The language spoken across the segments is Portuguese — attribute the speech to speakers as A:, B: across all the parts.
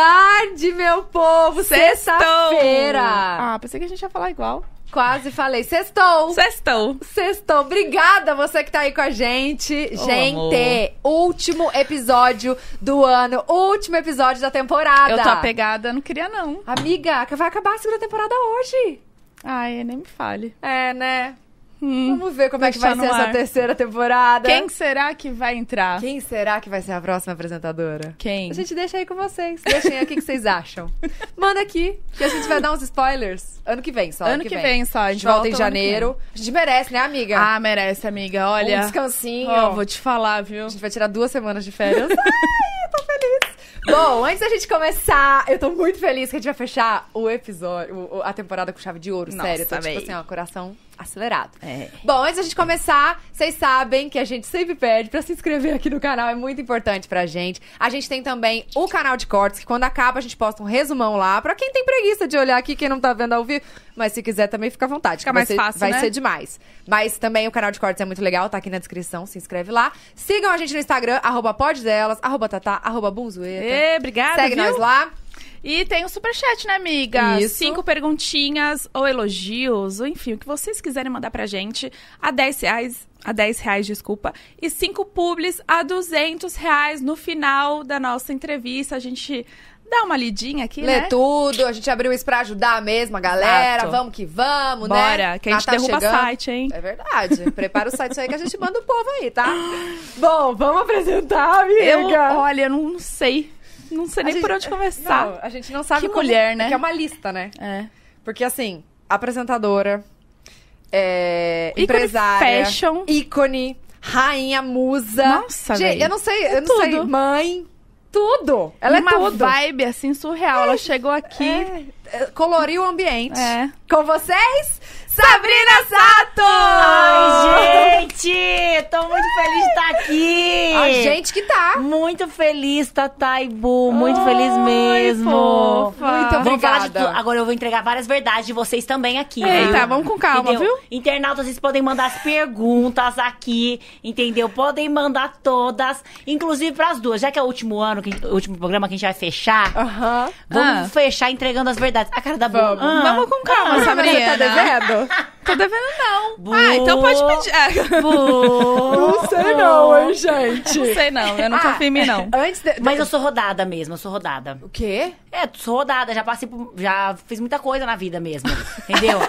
A: Tarde, meu povo! Sexta-feira!
B: Ah, pensei que a gente ia falar igual.
A: Quase falei. Sextou!
B: Sextou.
A: Sextou! Obrigada você que tá aí com a gente.
B: Ô,
A: gente, último episódio do ano. Último episódio da temporada.
B: Eu tô apegada, não queria não.
A: Amiga, vai acabar a segunda temporada hoje.
B: Ai, nem me fale.
A: É, né?
B: Hum.
A: Vamos ver como é que vai
B: Deixar
A: ser
B: no
A: essa
B: ar.
A: terceira temporada.
B: Quem será que vai entrar?
A: Quem será que vai ser a próxima apresentadora?
B: Quem?
A: A gente deixa aí com vocês. Deixem aí o que que vocês acham. Manda aqui, que a gente vai dar uns spoilers. Ano que vem, só.
B: Ano que vem só,
A: A gente volta em
B: ano que vem.
A: janeiro. A gente merece, né, amiga?
B: Ah, merece, amiga.
A: Um
B: Olha.
A: descansinho.
B: Ó, vou te falar, viu?
A: A gente vai tirar duas semanas de férias. Ai, eu tô feliz. Bom, antes da gente começar, eu tô muito feliz que a gente vai fechar o episódio, o- o- a temporada com chave de ouro,
B: Nossa,
A: sério. Tô,
B: véi.
A: tipo assim, ó, coração acelerado.
B: É.
A: Bom, antes da gente começar, vocês sabem que a gente sempre pede pra se inscrever aqui no canal, é muito importante pra gente. A gente tem também o canal de cortes, que quando acaba a gente posta um resumão lá, pra quem tem preguiça de olhar aqui, quem não tá vendo ao vivo, mas se quiser também fica à vontade.
B: Fica
A: vai
B: mais
A: ser-
B: fácil,
A: Vai
B: né?
A: ser demais. Mas também o canal de cortes é muito legal, tá aqui na descrição, se inscreve lá. Sigam a gente no Instagram, arroba poddelas, arroba tatá, arroba bunzoeta.
B: Ê, obrigada,
A: Segue
B: viu?
A: nós lá.
B: E tem o superchat, né, amiga?
A: Isso.
B: Cinco perguntinhas ou elogios, ou enfim, o que vocês quiserem mandar pra gente a 10 reais, a 10 reais, desculpa, e cinco publis a 200 reais no final da nossa entrevista. A gente dá uma lidinha aqui,
A: Lê
B: né?
A: tudo, a gente abriu isso pra ajudar mesmo a galera.
B: Exato.
A: Vamos que vamos, né?
B: Bora, que a gente
A: Natal
B: derruba
A: chegando.
B: site, hein?
A: É verdade. Prepara o site aí que a gente manda o povo aí, tá? Bom, vamos apresentar, amiga.
B: Eu, olha, eu não sei. Não sei
A: É A
B: nem
A: gente-
B: por onde começar.
A: Não, a gente não sabe
B: Que
A: como-
B: mulher, né?
A: Que é uma lista, né?
B: É.
A: Porque assim, apresentadora, é,
B: Ícone
A: empresária,
B: fashion.
A: ícone, rainha, musa.
B: Nossa,
A: gente,
B: véi.
A: eu não sei, eu não
B: Tudo.
A: sei, mãe, tudo. Ela
B: uma
A: é tudo.
B: vibe assim surreal. Ela chegou aqui.
A: É, é, coloriu o ambiente.
B: É.
A: Com vocês, Sabrina Sato!
C: Ai, gente! Tô muito feliz de estar aqui!
A: A gente que tá.
C: Muito feliz, Tatá e Bu. Muito feliz mesmo.
B: fofa. Muito
C: Vamos falar de
A: obrigada.
C: tudo. Agora eu vou entregar várias verdades de vocês também aqui.
B: Eita,
C: viu?
B: vamos com calma,
C: Entendeu?
B: viu?
C: Internautas, vocês podem mandar as perguntas aqui, entendeu? Podem mandar todas, inclusive pras duas. Já que é o último ano, que- o último programa que a gente vai fechar,
A: Aham.
C: vamos
B: Ah.
C: fechar entregando as verdades. A cara da Bu.
A: Vamos.
C: Ah.
B: Vamos com calma,
A: Tá
B: Sabrina.
A: devendo?
B: Tô devendo, não.
C: Bu-
B: Ah, então pode pedir.
C: Bu.
A: Não sei não, hein, gente.
B: Não sei, não. Eu não
A: Ah,
B: confio em mim, não.
A: Antes de...
C: Mas eu sou rodada mesmo, eu sou rodada.
A: O quê?
C: É, sou rodada, já passei por, já fiz muita coisa na vida mesmo, entendeu?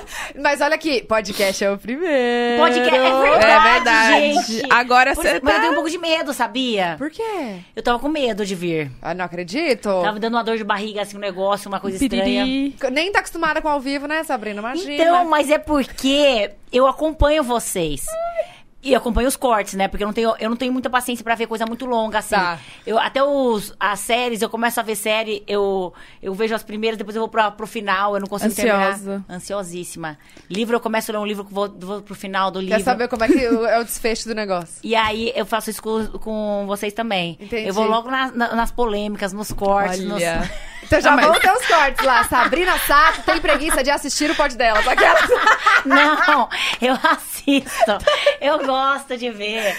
A: Mas olha aqui, podcast é o primeiro.
C: Podcast é verdade,
B: É verdade.
C: gente.
B: Agora
C: Por-
B: você
C: Mas eu tenho um
B: tá...
C: pouco de medo, sabia?
A: É Por quê?
C: Eu tava com medo de vir.
A: Ah, não acredito.
C: Tava me dando uma dor de barriga, assim, um negócio, uma coisa estranha.
B: Piriri.
A: Nem tá acostumada com ao vivo, né, Sabrina? Imagina.
C: Então, mas é porque eu acompanho vocês. E eu acompanho os cortes, né? Porque eu não tenho, eu não tenho muita paciência pra ver coisa muito longa, assim.
A: Tá.
C: Eu, até os, as séries, eu começo a ver série, eu, eu vejo as primeiras, depois eu vou pra, pro final, eu não consigo
B: Ansiosa.
C: terminar. Ansiosíssima. Livro, eu começo a ler um livro, vou, vou pro final do
A: Quer
C: livro.
A: saber como é que o- é o desfecho do negócio?
C: E aí eu faço isso com, com vocês também.
A: Entendi.
C: Eu vou logo na- na- nas polêmicas, nos cortes, nos...
B: Olha.
A: Então já
B: Ah, mas-
A: vão ter os cortes lá. Sabrina Sato tem preguiça de assistir o pod dela. tá Só que ela-
C: Não, eu assisto. Eu gosto de ver.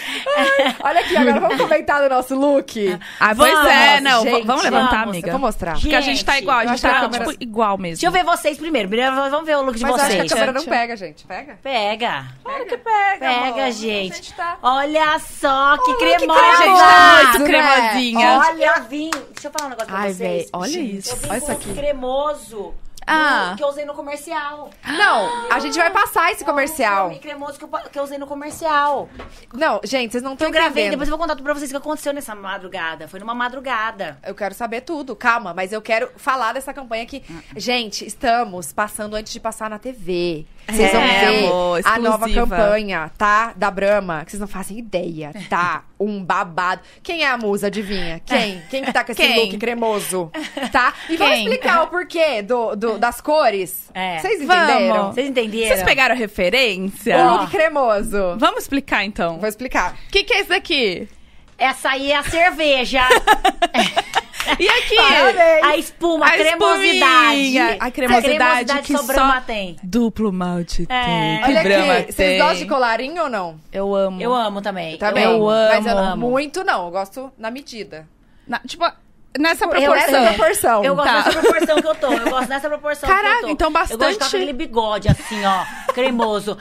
A: Olha aqui, agora vamos comentar do nosso look.
B: Ah, pois
C: Vamos,
B: é, não.
A: gente,
B: vamos levantar,
C: vamos.
A: Eu
B: amiga.
A: vou mostrar.
C: Gente,
B: Porque a gente tá igual. A
A: eu
B: gente
A: acho que a
B: tá,
A: câmera-
B: tipo, igual mesmo.
C: Deixa eu ver vocês primeiro. Primeiro vamos ver o look de
A: Mas eu acho que a
C: vocês.
A: câmera não
B: Deixa eu-
A: pega, gente. Pega.
C: Pega.
B: Claro que pega,
C: Pega,
B: amor.
C: gente.
B: A gente tá...
C: Olha só, que
A: look
C: cremosa.
A: cremoso,
B: Gente, tá muito
A: né?
B: cremosinha.
C: Olha, vim. Deixa eu falar um negócio pra
A: Ai,
C: vocês.
A: véi, olha
C: Gente,
A: isso.
C: Eu vim
A: Olha
C: com
A: isso
C: um
A: aqui.
C: cremoso
B: Ah.
C: do- que eu usei no comercial.
A: Não, a gente vai passar esse
C: Um
A: comercial.
C: creme cremoso que eu, que eu usei no comercial.
A: Não, gente, vocês não
C: Que
A: estão
C: eu gravei,
A: entendendo.
C: depois eu vou contar tudo pra vocês o que aconteceu nessa madrugada. Foi numa madrugada.
A: Eu quero saber tudo, calma, mas eu quero falar dessa campanha que,
B: Hum.
A: gente, estamos passando antes de passar na TV. Vocês
B: É,
A: vão ver
B: amor,
A: a nova
B: exclusiva.
A: campanha, tá? Da Brahma, que vocês não fazem ideia, tá? Um babado. Quem é a musa, adivinha? Quem? Quem que tá com esse
B: Quem?
A: look cremoso? Tá? E vou
B: Quem?
A: explicar o porquê do, do- das cores.
C: É.
A: Vocês
B: Vamos.
A: entenderam?
C: Vocês entenderam?
B: Vocês pegaram a referência?
A: O
C: Ó.
A: look cremoso.
B: Vamos explicar, então.
A: Vou explicar.
B: O que que é isso daqui?
C: Essa aí é a cerveja.
B: E aqui?
A: Parabéns.
C: a espuma, a
B: A
C: cremosidade.
B: espuminha. A cremosidade que
C: só Brahma
B: só-
C: tem.
B: Duplo malte tem.
C: É.
B: Que
A: Olha
B: Brahma
A: aqui, vocês
B: tem.
A: gostam de colarinho ou não?
B: Eu amo.
C: Eu amo também.
A: Também.
B: Tá Eu amo.
A: Mas eu não-
C: amo.
A: muito não, eu gosto na medida.
B: Na- tipo, nessa
A: Eu
B: proporção.
A: essa é a proporção.
C: Eu gosto
B: Tá.
C: dessa proporção que eu tô. Eu gosto dessa proporção que
B: Caraca,
C: eu tô.
B: então
C: Eu gosto de ficar
B: bastante-
C: com aquele bigode assim, ó, cremoso.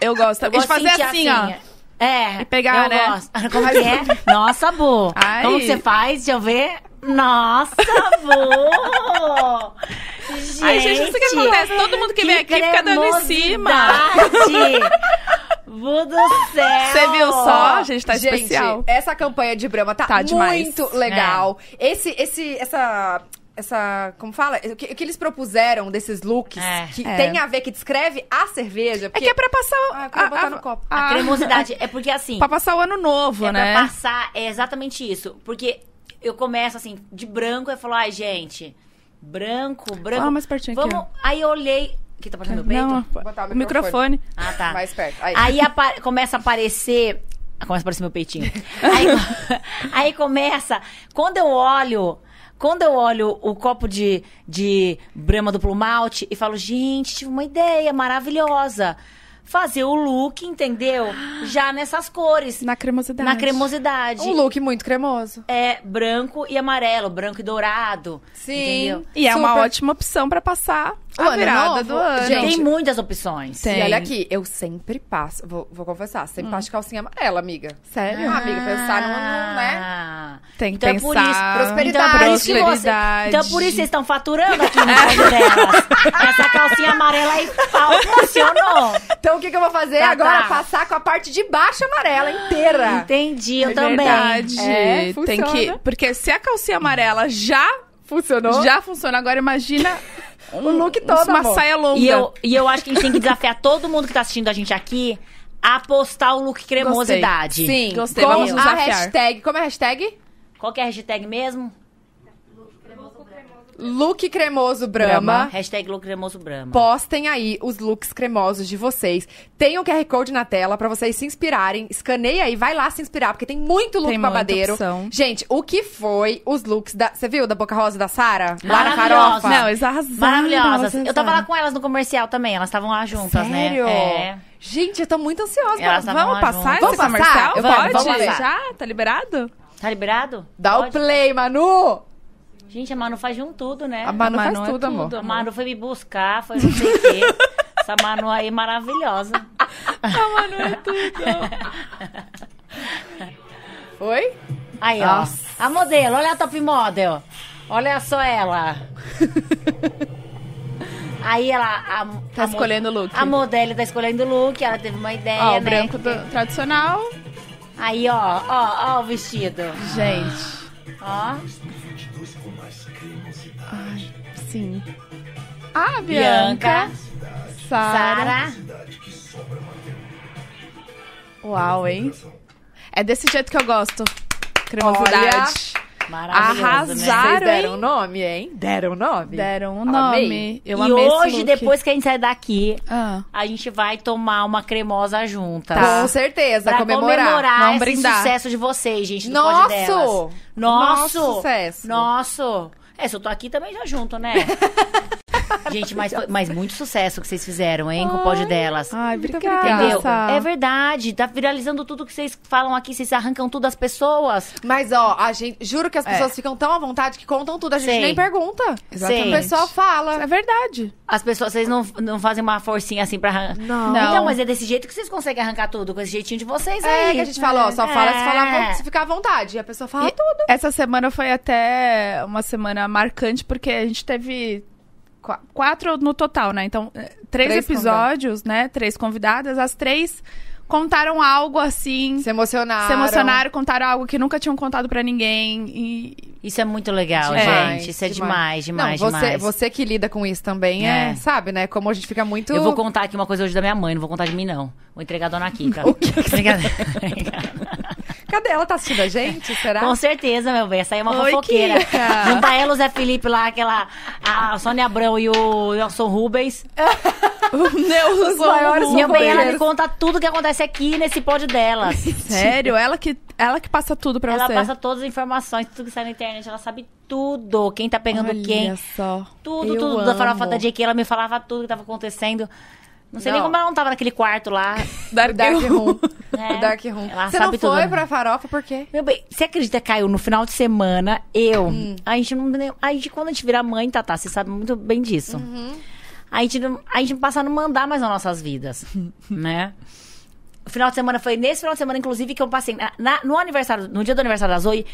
B: Eu gosto. Eu
C: gosto
B: gosto de fazer assim,
C: sentir
B: ó.
C: ó. É.
B: E pegar,
C: eu
B: né?
C: Gosto. Como que é? Nossa, Bu.
B: Ai.
C: Como que você faz? Deixa eu ver. Nossa, Bu. Gente,
B: Ai, gente, isso que acontece. Todo mundo que vem aqui fica dando em cima.
C: cremosidade. Bu do céu.
B: Você viu só? Gente, tá
A: Gente,
B: especial.
A: essa campanha de Brahma tá,
B: Tá
A: muito
B: demais.
A: legal. Esse, esse, essa... Essa. Como fala? O que, o que eles propuseram desses looks
C: É.
A: que
B: É.
A: tem a ver, que descreve a cerveja.
B: É
A: Porque
B: que é pra passar.
A: Ah, eu queria botar no copo. Ah.
C: A
B: a-
C: cremosidade. É porque assim...
B: Pra passar o ano novo,
C: É
B: né?
C: pra passar, é exatamente isso. Porque eu começo assim, de branco, eu falo, ai, gente, branco, branco.
B: Fala mais pertinho aqui,
C: Vamos. Aí eu olhei. Que tá partindo meu peito?
B: Não,
A: Botar o
B: o microfone.
C: Ah, tá.
A: Mais perto. Aí.
C: Aí apa- começa a aparecer. Ah, Começa a aparecer meu peitinho. Aí, aí começa. Quando eu olho. Quando eu olho o copo de, de Brahma duplo malte e falo, gente, tive uma ideia maravilhosa. Fazer o look, entendeu? Já nessas cores.
B: Na cremosidade.
C: Na cremosidade.
A: Um look muito cremoso.
C: é branco e amarelo, branco e dourado.
A: Sim.
C: Entendeu?
B: E é uma
A: Super.
B: ótima opção pra passar
A: O
B: a
A: ano
B: virada
A: novo,
B: do ano.
A: gente.
C: Tem muitas opções.
B: Tem.
A: E olha aqui, eu sempre passo, vou, vou confessar,
B: Hum.
A: sempre passo de calcinha amarela, amiga.
B: Sério?
A: Ah, amiga, pensar num- num, né?
C: Ah.
B: Tem que
C: Então é
B: pensar.
C: por isso,
A: prosperidade.
B: é
C: Então, por isso que você,
B: Prosperidade.
C: então por isso vocês estão faturando aqui no caso delas. Essa calcinha amarela aí pau, funcionou.
A: Então o que, que eu vou fazer
C: Tá,
A: agora?
C: tá.
A: Passar com a parte de baixo amarela inteira.
C: Entendi, eu
B: É
C: também.
B: Verdade.
A: É,
B: Tem
A: funciona.
B: que, porque se a calcinha amarela já
A: Funcionou?
B: já funciona, agora imagina Um
A: O Um look todo,
B: uma
A: amor.
B: saia longa.
C: E eu, e eu acho que a gente tem que desafiar todo mundo que tá assistindo a gente aqui a postar o look cremosidade.
A: Sim.
B: Gostei,
A: com
B: vamos nos
A: a
B: afiar.
A: hashtag, como é a hashtag?
C: Qual que é a hashtag mesmo?
A: Look cremoso Brahma.
C: Hashtag look cremoso Brahma.
A: Postem aí os looks cremosos de vocês. Tem o QR Code na tela pra vocês se inspirarem. Escaneia aí, vai lá se inspirar, porque tem muito look
B: Tem muita
A: babadeiro.
B: opção.
A: Gente, o que foi os looks da. Você viu da Boca Rosa e da Sara? Lá na
C: Maravilhosa.
A: farofa?
B: Não, eles arrasaram.
C: Maravilhosas.
B: elas
C: Eu tava lá
B: arrasaram.
C: com elas no comercial também, elas estavam lá juntas,
A: Sério?
C: né?
A: Gente, eu tô muito ansiosa.
C: Elas
A: pra-
B: Vamos
C: tavam lá
B: passar
C: junto.
B: esse
A: Vamos passar?
B: comercial?
A: Eu
B: Pode?
C: quero, vamos passar.
B: Já? Tá liberado?
C: É. Tá liberado?
A: Dá o
C: Pode?
A: play, Manu!
C: Gente, a Manu faz de um tudo, né?
A: A Manu,
B: A Manu
A: faz
B: é
A: tudo, amor.
B: tudo.
C: A Manu foi me buscar, foi não sei o quê. Essa Manu aí é maravilhosa.
A: Oi?
C: Aí, ó. A modelo, olha a top model. Olha só ela. Aí ela. A,
B: Tá
C: a mo-
B: escolhendo o look.
C: A modelo tá escolhendo o look, ela teve uma ideia.
B: Ó, o
C: né?
B: branco do- tradicional.
C: Aí, ó, ó, ó o vestido.
B: Gente,
C: Ó.
B: sim. A
C: Bianca,
B: Bianca, Sara.
C: Sara.
B: Uau, hein? É desse jeito que eu gosto. Cremosidade.
C: Maravilhoso,
B: Arrasar.
C: Né?
A: Vocês
B: Claro,
A: deram
B: hein?
A: nome, hein? Deram nome?
B: Deram um
A: Amei.
B: nome. Eu
C: e
B: amei esse
C: hoje,
B: look.
C: depois que a gente sair daqui,
B: Ah.
C: a gente vai tomar uma cremosa juntas.
A: Com certeza,
C: Pra
A: comemorar.
B: Vamos
C: esse
B: brindar.
C: sucesso de vocês, gente. do
A: Nosso!
C: Pod Delas. Nosso!
A: Nosso sucesso.
C: Nosso! É, se eu tô aqui também já junto, né? gente, mas, foi- mas muito sucesso que vocês fizeram, hein, com o pod delas.
B: Ai,
A: Muito
B: obrigada.
A: obrigada.
C: Entendeu?
B: Nossa.
C: É verdade, tá viralizando tudo que vocês falam aqui, vocês arrancam tudo das pessoas.
A: Mas, ó, a gente. Juro que as pessoas ficam tão à vontade que contam tudo, a gente
C: Sei.
A: nem pergunta.
C: Exatamente.
A: O pessoal
B: É
A: fala.
B: verdade.
C: As pessoas, vocês não, não fazem uma forcinha assim pra arrancar.
A: Não.
B: Não.
C: Então, mas é desse jeito que vocês conseguem arrancar tudo, com esse jeitinho de vocês
A: É
C: aí.
A: que a gente fala, ó, só fala se, falar,
C: É.
A: se ficar à vontade. E a pessoa fala
B: E-
A: tudo.
B: Essa semana foi até uma semana marcante, porque a gente teve qua- quatro no total, né? Então, eh, três,
A: Três
B: episódios, né? Três convidadas. As três contaram algo assim.
A: Se emocionaram.
B: Se emocionaram, contaram algo que nunca tinham contado pra ninguém. E
C: Isso é muito legal,
A: Demais,
C: gente. Isso é demais, demais,
A: Não, você,
C: demais.
A: você que lida com isso também, é.
C: É.
A: sabe, né? Como a gente fica muito.
C: Eu vou contar aqui uma coisa hoje da minha mãe, não vou contar de mim, não. Vou entregar a dona Kika. o que
A: Cadê ela? Tá assistindo a gente? Será?
C: Com certeza, meu bem. Essa aí é uma
B: Oi,
C: fofoqueira.
B: Kika.
C: Junta ela, o Zé Felipe lá, aquela. A Sônia Abrão e o Nelson Rubens.
B: o meu os
A: maiores
C: Meu bem, ela
A: fofoqueiros.
C: me conta tudo que acontece aqui nesse pod delas.
B: Sério, ela que, ela que passa tudo pra
C: Ela
B: você.
C: passa todas as informações, tudo que sai na internet, ela sabe tudo. Quem tá pegando
B: Olha
C: quem.
B: só.
C: Tudo,
B: Eu
C: tudo. Da
B: amo.
C: farofa da JK, ela me falava tudo que tava acontecendo. Não sei nem
A: Não.
C: como ela não tava naquele quarto lá.
B: Dark
A: é Dark
B: Room.
A: Room.
C: É.
A: O Dark Room.
C: Ela
A: Você não
C: sabe
A: foi
C: tudo.
A: pra farofa por quê?
C: Meu bem, você acredita que caiu no final de semana? Eu. A gente não. A gente, quando a gente virar mãe, Tatá, você sabe muito bem disso. A, gente não, a gente passa a não mandar mais nas nossas vidas, né? O final de semana foi nesse final de semana, inclusive, que eu passei. na- na- no aniversário, no dia do aniversário da Zoe,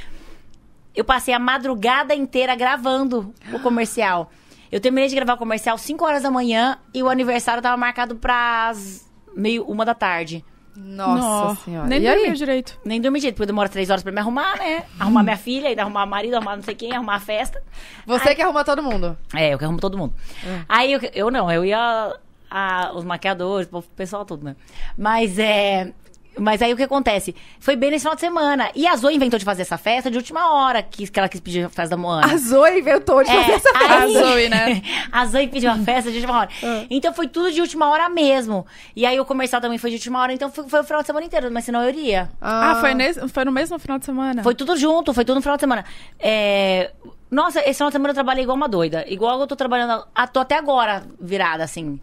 C: eu passei a madrugada inteira gravando o comercial. Eu terminei de gravar o comercial 5 horas da manhã e o aniversário tava marcado pras meio uma da tarde.
A: Nossa senhora.
B: Nem
A: e
B: dormiu
A: aí?
B: direito.
C: Nem dormi direito, porque demora três horas pra me arrumar, né? Arrumar minha filha, ainda arrumar marido, arrumar não sei quem, arrumar a festa.
A: Você que arruma todo mundo.
C: É, eu que arrumo todo mundo.
A: É.
C: Aí eu, eu não, eu ia a- os maquiadores, o pessoal todo, né? Mas é. Mas aí o que acontece? Foi bem nesse final de semana. E a Zoe inventou de fazer essa festa de última hora, que, que ela quis pedir a festa da Moana.
A: A Zoe inventou
C: É,
A: de fazer essa
C: aí-
A: frase.
B: A Zoe, né?
C: a Zoe pediu uma festa de última hora.
A: Ah.
C: Então foi tudo de última hora mesmo. E aí o comercial também foi de última hora, então foi, foi o final de semana inteiro, mas senão eu iria.
B: Ah, foi, nesse, foi no mesmo final de semana?
C: Foi tudo junto, foi tudo no final de semana. É, Nossa, esse final de semana eu trabalhei igual uma doida. Igual eu tô trabalhando. a- Tô até agora virada, assim.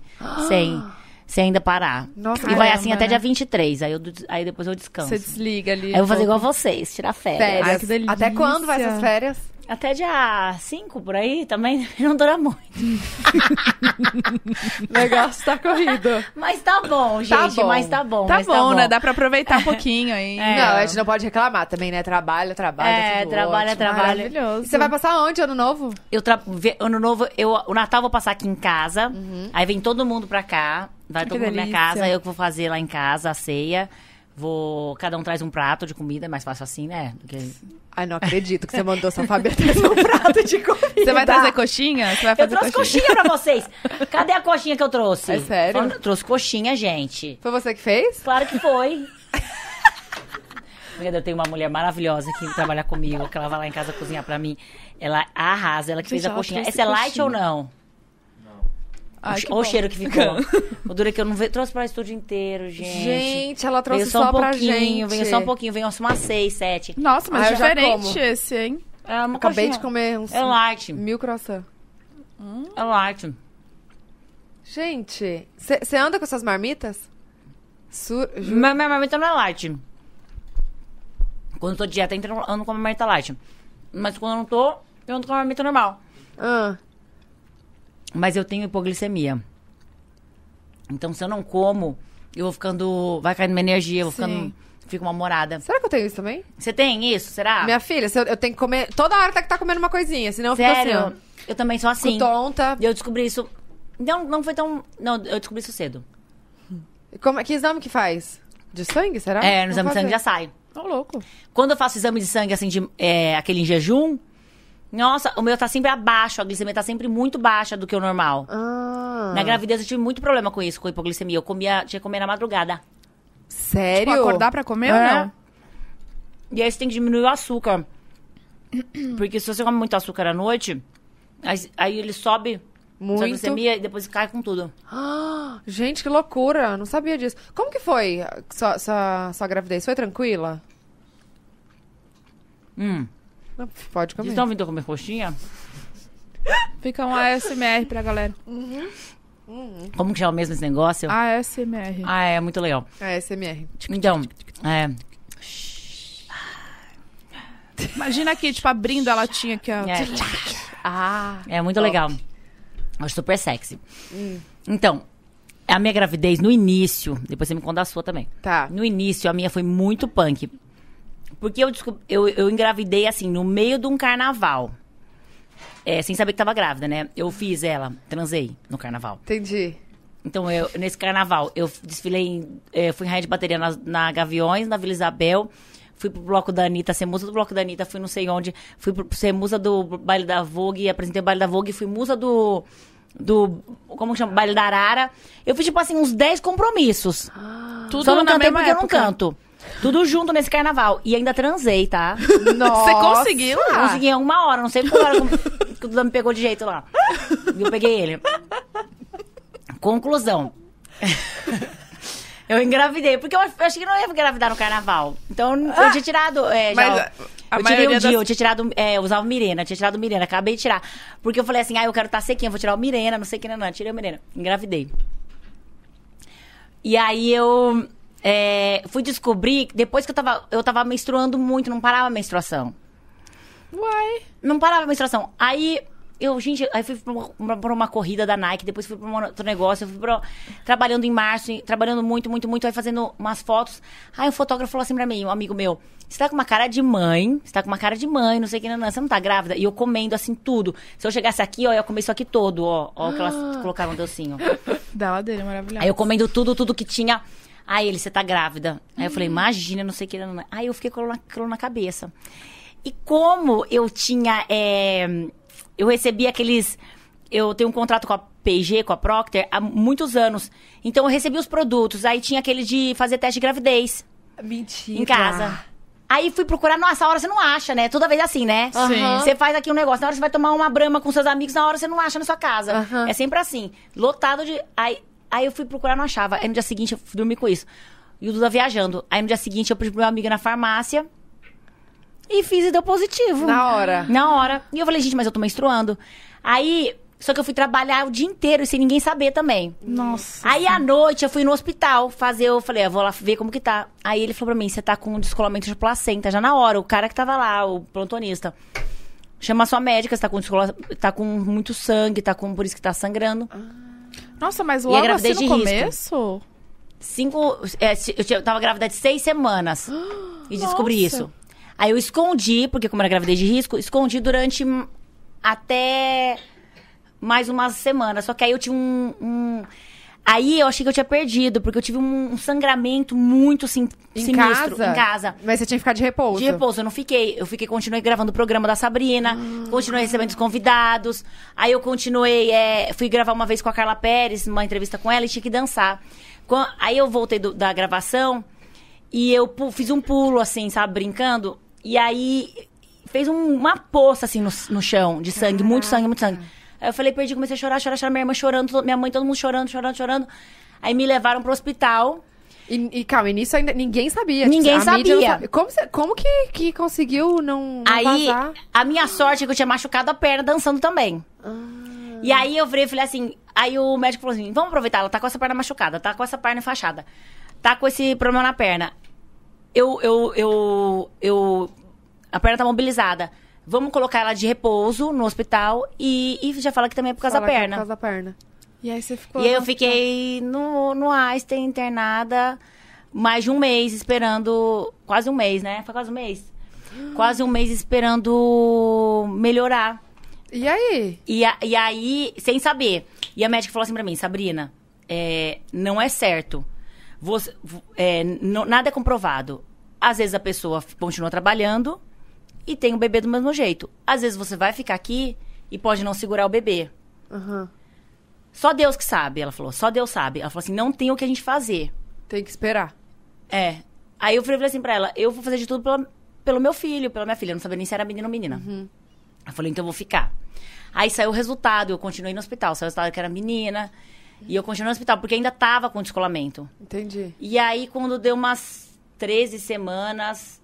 C: Sem, sem ainda parar.
A: Nossa,
C: e vai
A: caramba,
C: assim até
B: né?
C: dia 23. Aí, eu, des- aí depois eu descanso.
B: Você desliga ali.
C: Aí eu vou fazer
B: um
C: igual vocês, tirar férias.
B: Ai, que
A: Férias.
B: delícia.
A: Até quando vai essas férias?
C: Até dia 5 por aí também não dura muito.
A: Negócio tá corrido.
C: Mas tá bom, gente.
A: Tá bom.
C: Mas tá bom. É.
B: Tá
C: mas
B: bom, né? Dá pra aproveitar um pouquinho aí.
A: Não, a gente não pode reclamar também, né? Trabalha, trabalha.
C: É,
A: tudo
C: trabalha,
A: ótimo.
C: trabalha.
A: Maravilhoso. E
B: Maravilhoso.
A: Você vai passar onde, ano novo?
C: Eu tra... ve- Ano novo, eu... o Natal eu vou passar aqui em casa. Aí vem todo mundo pra cá. Vai
B: Que
C: todo mundo pra minha
B: delícia.
C: casa. Eu que vou fazer lá em casa a ceia. Vou. Cada um traz um prato de comida, é mais fácil assim, né? Do que-
A: Ai, não acredito que você mandou sua Fábia trazer um prato de comida.
B: Você vai trazer coxinha? Você vai
C: Eu
B: fazer
C: trouxe coxinha pra vocês! Cadê a coxinha que eu trouxe?
A: É sério?
C: Falando- Eu trouxe coxinha, gente.
A: Foi você que fez?
C: Claro que foi. Meu Deus, eu tenho uma mulher maravilhosa que trabalha comigo, que ela vai lá em casa cozinhar pra mim. Ela arrasa, ela que fez
B: Gente,
C: a
B: ela
C: coxinha.
B: trouxe
C: Essa é light
B: coxinha.
C: ou não?
B: Ai, que
C: Olha
B: bom.
C: o cheiro que ficou. o duro é que eu não ve- trouxe pra estúdio inteiro, gente.
A: Gente, ela trouxe
C: veio só, um
A: pra
C: pouquinho,
A: gente.
C: Veio só um pouquinho, veio umas seis, sete.
B: Nossa, mas é
A: Ah, eu já
B: diferente
A: como.
B: esse, hein?
C: É uma
A: Acabei de
C: coxinha.
A: comer uns
C: É light,
A: mil croissants.
C: é light.
A: Gente, você anda com essas marmitas? Sur... ju-
C: Mas minha marmita não é light. Quando eu tô de dieta, então eu ando com a marmita light. Mas quando eu não tô, eu ando com a marmita normal.
A: Ah,
C: Mas eu tenho hipoglicemia. Então se eu não como, eu vou ficando... Vai caindo minha energia, eu vou
B: Sim.
C: ficando... Fico uma morada.
A: será que eu tenho isso também?
C: Você tem isso? Será?
A: Minha filha, se eu, eu tenho que comer. Toda hora tem que estar comendo uma coisinha, senão eu fico assim, ó.
C: Sério? Eu também sou
A: Fico
C: assim.
A: tonta.
C: E eu descobri isso. Não, não foi tão. Não, eu descobri isso cedo.
A: Como, é- que exame que faz? De sangue, será? Tá? Vou
C: é, no exame de
A: fazer.
C: sangue já sai.
B: Tô louco.
C: Quando eu faço exame de sangue, assim, de, é, aquele em jejum, nossa, o meu tá sempre abaixo, a glicemia tá sempre muito baixa do que o normal.
A: Ah,
C: Na gravidez eu tive muito problema com isso, com hipoglicemia. Eu comia, tinha que comer na madrugada.
A: sério?
B: Tipo, acordar pra comer ou
A: É.
B: não?
C: E aí você tem que diminuir o açúcar. Porque se você come muito açúcar à noite, aí, aí ele sobe sua
A: Muito.
C: glicemia e depois cai com tudo.
A: Ah, gente, que loucura. Não sabia disso. Como que foi a- sua, sua, sua gravidez? Foi tranquila?
C: Hum.
A: Não, Pode
C: Vocês
A: comer.
C: estão vindo comer coxinha?
B: Fica um ASMR pra galera.
C: Como que chama mesmo esse negócio?
B: ASMR.
C: Ah, é muito legal.
A: É, SMR.
C: Então, é.
B: Imagina aqui, tipo, abrindo a latinha aqui, ó.
C: É,
A: Ah.
C: é muito legal. Acho super sexy. Então, a minha gravidez no início, depois você me conta a sua também.
A: Tá.
C: No início, a minha foi muito punk. Porque eu, descob- eu, eu engravidei, assim, no meio de um carnaval. É, sem saber que tava grávida, né? Eu fiz ela, transei no carnaval.
A: Entendi.
C: Então, eu, nesse carnaval, eu desfilei, em, eh, fui em raia de bateria na, na Gaviões, na Vila Isabel. Fui pro bloco da Anitta, ser musa do bloco da Anitta, fui não sei onde. Fui pro, ser musa do baile da Vogue, apresentei o baile da Vogue. Fui musa do, do, como que chama? Baile da Arara. Eu fiz, tipo assim, uns 10 compromissos.
B: Ah. Tudo
C: Só não
B: na
C: cantei
B: mesma
C: porque eu não
B: época.
C: canto. Tudo junto nesse carnaval. E ainda transei, tá?
A: Nossa.
B: conseguiu? Ah.
C: Consegui em uma hora, não sei qual hora como- que o Duda me pegou de jeito lá. E eu peguei ele. Conclusão. Eu engravidei, porque eu ach- eu achei que não ia engravidar no carnaval. Então eu tinha tirado. é, já
B: Ah, Mas
C: o-
B: a- a
C: eu tirei um
B: maioria
C: dia,
B: das-
C: eu tinha tirado. É, eu usava o Mirena, tinha tirado o Mirena, acabei de tirar. Porque eu falei assim, ah, eu quero estar sequinha, vou tirar o Mirena, não sei o que, não, não. Tirei o Mirena. Engravidei. E aí eu. é, fui descobrir que depois que eu tava, eu tava menstruando muito, não parava a menstruação.
B: Uai.
C: Não parava a menstruação. Aí eu, gente, aí fui pra uma, pra uma corrida da Nike, depois fui pra um outro negócio, eu fui pra, trabalhando em março, e- trabalhando muito, muito, muito, aí fazendo umas fotos. Aí um fotógrafo falou assim pra mim, um amigo meu, você tá com uma cara de mãe, você tá com uma cara de mãe, não sei o que, não, não, você não tá grávida? E eu comendo assim tudo. Se eu chegasse aqui, ó, eu ia comer isso aqui todo, ó. Ó, o que elas colocaram no docinho.
B: Da ladeira, maravilhosa.
C: Aí eu comendo tudo, tudo que tinha. Aí ele, você tá grávida. Aí eu falei, imagina, não sei o que. não, não. Aí eu fiquei com aquilo na, aquilo na cabeça. E como eu tinha. é, eu recebi aqueles. Eu tenho um contrato com a PG, com a Procter, há muitos anos. Então eu recebi os produtos. Aí tinha aquele de fazer teste de gravidez
A: Mentira.
C: em casa. Aí fui procurar, nossa, a hora você não acha, né? Toda vez assim, né?
B: Sim.
C: Você faz aqui um negócio, na hora você vai tomar uma brama com seus amigos, na hora você não acha na sua casa.
A: Aham.
C: É sempre assim. Lotado de. Aí, aí eu fui procurar, não achava. Aí no dia seguinte eu fui dormir com isso. E o Duda viajando. Aí no dia seguinte eu pedi pro meu amigo na farmácia. E fiz e deu positivo.
A: Na hora.
C: Na hora. E eu falei, gente, mas eu tô menstruando. Aí. Só que eu fui trabalhar o dia inteiro sem ninguém saber também.
B: Nossa.
C: Aí à noite eu fui no hospital fazer, eu falei, ah, vou lá ver como que tá. Aí ele falou pra mim, você tá com descolamento de placenta já na hora, o cara que tava lá, o plantonista. Chama sua médica, você tá com descola... tá com muito sangue, tá com por isso que tá sangrando.
B: Nossa, mas
C: E a
B: logo assim
C: gravidez
B: no
C: de
B: começo?
C: Cinco, é, se- eu tinha- eu tava grávida de seis semanas e descobri
B: Nossa.
C: isso. Aí eu escondi, porque como era gravidez de risco, escondi durante hum, até mais umas semanas. Só que aí eu tive um. um- Aí eu achei que eu tinha perdido, porque eu tive um, um sangramento muito sim,
A: Em
C: sinistro
A: casa?
C: em casa.
A: Mas você tinha que ficar de repouso.
C: De repouso, Tipo, eu não fiquei. Eu fiquei, continuei gravando o programa da Sabrina, continuei recebendo os convidados. Aí eu continuei, é, fui gravar uma vez com a Carla Pérez, uma entrevista com ela, e tinha que dançar. Quan- aí eu voltei do- da gravação e eu pu- fiz um pulo, assim, sabe, brincando. E aí fez um- uma poça, assim, no, no chão, de sangue, muito sangue, muito sangue. Aí eu falei, perdi, comecei a chorar, chorar, chorar, minha irmã chorando, to- minha mãe, todo mundo chorando, chorando, chorando. Aí me levaram pro hospital.
A: E, e calma, e nisso ainda ninguém sabia. tipo,
C: Ninguém
A: a mídia não
C: sabia.
A: sabe. Como, você- como que, que conseguiu não, não
C: Aí,
A: vazar? Ah.
C: a minha sorte é que eu tinha machucado a perna dançando também. E aí eu virei e falei assim. Aí o médico falou assim: vamos aproveitar, ela tá com essa perna machucada, tá com essa perna enfaixada, tá com esse problema na perna. Eu, eu, eu, eu. A perna tá mobilizada. Vamos colocar ela de repouso no hospital e, e já fala que também é por causa
A: Fala
C: da
A: que é
C: perna.
A: Por causa da perna.
B: E aí você ficou...
C: E aí eu fiquei no, no Einstein internada mais de um mês esperando. Quase um mês, né? Foi quase um mês. Quase um mês esperando melhorar.
A: E aí?
C: E, a- e aí, sem saber. E a médica falou assim pra mim, Sabrina, é, não é certo. Você- vo- é, n- nada é comprovado. Às vezes a pessoa f- continua trabalhando e tem o bebê do mesmo jeito. Às vezes você vai ficar aqui e pode não segurar o bebê.
A: Aham.
C: Só Deus que sabe, ela falou. Só Deus sabe. Ela falou assim, não tem o que a gente fazer.
A: Tem que esperar.
C: É. Aí eu falei assim pra ela, eu vou fazer de tudo pela- pelo meu filho, pela minha filha. Eu não sabia nem se era menino ou menina. Eu falei, então eu vou ficar. Aí saiu o resultado, eu continuei no hospital. Saiu o resultado que era menina. E eu continuei no hospital, porque ainda tava com descolamento.
A: Entendi.
C: E aí, quando deu umas 13 semanas,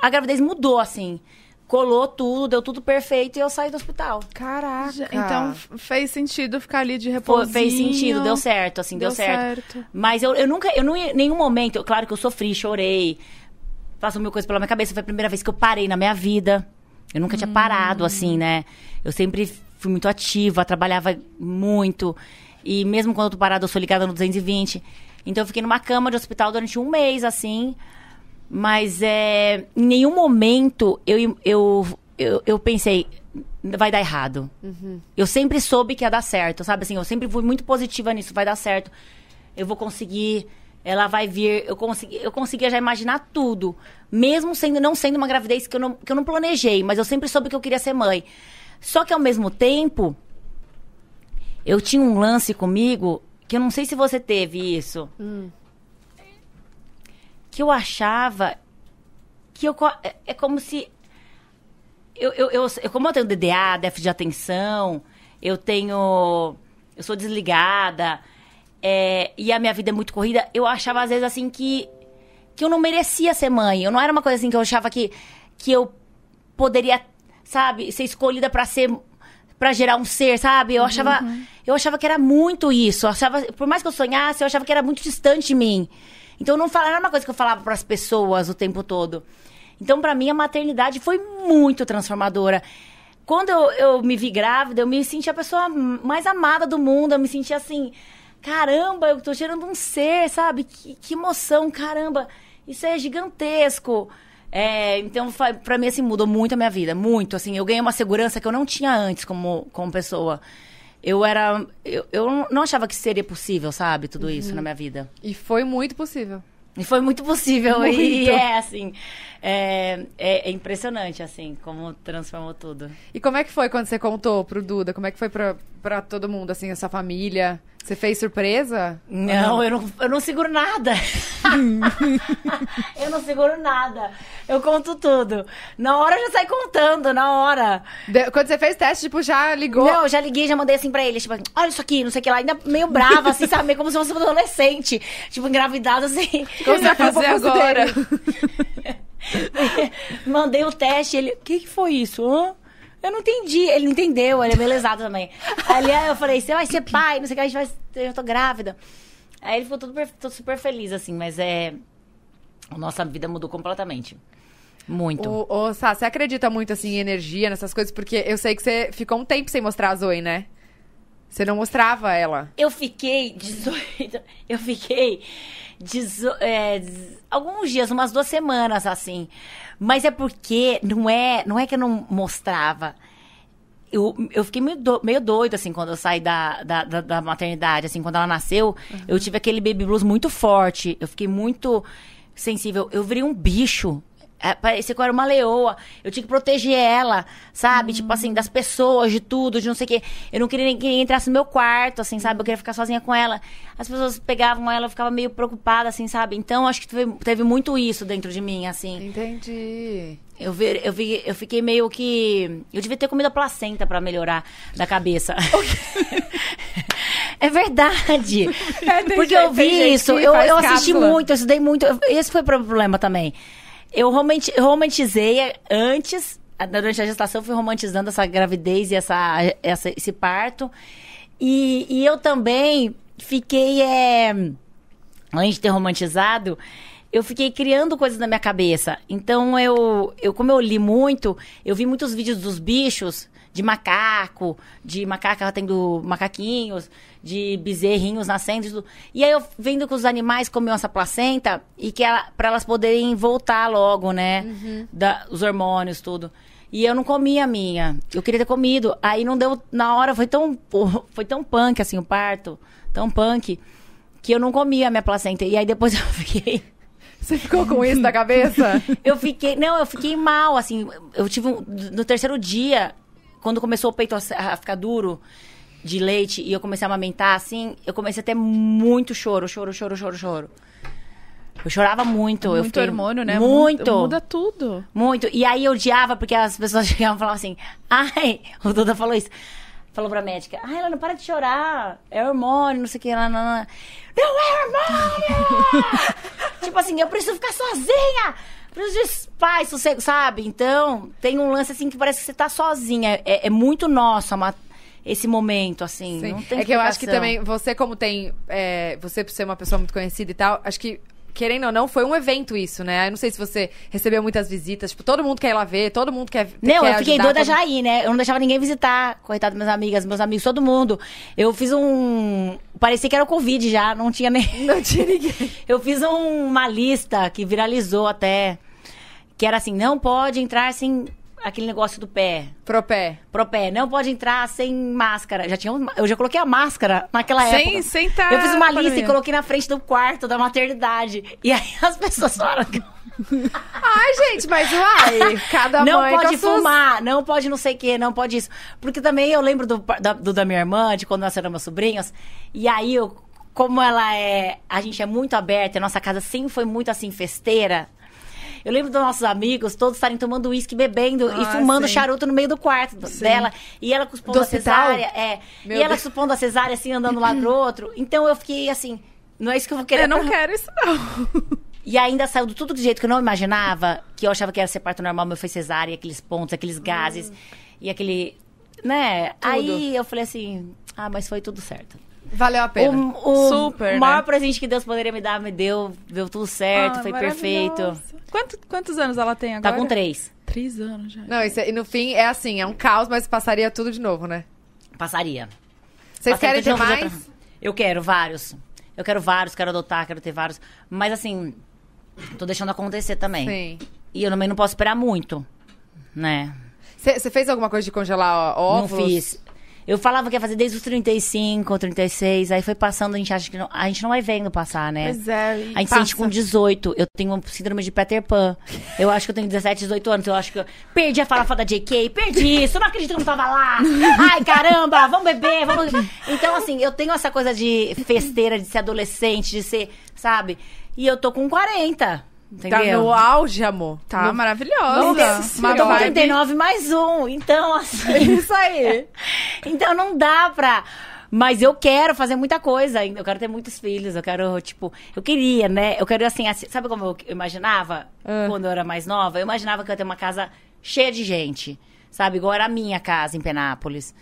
C: a gravidez mudou, assim. Colou tudo, deu tudo perfeito e eu saí do hospital.
A: Caraca.
B: Já- Então f- fez sentido ficar ali de
C: Pô,
B: repouso.
C: "Ah, fez sentido, deu certo, assim, deu, certo. Mas eu, eu nunca, eu não, em nenhum momento, eu- claro que eu sofri, chorei, passou mil coisas pela minha cabeça. Foi a primeira vez que eu parei na minha vida. Eu nunca tinha parado, assim, né? Eu sempre fui muito ativa, trabalhava muito. E mesmo quando eu tô parada, eu sou ligada no 220. Então eu fiquei numa cama de hospital durante um mês, assim. Mas é, em nenhum momento eu, eu, eu, eu pensei, vai dar errado. Eu sempre soube que ia dar certo, sabe? Assim, eu sempre fui muito positiva nisso, vai dar certo. Eu vou conseguir, ela vai vir. Eu, consegui, eu conseguia já imaginar tudo. Mesmo sendo não sendo uma gravidez que eu não, que eu não planejei, mas eu sempre soube que eu queria ser mãe. Só que ao mesmo tempo, eu tinha um lance comigo que eu não sei se você teve isso. Que eu achava que eu. co- é- É como se. Eu, eu, eu, eu- como eu tenho DDA, déficit de atenção, eu tenho. Eu sou desligada, é, e a minha vida é muito corrida, eu achava às vezes assim que. que eu não merecia ser mãe. Eu não era uma coisa assim que eu achava que, que eu poderia, sabe, ser escolhida pra ser pra gerar um ser, sabe? Eu achava, eu achava que era muito isso. Eu achava, por mais que eu sonhasse, eu achava que era muito distante de mim. Então eu não falava, não era uma coisa que eu falava pras pessoas o tempo todo. Então pra mim a maternidade foi muito transformadora. Quando eu, eu me vi grávida, eu me senti a pessoa mais amada do mundo, eu me senti assim, caramba, eu tô gerando um ser, sabe? Que, que emoção, caramba. Isso é gigantesco. É, então, fa- pra mim, assim, mudou muito a minha vida. Muito, assim. Eu ganhei uma segurança que eu não tinha antes como, como pessoa. Eu era... Eu, eu não achava que seria possível, sabe? Tudo isso na minha vida.
A: E foi muito possível.
C: E foi muito possível. E
A: Muito.
C: é, assim... É, é- é impressionante, assim, como transformou tudo.
A: E como é que foi quando você contou pro Duda? Como é que foi pra, pra todo mundo, assim, a sua família? Você fez surpresa?
C: Não, eu não, eu não seguro nada. eu não seguro nada. Eu conto tudo. Na hora eu já saio contando, na hora.
A: De- quando você fez teste, tipo, já ligou?
C: Não, eu já liguei, já mandei assim pra ele, tipo, olha isso aqui, não sei o que lá, ainda meio brava, assim, sabe? Meio como se fosse uma adolescente, tipo, engravidada, assim.
A: Como você vai fazer
C: Eu vou
A: agora?
C: Mandei o teste, ele, o que, que foi isso? hã? Eu não entendi, ele não entendeu, ele é meio lesado também. Ali aí eu falei, você vai ser pai, não sei o que, a gente vai, eu tô grávida. Aí ele ficou todo, per- todo super feliz, assim, mas é... A nossa vida mudou completamente. Muito.
A: O, ô, Sá, você acredita muito, assim, em energia, nessas coisas? Porque eu sei que você ficou um tempo sem mostrar a Zoe, né? Você não mostrava ela.
C: Eu fiquei 18. Eu fiquei. dezo- é, dez- alguns dias, umas duas semanas assim. Mas é porque não é, não é que eu não mostrava. Eu, eu fiquei meio, do, meio doida, assim, quando eu saí da, da, da- da maternidade. Assim, quando ela nasceu, eu tive aquele baby blues muito forte. Eu fiquei muito sensível. Eu virei um bicho. É, Parecia que eu era uma leoa. Eu tinha que proteger ela, sabe? Tipo assim, das pessoas, de tudo, de não sei o quê. Eu não queria nem que ninguém entrasse no meu quarto, assim, sabe? Eu queria ficar sozinha com ela. As pessoas pegavam ela, eu ficava meio preocupada, assim, sabe? Então, acho que teve, teve muito isso dentro de mim, assim.
A: Entendi.
C: Eu, vi, eu, vi, eu fiquei meio que. Eu devia ter comido a placenta pra melhorar da cabeça. é verdade.
A: É, tem gente-
C: Porque eu vi
A: tem gente
C: isso,
A: que
C: eu,
A: faz
C: eu assisti
A: cápsula.
C: muito, eu estudei muito. eu- Esse foi o problema também. Eu romanti- eu romantizei eh, antes, a- durante a gestação, eu fui romantizando essa gravidez e essa, essa- esse parto. E, e eu também fiquei. eh, antes de ter romantizado, eu fiquei criando coisas na minha cabeça. Então, eu, eu como eu li muito, eu vi muitos vídeos dos bichos, de macaco, de macaca tendo macaquinhos, de bezerrinhos nascendo. e tudo. E aí, eu vendo que os animais comiam essa placenta e que ela, pra elas poderem voltar logo, né? Da, os hormônios, tudo. E eu não comia a minha. Eu queria ter comido. Aí não deu. Na hora foi tão, foi tão punk, assim, o parto. Tão punk que eu não comia a minha placenta. E aí depois eu fiquei.
A: Você ficou com isso na cabeça?
C: Eu fiquei. Não, eu fiquei mal, assim. Eu tive um. No terceiro dia, quando começou o peito a, se- a ficar duro de leite e eu comecei a amamentar, assim, eu comecei a ter muito choro, choro, choro, choro, choro. Eu chorava muito. eu
B: Muito
C: fiquei,
B: hormônio, né?
C: Muito.
B: Muda tudo.
C: Muito. E aí eu odiava, porque as pessoas chegavam e falavam assim, ai, o Duda falou isso. Falou pra médica, ai, ela não para de chorar, é hormônio, não sei o que, lá, lá, lá. não é hormônio! tipo assim, eu preciso ficar sozinha, preciso de paz, sossego, sabe? Então, tem um lance assim que parece que você tá sozinha, é, é muito nosso a ma- esse momento, assim,
A: Sim.
C: não tem
A: é que eu acho que
C: explicação.
A: também, você como tem... é, você por ser uma pessoa muito conhecida e tal, acho que, querendo ou não, foi um evento isso, né? Eu não sei se você recebeu muitas visitas. Tipo, todo mundo quer ir lá ver, todo mundo quer
C: Não,
A: quer
C: eu fiquei
A: ajudar,
C: doida
A: todo
C: já aí, né? Eu não deixava ninguém visitar. Coitado, minhas amigas, meus amigos, todo mundo. Eu fiz um. Parecia que era o Covid já, não tinha nem.
A: mundo- Não tinha ninguém.
C: Eu fiz um- uma lista que viralizou até. Que era assim: não pode entrar sem aquele negócio do pé.
A: Pro pé.
C: Pro pé, não pode entrar sem máscara. Já tinha um- eu já coloquei a máscara naquela
B: Sem-
C: época.
B: sem tá
C: Eu fiz uma lista
B: pandemia.
C: e coloquei na frente do quarto da maternidade. E aí as pessoas falaram que
A: Ai, gente, mas uai, cada
C: não
A: mãe com
C: pode
A: as suas-
C: fumar, não pode não sei o que, não pode isso. Porque também eu lembro do, pa- da, do- da minha irmã, de quando nasceram meus sobrinhos. E aí, eu, como ela é. A gente é muito aberta, a nossa casa sempre foi muito assim, festeira. Eu lembro dos nossos amigos todos estarem tomando uísque, bebendo e
B: Ah,
C: fumando
B: sim.
C: charuto no meio do quarto do- dela. E ela
A: Do
C: supondo a
A: hospital?
C: cesárea. É, e
A: Meu
C: ela
A: Deus.
C: supondo a cesárea, assim, andando um lado pro outro. Então eu fiquei assim. Não é isso que eu vou querer.
B: Eu não
C: pra-
B: quero isso, não.
C: e ainda saiu do tudo do jeito que eu não imaginava, que eu achava que era ser parto normal, mas foi cesárea, aqueles pontos, aqueles gases e aquele né? Aí eu falei assim, ah, mas foi tudo certo.
A: Valeu a pena.
C: O, o
B: Super,
C: maior
B: né?
C: presente que Deus poderia me dar, me deu, deu tudo certo,
B: Ah,
C: foi
B: maravilhosa.
C: perfeito.
B: Quanto- quantos anos ela tem
C: Tá
B: agora?
C: com três.
B: Três anos já.
A: Não, isso é- e no fim é assim, é um caos, mas passaria tudo de novo, né?
C: Passaria.
A: Vocês
C: Passaria
A: querem
C: de
A: ter
C: novo, de
A: mais?
C: outra- Eu quero vários. Eu quero vários, quero adotar, quero ter vários. Mas assim, tô deixando acontecer também.
A: Sim.
C: E eu também não posso esperar muito, né?
A: Você fez alguma coisa de congelar ó,
C: Não
A: ovos?
C: fiz. Eu falava que ia fazer desde os 35, 36, aí foi passando, a gente acha que não, a gente não vai vendo passar, né?
B: Pois é. e
C: A gente
B: passa.
C: sente com 18. Eu tenho uma síndrome de Peter Pan. Eu acho que eu tenho 17, 18 anos. Eu acho que eu perdi a farofa da JK, perdi isso, não acredito que eu não tava lá. Ai, caramba, vamos beber, vamos. Então, assim, eu tenho essa coisa de festeira, de ser adolescente, de ser, sabe? E eu tô com 40.
A: Tá
C: Entendeu?
A: no auge, amor.
B: Tá maravilhosa.
A: Nossa,
B: Uma
A: eu
C: eu tô com
A: vibe.
C: 39 mais um. Então, assim.
A: Isso aí.
B: É
C: Então não dá pra. Mas eu quero fazer muita coisa. ainda. Eu quero ter muitos filhos. Eu quero, tipo. Eu queria, né? Eu quero, assim. assim- sabe como eu imaginava? Quando eu era mais nova? Eu imaginava que eu ia ter uma casa cheia de gente. Sabe? Igual era a minha casa em Penápolis.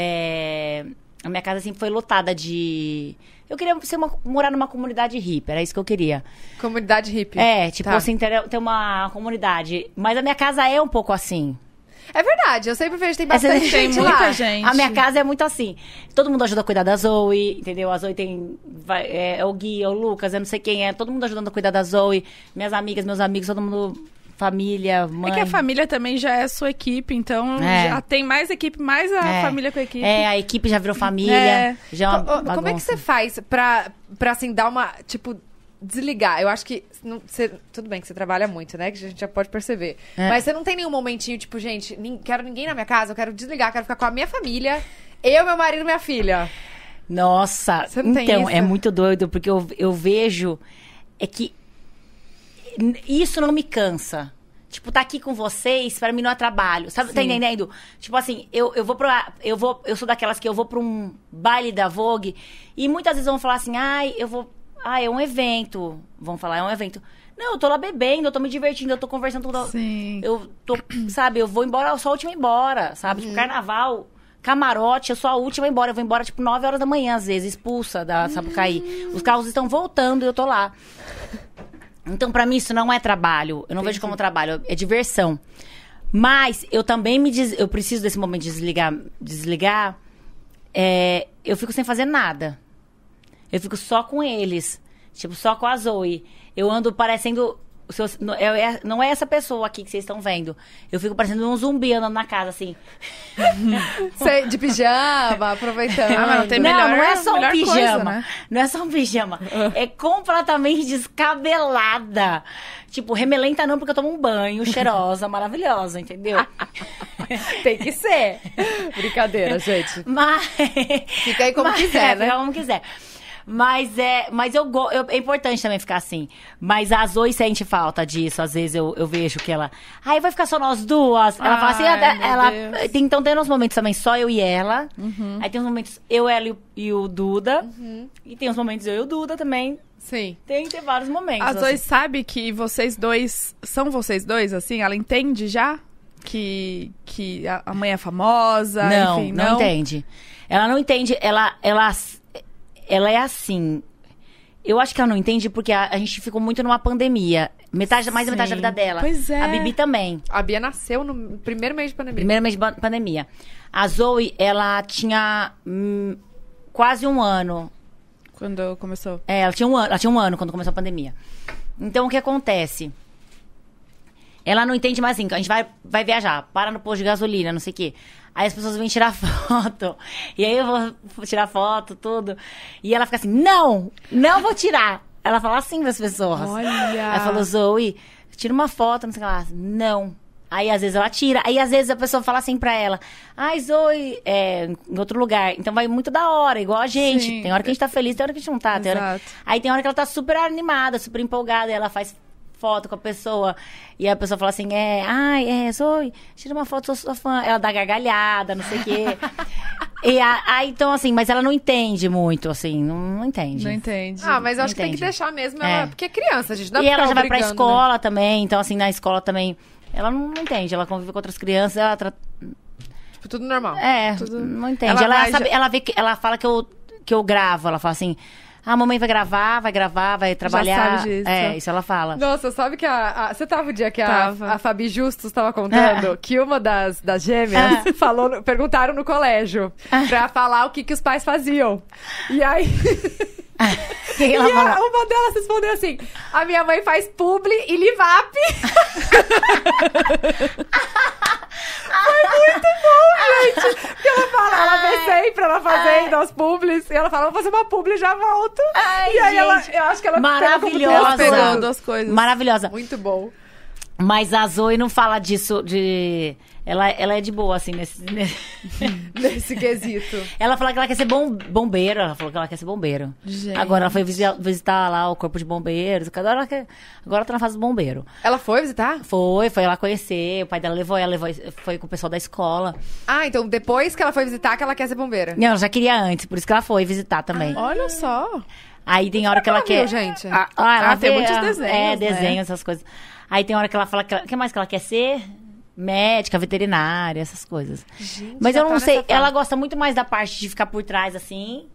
C: É, A minha casa sempre foi lotada de. Eu queria ser uma- morar numa comunidade hippie, era isso que eu queria.
A: Comunidade hippie.
C: É, tipo
A: Tá.
C: assim, ter, ter uma comunidade. Mas a minha casa é um pouco assim.
A: É verdade, eu sempre vejo, tem
C: Essa
A: bastante
C: É, tem
A: gente
B: muita
A: lá.
B: gente.
C: A minha casa é muito assim. Todo mundo ajuda a cuidar da Zoe, entendeu? A Zoe tem. vai- é, é o Gui, é o Lucas, eu não sei quem é. Todo mundo ajudando a cuidar da Zoe. Minhas amigas, meus amigos, todo mundo. Família, mãe.
B: É que a família também já é sua equipe, então
C: É.
B: já tem mais equipe, mais a
C: É.
B: família com a equipe.
C: É, a equipe já virou família.
B: É.
C: Já é uma
A: Co- ô, Como é que
C: bagunça.
A: você faz pra, pra, assim, dar uma, tipo, desligar? Eu acho que, não- você- tudo bem que você trabalha muito, né? Que a gente já pode perceber.
C: É.
A: Mas você não tem nenhum momentinho, tipo, gente, nin- quero ninguém na minha casa, eu quero desligar, quero ficar com a minha família, eu, meu marido e minha filha.
C: Nossa,
A: Você não tem
C: então,
A: isso?
C: é muito doido, porque eu, eu vejo é que n- isso não me cansa. Tipo, tá aqui com vocês, pra mim não é trabalho. Sabe, tá entendendo? Tipo assim, eu, eu vou pra. Eu, vou, eu sou daquelas que eu vou pra um baile da Vogue e muitas vezes vão falar assim, ai, eu vou. Ah, é um evento. Vão falar, é um evento. Não, eu tô lá bebendo, eu tô me divertindo, eu tô conversando com
B: Sim.
C: eu tô, sabe, eu vou embora, eu sou a última a ir embora, sabe? Tipo, carnaval, camarote, eu sou a última a ir embora. Eu vou embora, tipo, 9 horas da manhã, às vezes, expulsa da Sapucaí. Os carros estão voltando e eu tô lá. Então, pra mim, isso não é trabalho. Eu não vejo como trabalho, é diversão. Mas eu também me des... eu preciso desse momento de desligar, desligar. É, eu fico sem fazer nada. Eu fico só com eles. Tipo, só com a Zoe. Eu ando parecendo. se eu- não, eu- é- não é essa pessoa aqui que vocês estão vendo. Eu fico parecendo um zumbi andando na casa, assim.
A: Você- de pijama, aproveitando. Né?
B: Ah, mas não tem
C: Não,
B: melhor-
C: não é só um
B: melhor
C: pijama.
B: coisa, né?
C: Não é só um pijama. É completamente descabelada. Tipo, remelenta não, porque eu tomo um banho, cheirosa, maravilhosa, entendeu?
A: Tem que ser. Brincadeira, gente.
C: Mas.
A: Fica aí como
C: Mas-
A: quiser,
C: é,
A: né?
C: Fica como quiser. Mas é, mas eu, go- eu- é importante também ficar assim. Mas a Zoe sente falta disso. Às vezes eu, eu vejo que ela. Aí vai ficar só nós duas. Ela fala assim,
B: Ai,
C: ela-
B: meu
C: ela.
B: Deus. Uhum.
C: tem- Então tem uns momentos também só eu e ela. Aí tem uns momentos eu, ela e o, e o Duda. E tem uns momentos eu e o Duda também.
A: Sim.
C: Tem, tem vários momentos.
B: A Zoe
C: assim.
B: sabe que vocês dois são vocês dois, assim? Ela entende já que, que a a mãe é famosa?
C: Não,
B: enfim,
C: não, entende. Ela não entende, ela, ela, ela é assim. Eu acho que ela não entende porque a, a gente ficou muito numa pandemia. Metade, mais da metade da
B: Sim.
C: vida dela.
B: Pois é.
C: A Bibi também.
A: A Bia nasceu no primeiro mês de pandemia.
C: Primeiro mês de ban- pandemia. A Zoe, ela tinha hum, quase um ano
B: Quando começou.
C: é, ela tinha, um ano, ela tinha um ano quando começou a pandemia. Então, o que acontece? Ela não entende mais assim. A gente vai, vai viajar, para no posto de gasolina, não sei o quê. Aí as pessoas vêm tirar foto. E aí eu vou tirar foto, tudo. E ela fica assim, não, não vou tirar. Ela fala assim para as pessoas.
B: Olha!
C: Ela falou, Zoe, tira uma foto, não sei o que lá. Não. Aí, às vezes, ela tira. Aí, às vezes, a pessoa fala assim pra ela. Ai, Zoe, é, em outro lugar. Então, vai muito da hora, igual a gente.
B: Sim.
C: Tem hora que a gente tá feliz, tem hora que a gente não tá. Tem hora...
B: Exato.
C: Aí, tem hora que ela tá super animada, super empolgada. E ela faz foto com a pessoa. E a pessoa fala assim, é... Ai, é, Zoe, tira uma foto, sou sua fã. Ela dá gargalhada, não sei o quê. e a- aí, então, assim... Mas ela não entende muito, assim. Não, não entende.
B: Não entende.
A: Ah, mas eu acho que tem que
C: Entende.
A: deixar mesmo ela.
C: É.
A: Porque é criança, gente. Não é
C: E ela
A: ficar
C: já vai pra
A: obrigando,
C: escola também, então assim, na escola também. Ela não, não entende, ela convive com outras crianças, ela tra-
A: Tipo, tudo normal.
C: É,
B: Tudo-
C: não entende.
B: Ela
C: Ela,
B: vai
C: sabe-
B: já-
C: ela vê que- ela fala que eu, que eu gravo. Ela fala assim: ah, a mamãe vai gravar, vai gravar, vai trabalhar.
B: sabe disso.
C: É, isso ela fala.
A: Nossa, sabe que a. a- você tava o dia que a,
B: Tava.
A: a Fabi Justus tava
C: É.
A: contando que uma das, das gêmeas falou, no- perguntaram no colégio
C: É.
A: pra falar o que, que os pais faziam. E aí.
C: O que que ela
A: e a-
C: fala?
A: uma delas respondeu assim: a minha mãe faz publi e livap. Foi muito bom, gente. Porque ela fala, ela vê sempre ela fazendo as publis. E ela fala, vou fazer uma publi e já volto.
C: Ai,
A: e aí ela,
C: gente.
A: eu acho que ela pegou como
C: Maravilhosa.
A: duas
B: Pegou
A: coisas.
B: duas coisas.
C: Maravilhosa.
A: Muito bom.
C: Mas a Zoe não fala disso, de. Ela, ela é de boa, assim, nesse. nesse-
A: Nesse quesito.
C: Ela fala que ela quer ser bom, bombeiro. Ela falou que ela quer ser bombeiro.
B: Gente.
C: Agora ela foi visi- visitar lá o corpo de bombeiros. Agora ela, quer, agora ela tá na fase do bombeiro.
A: Ela foi visitar?
C: Foi, foi lá conhecer. O pai dela levou ela, levou, foi com o pessoal da escola.
A: Ah, então depois que ela foi visitar, que ela quer ser bombeira.
C: Não, ela já queria antes, por isso que ela foi visitar também.
B: Ah,
A: Olha só.
C: Aí tem hora que ela
A: Ela
C: quer.
A: viu, gente?
C: Ah, ah, ela
B: Ah, tem
C: vê,
B: muitos
C: ah,
B: desenhos, né?
C: É, desenhos, essas coisas. Aí tem hora que ela fala que ela- o que mais que ela quer ser? Médica, veterinária, essas coisas. Mas
A: já
C: eu
A: tá
C: não sei,
A: nessa fase.
C: ela gosta muito mais da parte de ficar por trás, assim,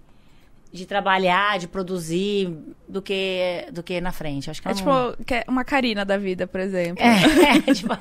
C: de trabalhar, de produzir, do que, do que na frente. Acho que
B: É
C: ela
B: tipo
C: não-
B: que é uma Karina da vida, por exemplo.
C: Tá É, é, tipo,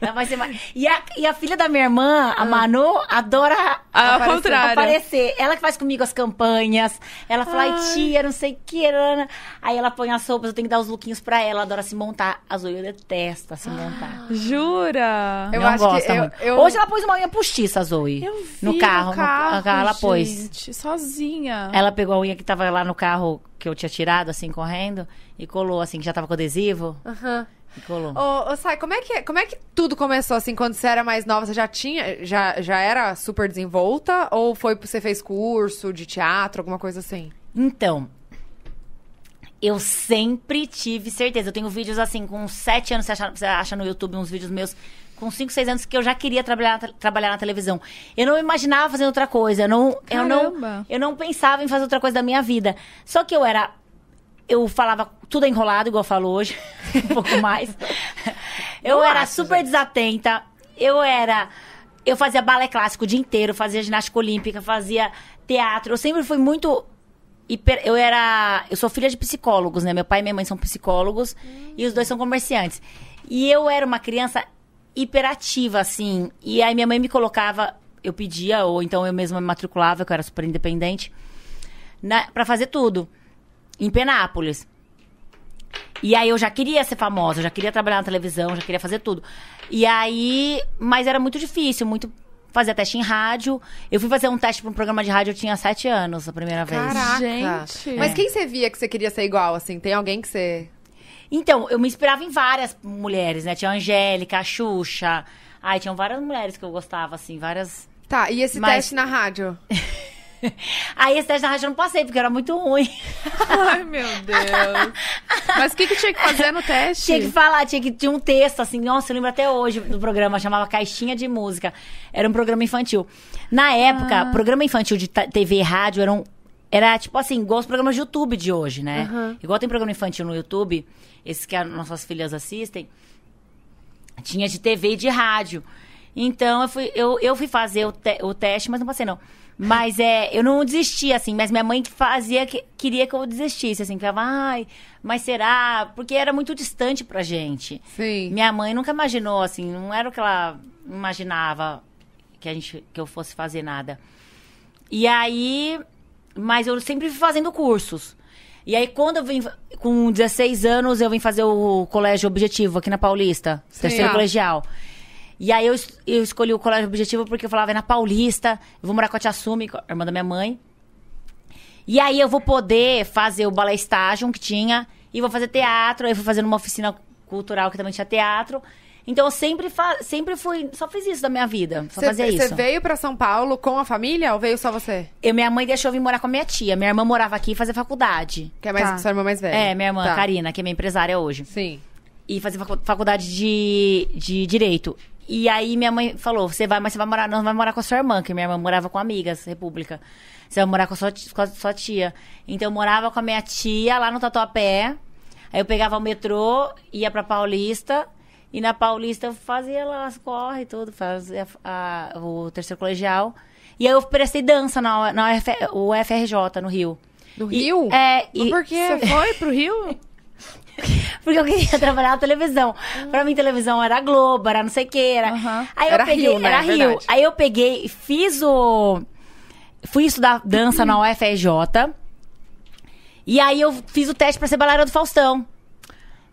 C: ela vai ser mais... e, a, e a filha da minha irmã, a Manu, adora
B: Ah, Ao
A: Apareceu,
B: contrário.
C: aparecer. Ela que faz comigo as campanhas. Ela fala, ai,
B: Ai.
C: tia, não sei o que, nana. Aí ela põe as roupas, eu tenho que dar os lookinhos pra ela. Ela adora se montar. A Zoe detesta se montar.
B: Jura?
A: Eu
C: não
A: acho que
C: gosta
A: eu-
C: muito.
A: eu-
C: Hoje ela pôs uma unha postiça, a Zoe.
B: Eu vi
C: no carro.
B: no carro,
C: no carro ela pôs.
B: gente, sozinha.
C: Ela pegou a unha que tava lá no carro que eu tinha tirado, assim, correndo, e colou, assim, que já tava com adesivo.
A: Aham.
C: E colou.
A: Ô, ô, Sai, como é, que, como é que tudo começou assim? Quando você era mais nova, você já tinha. Já, já era super desenvolta? Ou foi você fez curso de teatro, alguma coisa assim?
C: Então, eu sempre tive certeza. Eu tenho vídeos assim, com 7 anos, você acha, você acha no YouTube uns vídeos meus, com 5, 6 anos, que eu já queria trabalhar, na te- trabalhar na televisão. Eu não imaginava fazendo outra coisa. Eu não, eu, não,
B: Caramba.
C: eu não pensava em fazer outra coisa da minha vida. Só que eu era. Eu falava tudo enrolado, igual eu falo hoje, um pouco mais. Eu
A: Não
C: era
A: acho,
C: super desatenta. Eu era. Eu fazia balé clássico o dia inteiro, fazia ginástica olímpica, fazia teatro. Eu sempre fui muito. hiper- eu era. Eu sou filha de psicólogos, né? Meu pai e minha mãe são psicólogos e os dois são comerciantes. E eu era uma criança hiperativa, assim. E aí minha mãe me colocava, eu pedia, ou então eu mesma me matriculava, que eu era super independente, na, né, pra fazer tudo. Em Penápolis. E aí eu já queria ser famosa, eu já queria trabalhar na televisão, eu já queria fazer tudo. E aí, mas era muito difícil, muito fazer teste em rádio. Eu fui fazer um teste para um programa de rádio, eu tinha sete anos a primeira vez.
A: Caraca.
B: Gente.
A: Mas
B: É.
A: quem você via que você queria ser igual, assim? Tem alguém que você.
C: Então, eu me inspirava em várias mulheres, né? Tinha a Angélica, a Xuxa. Ai, tinham várias mulheres que eu gostava, assim, várias.
A: Tá, e esse
C: Mas-
A: teste na rádio?
C: Aí esse teste na rádio eu não passei, porque era muito ruim.
B: Ai, meu Deus. Mas o que, que tinha que fazer no teste?
C: Tinha que falar, tinha que tinha um texto assim, nossa, eu lembro até hoje do programa, chamava Caixinha de Música. Era um programa infantil. Na época, programa infantil de ta- TV e rádio eram era tipo assim, igual os programas de YouTube de hoje, né? Igual tem programa infantil no YouTube, esses que as nossas filhas assistem, tinha de TV e de rádio. Então eu fui, eu, eu fui fazer o, te- o teste, mas não passei não. Mas é, eu não desisti, assim, mas minha mãe que fazia, que, queria que eu desistisse, assim, que falava, ai, mas será? Porque era muito distante pra gente.
A: Sim.
C: Minha mãe nunca imaginou, assim, não era o que ela imaginava que, a gente, que eu fosse fazer nada. E aí, mas eu sempre fui fazendo cursos. E aí, quando eu vim, com 16 anos, eu vim fazer o colégio objetivo aqui na Paulista, terceiro
A: Ah.
C: colegial. E aí, eu, es- eu escolhi o colégio objetivo porque eu falava, é na Paulista, eu vou morar com a Tia Sumi, com a irmã da minha mãe. E aí eu vou poder fazer o balé estágio um que tinha, e vou fazer teatro, aí eu fui fazendo uma oficina cultural que também tinha teatro. Então eu sempre, fa- sempre fui, só fiz isso da minha vida, só fazia isso.
A: Você veio pra São Paulo com a família ou veio só você?
C: Eu, minha mãe deixou eu vir morar com a minha tia. Minha irmã morava aqui e fazia faculdade.
A: Que é mais
B: Tá.
A: sua irmã mais velha.
C: É, minha irmã,
A: Tá.
C: Karina, que é minha empresária hoje.
A: Sim.
C: E fazia facu- faculdade de, de Direito. E aí minha mãe falou: você vai, mas você vai morar, não vai morar com a sua irmã, que minha irmã morava com amigas, República. Você vai morar com a sua, ti- com a sua tia. Então eu morava com a minha tia lá no Tatuapé. Aí eu pegava o metrô, ia pra Paulista. E na Paulista eu fazia lá as corre e tudo, fazia a- a- o terceiro colegial. E aí eu prestei dança na, na UF, UFRJ, no Rio.
A: No
C: E-
A: Rio?
C: É,
A: Mas
C: e-
A: por quê?
B: Você foi pro Rio?
C: Então, Porque eu queria trabalhar na televisão. Pra mim, televisão era Globo, era não sei o que. Era,
B: Aham.
C: aí eu
A: Era
C: peguei,
A: Rio, né?
C: Era Rio.
A: Verdade.
C: Aí eu peguei, e fiz o... Fui estudar dança na UFRJ. E aí eu fiz o teste pra ser bailarina do Faustão.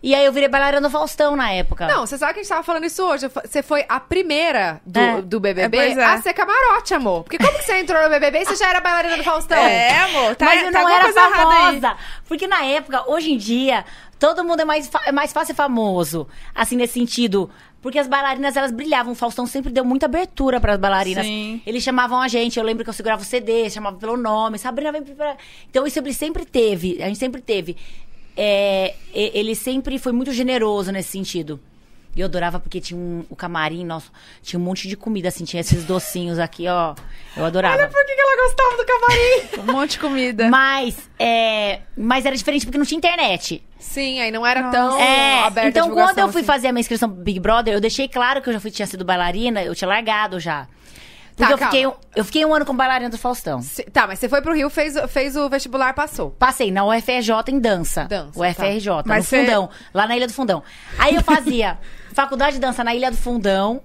C: E aí eu virei bailarina do Faustão na época.
A: Não, você sabe que a gente tava falando isso hoje. Eu fa- Você foi a primeira do,
C: É.
A: do BBB
B: É, pois é.
A: a ser camarote, amor. Porque como que você entrou no BBB e você já era bailarina do Faustão?
B: É, amor. Tá,
C: Mas
B: tá
C: eu não
B: alguma
C: era
B: coisa errada aí.
C: famosa. Porque na época, hoje em dia, todo mundo é mais, fa- é mais fácil e famoso. Assim, nesse sentido. Porque as bailarinas, elas brilhavam. O Faustão sempre deu muita abertura para as bailarinas.
B: Sim.
C: Eles chamavam a gente. Eu lembro que eu segurava o CD, chamava pelo nome. Sabrina, vem pra... Então, isso ele sempre teve. A gente sempre teve. É, e- ele sempre foi muito generoso nesse sentido. E eu adorava porque tinha um, o camarim, nossa, tinha um monte de comida, assim, tinha esses docinhos aqui, ó. Eu adorava.
A: Por que, que ela gostava do camarim?
B: Um monte de comida.
C: Mas, é, mas era diferente porque não tinha internet.
A: Sim, aí não era tão
C: É,
A: aberta a
C: então
A: divulgação,
C: quando eu fui
A: assim.
C: fazer a minha inscrição pro Big Brother, eu deixei claro que eu já fui, tinha sido bailarina, eu tinha largado já. Porque
A: Tá,
C: eu, fiquei, um-
A: calma.
C: eu fiquei um ano como bailarina do Faustão.
A: Cê- Tá, mas você foi pro Rio, fez, o- fez o vestibular, passou.
C: Passei na UFRJ em dança.
A: Dança, tá.
C: UFRJ, no
B: Mas cê-
C: Fundão. Lá na Ilha do Fundão. Aí eu fazia faculdade de dança na Ilha do Fundão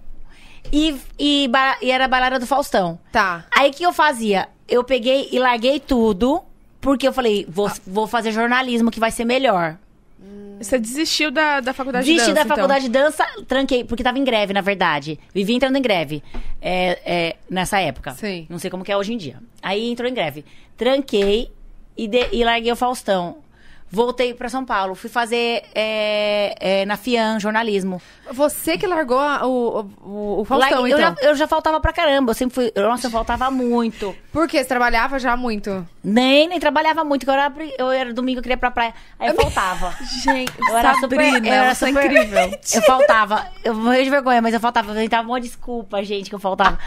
C: e, e, ba- e era bailarina do Faustão.
A: Tá.
C: Aí o que eu fazia? Eu peguei e larguei tudo, porque eu falei, vou,
A: Ah.
C: vou fazer jornalismo que vai ser melhor.
B: Você desistiu da, da
A: Tá
B: faculdade
C: Desisti
B: de dança, então.
C: da
A: então.
C: faculdade de dança, tranquei, porque tava em greve, na verdade. Vivia entrando em greve é, é, nessa época.
A: Sim.
C: Não sei como que é hoje em dia. Aí entrou em greve. Tranquei e, de- e larguei o Faustão. Voltei pra São Paulo, fui fazer é, é, na FIAN, jornalismo.
A: Você que largou a- o, o, o Faustão,
C: Larguei- eu,
A: então.
C: já, eu já faltava pra caramba, eu sempre fui. Nossa, eu faltava muito.
A: Porque você trabalhava já muito.
C: Nem, nem trabalhava muito, que eu era, pri- eu era domingo, eu queria ir pra praia. Aí eu faltava.
B: então. Gente,
C: Eu era
B: Sabrina,
C: super- eu era
B: você é
C: super-
B: incrível.
C: Eu faltava. Eu morri de vergonha, mas eu faltava. Eu tentava uma desculpa, gente, que eu faltava.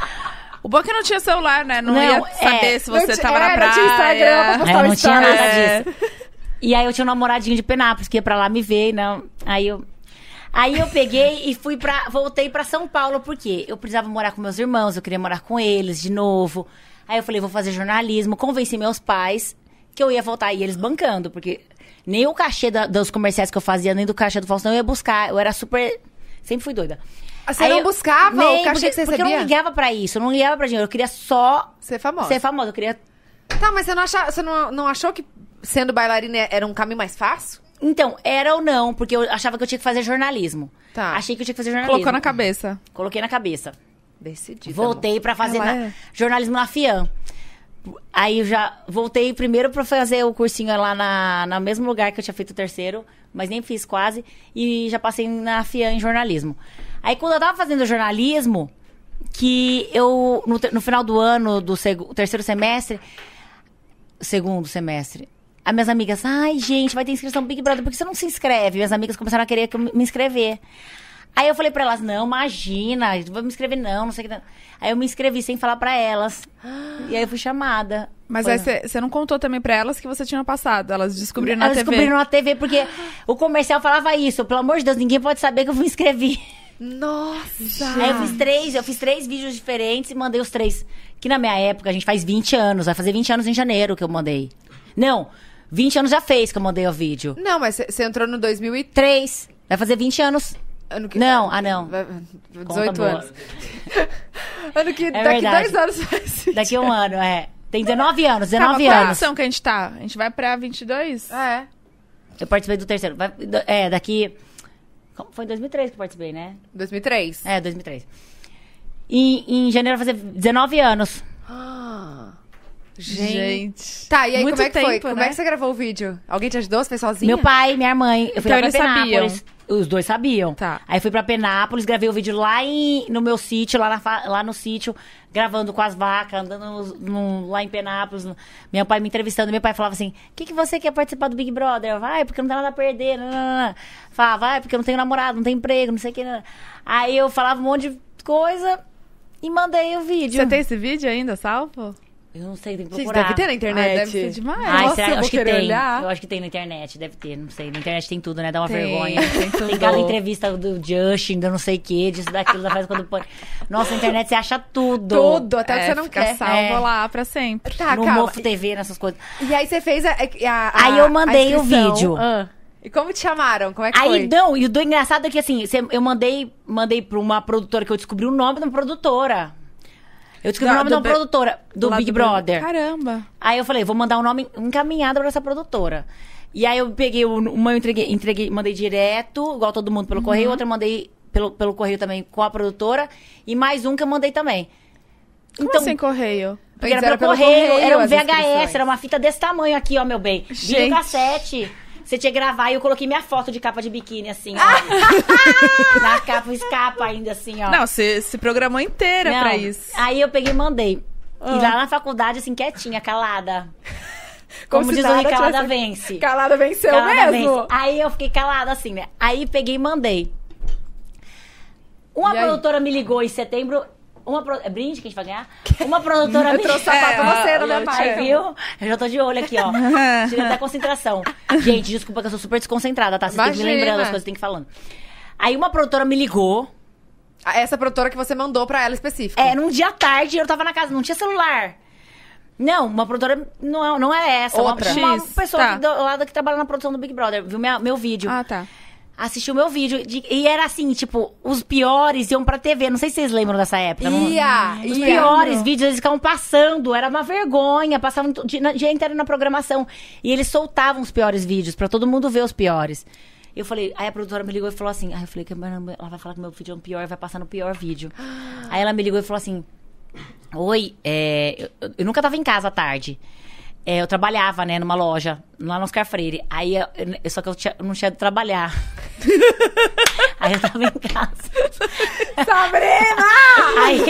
B: O bom é que não tinha celular, né? Não,
C: Não,
B: ia
C: é.
B: saber se você
A: Não ti-
B: tava na
A: é,
B: praia.
A: não tinha Instagram pra
C: É, eu não tinha
A: stories.
C: nada disso. E aí eu tinha um namoradinho de Penápolis que ia pra lá me ver, não. Aí eu. Aí eu peguei e fui pra. voltei pra São Paulo, porque eu precisava morar com meus irmãos, eu queria morar com eles de novo. Aí eu falei, vou fazer jornalismo, convenci meus pais que eu ia voltar e eles bancando, porque nem o cachê da- dos comerciais que eu fazia, nem do cachê do Faustão eu ia buscar. Eu era super. Sempre fui doida.
A: Ah, Você não
C: eu-
A: buscava o cachê
C: porque,
A: que você
C: Porque eu não
A: recebia?
C: ligava pra isso, eu não ligava pra dinheiro. Eu queria só
A: Você é famosa.
C: ser famosa, eu queria
A: Tá, mas você, não, acha, você não, não achou que sendo bailarina era um caminho mais fácil?
C: Então, era ou não, porque eu achava que eu tinha que fazer jornalismo.
A: Tá.
C: Achei que eu tinha que fazer jornalismo.
B: Colocou na cabeça. tá
C: Coloquei na cabeça.
A: Decidida.
C: Voltei pra fazer
B: Ela
C: na-
B: é-
C: jornalismo na FIAM. Aí eu já voltei primeiro pra fazer o cursinho lá na, no mesmo lugar que eu tinha feito o terceiro, mas nem fiz quase, e já passei na FIAM em jornalismo. Aí quando eu tava fazendo jornalismo, que eu, no, te- no final do ano, do seg- terceiro semestre, segundo semestre. As minhas amigas, ai, gente, vai ter inscrição pro Big Brother, por que você não se inscreve? Minhas amigas começaram a querer que eu me me inscrever. Aí eu falei pra elas, não, imagina, eu vou me inscrever não, não sei o que. Aí eu me inscrevi sem falar pra elas. E aí eu fui chamada.
B: Mas
C: Foi-
B: aí você- você não contou também pra elas que você tinha passado. Elas descobriram
C: é. Elas
B: na TV.
C: descobriram na TV, porque o comercial falava isso. Pelo amor de Deus, ninguém pode saber que eu me inscrevi.
A: Nossa!
C: Aí É, eu fiz três, eu fiz três vídeos diferentes e mandei os três. Que na minha época, a gente faz 20 anos. Vai fazer 20 anos em janeiro que eu mandei. Não, 20 anos já fez que eu mandei o vídeo.
A: Não, mas você- você entrou no 2000 e...
C: Três. Vai fazer 20 anos.
A: Ano que... é,
C: Não, ah, não.
A: Vai-
C: Conta
A: 18
C: boa. É
A: anos. Ano que... daqui
C: verdade.
A: dois anos faz isso.
C: Daqui a um ano, é. Tem 19 anos,
B: Calma,
C: 19
B: qual é a
C: anos.
B: edição que a gente tá? A gente vai pra 22?
A: É.
C: Eu participei do terceiro. Vai- do- É, daqui. como- Foi em 2003 que eu participei, né?
A: 2003.
C: É, 2003. Em, em janeiro vai fazer 19 anos.
A: Ah,
B: Gente.
A: Tá, e aí
B: Muito
A: como é que foi?
B: tempo,
A: Como
B: né?
A: é que você gravou o vídeo? Alguém te ajudou? Você fez sozinha?
C: Meu pai, minha mãe. Eu fui
B: Então
C: lá pra
B: eles sabiam.
C: Penápolis. Os dois sabiam.
B: Tá.
C: Aí fui pra Penápolis, gravei o vídeo lá em, no meu sítio, lá, na fa- lá no sítio, gravando com as vacas, andando nos- num- lá em Penápolis. no- Meu pai me entrevistando, meu pai falava assim: o que, que você quer participar do Big Brother? Eu, Vai, porque não tem nada a perder. Não, não, não. Falava, vai, porque eu não tenho namorado, não tenho emprego, não sei o que. não." Aí eu falava um monte de coisa e mandei o vídeo.
B: Você tem esse vídeo ainda salvo?
C: Eu não sei, tem que
A: Gente,
C: procurar.
A: deve
B: né?
A: ter na internet.
D: Ah, é,
A: deve
D: tia.
A: ser demais.
C: Ai,
A: Nossa,
C: será?
A: eu
C: Eu
A: vou
C: acho que
A: querer
C: tem.
A: olhar.
C: Eu acho que tem na internet, deve ter, não sei. Na internet tem tudo, né? Dá uma
B: Tem,
C: vergonha.
B: tem tudo.
C: cada entrevista do Justin, do não sei o que, disso, daquilo, da faz quando põe. Nossa, na internet você acha tudo.
A: Tudo, até o que
B: É,
A: você não
B: fica
A: quer.
B: salvo
C: É.
B: lá pra sempre.
A: Tá,
C: no
A: calma.
C: Mofo TV, nessas coisas.
A: E aí você fez a, é a- a-
C: Aí eu
A: a
C: mandei o
A: inscrição.
C: vídeo.
A: Ah. E como te chamaram? Como é que foi?
C: Aí, não, e o do engraçado é que assim, cê- eu mandei, mandei pra uma produtora que eu descobri o nome de uma produtora. Eu descobri
B: Da-
C: o nome
B: do
C: de uma
B: Bi-
C: produtora, do
B: Lá
C: Big Brother.
B: Caramba.
C: Aí eu falei, vou mandar o nome encaminhado pra essa produtora. E aí eu peguei o- uma, eu entreguei, entreguei- mandei direto, igual todo mundo pelo
B: Uhum.
C: correio, outra eu mandei pelo, pelo correio também com a produtora, e mais um que eu mandei também.
B: Como
C: Então-
B: assim, correio?
C: Porque
A: Antes
C: era pelo,
A: era pelo
C: correio,
A: correio
C: era um
A: as
C: VHS,
A: inscrições.
C: era uma fita desse tamanho aqui, ó, meu bem.
B: Gente.
C: Vídeo cassete. Você tinha que gravar e eu coloquei minha foto de capa de biquíni, assim, ó. Na capa, escapa ainda, assim, ó.
B: Não, se, se programou inteira
C: Não. Ah,
B: pra isso. Ah.
C: Aí eu peguei e mandei. E lá na faculdade, assim, quietinha, calada. Como,
A: se
C: diz o
A: nada
C: Rick, calada
A: tivesse-
C: vence.
A: Calada venceu
C: Calada
A: mesmo.
C: vence. Aí eu fiquei calada, assim, né? Aí peguei e mandei. Uma
A: E aí?
C: produtora me ligou em setembro. Uma pro... É brinde que a gente vai ganhar? Uma produtora me
A: Eu trouxe sapato
B: É,
A: pra você,
B: ó,
A: não é
B: eu
A: pai?
B: te-
C: viu? Eu já tô de olho aqui, ó. Tirando da concentração. Gente, desculpa que eu sou super desconcentrada, tá? Vocês têm que me
A: Imagina.
C: lembrando as coisas, tem que ir falando. Aí uma produtora me ligou.
A: Ah, Essa produtora que você mandou pra ela específica.
C: Era um dia à tarde, eu tava na casa, não tinha celular. Não, uma produtora não é, não é essa. uma-
A: Outra.
C: Uma,
B: X,
C: pessoa
B: tá.
C: que do lado que trabalha na produção do Big Brother. Viu minha- meu vídeo.
B: Ah, tá.
C: Assistiu meu vídeo. de- e era assim, tipo, os piores iam pra TV. Não sei se vocês lembram dessa época. não-
A: Ia,
C: os
A: ia.
C: piores vídeos eles ficavam passando, era uma vergonha, passavam to- de- na- dia inteiro na programação. E eles soltavam os piores vídeos pra todo mundo ver os piores. Eu falei, aí a produtora me ligou e falou assim: aí eu falei, que ela vai falar que meu vídeo é um pior, vai passar no pior vídeo. Aí ela me ligou e falou assim: Oi, é, eu, eu nunca tava em casa à tarde. É, eu trabalhava, né, numa loja, lá no Oscar Freire. Aí, eu- eu- só que eu, tinha- eu não tinha de trabalhar. aí eu tava em casa.
A: Sabrina!
C: Aí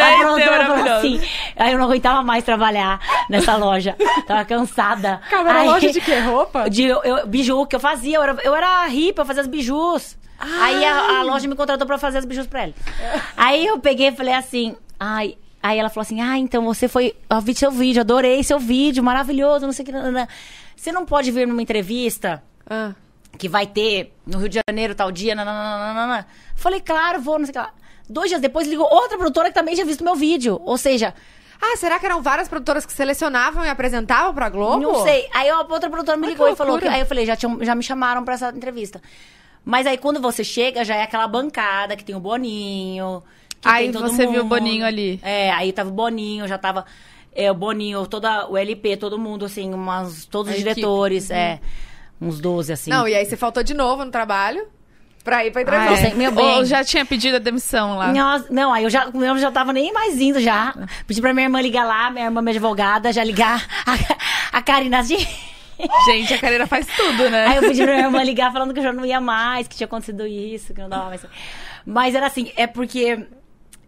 C: a
A: é
C: produtora falou
B: maravilhoso.
C: assim, aí eu não aguentava mais trabalhar nessa loja. Tava cansada.
A: Calma, era
C: Aí-
A: loja de que roupa?
C: De eu, eu- biju que eu fazia, eu era, eu era hippie, eu fazia as bijus.
A: Ah.
C: Aí a, a loja me contratou pra fazer as bijus pra ela. Aí eu peguei e falei assim, ai. Aí ela falou assim: Ah, então você foi. Eu vi seu vídeo, adorei seu vídeo, maravilhoso, não sei o que. nananã. Você não pode vir numa entrevista
A: Ah.
C: que vai ter no Rio de Janeiro tal dia, nananana. Falei, claro, vou, não sei o que lá. Dois dias depois ligou outra produtora que também já visto meu vídeo. Ou seja,
A: Ah, será que eram várias produtoras que selecionavam e apresentavam pra Globo?
C: não sei. Aí a outra produtora me
A: Ai,
C: ligou
A: que
C: e falou que.
A: loucura.
C: Aí eu falei, já, tinham- já me chamaram pra essa entrevista. Mas aí quando você chega, já é aquela bancada que tem o Boninho. Que
B: Aí
C: tem todo
B: você
C: mundo.
B: viu o Boninho ali.
C: É, aí tava o Boninho, já tava é, o Boninho, toda, o LP, todo mundo, assim, umas, todos
A: A
C: os
A: equipe.
C: diretores,
B: né?
C: é. Uns 12, assim.
A: Não, e aí você faltou de novo no trabalho pra ir pra
C: Ah,
A: entrevista.
C: é. Meu bem.
B: Ou já tinha pedido a demissão lá.
C: Nossa, não, aí eu já, eu já tava nem mais indo já. Pedi pra minha irmã ligar lá, minha irmã, minha advogada, já ligar a, a Karina assim.
B: Gente, a carreira faz tudo, né?
C: Aí eu pedi pra minha irmã ligar falando que eu já não ia mais, que tinha acontecido isso, que não dava mais. Mas era assim, é porque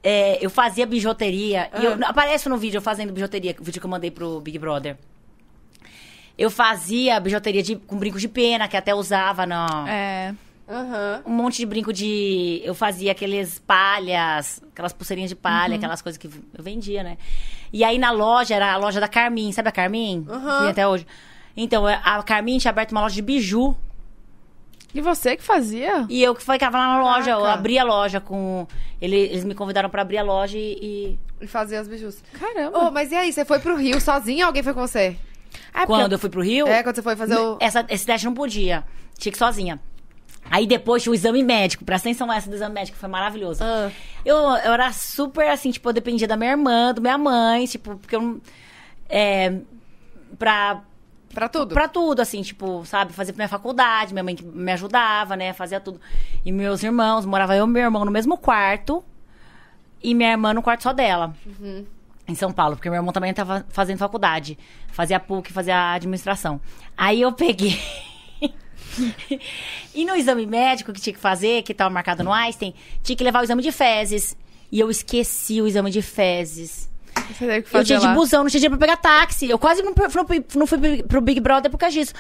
C: é, eu fazia bijuteria, e eu, aparece no vídeo eu fazendo bijuteria, o vídeo que eu mandei pro Big Brother. Eu fazia bijuteria de- com brinco de pena, que até usava na,
B: É.
A: Aham.
C: um monte de brinco de. Eu fazia aqueles palhas, aquelas pulseirinhas de palha,
A: Uhum.
C: aquelas coisas que eu vendia, né? E aí na loja, era a loja da Carmin, sabe a Carmin?
A: Uhum.
C: Tem até hoje. Então, a Carmin tinha aberto uma loja de biju.
B: E você que fazia?
C: E eu que ficava lá na loja, eu
A: Caraca.
C: abri a loja com. ele- eles me convidaram pra abrir a loja e. e-
A: E fazer as bijus.
B: Caramba.
A: Ô, mas e aí, você foi pro Rio sozinha ou alguém foi com você?
B: É, porque
C: Quando eu fui pro Rio,
A: É, quando você foi fazer o.
C: essa, esse teste não podia. Tinha que ir sozinha. Aí depois tinha o exame médico. Presta atenção essa do exame médico, foi maravilhoso.
A: Ah.
C: Eu, eu era super assim, tipo, eu dependia da minha irmã, da minha mãe, tipo, porque eu não. É. Pra,
A: Pra tudo?
C: pra tudo, assim, tipo, sabe? Fazer pra minha faculdade, minha mãe que me ajudava, né? Fazia tudo. E meus irmãos, morava eu e meu irmão no mesmo quarto e minha irmã no quarto só dela. Em São Paulo, porque meu irmão também tava fazendo faculdade. Fazia PUC, fazia administração. Aí eu peguei. e no exame médico que tinha que fazer, que tava marcado no Einstein, tinha que levar o exame de fezes. E eu esqueci o exame de fezes.
B: você teve que
C: Eu
B: fazer
C: tinha de
B: lá.
C: busão, não tinha dinheiro pra pegar táxi. Eu quase não, pe- não fui- não fui pro Big Brother por causa disso.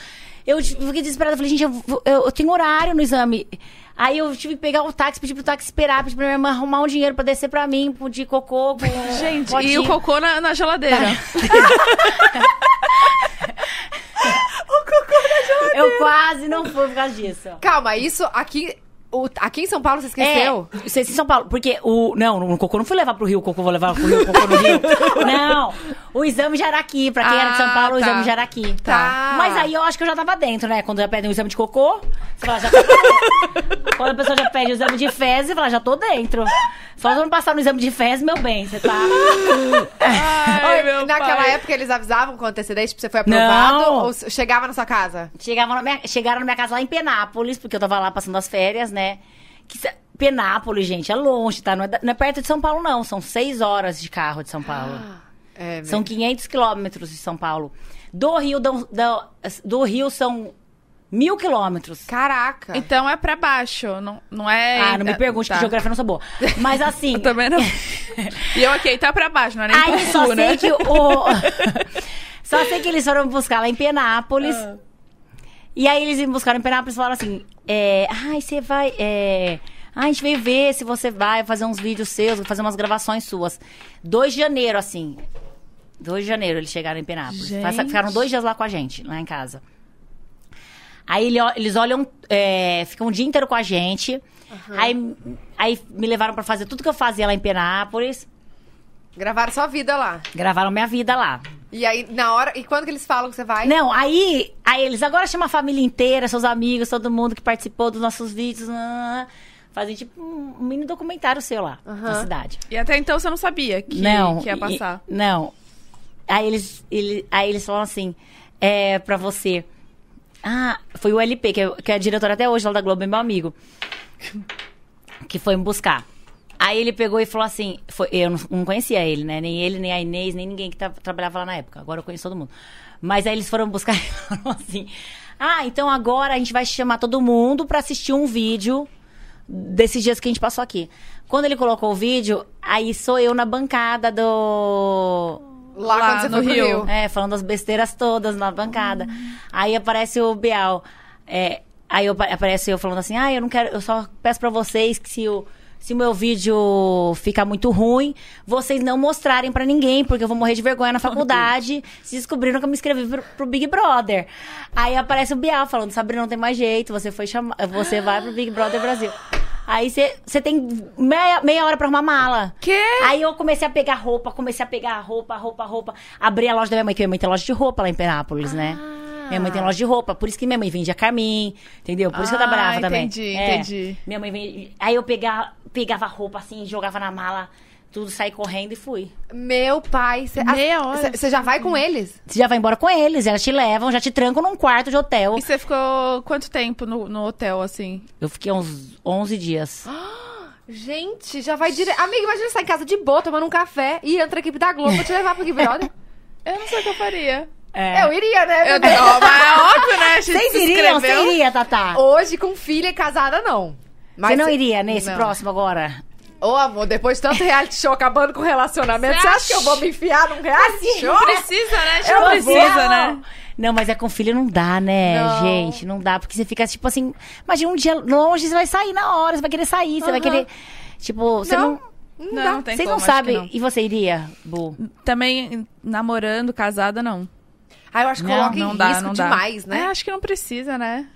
C: Eu fiquei desesperada, falei, gente, eu, vou- eu- eu tenho horário no exame. Aí eu tive que pegar um táxi, pedir pro táxi esperar, pedir pra minha irmã arrumar um dinheiro pra descer pra mim, pro- de cocô. Com
B: Gente, e
C: potinho.
B: o cocô na, na geladeira.
C: Tá. Eu quase não fui por causa disso.
A: Calma, isso aqui. o- aqui em São Paulo você esqueceu?
C: É, isso é em São Paulo, porque o. Não, o cocô não fui levar pro Rio, o cocô vou levar pro Rio, o cocô no Rio. não! O exame de Araqui, pra quem era de São
A: Ah,
C: Paulo, o
A: tá.
C: exame de Araqui.
A: Tá.
C: Mas aí eu acho que eu já tava dentro, né? Quando já pedem o exame de cocô, você fala, já tô dentro. Quando a pessoa já pede o exame de fezes, você fala, já tô dentro. Só se eu não passar no exame de fezes, meu bem, você tá.
B: Ai, meu
A: Naquela
B: pai.
A: época eles avisavam com antecedência, tipo, você foi aprovado
C: Não.
A: ou s- chegava na sua casa?
C: Chegava na minha- chegaram na minha casa lá em Penápolis, porque eu tava lá passando as férias, né? Que se- Penápolis, gente, é longe, tá? Não é, da- não é perto de São Paulo, não. São seis horas de carro de São Paulo.
B: Ah.
A: É,
C: São 500 quilômetros de São Paulo. Do Rio, dão- dão- do Rio são mil quilômetros.
A: Caraca.
B: Então é pra baixo, não, não é...
C: Ah, não me pergunte,
B: tá.
C: que geografia eu não sou boa. Mas assim,
B: Eu também não. e eu, ok, tá pra baixo, não é nem
C: Aí
B: pro
C: só
B: cu,
C: sei
B: né?
C: que o. só sei que eles foram buscar lá em Penápolis.
B: Ah.
C: E aí eles me buscaram em Penápolis e falaram assim: é, ai, você vai. é, ai, a gente veio ver se você vai fazer uns vídeos seus, fazer umas gravações suas. 2 de janeiro, assim. 2 de janeiro eles chegaram em Penápolis.
B: Gente.
C: Passa- Ficaram dois dias lá com a gente, lá em casa. Aí ele- eles olham, é, ficam o dia inteiro com a gente. Aí, aí me levaram pra fazer tudo que eu fazia lá em Penápolis.
A: Gravaram sua vida lá.
C: Gravaram minha vida lá.
A: E aí, na hora. E quando que eles falam que você vai?
C: Não, aí, aí eles agora chamam a família inteira, seus amigos, todo mundo que participou dos nossos vídeos. nananã, fazem tipo um um mini documentário seu lá, na cidade.
B: E até então você não sabia que,
C: não.
B: que ia
C: e-
B: passar.
C: não. Aí eles, ele, aí eles falam assim, é, pra você. Ah, foi o LP, que é, que é diretor até hoje lá da Globo, é meu amigo. Que foi me buscar. Aí ele pegou e falou assim: foi- eu não, não conhecia ele, né? Nem ele, nem a Inês, nem ninguém que tra- trabalhava lá na época. Agora eu conheço todo mundo. Mas aí eles foram buscar e falaram assim: ah, então agora a gente vai chamar todo mundo pra assistir um vídeo desses dias que a gente passou aqui. Quando ele colocou o vídeo, aí sou eu na bancada do.
A: Lá,
B: Lá
A: quando você
B: no
A: foi pro
B: Rio.
A: Rio.
C: É, falando as besteiras todas na bancada. Aí aparece o Bial. É, aí eu- aparece eu falando assim: ah, eu não quero, eu só peço pra vocês que se o. Se o meu vídeo ficar muito ruim, vocês não mostrarem pra ninguém, porque eu vou morrer de vergonha na faculdade. Se descobriram que eu me inscrevi pro, pro Big Brother. Aí aparece o Bial falando: Sabrina, não tem mais jeito, você foi chamar, você vai pro Big Brother Brasil. Aí você você tem meia, meia hora pra arrumar mala.
B: Quê?
C: Aí eu comecei a pegar roupa, comecei a pegar roupa, roupa, roupa. Abri a loja da minha mãe, que minha mãe tem loja de roupa lá em Penápolis, né?
B: Ah.
C: Minha mãe tem loja de roupa, por isso que minha mãe vendia Carmin, entendeu? Por isso que eu
B: Ah,
C: trabalhava também.
B: entendi,
C: É.
B: entendi.
C: Minha mãe vendia... Aí eu pegava, pegava roupa assim, jogava na mala, tudo, saí correndo e fui.
A: Meu pai. Você,
B: Meia
A: a-
B: hora.
A: você- Você já vai com eles?
C: Você já vai embora com eles, elas te levam, já te trancam num quarto de hotel.
B: E você ficou quanto tempo no, no hotel, assim?
C: Eu fiquei uns 11 dias.
A: Gente, já vai direto. Amiga, imagina você tá em casa de boa, tomando um café e entra a equipe da Globo pra te levar pro Big Brother.
B: Eu não sei o que eu faria.
C: É.
A: Eu iria, né?
B: Eu,
A: bebê?
B: ó, mas é óbvio, né? A gente
C: Vocês
B: se
C: iriam?
B: inscreveu.
C: Você iria, Tatá?
A: Hoje, com filha e casada, não. Mas
C: Você não iria nesse
A: Não.
C: próximo agora?
A: Ô, amor, depois de tanto reality show acabando com relacionamento,
B: Você
A: você acha
B: acha? Assim.
A: que eu vou me enfiar num reality show?
B: Não precisa, né? A gente
C: Eu
B: não
C: vou.
B: precisa, né?
C: É Não, mas é com filho não dá, né,
A: Não.
C: gente? Não dá, porque você fica, tipo assim, imagina um dia longe, você vai sair na hora, você vai querer sair, você vai querer. Tipo, você não.
A: Não,
B: Não,
A: dá.
B: não tem
C: Vocês
B: como,
C: não
B: acho que
C: sabem.
B: não.
C: E você iria, Bu?
B: Também namorando, casada, não.
A: Ah, eu acho que
C: Não,
A: coloca
B: não
A: em
B: dá,
A: risco
B: não dá.
A: demais, né?
B: É, acho que não precisa, né?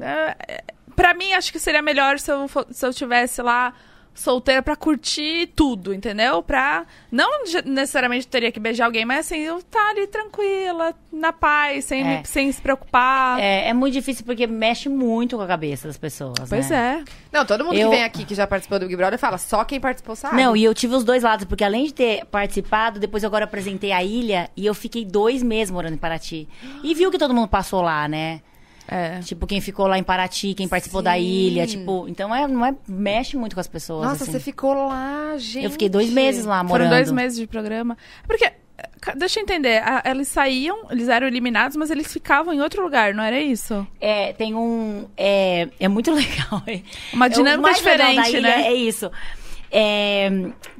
B: É, é, pra mim, acho que seria melhor se eu, fo- se eu tivesse lá solteira pra curtir tudo, entendeu? Pra. Não je- necessariamente teria que beijar alguém, mas assim, eu tá ali tranquila, na paz, sem,
C: É.
B: me- sem se preocupar.
C: É, é muito difícil porque mexe muito com a cabeça das pessoas.
B: Pois
C: né?
B: é.
A: Não, todo mundo
C: Eu-
A: que vem aqui que já participou do Big Brother fala, só quem participou sabe.
C: Não, e eu tive os dois lados, porque além de ter participado, depois eu agora apresentei a ilha e eu fiquei dois meses morando em Paraty. E viu que todo mundo passou lá, né?
B: É.
C: Tipo, quem ficou lá em Paraty, quem participou da
A: Sim.
C: ilha, tipo, então é, não é, mexe muito com as pessoas.
A: Nossa,
C: assim.
A: você ficou lá, gente.
C: Eu fiquei dois meses lá morando.
B: Foram dois meses de programa. Porque, eh, ca- deixa eu entender, a- eles saíam, eles eram eliminados, mas eles ficavam em outro lugar, não era isso?
C: É, tem um. É, é muito legal.
B: Uma
C: É, o
B: dinâmica
C: mais legal da
B: diferente,
C: ilha
B: né?
C: É isso. É,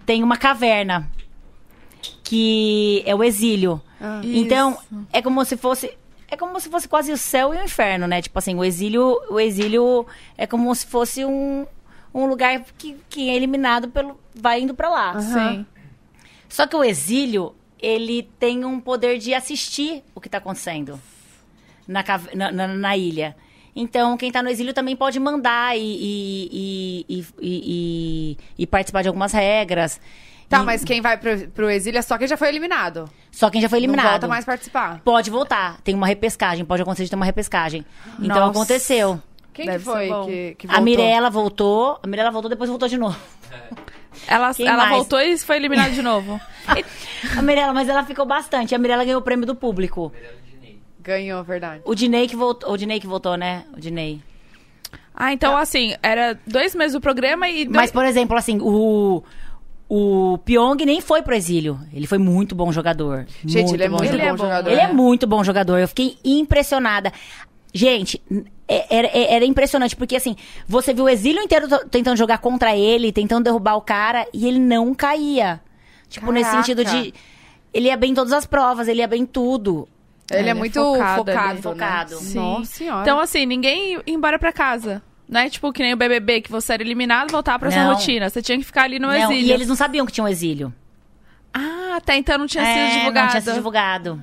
C: tem uma caverna
B: Ah.
C: que é o exílio. Então, é como se fosse. É como se fosse quase o céu e o inferno, né? Tipo assim, o exílio, o exílio é como se fosse um, um lugar que, que é eliminado pelo. vai indo pra lá.
B: Sim.
C: Só que o exílio, ele tem um poder de assistir o que tá acontecendo na, cave- na, na- na ilha. Então, quem tá no exílio também pode mandar e, e- e- e- e- e- e participar de algumas regras.
A: Tá,
C: E-
A: mas quem vai pro, pro exílio é só quem já foi eliminado.
C: Só quem já foi eliminado.
A: Não volta mais participar.
C: Pode voltar. Tem uma repescagem. Pode acontecer de ter uma repescagem. Então
B: Nossa.
C: aconteceu.
A: Quem
B: Deve
A: que foi
B: ser bom.
A: que, que
C: A
A: voltou?
C: Mirella voltou. A Mirella voltou, depois voltou de novo.
B: Ela,
C: Quem
B: ela
C: mais?
B: voltou e foi eliminada de novo.
C: A Mirella, mas ela ficou bastante. A Mirella ganhou o prêmio do público.
A: Ganhou, verdade.
C: O Dinei que voltou. O Dinei que voltou, né? O Dinei.
B: Ah, então assim, era dois meses do programa e. dois-
C: Mas, por exemplo, assim, o. O Pyong nem foi pro exílio. Ele foi muito bom jogador.
A: Gente, ele é
C: bom
A: muito
C: jogador.
A: bom,
B: Ele é bom.
A: jogador.
C: Ele é
A: né?
C: muito bom jogador. Eu fiquei impressionada. Gente, n- é- era, é- era impressionante, porque assim, você viu o exílio inteiro to- tentando jogar contra ele, tentando derrubar o cara, e ele não caía. Tipo, nesse
A: Caraca.
C: sentido de. Ele ia bem em todas as provas, ele ia bem em tudo.
A: Ele,
B: Ele
A: é
B: é
A: muito
B: focado,
A: focado.
B: ele é
A: né?
C: focado.
B: Sim.
A: Nossa senhora.
B: Então, assim, ninguém ia embora pra casa. Não é tipo que nem o BBB, que você era eliminado e voltava pra sua
C: Não.
B: rotina. Você tinha que ficar ali no
C: Não,
B: exílio.
C: Né? E eles não sabiam que tinha um exílio.
B: Ah, até então não tinha
C: É,
B: sido
C: Não
B: divulgado.
C: tinha sido divulgado.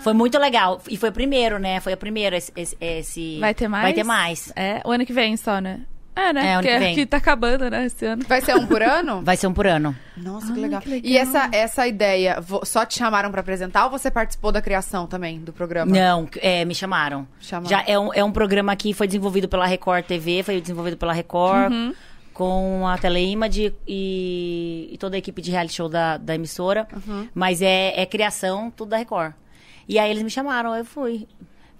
C: Foi muito legal. E foi o primeiro, né? Foi o primeiro esse, esse- esse-
B: Vai ter mais?
C: Vai ter mais.
B: É, o ano que vem só, né? É, né?
C: É, o ano
B: Porque
C: que vem.
B: tá acabando, né, esse ano.
A: Vai ser um por ano?
C: Vai ser um por ano.
A: Nossa, que legal.
B: que legal.
A: E essa, essa ideia, vo- só te chamaram pra apresentar ou você participou da criação também do programa?
C: Não, é, me chamaram.
A: Chamaram.
C: Já é um, é um programa que foi desenvolvido pela Record TV, foi desenvolvido pela Record,
B: Uhum.
C: com a Teleimage e, e toda a equipe de reality show da, da emissora.
B: Uhum.
C: Mas é, é criação, tudo da Record. E aí eles me chamaram, eu fui.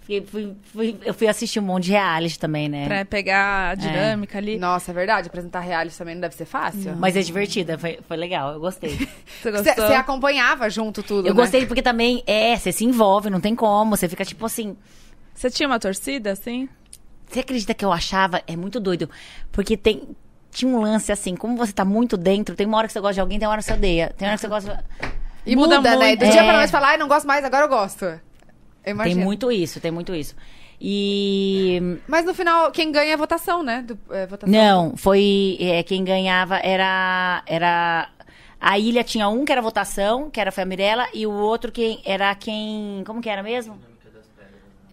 C: Fiquei- fui- fui- eu fui assistir um monte de reality também, né?
B: Pra pegar a dinâmica ali.
A: Nossa, é verdade. Apresentar reality também não deve ser fácil.
C: Mas é divertida, foi, foi legal, eu gostei.
B: Você
A: Você
B: gostou?
A: você acompanhava junto tudo,
C: eu
A: né?
C: gostei porque também, é, você se envolve, não tem como, você fica tipo assim...
B: Você tinha uma torcida, assim?
C: Você acredita que eu achava? É muito doido. Porque tem. Tinha um lance assim, como você tá muito dentro, tem uma hora que você gosta de alguém, tem uma hora que você odeia. Tem hora que você gosta.
A: E muda,
B: Muda
A: né? Do
B: muito.
A: dia
C: É.
A: pra noite falar, ai, não gosto mais, agora eu gosto. Eu
C: Tem
A: imagino.
C: muito isso, tem muito isso. E.
A: Mas no final, quem ganha é a votação, né? Do, é, votação.
C: Não, foi. é, quem ganhava era. Era. A ilha tinha um que era votação, que era foi a Mirella, e o outro que era quem. Como que era mesmo?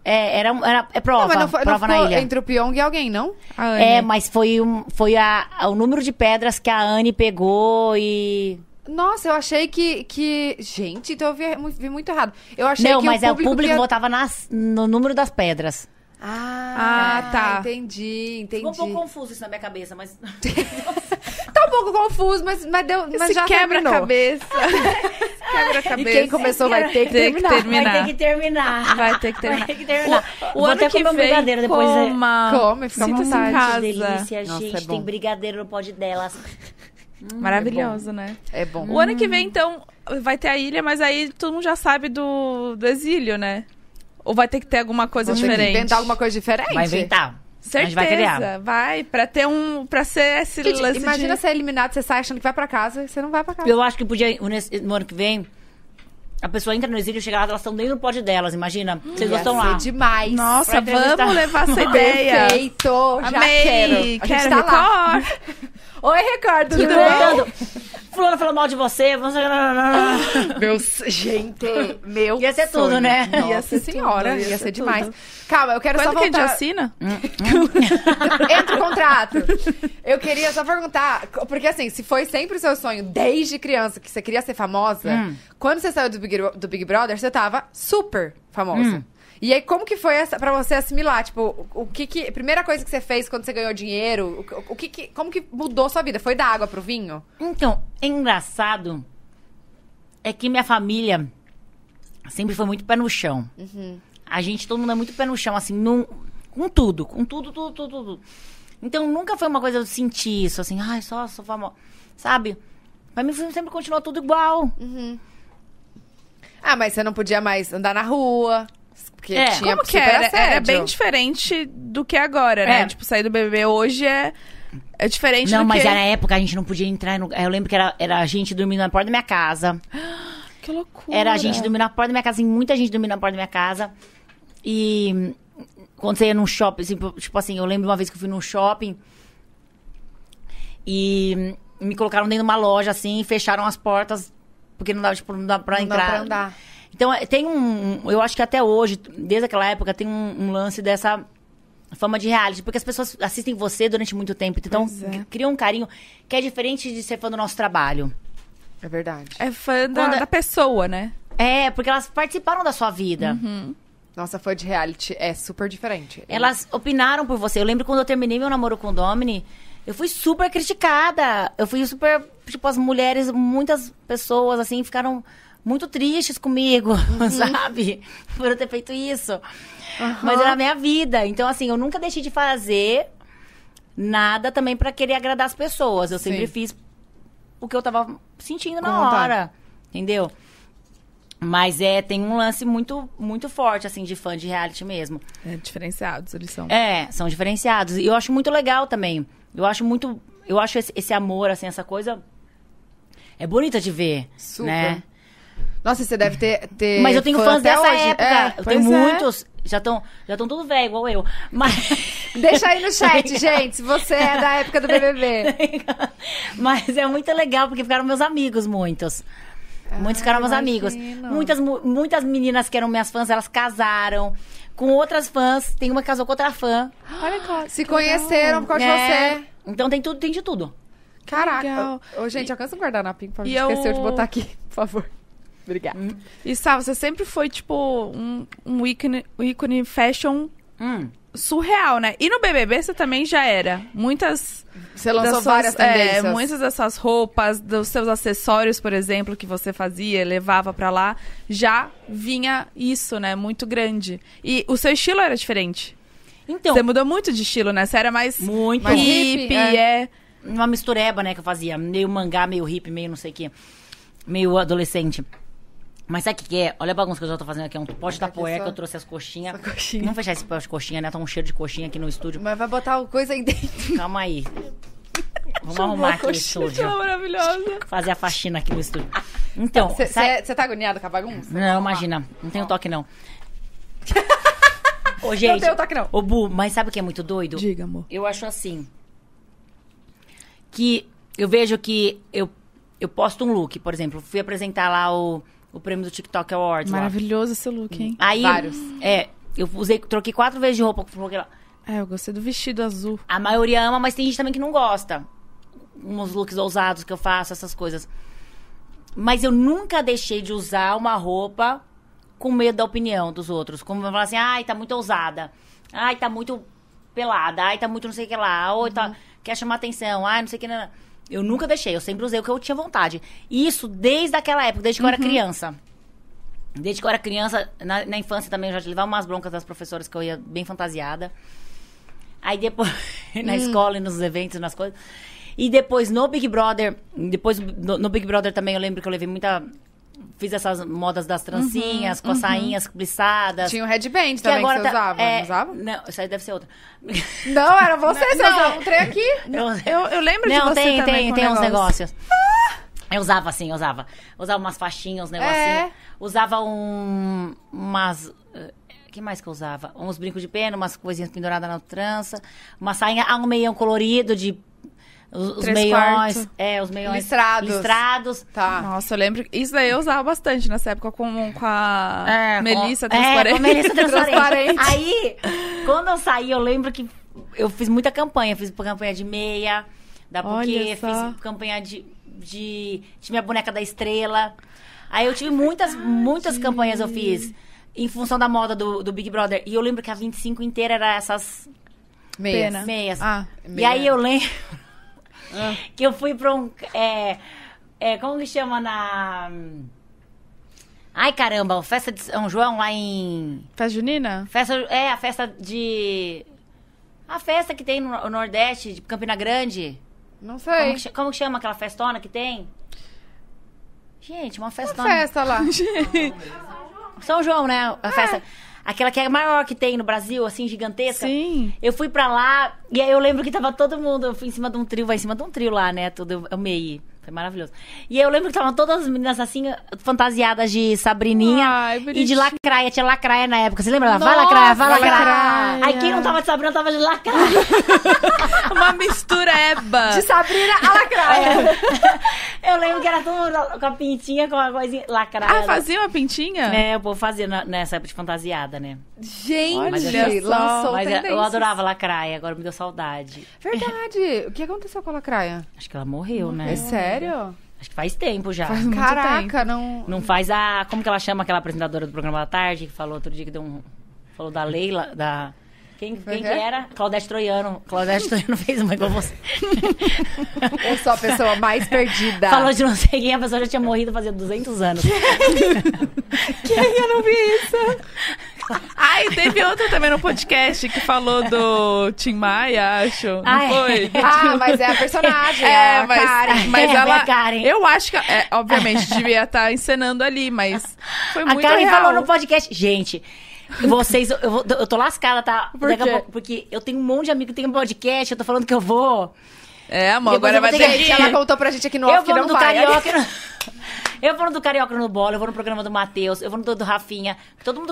C: É, era, um- era é prova,
A: Não, mas não foi, não
C: prova na
A: ficou
C: ilha.
A: entre o Pyong e alguém, não?
B: A Anne.
C: É, mas foi, um, foi a, o número de pedras que a Anne pegou e.
A: Nossa, eu achei que. que... Gente, então eu vi, mu- vi muito errado. Eu achei
C: Não,
A: que
C: mas
A: o
C: é o
A: público.
C: público
A: ia-
C: votava nas- no número das pedras.
A: Ah,
B: Ah, tá.
A: Entendi, entendi.
C: um confuso isso na minha cabeça, mas.
A: Tá um pouco confuso, mas, mas, deu, mas
B: Esse
A: já terminou.
B: quebra-cabeça. quebra-cabeça.
A: E quem começou vai ter que
B: Tem que
A: terminar.
B: terminar.
C: Vai ter que terminar.
B: Vai ter que terminar.
C: Ah, Vai ter que terminar.
B: O
C: Vou
B: ano
C: até
B: que
C: comer um
B: vem,
C: brigadeiro depois, né?
B: Coma.
A: Come, fica à
B: Sinta-se em
A: vontade.
B: casa.
C: Que delícia, Hum, é
A: Nossa,
C: gente.
A: é bom.
C: tem brigadeiro no pod delas.
B: Maravilhoso, né?
A: É bom.
B: O ano que vem, então, vai ter a ilha, mas aí todo mundo já sabe do, do exílio, né? Ou vai ter que ter alguma coisa
A: Vou ter que
B: diferente?
A: Inventar alguma coisa diferente.
C: Vai inventar. A gente
B: Certeza,
C: vai criar.
B: vai, pra ter um. pra ser esse
A: Gente,
B: lance
A: imagina assim,
B: de...
A: ser eliminado, você sai achando que vai pra casa e você não vai pra casa.
C: Eu acho que podia, nesse- no ano que vem, a pessoa entra no exílio, chega lá, elas estão dentro do pod delas, imagina. Vocês
A: Ia
C: gostam
A: ser
C: lá.
A: demais.
B: Nossa,
C: pra entrevistar.
B: vamos levar essa ideia.
A: Perfeito, já
B: Amei,
A: quero. A gente tá lá.
B: Record.
A: Oi, Record,
C: E
A: tudo bem?
C: voltando. Fulano falou mal de você. você-
A: Meu, gente, meu
C: Ia ser tudo,
A: sonho.
C: né?
A: Nossa
B: Ia ser tudo,
A: senhora,
B: ia
A: ia
B: ser
A: ser
B: tudo.
A: demais. Calma, eu quero
B: Quando
A: só
B: que é a
A: é
B: gente
A: voltar...
B: assina?
A: Entra o contrato. Eu queria só perguntar, porque assim, se foi sempre o seu sonho desde criança que você queria ser famosa, quando você saiu do Big, do Big Brother, você tava super famosa. E aí, como que foi essa, pra você assimilar? Tipo, o, o que que. Primeira coisa que você fez quando você ganhou dinheiro, o, o que que. Como que mudou sua vida? Foi da água pro vinho?
C: Então, é engraçado é que minha família sempre foi muito pé no chão. A gente, todo mundo é muito pé no chão, assim, num, com tudo, com tudo, tudo, tudo, tudo. Então, nunca foi uma coisa eu sentir isso, assim, ai, só sou famosa, sabe? Pra mim sempre continuou tudo igual.
A: Ah, mas você não podia mais andar na rua. Porque
C: É.
A: tinha
B: Como que
A: super
B: era? Era
A: assédio.
B: bem diferente do que é agora, né?
C: É.
B: Tipo, sair do BBB hoje é, é diferente
C: Não,
B: do
C: mas
B: que...
C: era na época a gente não podia entrar. No... Eu lembro que era, era a gente dormindo na porta da minha casa.
B: Que loucura.
C: Era a gente dormindo na porta da minha casa, e muita gente dormindo na porta da minha casa. E hum, quando você ia num shopping, assim, tipo assim, eu lembro uma vez que eu fui num shopping e hum, me colocaram dentro de uma loja, assim, e fecharam as portas porque não dava, tipo, não dava pra
A: Não dá
C: entrar.
A: pra andar.
C: Então, eh, tem um. Eu acho que até hoje, desde aquela época, tem um, um lance dessa fama de reality. Porque as pessoas assistem você durante muito tempo. Então,
B: Pois é.
C: cria um carinho que é diferente de ser fã do nosso trabalho.
A: É verdade.
B: É fã da,
C: Quando-
B: da pessoa, né?
C: É, porque elas participaram da sua vida.
A: Uhum. Nossa, fã de reality é super diferente.
C: Elas opinaram por você. Eu lembro quando eu terminei meu namoro com o Domini, eu fui super criticada. Eu fui super. Tipo, as mulheres, muitas pessoas, assim, ficaram muito tristes comigo,
A: Uhum.
C: sabe? Por eu ter feito isso. Mas era a minha vida. Então, assim, eu nunca deixei de fazer nada também pra querer agradar as pessoas. Eu sempre
A: Sim.
C: fiz o que eu tava sentindo
A: Com
C: na
A: vontade.
C: hora. Entendeu? Mas é, tem um lance muito, muito forte, assim, de fã de reality mesmo.
B: É, diferenciados, eles são.
C: É, são diferenciados. E eu acho muito legal também. Eu acho muito. Eu acho esse, esse amor, assim, essa coisa. É bonita de ver.
A: Super.
C: Né?
A: Nossa, você deve ter. ter
C: Mas eu tenho
A: fã
C: fãs
A: até
C: dessa
A: hoje.
C: época.
A: É,
C: eu
A: pois
C: tenho
A: é.
C: muitos. Já estão já tão tudo velho, igual eu. Mas.
A: Deixa aí no chat, gente, se você é da época do BBB.
C: Mas é muito legal, porque ficaram meus amigos, muitos. Muitos
A: Ah,
C: ficaram meus
A: imagino.
C: amigos. Muitas, mu- muitas meninas que eram minhas fãs, elas casaram com outras fãs. Tem uma que casou com outra fã.
B: Olha, cara,
A: Se conheceram por causa
C: É.
A: um de você.
C: Então tem tudo, tem de tudo.
A: Caraca.
B: legal.
A: Ô, gente, alcança um guardanapinho pra mim.
B: E eu-
A: Esqueceu de botar aqui, por favor. Obrigada.
C: Hum.
B: E Sal, você sempre foi, tipo, um, um ícone, um ícone fashion
C: Hum.
B: surreal, né? E no BBB você também já era. Muitas
A: Você lançou
B: das suas-
A: várias tendências.
B: É, muitas das suas roupas, dos seus acessórios, por exemplo, que você fazia, levava pra lá, já vinha isso, né? Muito grande. E o seu estilo era diferente.
C: Então,
B: você mudou muito de estilo, né? Você era mais
C: muito.
A: Mas- Mais
B: hippie,
A: hippie,
B: é.
C: uma mistureba, né, que eu fazia. Meio mangá, meio hippie, meio não sei o quê. Meio adolescente. Mas sabe o que, que é? Olha a bagunça que eu já tô fazendo aqui. É um pote da
A: Aqui
C: poeira
A: só-
C: que eu trouxe as coxinhas.
A: só coxinha.
C: Vamos fechar esse pote de coxinha, né? Tá um cheiro de coxinha aqui no estúdio.
A: Mas vai botar o coisa aí dentro.
C: Calma aí. Vamos arrumar aqui o
B: Isso é
C: estúdio.
B: maravilhosa.
C: Fazer a faxina aqui no estúdio. Então,
A: Você
C: sabe-
A: você tá agoniada com a bagunça?
C: Não, imagina. Não tenho toque, não. Ô, gente.
A: Não tenho toque, não.
C: Ô, Bu, mas sabe o que é muito doido?
B: Diga, amor.
C: Eu acho assim. Que eu vejo que eu, eu posto um look, por exemplo. Fui apresentar lá o, o prêmio do TikTok Awards. lá. Ah.
B: Maravilhoso esse look, hein?
C: Aí,
A: Vários.
C: É, eu usei, troquei quatro vezes de roupa. porque lá-
B: É, eu gostei do vestido azul.
C: A maioria ama, mas tem gente também que não gosta. Uns looks ousados que eu faço, essas coisas. Mas eu nunca deixei de usar uma roupa com medo da opinião dos outros. Como falar assim, ai, tá muito ousada. Ai, tá muito pelada. Ai, tá muito não sei o que lá. Ou tá, quer chamar atenção. Ai, não sei o que. não, não. Eu nunca deixei. Eu sempre usei o que eu tinha vontade. E isso desde aquela época, desde que eu era criança. Desde que eu era criança, na, na infância também, eu já levava umas broncas das professoras que eu ia bem fantasiada. Aí depois,
A: Hum.
C: na escola e nos eventos, nas coisas. E depois no Big Brother, depois no, no Big Brother também eu lembro que eu levei muita. Fiz essas modas das trancinhas, com as sainhas plissadas.
A: Uhum, Tinha o headband também que você
C: tá-
A: usava,
C: é,
A: não usava?
C: Não, isso aí deve ser outra.
A: Não, era você, você usava um trem aqui.
B: Eu, eu lembro de
C: Não,
B: você
C: tem,
B: também com
C: tem,
B: Ah!
C: tem uns
B: negócio.
C: negócios. Eu usava assim, eu usava. Usava umas faixinhas, uns negocinhos.
A: É.
C: Usava um. umas. eh, que mais que eu usava? Uns brincos de pena, umas coisinhas penduradas na trança, uma sainha, ah, um meião colorido de. Os, os
B: Três
C: meiões.
B: quartos.
C: É, os meiões.
A: Listrados.
C: Listrados.
A: Tá.
B: Nossa, eu lembro. Isso daí eu usava bastante nessa época com, com a
C: É, com-
B: Melissa
C: É,
B: Transparente.
C: com Melissa transparente.
A: Transparente.
C: Aí, quando eu saí, eu lembro que eu fiz muita campanha. Fiz campanha de meia, da
B: Olha
C: Puquê,
B: só.
C: fiz campanha de, de... Tinha minha boneca da estrela. Aí eu tive muitas, muitas campanhas eu fiz. Em função da moda do, do Big Brother. E eu lembro que a 25 inteira era essas
A: Meias.
B: Pena.
C: meias.
B: Ah,
C: E
A: meia.
C: aí eu lembro que eu fui pra um... É, é, como que chama na... Ai, caramba, festa de São João lá em...
B: Festa junina?
C: Festa, é, a festa de... A festa que tem no no Nordeste, de Campina Grande.
A: Não
C: Como
A: sei.
C: que, cha- como que chama aquela festona que tem? Gente, uma festona.
A: Festa lá.
C: São João, né? A festa. Aquela que é a maior que tem no Brasil, assim, gigantesca.
B: Sim.
C: Eu fui pra lá, e aí eu lembro que tava todo mundo, eu fui em cima de um trio, vai em cima de um trio lá, né? Tudo, eu, eu meio. Foi maravilhoso. E eu lembro que estavam todas as meninas assim, fantasiadas de Sabrininha
B: Ai,
C: e de
B: bonitinho.
C: lacraia. Tinha lacraia na época. Você lembra? Ela, vai
A: Nossa,
C: lacraia, vai lacraia.
A: lacraia.
C: Aí quem não tava de Sabrina tava de lacraia.
B: Uma
C: Ah.
B: mistureba.
A: De Sabrina a Lacraia.
C: eu lembro que era todo mundo com a pintinha, com a coisinha lacraia.
B: Ah, fazia uma pintinha?
C: É, o povo fazia na- nessa época de fantasiada, né? Mas eu-
A: Gente,
B: só,
A: lançou
C: Mas é, eu-
A: tendências.
C: eu adorava lacraia, agora me deu saudade.
A: Verdade. O que aconteceu com a Lacraia?
C: Acho que ela morreu, né?
A: É sério?
C: Acho que faz tempo já.
B: muito
A: Caraca, não...
C: Não faz a. Como que ela chama aquela apresentadora do programa da tarde que falou outro dia que deu um. Falou da Leila, da. Quem, quem é que era? Claudete Troiano. Claudete Troiano fez uma igual você.
A: Eu sou a pessoa mais perdida.
C: Tá. Falou de não sei quem, a pessoa já tinha morrido fazia 200 anos.
B: Eu não vi isso. Ai, teve outra também no podcast que falou do Tim Maia, acho. Não
C: Ai.
B: foi?
A: Ah, mas é a personagem, é,
B: É,
A: a Karen.
B: mas, mas
C: É,
B: ela.
C: a Karen.
B: Eu acho que, é, obviamente, devia estar encenando ali, mas foi
C: A
B: muito
C: Karen
B: real.
C: falou no podcast. Gente, vocês. Eu, vou- eu tô lascada, tá?
B: Por
C: Daqui a
B: quê?
C: pouco- porque eu tenho um monte de amigo que tem um podcast, eu tô falando que eu vou.
B: É, amor,
C: Depois
B: agora
C: eu
B: vai
C: vou ter
B: ter
C: que-
B: que.
A: Gente, ela contou pra gente aqui no
C: eu
A: off que
C: vou no
A: não
C: do
A: vai.
C: Carioca. Eu vou no do Carioca no Bola, eu vou no programa do Matheus, eu vou no do, do Rafinha. Todo mundo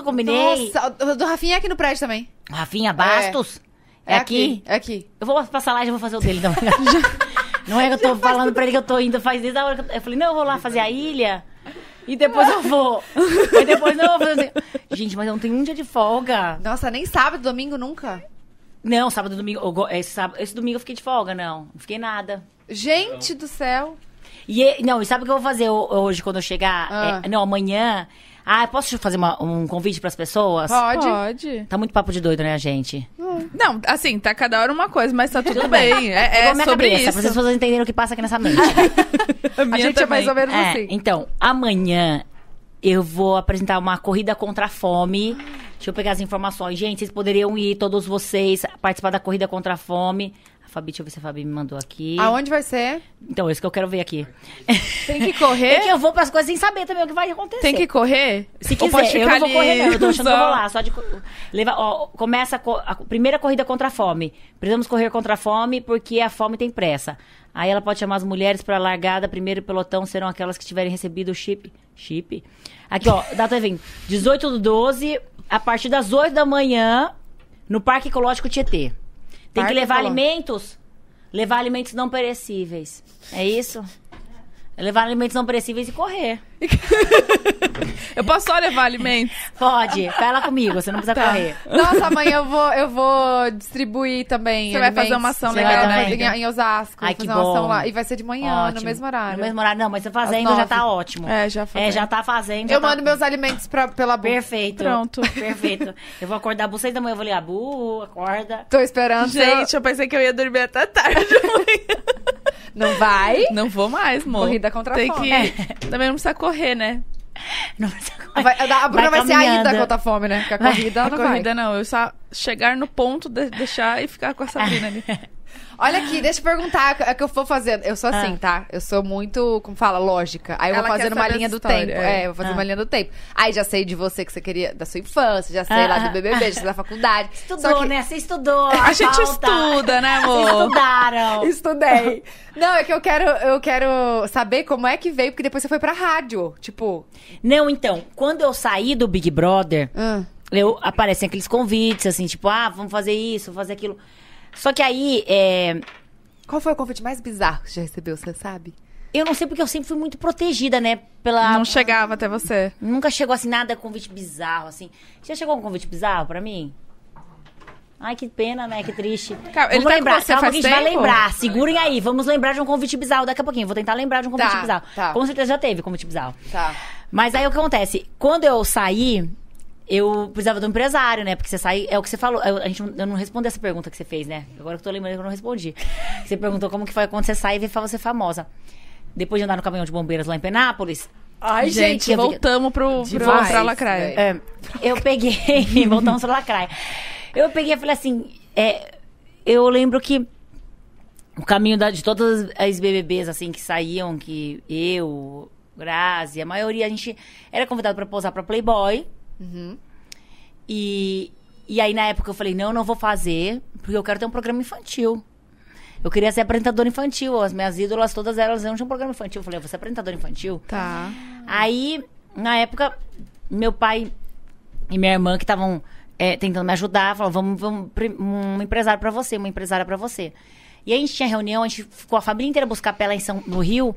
C: combinei.
A: Nossa, o do Rafinha é aqui no prédio também.
C: Rafinha Bastos. É, aqui.
A: É aqui.
C: Eu vou passar lá e já vou fazer o dele. Não, não é que eu tô falando pra ele que eu tô indo faz desde a hora que eu... eu falei, não, eu vou lá fazer a ilha e depois eu vou. Aí depois não, eu vou fazer... Gente, mas eu não tenho um dia de folga.
A: Nossa, nem sábado, domingo, nunca.
C: Não, sábado e domingo... eu go- Esse, sábado- esse domingo eu fiquei de folga, não. Não fiquei nada.
A: Gente do céu.
C: E, e- não, e sabe o que eu vou fazer ho- hoje quando eu chegar?
A: Ah.
C: É, não, amanhã... Ah, posso fazer uma- um convite pras pessoas?
A: Pode.
B: Pode.
C: Tá muito papo de doido, né, gente?
B: Não, assim, tá cada hora uma coisa, mas tá tudo bem. É, é
C: Igual minha
B: sobre
C: cabeça, Pra
B: isso.
C: as pessoas entenderem o que passa aqui nessa mente.
B: A,
A: A
B: minha
A: gente é mais ou
B: também.
A: menos
C: É,
A: assim.
C: Então, amanhã eu vou apresentar uma corrida contra a fome. Deixa eu pegar as informações. Gente, vocês poderiam ir, todos vocês, participar da corrida contra a fome. A Fabi, deixa eu ver se a Fabi me mandou aqui.
A: Aonde vai ser?
C: Então, isso que eu quero ver aqui.
B: Tem que
C: É
B: correr?
C: que eu vou pras coisas sem saber também o que vai acontecer.
B: Tem que correr?
C: Se
B: Ou pode
C: quiser, eu
B: ficar
C: não vou
B: ali
C: correr, não. Eu tô achando que eu vou
B: só?
C: lá. Só de. co- Levar, ó, começa a, co- a primeira corrida contra a fome. Precisamos correr contra a fome porque a fome tem pressa. Aí ela pode chamar as mulheres pra largada. Primeiro pelotão serão aquelas que tiverem recebido o chip. Chip? Aqui, ó, data evento. 18 do 12, a partir das 8 da manhã, no Parque Ecológico Tietê. Tem
A: Parque
C: que levar
A: Ecológico.
C: alimentos? Levar alimentos não perecíveis. É isso? É Levar alimentos não perecíveis e correr.
B: Eu posso só levar alimentos?
C: Pode, fala comigo, você não precisa
A: Tá.
C: correr.
A: Nossa, amanhã eu vou, eu vou distribuir também.
B: Você vai
A: alimentos.
B: fazer uma ação
A: Você
C: legal,
A: vai
C: né?
A: Em, em Osasco.
C: Ai,
A: vou
C: que
A: fazer uma ação
C: bom.
A: lá. E vai ser de manhã, no mesmo horário.
C: No mesmo horário, não, mas você fazendo
A: Às
C: já tá
A: nove.
C: ótimo.
B: É, já fazendo.
C: É, já tá fazendo. já
A: Eu
C: tá-
A: mando meus alimentos pra, pela Bu.
C: Perfeito.
B: Pronto.
C: Perfeito. Eu vou acordar às seis da manhã, eu vou ligar, Bu, acorda.
A: Tô esperando.
B: Gente, eu pensei que eu ia dormir até tarde.
A: Não vai?
B: não vou mais, amor.
A: Corrida contra a
B: Tem
A: fome.
B: que...
C: É.
B: Também não precisa correr, né?
C: Não precisa acordar.
A: Vai- a Bruna vai, ser a
C: caminhando.
A: ida contra a fome, né? Porque a corrida
B: A
A: não vai.
B: corrida não. Eu só chegar no ponto, de- deixar e ficar com a Sabrina ali.
A: Olha aqui, deixa eu perguntar o que eu vou fazendo. Eu sou assim,
C: Ah.
A: tá? Eu sou muito, como fala, lógica. Aí eu
B: Ela
A: vou
B: quer
A: fazendo uma
B: saber a
A: linha do
B: história,
A: tempo.
B: é.
A: É, eu vou fazendo
C: Ah.
A: uma linha do tempo. Aí já sei de você que você queria, da sua infância, já sei
C: Ah,
A: lá
C: ah,
A: do BBB, já sei da faculdade.
C: Estudou,
A: Só que-
C: né? Você estudou.
B: A gente
C: falta.
B: estuda, né,
C: Vocês
B: amor?
C: estudaram.
A: Estudei. Não, é que eu quero, eu quero saber como é que veio, porque depois você foi pra rádio. Tipo.
C: Não, então, quando eu saí do Big Brother,
A: ah,
C: eu aparecem aqueles convites, assim, tipo, ah, vamos fazer isso, vamos fazer aquilo. Só que aí, é,
A: Qual foi o convite mais bizarro que você já recebeu, você sabe?
C: eu não sei porque eu sempre fui muito protegida, né? Pela
B: Não chegava até você.
C: Nunca chegou assim nada convite bizarro, assim. Já chegou um convite bizarro pra mim? Ai, que pena, né? Que triste.
B: Calma, ele
C: vamos
B: tá
C: lembrar,
B: com você
C: calma
B: faz
C: que a gente vai
B: tempo?
C: lembrar. Segurem aí, vamos lembrar de um convite bizarro daqui a pouquinho. Vou tentar lembrar de um convite
A: Tá,
C: bizarro.
A: tá.
C: Com certeza já teve convite bizarro.
A: Tá.
C: Mas aí o que acontece? Quando eu saí, eu precisava do empresário, né? Porque você sai. É o que você falou. Eu, a gente, não- eu não respondi essa pergunta que você fez, né? Agora que eu tô lembrando que eu não respondi. Você perguntou como que foi quando você sai e vê você é famosa. Depois de andar no caminhão de bombeiras lá em Penápolis,
A: Ai,
B: gente,
C: eu vi-
B: voltamos pro, pro
A: Demais,
B: pra lacraia.
A: velho.
C: é, eu peguei. voltamos pra lacraia. Eu peguei e falei assim. é, eu lembro que o caminho da- de todas as BBBs assim, que saíam, que eu, Grazi, a maioria, a gente era convidado pra posar pra Playboy. E, e aí, na época, eu falei: não, eu não vou fazer, porque eu quero ter um programa infantil. Eu queria ser apresentadora infantil. As minhas ídolas, todas elas, não tinham um programa infantil. Eu falei, eu vou ser apresentadora infantil?
A: Tá.
C: Aí, na época, meu pai e minha irmã que estavam é, tentando me ajudar, falaram, vamos, vamos pri- um empresário pra você, uma empresária pra você. E aí a gente tinha reunião, a gente ficou a família inteira buscar pé lá em São, no Rio,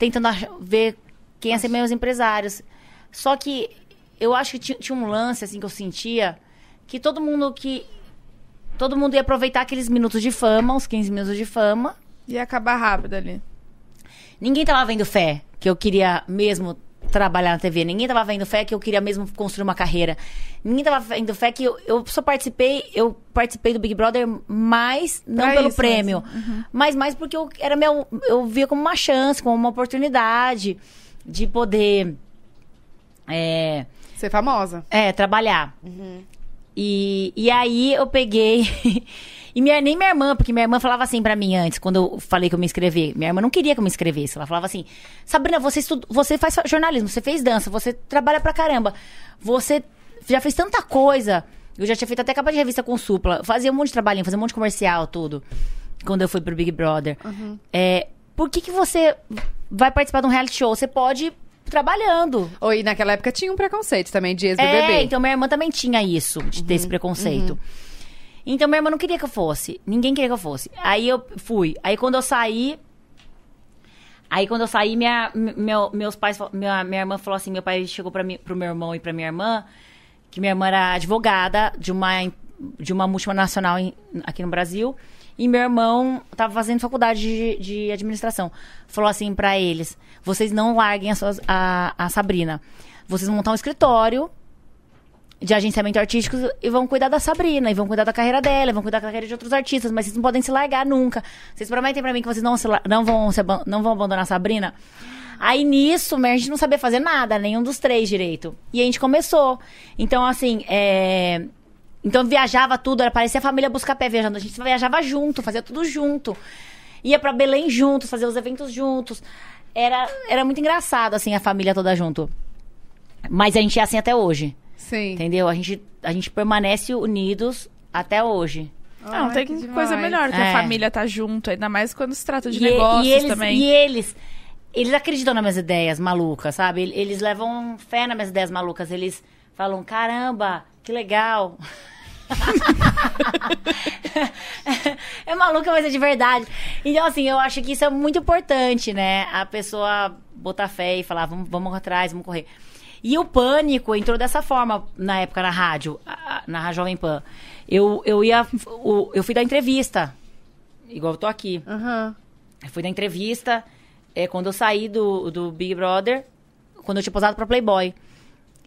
C: tentando ach- ver quem ia ser meus empresários. Só que eu acho que tinha, tinha um lance, assim, que eu sentia, que todo mundo que... Todo mundo ia aproveitar aqueles minutos de fama, os 15 minutos de fama,
B: Ia acabar rápido ali.
C: Ninguém tava vendo fé que eu queria mesmo trabalhar na TV. Ninguém tava vendo fé que eu queria mesmo construir uma carreira. Ninguém tava vendo fé que eu, eu só participei, eu participei do Big Brother mais não
B: Pra
C: pelo
B: isso uhum.
C: prêmio, mas mais porque eu era meu, eu via como uma chance, como uma oportunidade de poder é,
A: Ser famosa.
C: é, trabalhar. E, e aí eu peguei. e minha, nem minha irmã, porque minha irmã falava assim pra mim antes, quando eu falei que eu me inscrevi. Minha irmã não queria que eu me inscrevesse. Ela falava assim: Sabrina, você, estuda, você faz jornalismo, você fez dança, você trabalha pra caramba. Você já fez tanta coisa. Eu já tinha feito até capa de revista com supla. Eu Fazia um monte de trabalhinho, fazia um monte de comercial, tudo. Quando eu fui pro Big Brother. É, por que, que você vai participar de um reality show? Você pode ir trabalhando.
A: Ou, e naquela época tinha um preconceito também de
C: É,
A: ex-BBB.
C: então minha irmã também tinha isso, de ter esse preconceito. Então minha irmã não queria que eu fosse. Ninguém queria que eu fosse. Aí eu fui. Aí quando eu saí. Aí quando eu saí, minha, m- meu- meus pais. fal- Minha, minha irmã falou assim: meu pai chegou pra mim, pro meu irmão e pra minha irmã, que minha irmã era advogada de uma, em- de uma multinacional em- aqui no Brasil. E meu irmão tava fazendo faculdade de, de administração. Falou assim pra eles: vocês não larguem a, suas- a, a Sabrina. Vocês vão montar um escritório de agenciamento artístico e vão cuidar da Sabrina, e vão cuidar da carreira dela, e vão cuidar da carreira de outros artistas, mas vocês não podem se largar nunca. Vocês prometem pra mim que vocês não, se la- não, vão, se aban- não vão abandonar a Sabrina? Aí nisso, mas a gente não sabia fazer nada, nenhum dos três direito. E a gente começou. Então, assim, é... Então viajava tudo, era parecia a família buscar pé viajando. A gente viajava junto, fazia tudo junto. Ia pra Belém juntos, fazia os eventos juntos. Era, era muito engraçado, assim, a família toda junto. Mas a gente é assim até hoje.
A: Sim.
C: Entendeu? A gente, a gente permanece unidos até hoje.
A: Ai,
B: Ah, não, tem
A: que demais.
B: coisa melhor que
C: É.
B: a família tá junto, ainda mais quando se trata de
C: e, e
B: negócios
C: eles,
B: também.
C: E eles, eles acreditam nas minhas ideias malucas, sabe? Eles- Eles levam fé nas minhas ideias malucas. Eles falam, caramba, que legal. é maluca, mas é de verdade. Então, assim, eu acho que isso é muito importante, né? A pessoa botar fé e falar, vamos, vamos atrás, vamos correr. E o pânico entrou dessa forma na época na rádio, a- a- na Rádio Jovem Pan. Eu, eu ia. o- Eu fui dar entrevista. Igual eu tô aqui.
A: Aham.
C: Eu fui na entrevista, é, quando eu saí do, do Big Brother, quando eu tinha posado pra Playboy.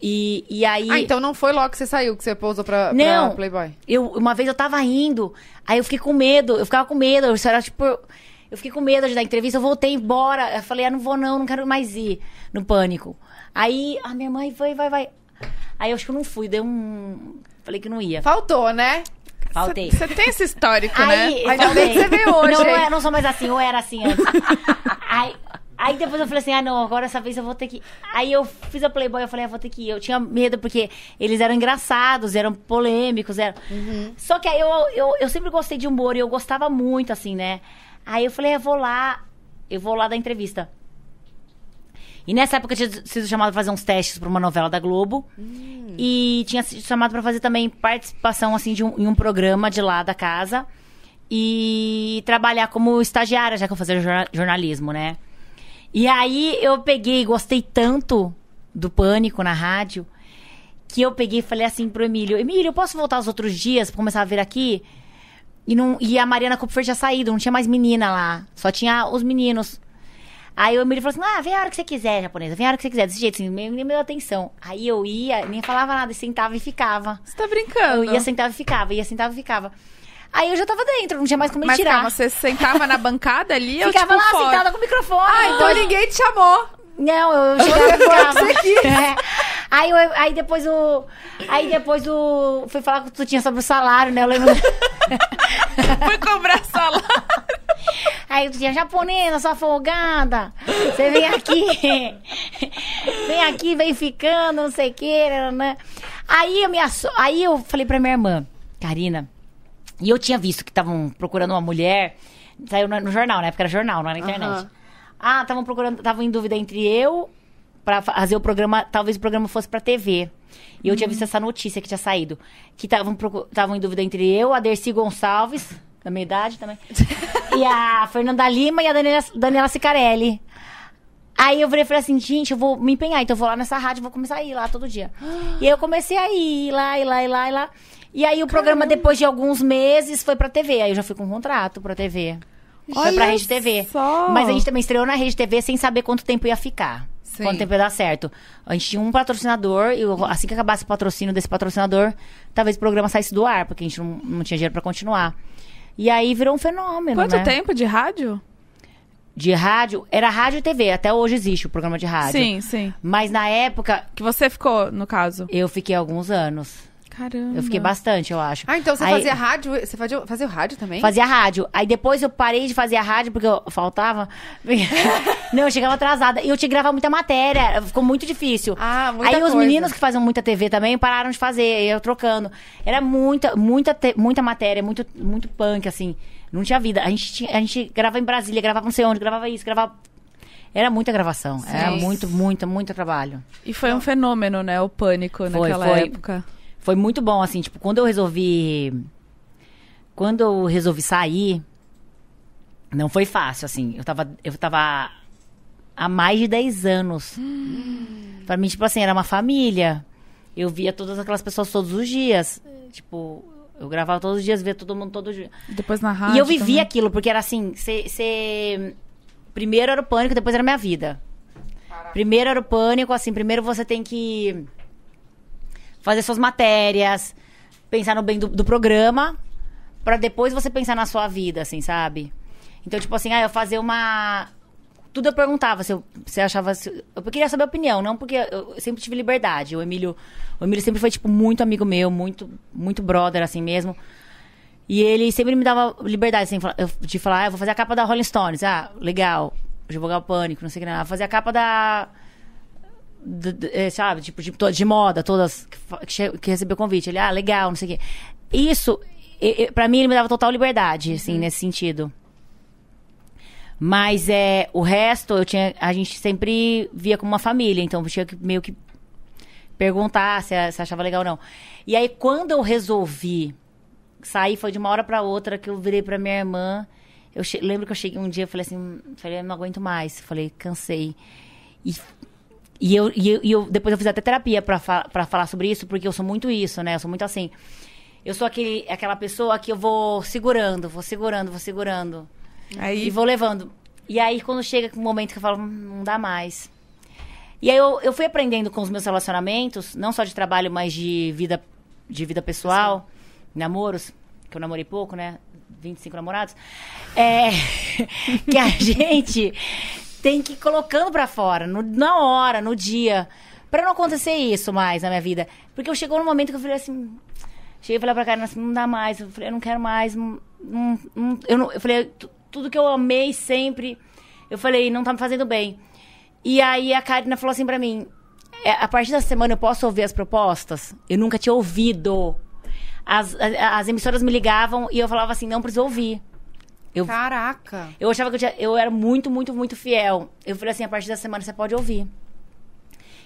C: E, e aí.
A: Ah, então não foi logo que você saiu, que você pousou pra,
C: Não.
A: pra Playboy.
C: Eu, uma vez eu tava indo, aí eu fiquei com medo, eu ficava com medo, eu era tipo. Eu fiquei com medo de dar entrevista, eu voltei embora. Eu falei, ah, não vou não, não quero mais ir no pânico. Aí a minha mãe vai, vai, vai. Aí eu acho que eu não fui, deu um. Falei que não ia.
A: Faltou, né?
C: Faltei.
B: Você tem esse histórico,
C: Aí,
B: né?
A: Ainda
C: falei.
A: bem que você veio hoje,
C: Não,
A: hein?
C: eu era- não sou mais assim, eu era assim antes. aí, aí depois eu falei assim, ah não, agora essa vez eu vou ter que... Aí eu fiz a Playboy, eu falei, ah, vou ter que ir. Eu tinha medo porque eles eram engraçados, eram polêmicos, eram...
A: Uhum.
C: Só que aí eu, eu, eu sempre gostei de humor e eu gostava muito, assim, né? Aí eu falei, ah, vou lá, eu vou lá dar entrevista. E nessa época eu tinha sido chamado pra fazer uns testes pra uma novela da Globo. E tinha sido chamado pra fazer também participação, assim, de um, em um programa de lá da casa. E trabalhar como estagiária, já que eu fazia jorna- jornalismo, né? E aí eu peguei, gostei tanto do Pânico na rádio, que eu peguei e falei assim pro Emílio, Emílio, eu posso voltar os outros dias pra começar a vir aqui? E, não, e a Mariana Kupfer tinha saído, não tinha mais menina lá. Só tinha os meninos. Aí o Emílio falou assim: ah, vem a hora que você quiser, japonesa, vem a hora que você quiser, desse jeito, assim, nem nem me deu atenção. Aí eu ia, nem falava nada, sentava e ficava.
B: Você tá brincando.
C: Eu ia, sentava e ficava, ia, sentava e ficava. Aí eu já tava dentro, não tinha mais como me
B: Mas
C: tirar.
B: calma, você sentava na bancada ali, eu
C: ficava
B: tipo,
C: lá
B: fora.
C: sentada com o microfone.
A: Ah, então ninguém te chamou.
C: Não, eu
B: Então
C: chegava e ficava. É. Aí, eu- aí depois o. Aí depois o. Fui falar com tu tinha sobre o salário, né? Eu lembro.
B: Fui cobrar salário.
C: Aí eu dizia, japonesa, sua folgada, você vem aqui, vem aqui, vem ficando, não sei o que, né? Aí eu, me asso... aí eu falei pra minha irmã, Karina, E eu tinha visto que estavam procurando uma mulher. Saiu no, no jornal, na época era jornal, não era na internet.
A: Aham.
C: Ah, estavam procurando, estavam em dúvida entre eu pra fa- fazer o programa, talvez o programa fosse pra TV. E eu tinha visto essa notícia que tinha saído. Que estavam procu- estavam em dúvida entre eu, a Dercy Gonçalves, da minha idade também, e a Fernanda Lima e a Daniela, Daniela Cicarelli. Aí eu virei e falei assim, gente, eu vou me empenhar, então eu vou lá nessa rádio, vou começar a ir lá todo dia. e aí eu comecei a ir lá, e lá, e lá, e lá. E aí o programa, depois de alguns meses, foi pra TV. Aí eu já fui com um contrato pra TV. foi pra
B: Olha
C: Rede TV.
B: só!
C: Mas a gente também estreou na Rede TV sem saber quanto tempo ia ficar.
A: Sim.
C: Quanto tempo ia dar certo. A gente tinha um patrocinador, e eu- assim que acabasse o patrocínio desse patrocinador, talvez o programa saísse do ar, porque a gente não, não tinha dinheiro pra continuar. E aí virou um fenômeno.
B: Quanto
C: né?
B: tempo de rádio?
C: De rádio. Era rádio e TV, até hoje existe o programa de rádio.
B: Sim, sim.
C: Mas na época,
B: Que você ficou, no caso.
C: eu fiquei alguns anos.
B: Caramba.
C: Eu fiquei bastante, eu acho.
A: Ah, então você
C: Aí-
A: fazia rádio? Você fazia, fazia o rádio também?
C: Fazia rádio. Aí depois eu parei de fazer a rádio porque eu faltava. Não, eu chegava atrasada. E eu tinha que gravar muita matéria. Ficou muito difícil.
A: Ah, muita
C: Aí os
A: coisa.
C: meninos que faziam muita TV também pararam de fazer. Eu trocando. Era muita, muita, te- muita matéria, muito, muito punk, assim. Não tinha vida. A gente, tinha, a gente gravava em Brasília, gravava não sei onde, gravava isso, gravava. Era muita gravação. Era muito, muito, muito trabalho.
B: E foi um fenômeno, né? O pânico naquela
C: foi.
B: época.
C: Foi muito bom, assim, tipo, quando eu resolvi. Quando eu resolvi sair, não foi fácil, assim. Eu tava, eu tava há mais de 10 anos. Pra mim, tipo assim, era uma família. Eu via todas aquelas pessoas todos os dias. Tipo, eu gravava todos os dias, via todo mundo todo dia.
B: Depois na rádio.
C: E eu vivi
B: também.
C: aquilo, porque era assim, você. Primeiro era o pânico, depois era a minha vida. Primeiro era o pânico, assim, primeiro você tem que fazer suas matérias, pensar no bem do, do programa, pra depois você pensar na sua vida, assim, sabe? Então, tipo assim, ah, eu fazer uma. Tudo eu perguntava se eu- você achava. se- eu queria saber a opinião, não porque eu eu sempre tive liberdade. O Emílio, o Emílio sempre foi, tipo, muito amigo meu, muito, muito brother, assim mesmo. E ele sempre me dava liberdade, assim, fala- eu- de falar, ah, eu vou fazer a capa da Rolling Stones. Ah, legal. Jogar o pânico, não sei o que lá. Vou Fazer a capa da. d- d- eh, sabe, tipo, de, to- de moda, todas que, fa- que, che- que recebeu convite. Ele, ah, legal, não sei o quê. Isso, e- e- pra mim, ele me dava total liberdade, assim, nesse sentido. Mas é, o resto, eu tinha, a gente sempre via como uma família, então eu tinha que meio que perguntar se, a- se achava legal ou não. E aí, quando eu resolvi sair, foi de uma hora pra outra que eu virei pra minha irmã. Eu che- lembro que eu cheguei um dia e falei assim: "Hum", falei, eu não aguento mais. Falei, cansei. E, e, eu, e, eu, e eu- depois eu fiz até terapia pra, fa pra falar sobre isso, porque eu sou muito isso, né? Eu sou muito assim. Eu sou aquele, aquela pessoa que eu vou segurando, vou segurando, vou segurando. E
B: Aí
C: vou levando. E aí, quando chega um momento que eu falo, "Hum, não dá mais. E aí, eu, eu fui aprendendo com os meus relacionamentos, não só de trabalho, mas de vida, de vida pessoal, namoros, que eu namorei pouco, né? 25 namorados. É, que a gente tem que ir colocando pra fora, no- na hora, no dia, pra não acontecer isso mais na minha vida. Porque eu chegou num momento que eu falei assim. Cheguei e falei pra Karina assim, não dá mais, eu falei, eu não quero mais, não, não- não- eu, não, eu falei, "Tu- tudo que eu amei sempre, eu falei, não tá me fazendo bem. E aí a Karina falou assim pra mim, "É, a partir dessa semana eu posso ouvir as propostas? Eu nunca tinha ouvido. As, a- as emissoras me ligavam e eu falava assim, não preciso ouvir. Eu,
A: Tá. Caraca.
C: eu achava que eu, tinha- eu era muito, muito, muito fiel. Eu falei assim, a partir da semana você pode ouvir.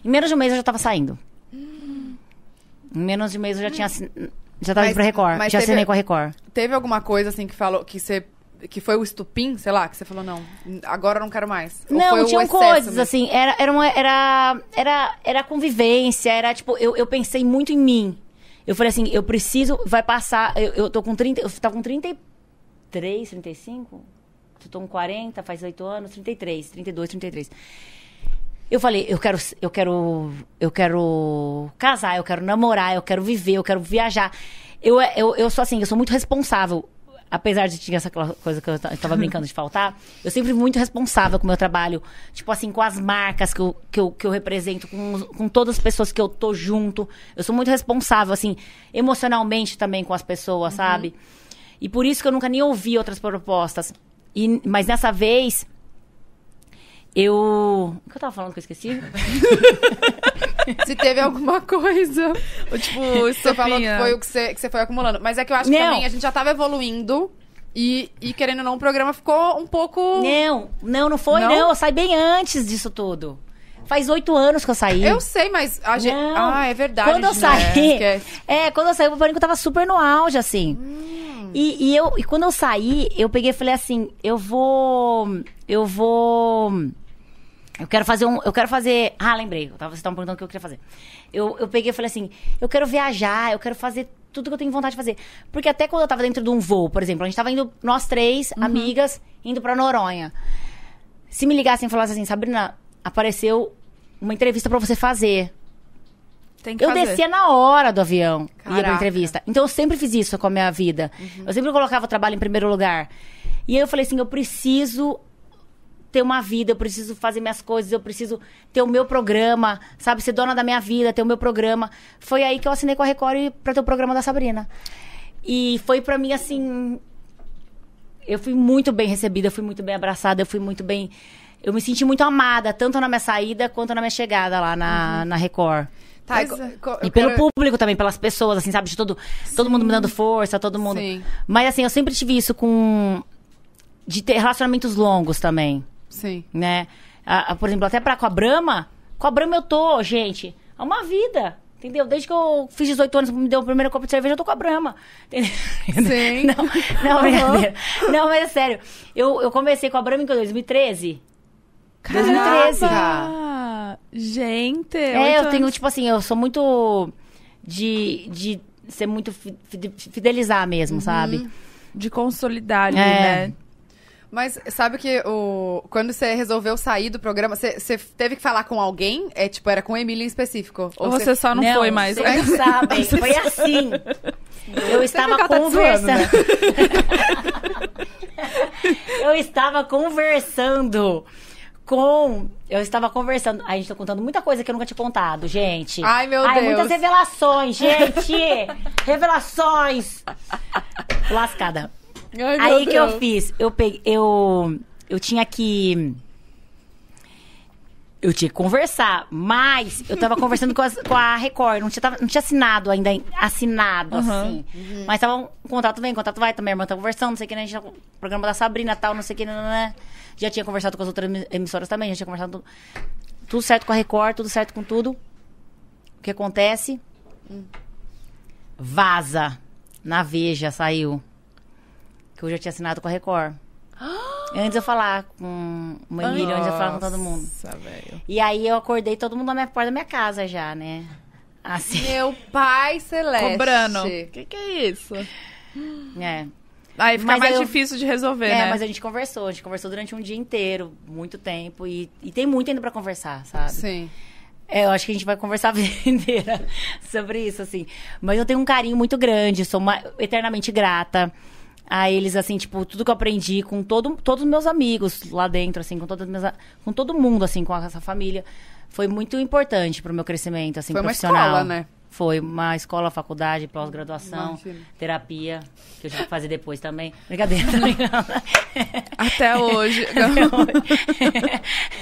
C: Em menos de um mês eu já tava saindo. Em menos de um mês eu já tinha assin- já
A: Hum. Mas-
C: tava indo pra Record.
A: mas
C: já
A: teve-
C: assinei com a Record.
A: Teve alguma coisa assim que falou que você que foi o estupim, sei lá, que você falou não, agora eu não quero mais. Ou foi
C: Não,
A: o
C: tinham
A: excesso
C: coisas,
A: mesmo?
C: assim, era, era, uma- era, era, era convivência, era tipo, eu, eu pensei muito em mim. Eu falei assim, eu preciso, vai passar, eu, eu tô com 30, eu tava com 33, 35? Eu tô com 40, faz 8 anos, 33, 32, 33. Eu falei, eu quero, eu quero, eu quero casar, eu quero namorar, eu quero viver, eu quero viajar. Eu, eu, eu sou assim, eu sou muito responsável. Apesar de ter essa cla- coisa que eu ta- eu tava brincando de faltar, eu sempre fui muito responsável com o meu trabalho. Tipo assim, com as marcas que eu, que eu, que eu represento, com, os- com todas as pessoas que eu tô junto. Eu sou muito responsável, assim, emocionalmente também com as pessoas, sabe? E por isso que eu nunca nem ouvi outras propostas. E, mas nessa vez, eu. O que eu tava falando que eu esqueci?
A: se teve alguma coisa.
B: Ou, tipo,
A: Você falou que
B: estopinha.
A: foi o que você, que você foi acumulando. Mas é que eu acho que
C: Não.
A: também a gente já tava evoluindo e, e querendo ou não, o programa ficou um pouco.
C: Não, não, não foi,
A: Não?
C: não. Eu saí bem antes disso tudo. Faz oito anos que eu saí.
A: Eu sei, mas a gente.
C: Não.
A: Ah, é verdade.
C: Quando eu
A: né?
C: saí,
A: Esquece.
C: é, quando eu saí, o pânico tava super no auge, assim.
A: Hum.
C: E, e eu, e quando eu saí, eu peguei e falei assim, eu vou, eu vou, eu quero fazer um, eu quero fazer, ah, lembrei, eu tava, você tava me perguntando o que eu queria fazer. Eu, eu peguei e falei assim, eu quero viajar, eu quero fazer tudo que eu tenho vontade de fazer. Porque até quando eu tava dentro de um voo, por exemplo, a gente tava indo, nós três,
A: Uhum.
C: amigas, indo pra Noronha. Se me ligassem e falassem assim, Sabrina, apareceu uma entrevista pra você fazer.
B: Tem que
C: Eu
B: fazer.
C: descia na hora do avião e ia
A: Caraca.
C: pra entrevista. Então eu sempre fiz isso com a minha vida.
B: Uhum.
C: Eu sempre colocava o trabalho em primeiro lugar. E aí eu falei assim: eu preciso ter uma vida, eu preciso fazer minhas coisas, eu preciso ter o meu programa, sabe? Ser dona da minha vida, ter o meu programa. Foi aí que eu assinei com a Record e- pra ter o programa da Sabrina. E foi pra mim assim. Eu fui muito bem recebida, eu fui muito bem abraçada, eu fui muito bem. Eu me senti muito amada, tanto na minha saída quanto na minha chegada lá na,
B: Uhum.
C: na Record.
A: Tá,
B: Pois
A: co-
B: é.
A: co-
C: E
A: eu
C: pelo
A: quero-
C: público também, pelas pessoas, assim, sabe? De todo, todo mundo me dando força, todo mundo.
A: Sim.
C: Mas assim, eu sempre tive isso com. De ter relacionamentos longos também,
A: Sim.
C: né? A- a- por exemplo, até pra, com a Brahma, com a Brahma eu tô, gente, há uma vida. Entendeu? Desde que eu fiz 18 anos, me deu o primeiro copo de cerveja, eu tô com a Brahma. Entendeu?
A: Sim.
C: Não, não, brincadeira. Não, mas é sério. Eu, eu comecei com a Brahma em 2013. 2013.
B: Ah, gente.
C: É,
B: oito
C: eu tenho,
B: anos.
C: tipo assim, eu sou muito de, de ser muito fi- fi- fidelizar mesmo, sabe?
B: De consolidar ali,
C: É.
B: né?
A: Mas sabe que o... quando você resolveu sair do programa, você, você teve que falar com alguém? É tipo, era com o Emília em específico.
B: Ou você só não, foi mais. né?
C: Vocês não sabem, foi assim. Eu estava
A: que ela tá te
C: conversando.
A: zoando,
C: eu estava conversando com. Eu estava conversando. Ai, A gente tá contando muita coisa que eu nunca tinha contado, gente.
A: Ai, meu Deus.
C: muitas revelações, gente! revelações! Lascada.
A: Ai, meu
C: Aí que
A: Deus.
C: eu fiz, eu peguei, eu eu tinha que eu tinha que conversar, mas eu tava conversando com, as- com a Record, não tinha, tava- não tinha assinado ainda, assinado, assim. Mas tava um contrato vem, contrato vai, também minha irmã tá conversando, não sei o que, né? a gente tá com o programa da Sabrina tal, não sei o que, né? Já tinha conversado com as outras emi- emissoras também, já tinha conversado tudo, tudo certo com a Record, tudo certo com tudo. O que acontece? Vaza. Na Veja saiu que eu já tinha assinado com a Record. antes eu falar com o Emílio, antes é um eu falar com todo mundo.
B: Nossa, velho.
C: E aí eu acordei todo mundo na minha porta da minha casa já, né? Assim,
A: Meu pai celeste.
B: Cobrando. O que, que é isso?
C: é.
B: Aí fica
C: Mas
B: mais
C: aí eu-
B: difícil de resolver,
C: É,
B: né?
C: mas a gente conversou, a gente conversou durante um dia inteiro, muito tempo, e, e tem muito ainda pra conversar, sabe?
A: Sim.
C: É, eu acho que a gente vai conversar a vida inteira sobre isso, assim. Mas eu tenho um carinho muito grande, sou uma- eternamente grata a eles, assim, tipo, tudo que eu aprendi com todo, todos os meus amigos lá dentro, assim, com, todas as minhas, a- com todo mundo, assim, com essa família. Foi muito importante pro meu crescimento, assim,
A: Foi uma
C: profissional.
A: escola, né?
C: Foi uma escola, faculdade, pós-graduação,
A: Imagino.
C: terapia, que eu tive que fazer depois também. Brincadeira, tô brincando.
B: Até hoje.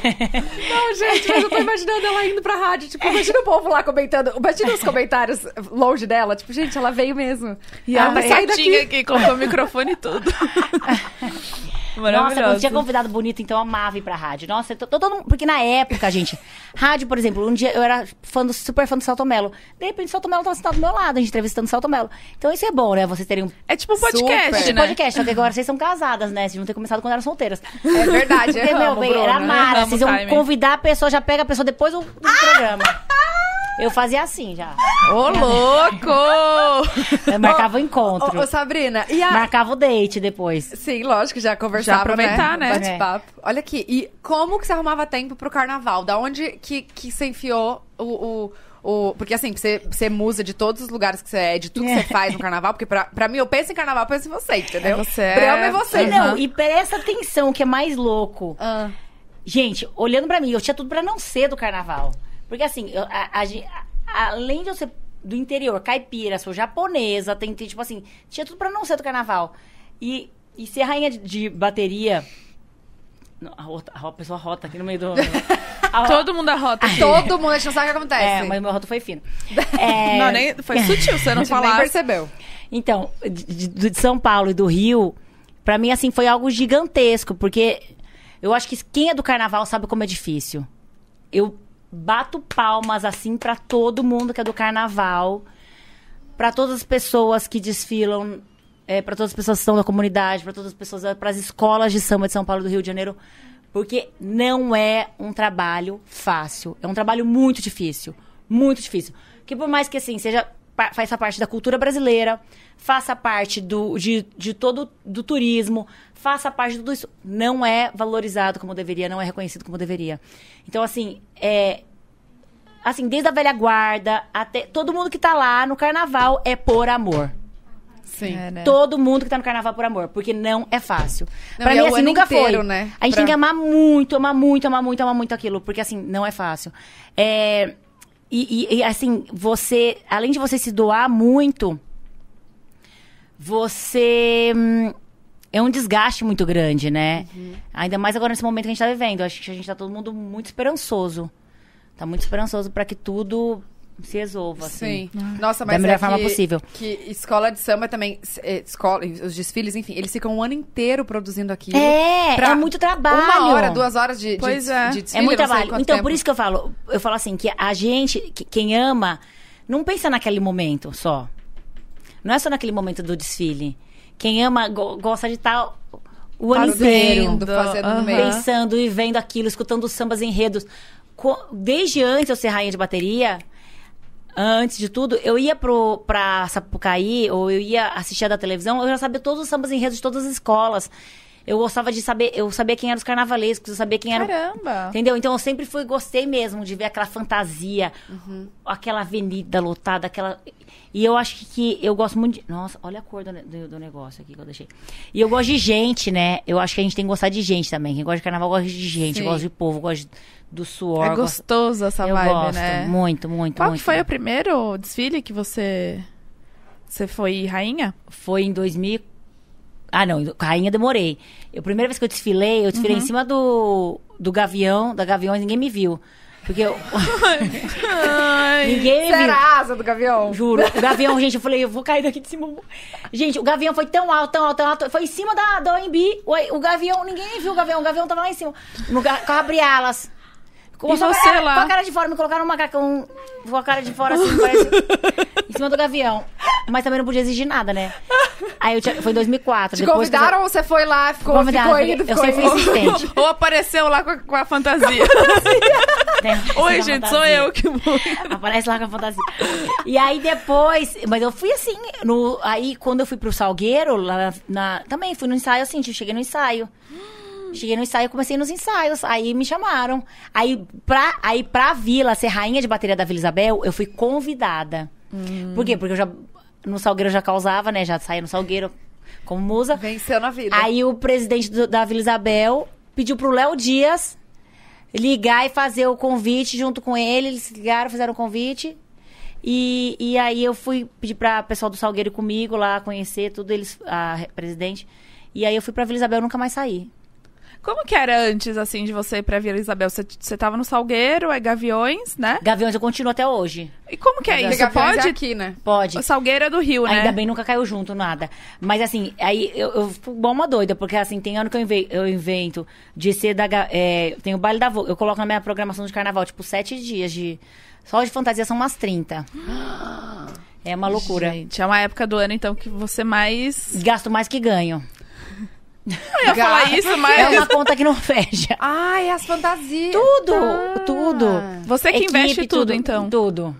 A: Não, gente, mas eu tô imaginando ela indo pra rádio. Tipo, imagina o povo lá comentando. Imagina os comentários longe dela. Tipo, gente, ela veio mesmo.
B: e a
C: Ah,
A: ela vai sair
B: Marcetinha
A: daqui.
B: que comprou o microfone e tudo.
C: Nossa, quando tinha
B: Maravilhoso.
C: convidado bonito, então eu amava ir pra rádio. Nossa, eu tô- tô todo mundo- Porque na época, gente, rádio, por exemplo, um dia eu era fã do- super fã do Salto Melo. De repente, o Salto Melo tava sentado do meu lado, a gente entrevistando o Salto Melo. Então isso é bom, né? Vocês terem um
B: É tipo um podcast,
A: Super.
B: né?
C: podcast, só que agora vocês são casadas, né? Vocês vão ter começado quando eram solteiras.
A: É verdade,
C: Porque,
A: erramos,
C: meu bem, era
A: Bruna.
C: mara.
B: Erramos
C: Vocês
B: o
C: iam
B: timing.
C: convidar a pessoa, já pega a pessoa depois do, do programa. Eu fazia assim já.
B: Ô, louco!
C: Eu marcava o
A: Ô,
C: encontro.
A: ô, Sabrina, e a...
C: Marcava o date depois.
A: Sim, lógico, já conversava,
B: Já aproveitar, né?
A: Bate-papo. Olha aqui, e como que você arrumava tempo pro carnaval? Da onde que, que você enfiou o... o, o... Porque assim, você, você é musa de todos os lugares que você é, de tudo que você faz no carnaval. Porque pra, pra mim, eu penso em carnaval, eu penso em você, entendeu?
B: É você.
A: Brama é você.
C: Não, e presta atenção, o que é mais louco.
A: Ah.
C: Gente, olhando pra mim, eu tinha tudo pra não ser do carnaval. Porque assim, eu- a- a gen- a- além de eu ser do interior, caipira, sou japonesa, tem, tem, tipo assim, tinha tudo pra não ser do carnaval. E, e ser rainha de, de bateria. Não, a, rota- a pessoa rota aqui no meio do. A-
B: Todo mundo
C: Ah,
B: arrota. aqui.
A: Todo mundo, a gente não sabe o que acontece.
C: É, mas meu roto foi fino. É,
B: Não, nem, foi sutil você
A: A
B: não
A: gente nem
B: falar.
A: percebeu.
C: Então, de, de- de São Paulo e do Rio, pra mim, assim, foi algo gigantesco, porque eu acho que quem é do carnaval sabe como é difícil. Eu bato palmas, assim, pra todo mundo que é do carnaval, pra todas as pessoas que desfilam, é, para todas as pessoas que estão na comunidade, pra todas as pessoas, para as escolas de samba de São Paulo e do Rio de Janeiro, porque não é um trabalho fácil. É um trabalho muito difícil, muito difícil. Que por mais que assim seja pa- faça parte da cultura brasileira, faça parte do, de, de todo do turismo, faça parte de tudo isso, não é valorizado como deveria, não é reconhecido como deveria. Então assim, é, assim, desde a velha guarda até todo mundo que tá lá no carnaval é por amor.
A: Sim.
B: É, né?
C: Todo mundo que tá no carnaval por amor, porque não é fácil.
A: Não,
C: pra
A: e
C: mim,
A: é o
C: assim,
A: ano
C: nunca
A: inteiro,
C: foi.
A: né?
C: A gente
A: Pra-
C: tem que amar muito, amar muito, amar muito, amar muito aquilo, porque assim, não é fácil. É, E, e- e, assim, você, além de você se doar muito, você. hum, É um desgaste muito grande, né?
A: Uhum.
C: Ainda mais agora nesse momento que a gente tá vivendo. Acho que a gente tá todo mundo muito esperançoso. Tá muito esperançoso pra que tudo se resolva, assim.
A: Sim. Nossa, mas
C: melhor
A: é
C: forma
A: que,
C: possível.
A: Que escola de samba também, s- eh, escola, os desfiles, enfim, eles ficam um ano inteiro produzindo aquilo.
C: É,
A: Pra
C: é muito trabalho.
A: Uma hora, duas horas de, de,
B: Pois
A: de,
B: é.
C: É
A: desfile, eu
C: muito
A: não sei
C: trabalho.
A: quanto
C: Então,
A: tempo.
C: por isso que eu falo, eu falo assim, que a gente, que- quem ama, não pensa naquele momento só. Não é só naquele momento do desfile. Quem ama go- gosta de estar o ano
A: Parando,
C: inteiro
A: fazendo no
B: Aham.
A: meio.
C: pensando e vendo aquilo, escutando os sambas enredos. Co- Desde antes de eu ser rainha de bateria, antes de tudo, eu ia pro, pra Sapucaí, ou eu ia assistir da televisão, eu já sabia todos os sambas enredos de todas as escolas. Eu gostava de saber, eu sabia quem eram os carnavalescos, eu sabia quem era. um
B: Caramba.
C: Entendeu? Então eu sempre fui, gostei mesmo de ver aquela fantasia, aquela avenida lotada, aquela. E eu acho que, que eu gosto muito de. Nossa, olha a cor do, ne- do- do negócio aqui que eu deixei. E eu gosto de gente, né? Eu acho que a gente tem que gostar de gente também. Quem gosta de carnaval gosta de gente,
A: Sim.
C: gosta de povo, gosta do suor.
B: É
C: gosto-
B: gostoso essa
C: eu
B: vibe,
C: gosto.
B: né?
C: Muito, muito,
B: Qual que
C: muito.
B: foi o primeiro desfile que você. Você foi rainha?
C: Foi em 2000. Ah, não, em- rainha demorei. Eu, a primeira vez que eu desfilei, eu desfilei
B: Uhum.
C: em cima do, do gavião, da gaviões, ninguém me viu. Porque eu. ninguém me viu.
A: Será a asa do Gavião?
C: Juro. O Gavião, gente, eu falei, eu vou cair daqui de cima. Gente, o Gavião foi tão alto, tão alto, tão alto. Foi em cima da, da OMB. O, o Gavião, ninguém viu o Gavião. O Gavião tava lá em cima. No, ga- com a Gabrielas. Com,
B: E você
C: com a-
B: lá?
C: Com a cara de fora. Me colocaram um macacão com a cara de fora, assim, parece... em cima do Gavião. Mas também não podia exigir nada, né? Aí eu tinha, foi em 2004.
A: Te
C: depois que eu-
A: convidaram ou você foi lá, ficou,
C: Convidaram,
A: ficou indo,
C: eu
A: ficou
C: sempre
A: indo?
C: fui Gente.
B: Ou apareceu lá com a, com a fantasia.
C: né?
B: Oi,
C: Essa
B: gente,
C: fantasia.
B: sou eu que vou.
C: Aparece lá com a fantasia. E aí depois. Mas eu fui assim. No, aí quando eu fui pro Salgueiro, lá na. Também fui no ensaio assim, tipo, cheguei no ensaio. Cheguei no ensaio, comecei nos ensaios. Aí me chamaram. Aí pra, aí pra vila, ser rainha de bateria da Vila Isabel, eu fui convidada. Por quê? Porque eu já. No Salgueiro eu já causava, né? Já saía no Salgueiro como musa.
A: Venceu na vida.
C: Aí o presidente do- da Vila Isabel pediu pro Léo Dias ligar e fazer o convite junto com ele. Eles ligaram, fizeram o convite. E, e aí eu fui pedir pra pessoal do Salgueiro ir comigo lá conhecer tudo, eles, a re- presidente. E aí eu fui pra Vila Isabel, eu nunca mais saí.
B: Como que era antes, assim, de você ir pra Vila Isabel? Você, você tava no Salgueiro, é Gaviões, né?
C: Gaviões eu continuo até hoje.
B: E como que é
A: Porque
B: isso?
A: Gaviões é
B: Pode?
A: aqui, né?
C: Pode.
B: O Salgueiro é do Rio, né?
C: Ainda bem nunca caiu junto, nada. Mas assim, aí eu, eu fico igual uma doida, porque assim, tem ano que eu invento, eu invento de ser da. ga- É, tem o baile da Vogue. Eu coloco na minha programação de carnaval, tipo, sete dias de. Só de fantasia são umas 30. É uma loucura.
B: Gente, é uma época do ano, então, que você mais.
C: Gasto mais que ganho.
B: Eu ia falar
A: Gato.
B: isso,
C: É
B: mas.
C: uma conta que não fecha.
A: Ai, é as fantasias.
C: Tudo!
A: Tá.
C: Tudo!
B: Você Ah. é que
C: um Equipe,
B: investe tudo, então.
C: Tudo.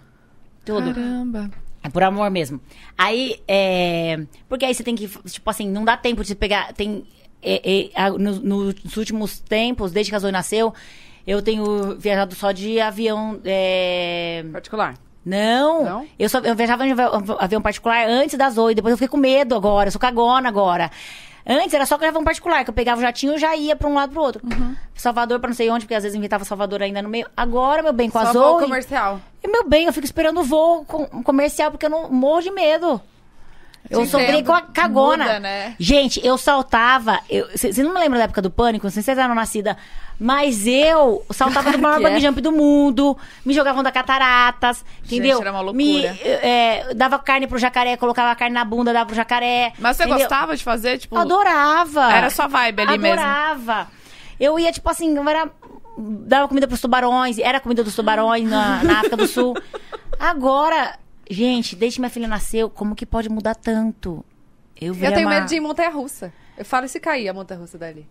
C: Tudo.
B: Caramba.
C: É por amor mesmo. Aí, é... Porque aí você tem que, tipo assim, não dá tempo de você pegar... Tem... é, é, a- no- nos últimos tempos, desde que a Zoe nasceu, eu tenho viajado só de avião... é,
A: Particular.
C: Não,
A: Não?
C: Eu, só, eu viajava de avi- avião particular antes da Zoe, depois eu fiquei com medo agora, eu sou cagona agora. Antes era só com avião particular, que eu pegava o jatinho e já ia pra um lado pro outro. Salvador pra não sei onde, porque às vezes invitava Salvador ainda no meio. Agora, meu bem, com a
A: Só
C: Zoe...
A: voo comercial.
C: E, meu bem, eu fico esperando o voo com- comercial porque eu não morro de medo. Eu
A: Te
C: sou
A: entendo.
C: gregó- cagona.
B: Muda, né?
C: Gente, eu saltava. Vocês não me lembram da época do pânico? Não sei se vocês eram nascida. Mas eu saltava do maior
A: que é.
C: bang jump do mundo. Me jogavam da cataratas.
B: Gente,
C: Entendeu?
B: era uma loucura.
C: Me, eh, eh, dava carne pro jacaré, colocava a carne na bunda, dava pro jacaré.
B: Mas você
C: entendeu?
B: gostava de fazer, tipo...
C: Adorava.
B: Era sua vibe ali mesmo.
C: Adorava. Eu ia, tipo assim, eu era, dava comida pros tubarões, era comida dos tubarões na, na África do Sul. Agora, gente, desde que minha filha nasceu, como que pode mudar tanto? Eu, virei
A: Eu tenho
C: uma-
A: medo de ir em montanha russa. Eu falo, e se cair a montanha russa dali?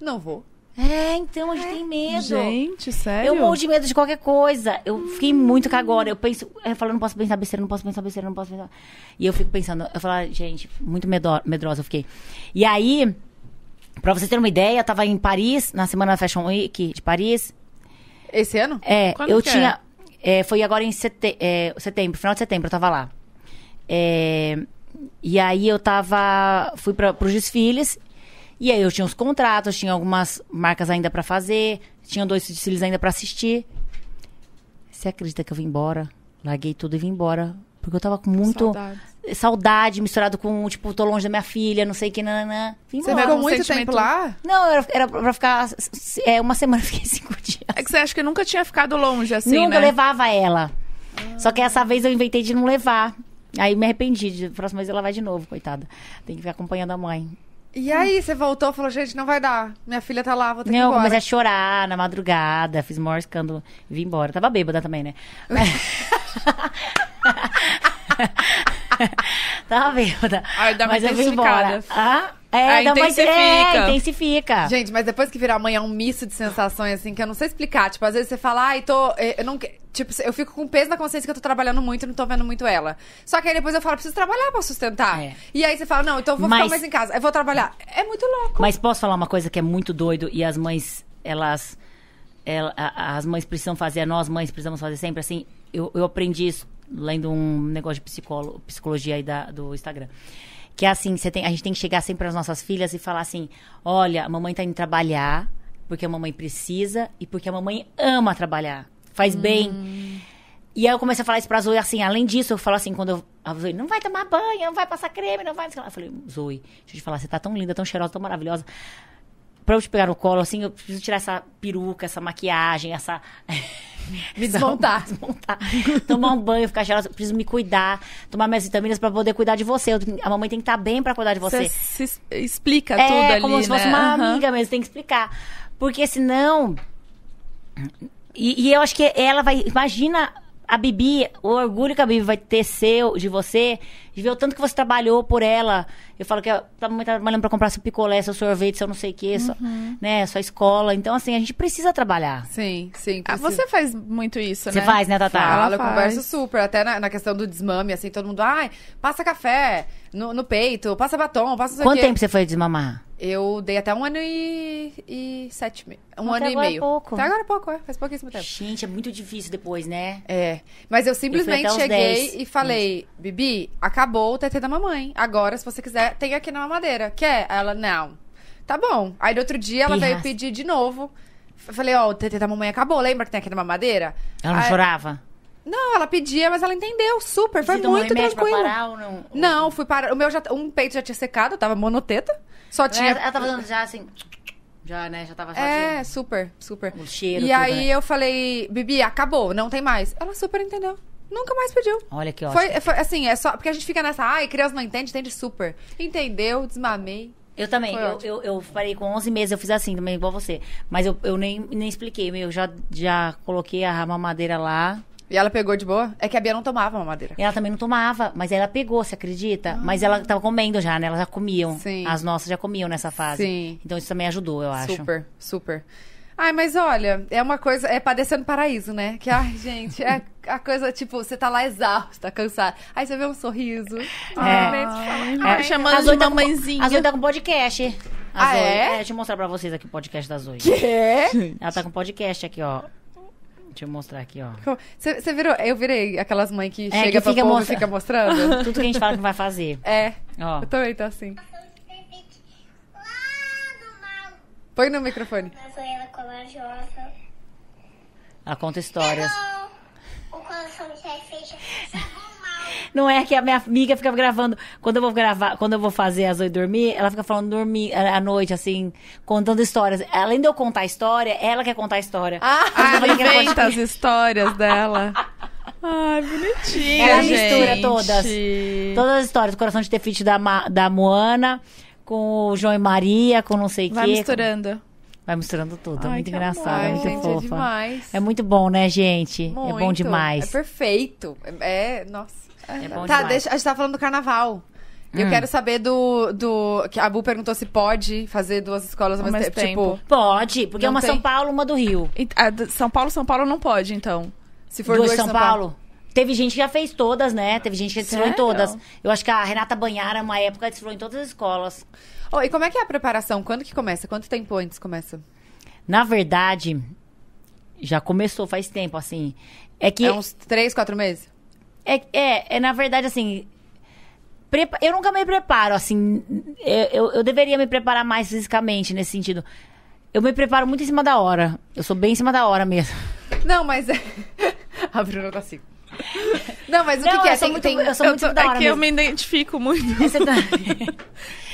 A: Não vou.
C: É, então, a gente tem medo.
B: Gente, sério?
C: Eu morro de medo de qualquer coisa. Eu fiquei muito cagona. Eu penso, eu falo, não posso pensar besteira, não posso pensar besteira, não posso pensar. E eu fico pensando, eu falo, ah, gente, muito medo- medrosa eu fiquei. E aí, pra vocês terem uma ideia, eu tava em Paris, na semana Fashion Week de Paris.
A: Esse ano?
C: É,
B: Quando
C: eu
B: que é?
C: tinha. é, foi agora em sete- é, setembro, final de setembro eu tava lá. É, e aí eu tava. Fui para os desfiles. E aí eu tinha os contratos, tinha algumas marcas ainda pra fazer, tinha dois desfiles ainda pra assistir. Você acredita que eu vim embora? Larguei tudo e vim embora. Porque eu tava com muito saudade,
B: Saudades.
C: misturado com, tipo, tô longe da minha filha, não sei o que, nananã. Vim
A: Você
C: embora.
A: ficou
B: um
A: muito
B: sentimento-
A: tempo lá?
C: Não, era, era pra ficar. É, uma semana eu fiquei cinco dias.
B: É que você acha que nunca tinha ficado longe, assim,
C: Nunca
B: né?
C: eu levava ela. Só que essa vez eu inventei de não levar. Aí me arrependi. De próxima vez ela vai de novo, coitada. Tem que ficar acompanhando a mãe.
A: E aí, você voltou e falou, gente, não vai dar. Minha filha tá lá, vou ter
C: Não,
A: que ir
C: eu
A: embora.
C: comecei a chorar na madrugada, fiz maior escândalo e vim embora. Tava bêbada também, né? Tava bêbada.
B: Aí dá uma
C: Mas eu vim embora.
B: intensificada.
C: Ah, é,
B: Aí
C: dá uma
B: intensifica.
C: É, intensifica.
A: Gente, mas depois que virar mãe é um misto de sensações, assim, que eu não sei explicar. Tipo, às vezes você fala, ai, tô. eh, Eu não, que- tipo, eu fico com peso na consciência que eu tô trabalhando muito e não tô vendo muito ela. Só que aí depois eu falo, preciso trabalhar pra sustentar.
C: É.
A: E aí você fala, não, então eu vou ficar
C: Mas-
A: mais em casa. Eu vou trabalhar. É muito louco.
C: Mas posso falar uma coisa que é muito doido e as mães, elas. ela- a- as mães precisam fazer, nós mães precisamos fazer sempre assim. Eu, eu aprendi isso lendo um negócio de psicólogo, psicologia aí da- do Instagram. Que é assim, você tem, a gente tem que chegar sempre às nossas filhas e falar assim: olha, a mamãe tá indo trabalhar porque a mamãe precisa e porque a mamãe ama trabalhar. Faz bem. E aí eu comecei a falar isso pra Zoe, assim, além disso, eu falo assim, quando eu. A Zoe, não vai tomar banho, não vai passar creme, não vai. não sei lá. Eu falei, Zoe, deixa eu te falar, você tá tão linda, tão cheirosa, tão maravilhosa. Pra eu te pegar no colo, assim, eu preciso tirar essa peruca, essa maquiagem, essa.
A: Me desmontar.
C: desmontar. Tomar um banho, ficar cheirosa, eu preciso me cuidar, tomar minhas vitaminas pra poder cuidar de você. Eu- a mamãe tem que estar bem pra cuidar de você.
B: Você se es- explica
C: É,
B: tudo ali,
C: como se fosse
B: né?
C: uma
B: Aham.
C: amiga mesmo, tem que explicar. Porque senão. E, e eu acho que ela vai. Imagina a Bibi, o orgulho que a Bibi vai ter seu, de você, de ver o tanto que você trabalhou por ela. Eu falo que a tua mãe tá trabalhando pra comprar seu picolé, seu sorvete, seu não sei o quê, sua, né, sua escola. Então, assim, a gente precisa trabalhar.
A: Sim, sim.
B: Ah,
A: preciso.
B: você faz muito isso, né?
C: Você faz, né, Tatá?
B: Fala.
A: Fala, eu
B: faz.
A: converso super. Até na, na questão do desmame, assim, todo mundo, ai, passa café no, no peito, passa batom, passa não sei o
C: Quanto
A: quê.
C: tempo você foi desmamar?
A: Eu dei até um ano e, e sete meses. Um ano
C: Até
A: e
C: agora é
A: meio.
C: pouco.
A: Até agora é pouco, é. Faz pouquíssimo tempo.
C: Gente, é muito difícil depois, né?
A: É. Mas eu
C: Eu
A: simplesmente
C: fui até uns
A: cheguei
C: 10.
A: e falei, Bibi, acabou o TT da mamãe. Agora, se você quiser, tem aqui na mamadeira. Quer? Ela, não. Tá bom. Aí, no outro dia, ela veio
C: Pirraça.
A: pedir de novo. Eu Falei, ó, o TT da mamãe acabou. Lembra que tem aqui na mamadeira?
C: Ela não
A: Aí-
C: chorava?
A: Não, ela pedia, mas ela entendeu. Super, foi
C: Você tomou
A: muito
C: remédio pra
A: tranquilo.
C: parar ou não?
A: Não, fui parar. O meu já, um peito já tinha secado, eu tava monoteta. Só
C: Ela,
A: tinha
C: ela tava dando já assim. Já, né? Já tava fazendo.
A: É, super, super.
C: O cheiro,
A: E
C: tudo,
A: aí
C: né?
A: eu falei, Bibi, acabou, não tem mais. Ela super entendeu. Nunca mais pediu.
C: Olha que ótimo.
A: Foi, foi assim, é só. Porque a gente fica nessa, ai, criança não entende, entende super. Entendeu, desmamei.
C: Eu também.
A: Foi
C: Eu,
A: ótimo.
C: eu, eu parei com 11 meses, eu fiz assim também, igual você. Mas eu, eu nem, nem expliquei. Eu já, já coloquei a mamadeira lá.
A: E ela pegou de boa? É que a Bia não tomava mamadeira.
C: E ela também não tomava, mas ela pegou, você acredita? Mas ela tava comendo já, né? Elas já comiam.
A: Ah. Sim.
C: As nossas já comiam nessa fase.
A: Sim.
C: Então isso também ajudou, eu acho.
A: Super, super. Ai, mas olha, é uma coisa, é padecendo paraíso, né? Que, ai, gente, é a coisa, tipo, você tá lá exausta, cansada. Aí você vê um sorriso.
B: Ah, Ai,
C: É.
B: ai, Ah, chamando
C: As
B: de
C: oito tá com-
B: mamãezinha.
C: A Zoe tá com podcast. A
A: Ah,
C: Zoe-
A: é?
C: Deixa eu mostrar pra vocês aqui o podcast da Zoe.
A: É?
C: Ela tá com podcast aqui, ó. Deixa eu mostrar aqui, ó.
A: Você você virou, eu virei aquelas mães que
C: É,
A: chega
C: que
A: pra
C: fica
A: povo
C: mostra-
A: e fica mostrando.
C: Tudo que a gente fala que vai fazer.
A: É.
C: Ó.
A: Eu também tô assim.
D: lá do mal.
A: Põe no microfone.
D: Mas ela é corajosa.
C: Ela conta histórias.
D: O coração já é feito. Chegou mal.
C: Não é que a minha amiga fica gravando. Quando eu vou gravar, quando eu vou fazer as oito dormir, ela fica falando dormir à noite, assim, contando histórias. Além de eu contar a história, ela quer contar a história.
B: Ah,
A: Ah,
B: ela
C: falei que era
B: inventa as histórias dela. Ai, bonitinha,
C: Ela
B: gente.
C: mistura todas. Todas as histórias, do coração de Tefite da, Ma- da Moana, com o João e Maria, com não sei o quê.
B: Vai misturando.
C: Vai misturando tudo. É
B: Ai,
C: muito
B: que
C: engraçado,
B: amor.
C: é
A: Ai,
C: muito
A: gente, é
C: fofa.
A: demais.
C: É, muito bom, né, gente? É bom
A: Muito.
C: demais.
A: É perfeito. É, é- nossa.
C: É bom
A: tá,
C: demais. Hum.
A: deixa, a gente tá falando do carnaval. Eu quero saber do, do. que A Bu perguntou se pode fazer duas escolas ao
B: Ao
A: mesmo
B: mesmo
A: tempo.
B: tempo.
A: Tipo,
C: Pode, porque é
A: Não
C: uma
A: tem.
C: São Paulo, uma do Rio.
B: E a do- São Paulo, São Paulo não pode, então.
A: se for
C: Duas de São, Paulo.
A: Paulo.
C: Teve gente que já fez todas, né? Teve gente que desfilou em
B: Sério?
C: todas. Eu acho que a Renata Banhara, uma época, desfilou em todas as escolas.
A: Ô, e como é que é a preparação? Quando que começa? Quanto tempo antes começa?
C: Na verdade, já começou faz tempo, assim. É que.
A: É uns três, quatro meses?
C: É, é, é, na verdade, assim. prepa- Eu nunca me preparo, assim. é, Eu, eu deveria me preparar mais fisicamente nesse sentido. Eu me preparo muito em cima da hora. Eu sou bem em cima da hora mesmo.
A: Não, mas. é- a Bruna não consigo. Não, mas o
C: Não,
A: que, que é?
C: eu sou
A: Tem-
C: muito-
A: tem-
C: eu sou
B: Eu
C: muito
B: tô-
C: Tipo, da hora
B: é que eu
C: mesmo.
B: me identifico muito.
C: Você tá-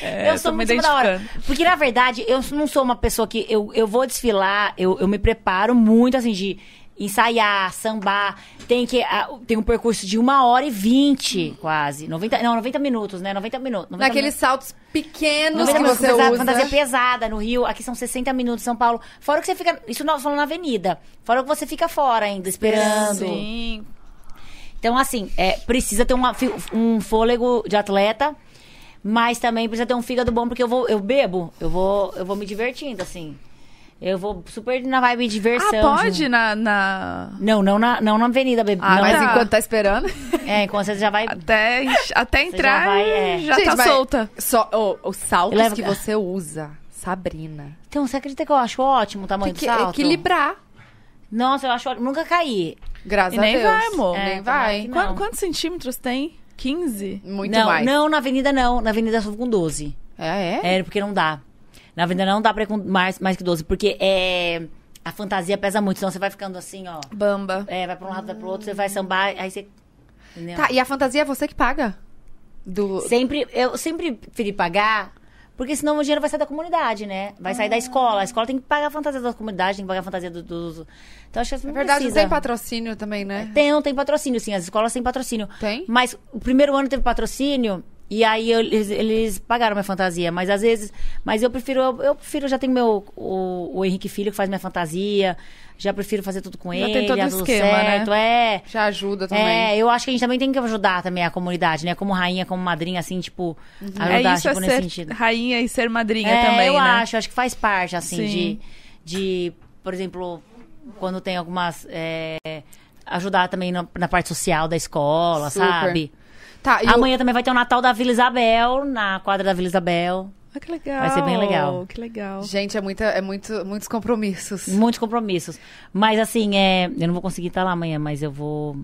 B: É,
C: eu sou
B: tô
C: muito
B: me
C: em cima da hora.
B: identificando.
C: Porque, na verdade, eu não sou uma pessoa que. Eu, eu vou desfilar, eu, eu me preparo muito, assim, de ensaiar, sambar. Tem, que, ah, tem um percurso de uma hora e vinte, quase. 90, não, 90 minutos, né? 90 minutos. 90
A: Naqueles saltos pequenos
C: Noventa
A: que
C: minutos,
A: você
C: pesada,
A: usa.
C: fantasia pesada no Rio, aqui são 60 minutos em São Paulo. Fora que você fica. Isso nós falando na avenida. Fora que você fica fora ainda, esperando.
B: Sim.
C: Então, assim, é, precisa ter uma fi- um fôlego de atleta, mas também precisa ter um fígado bom, porque eu vou, eu bebo, eu vou, eu vou me divertindo, assim. Eu vou super na vibe de diversão.
B: Ah, pode
C: junto.
B: na... na...
C: Não, não na, não na avenida, bebê.
A: Ah,
C: não,
A: mas
B: tá.
A: enquanto tá esperando.
C: É, enquanto você já vai.
B: Até, até entrar, já,
C: vai, é.
A: Gente,
B: tá
A: mas
B: solta.
A: Só, ô, os saltos
C: Leva-
A: que você usa, Sabrina.
C: Então, você acredita que eu acho ótimo o tamanho
A: Tem
C: do
A: que
C: salto?
A: equilibrar.
C: Nossa, eu acho ótimo. Nunca caí.
A: Graças
B: E nem
A: a Deus.
B: vai, amor.
A: E
B: É,
A: nem
C: tomara
A: vai.
C: que
B: Qua-
C: não.
B: Quantos centímetros tem? 15?
A: Muito
C: não,
A: mais.
C: não, na avenida não. Na avenida eu só vou com 12.
A: É, é?
C: É, porque não dá. Na avenida não dá pra ir com mais, mais que 12, porque é, a fantasia pesa muito, senão você vai ficando assim, ó.
B: Bamba.
C: É, vai pra um lado, vai pro outro, você vai sambar, aí você. Entendeu?
A: Tá, e a fantasia é você que paga? Do...
C: Sempre, eu sempre preferi pagar, porque senão o dinheiro vai sair da comunidade, né? Vai sair da escola. A escola tem que pagar a fantasia da comunidade, tem que pagar a fantasia do- dos. Então acho que
A: Na
C: não
A: É verdade,
C: precisa. É,
A: tem patrocínio também, né?
C: Tem, não tem patrocínio, sim. As escolas têm patrocínio.
A: Tem?
C: Mas o primeiro ano teve patrocínio e aí eu- eles, eles pagaram minha fantasia. Mas às vezes. Mas eu prefiro. Eu, eu prefiro, já tenho meu. O, o Henrique Filho que faz minha fantasia. Já prefiro fazer tudo com
B: Já
C: ele.
B: tem todo o
C: tudo
B: esquema, né?
C: certo, é.
A: Já ajuda
C: É,
A: também.
C: eu acho que a gente também tem que ajudar também a comunidade, né? Como rainha, como madrinha, assim, tipo,
B: É
C: ajudar,
B: isso,
C: tipo,
B: é
C: nesse
B: ser
C: sentido.
B: rainha e ser madrinha
C: É,
B: também,
C: eu
B: né?
C: acho, acho que faz parte, assim,
B: Sim.
C: de, de, por exemplo, quando tem algumas. é, ajudar também na, na parte social da escola,
A: Super.
C: sabe?
A: Tá, e o-
C: Amanhã também vai ter o Natal da Vila Isabel, na quadra da Vila Isabel.
B: Ah, que legal.
C: Vai ser bem legal.
B: Que legal.
A: Gente, é, muita, é muito, muitos compromissos.
C: Muitos compromissos. Mas assim, é, eu não vou conseguir estar lá amanhã, mas eu vou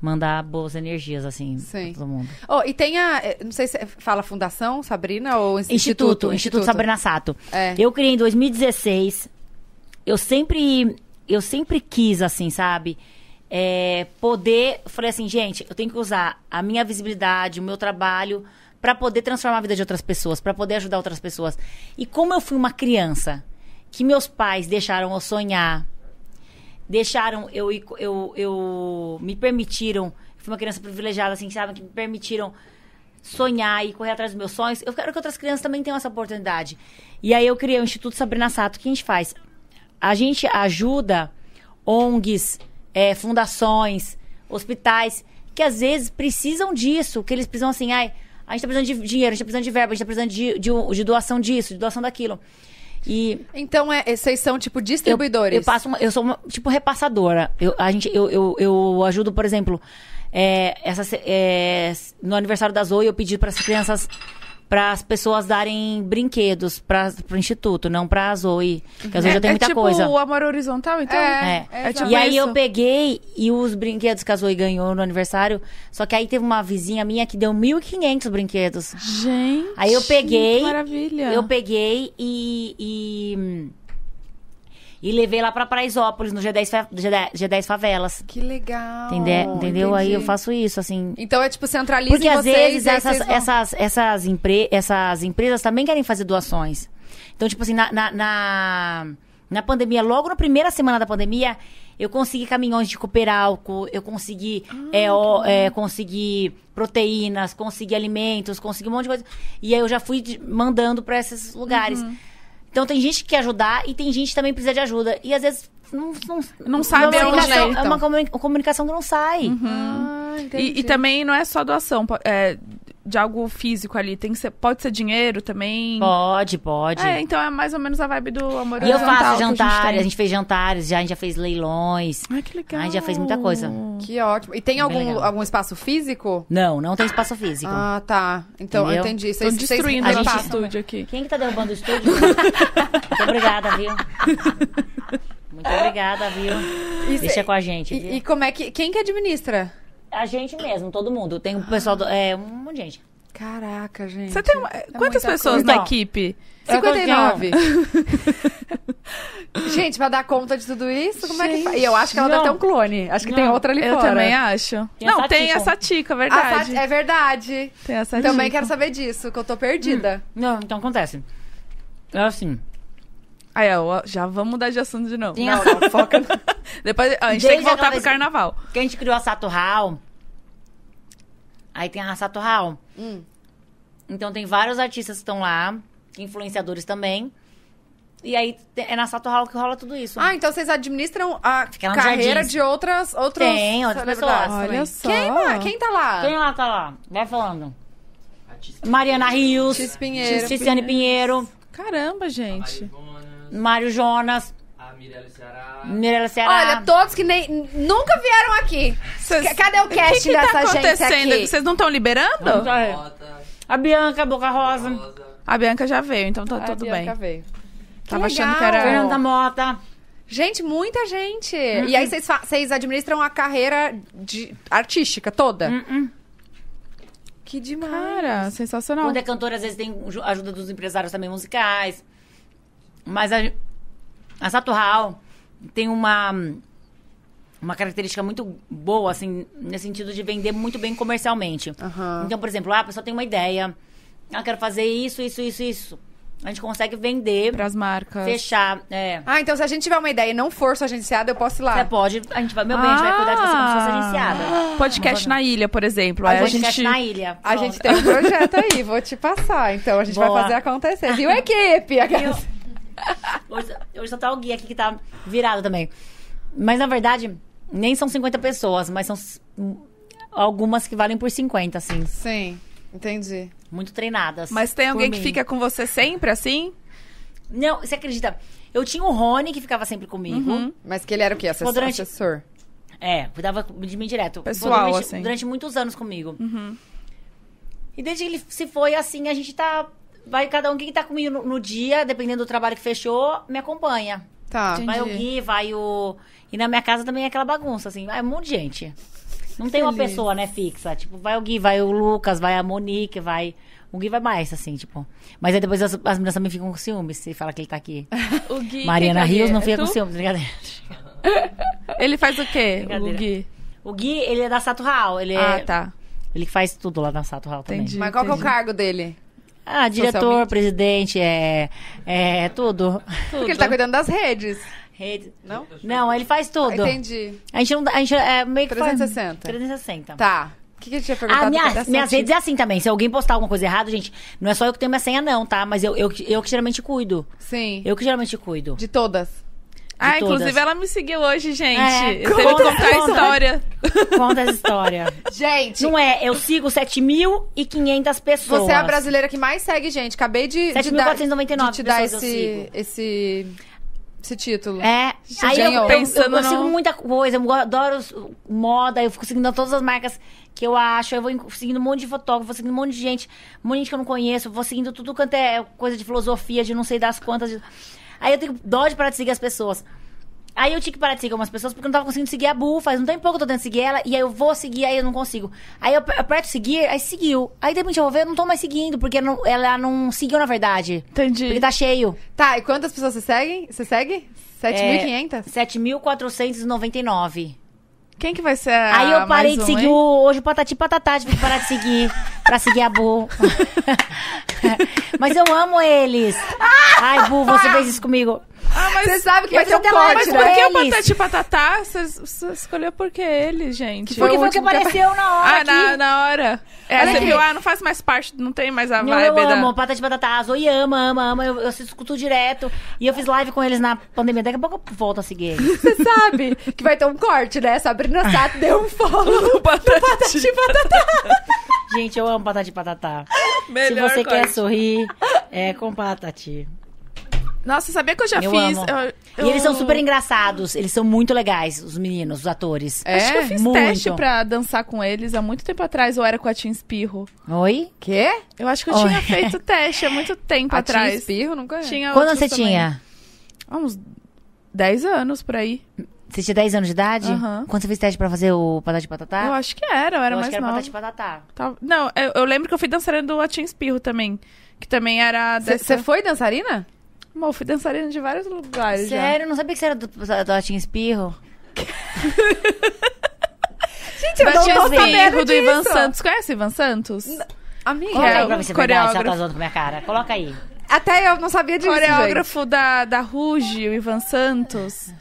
C: mandar boas energias, assim,
A: Sim.
C: pra todo mundo.
A: Oh, e tem a. eh, Não sei se fala Fundação, Sabrina, ou Instituto?
C: Instituto, Instituto, Sabrina Sato.
A: É.
C: Eu criei em 2016. Eu sempre, eu sempre quis, assim, sabe? É, poder. Falei assim, gente, eu tenho que usar a minha visibilidade, o meu trabalho, pra poder transformar a vida de outras pessoas, pra poder ajudar outras pessoas. E como eu fui uma criança que meus pais deixaram eu sonhar, deixaram eu ir co- eu, eu me permitiram fui uma criança privilegiada assim sabe que me permitiram sonhar e correr atrás dos meus sonhos eu quero que outras crianças também tenham essa oportunidade e aí eu criei o Instituto Sabrina Sato o que a gente faz a gente ajuda ONGs eh, fundações hospitais que às vezes precisam disso que eles precisam assim ai a gente tá precisando de dinheiro a gente tá precisando de verba a gente tá precisando de, de, um- de doação disso de doação daquilo e
A: Então, é, eh, vocês são, tipo,
C: eu-
A: distribuidores.
C: Eu, passo uma- eu sou uma, tipo repassadora. Eu, a gente, eu, eu, eu ajudo, por exemplo, é, essa se- é, no aniversário da Zoe, eu pedi para as crianças, para as pessoas darem brinquedos para o instituto, não para a Zoe. Porque a Zoe já tem
B: é
C: muita
B: tipo
C: coisa.
B: o amor horizontal, então?
A: É,
C: É.
A: é
B: tipo
C: e aí
B: isso.
C: eu peguei e os brinquedos que a Zoe ganhou no aniversário. Só que aí teve uma vizinha minha que deu 1.500 brinquedos.
B: Gente.
C: Aí eu peguei.
B: que maravilha.
C: Eu peguei e. e E levei lá pra Paraisópolis, no G10, fa- G10, G10 Favelas.
A: Que legal.
C: Entende- Entendeu? Aí
A: Ah,
C: eu
A: entendi.
C: faço isso, assim.
A: Então é tipo, centraliza
C: Porque
A: em
C: às
A: vocês
C: vezes
A: e aí
C: essas,
A: vocês vão-
C: essas, essas, empre- essas empresas também querem fazer doações. Então, tipo assim, na, na, na, na pandemia, logo na primeira semana da pandemia, eu consegui caminhões de cooperálcool, eu consegui,
A: Ah,
C: é, ó, é, consegui proteínas, consegui alimentos, consegui um monte de coisa. E aí eu já fui de- mandando pra esses lugares.
A: Uhum.
C: Então tem gente que quer ajudar e tem gente que também precisa de ajuda. E às vezes não, não,
B: Não sabe
C: é uma
B: aonde
C: comunicação-
B: é,
C: É
A: então.
C: uma comu- comunicação que não sai.
A: Ah,
B: E,
A: entendi.
B: e também não é só doação po- é, de algo físico ali. Tem que ser, pode ser dinheiro também.
C: Pode, pode.
B: É, então é mais ou menos a vibe do amor
C: E eu faço
B: horizontal que
C: jantares, a
B: tem.
C: gente fez jantares, já, a gente já fez leilões.
B: Ai, que legal.
C: Ai, já fez muita coisa.
A: Que ótimo. E tem
C: Bem
A: algum,
C: legal.
A: algum espaço físico?
C: Não, não tem espaço físico.
A: Ah, tá. Então, eu
C: Entendeu?
A: entendi.
B: Tô
A: Vocês, vocês-
B: destruindo
A: a
B: o
A: gente-
B: nosso estúdio aqui.
C: Quem que tá derrubando o estúdio? Muito obrigada, viu? Muito obrigada, viu?
A: e,
C: Deixa com a gente, viu?
A: e, e como é que... Quem que administra?
C: A gente mesmo, todo mundo. Tem o pessoal do... É, um monte de gente.
A: Caraca, gente. É
B: Você tem
C: é
B: uma- quantas
A: muita
B: pessoas
A: coisa.
B: na
C: Então,
B: equipe?
C: É o que eu
A: 59. gente, pra dar conta de tudo isso, como é que faz? E eu acho que ela
C: Não.
A: deve ter um clone. Acho que tem
C: Não.
A: outra ali
B: Eu
A: fora.
B: também acho.
C: Tem
B: não,
C: essa
B: tem
C: tica.
B: essa tica,
A: Ah,
B: verdade. É
A: tá- é verdade.
B: Tem essa
A: Também
B: dica.
A: quero saber disso, que eu tô perdida.
C: Não, então acontece. É assim...
B: Aí, Ah, é, ó, já vamos mudar de assunto de novo.
C: Sim.
A: Não, não, foca no...
B: Depois ó, a gente
C: Desde
B: tem que
C: aquela
B: voltar pro
C: vez-
B: carnaval.
C: que a gente criou a Sato Hall. Aí tem a Sato Hall.
A: Hum.
C: Então tem vários artistas que estão lá, influenciadores também. E aí te- é na Sato Hall que rola tudo isso.
A: Ah, então vocês administram a
C: Fica lá no
A: carreira
C: Jardins.
A: de outras, outros
C: Tem, outras
A: celebridades
C: pessoas.
A: também.
B: Olha só. um
A: Quem, lá? Quem tá lá?
C: Quem lá tá lá? Vai falando. Mariana Rios,
A: X Pinheiro.
C: Ticiane Pinheiro,
B: Caramba, gente.
E: Maribonas,
C: Mário Jonas,
E: a Mirella Ceará.
C: Mirella Ceará.
A: Olha, todos que nem nunca vieram aqui.
B: Cês-
A: C- Cadê o
B: O que,
A: cast
B: que tá
A: dessa gente
B: acontecendo?
A: aqui?
B: Vocês não estão liberando?
C: É.
E: Mota,
C: A Bianca Boca Rosa,
E: Rosa.
B: A Bianca já veio, então tá
A: Ah,
B: tudo
A: Bianca
B: bem.
A: veio.
B: Tava
A: Que
B: achando que
A: legal.
B: era.
C: Fernanda Mota.
A: Gente, muita gente.
B: Uhum.
A: E aí vocês, fa- vocês administram a carreira de- artística toda?
C: Uhum.
A: Que demais.
B: Cara, sensacional.
C: Quando é cantora, às vezes tem ju- ajuda dos empresários também musicais. Mas a, a Sato Hall tem uma, uma característica muito boa, assim, nesse sentido de vender muito bem comercialmente.
A: Aham.
C: Então, por exemplo, ah, a pessoa tem uma ideia. Ah, eu quero fazer isso, isso, isso, isso. A gente consegue vender,
B: Pras marcas.
C: fechar. É.
A: Ah, então se a gente tiver uma ideia e não for sua agenciada, eu posso ir lá.
C: Você é pode, a gente vai, meu bem, a gente vai cuidar de você como se fosse agenciada.
B: Ah! Podcast na ilha, por exemplo. Aí
C: A
B: a
C: gente,
B: gente.
C: na ilha.
A: A gente tem um projeto aí, vou te passar. Então a gente vai
C: Boa.
A: fazer acontecer. Viu, equipe?
C: Eu- Hoje, hoje só tá o Gui aqui que tá virado também. Mas na verdade, nem são 50 pessoas, mas são s- m- algumas que valem por 50, assim.
A: Sim, entendi.
C: Muito treinadas.
B: Mas tem
C: por
B: alguém que
C: mim.
B: fica com você sempre assim?
C: Não, você acredita? Eu tinha o Rony que ficava sempre comigo.
A: Mas que ele era o quê? Assessor?
C: Durante-
A: assessor?
C: É, cuidava de mim direto.
B: Pessoal,
C: durante,
B: assim. Uhum.
C: Durante muitos anos comigo. E desde que ele se foi, assim, a gente tá. Vai cada um que tá comigo no, no dia, dependendo do trabalho que fechou, me acompanha.
A: Tá.
B: Entendi.
C: Vai o Gui, vai o. E na minha casa também é aquela bagunça, assim. Vai um monte de gente. Não tem uma
B: Feliz.
C: pessoa, né, fixa. Tipo, vai o Gui, vai o Lucas, vai a Monique, vai. O Gui vai mais, assim, tipo. Mas aí depois as, as meninas também ficam com ciúmes se fala que ele tá aqui.
B: O Gui.
C: Mariana
B: quem que é o Gui?
C: Rios não fica
B: É
C: com
B: tu?
C: ciúmes, brincadeira.
B: Ele faz o quê? O
C: Brincadeira.
B: Gui.
C: O Gui, ele é da Sato Hall. Ele, é-
B: Ah, tá.
C: ele que faz tudo lá na Sato Hall também.
B: Entendi.
A: Mas qual que é o
B: entendi.
A: cargo dele? Social
C: Ah,
A: media.
C: diretor, presidente, é. É tudo.
A: Porque ele tá cuidando das redes,
C: Rede-
A: não?
C: Não, ele faz tudo.
A: Entendi.
C: A gente não dá. A gente é meio que. faz-
A: 360.
C: 360.
A: Tá. O que, que eu tinha perguntado?
C: Ah, minhas-
A: Que eu tava
C: minhas
A: sentindo.
C: redes é assim também. Se alguém postar alguma coisa errada, gente, não é só eu que tenho minha senha, não, tá? Mas eu, eu, eu que geralmente cuido.
A: Sim.
C: é- Eu que geralmente cuido.
A: De todas.
B: Ah,
C: de
B: inclusive
C: todas.
B: ela me seguiu hoje, gente.
C: É.
B: Eu teve que
C: Conta,
B: contar a
C: conta.
B: história.
C: Conta essa história.
A: Gente,
C: não é, eu sigo 7.500 pessoas.
A: você é a brasileira que mais segue gente. Acabei de, de, dar, de
C: 7.499
A: te dar
C: pessoas eu
A: esse,
C: sigo.
A: esse, esse título.
C: É, aí eu,
A: ganhou.
C: eu, eu,
B: Pensando
C: eu sigo
B: no-
C: muita coisa, eu adoro os- moda, eu fico seguindo todas as marcas que eu acho, eu vou en- seguindo um monte de fotógrafo, vou seguindo um monte de gente, um monte de gente que eu não conheço, vou seguindo tudo quanto é coisa de filosofia, de não sei das quantas. de- Aí eu tenho dó de parar de seguir as pessoas. Aí eu tinha que parar de seguir algumas pessoas porque eu não tava conseguindo seguir a Bu. Faz um tempo que eu tô tentando seguir ela. E aí eu vou seguir, aí eu não consigo. Aí eu ap- aperto seguir, aí seguiu. Aí de repente eu vou ver, eu não tô mais seguindo, porque não- ela não seguiu na verdade.
B: Entendi.
C: Porque tá cheio.
A: Tá, e quantas pessoas você segue? Você segue?
C: É.
A: 7.500?
C: 7.499.
B: Quem que vai ser a
C: Aí eu
B: mais
C: parei de
B: um,
C: seguir
B: hein?
C: o, hoje o Patati Patatá, tive que parar de seguir pra seguir a Bu. Mas eu amo eles. Ai, Bu, você fez isso comigo.
B: Ah, mas...
A: Você sabe que vai
C: Mas
A: ter um
C: eu tenho
B: Mas
C: uma-
A: corte,
B: por
A: né?
B: que o
C: Eles.
B: Patati Patatá? Você você escolheu por que ele, gente?
C: Porque
B: o
C: foi o que
B: último
C: apareceu na hora
B: Ah, na,
C: aqui.
B: na hora. É,
A: Olha
B: você
A: aqui.
B: viu, ah, não faz mais parte, não tem mais a
C: Não,
B: vibe
C: eu
B: da...
C: amo, Patati Patatá, a Zoe ama, ama, ama, eu, eu escuto direto. E eu fiz live com eles na pandemia, daqui a pouco eu volto a seguir eles.
A: Você sabe que vai ter um corte, né? Sabrina Sato deu um follow.
B: Patati Patatá.
C: Gente, eu amo Patati Patatá. Se
B: Melhor
C: você quer
B: coisa.
C: sorrir, é com Patati.
B: Nossa, sabia que eu já
C: Eu
B: fiz?
C: amo.
B: Eu-
C: E eles
B: eu-
C: são super engraçados, eles são muito legais, os meninos, os atores.
A: É?
B: Acho que eu fiz
C: Muito.
B: teste pra dançar com eles há muito tempo atrás, ou era com a Tim Espirro.
C: Oi?
A: Quê?
B: Eu acho que eu
C: Oi.
B: tinha feito teste há muito tempo
A: A Tia
B: atrás.
A: Espirro, não conheço.
B: Tinha
C: Quando
B: outros
C: você
B: É também.
C: tinha?
B: Há uns 10 anos por aí.
C: Você tinha 10 anos de idade?
B: Aham.
C: Quando você fez teste pra fazer o patati patatá?
B: Eu acho que era, eu era
C: Ah. Eu acho
B: mais
C: que era tipo,
B: nova.
C: patati patatá.
B: Tava- Não, eu, eu lembro que eu fui dançarina do Atin Espirro também. Que também era
A: Você
B: dessa...
A: foi dançarina?
B: Mô, eu fui dançarina de vários lugares já.
C: Sério, eu não sabia que você era do, do Atinho Espirro.
A: Gente,
B: Da Tia
C: sabendo
B: Espirro, do Ivan Santos. Conhece o Ivan Santos? é
A: Amiga,
C: Coloca aí
B: Real,
C: pra mim se é verdade, se ela tá
B: coreógrafo.
C: zoando com a minha cara. Coloca aí.
A: até eu não sabia disso, gente.
B: Coreógrafo da, da Ruge, o Ivan Santos.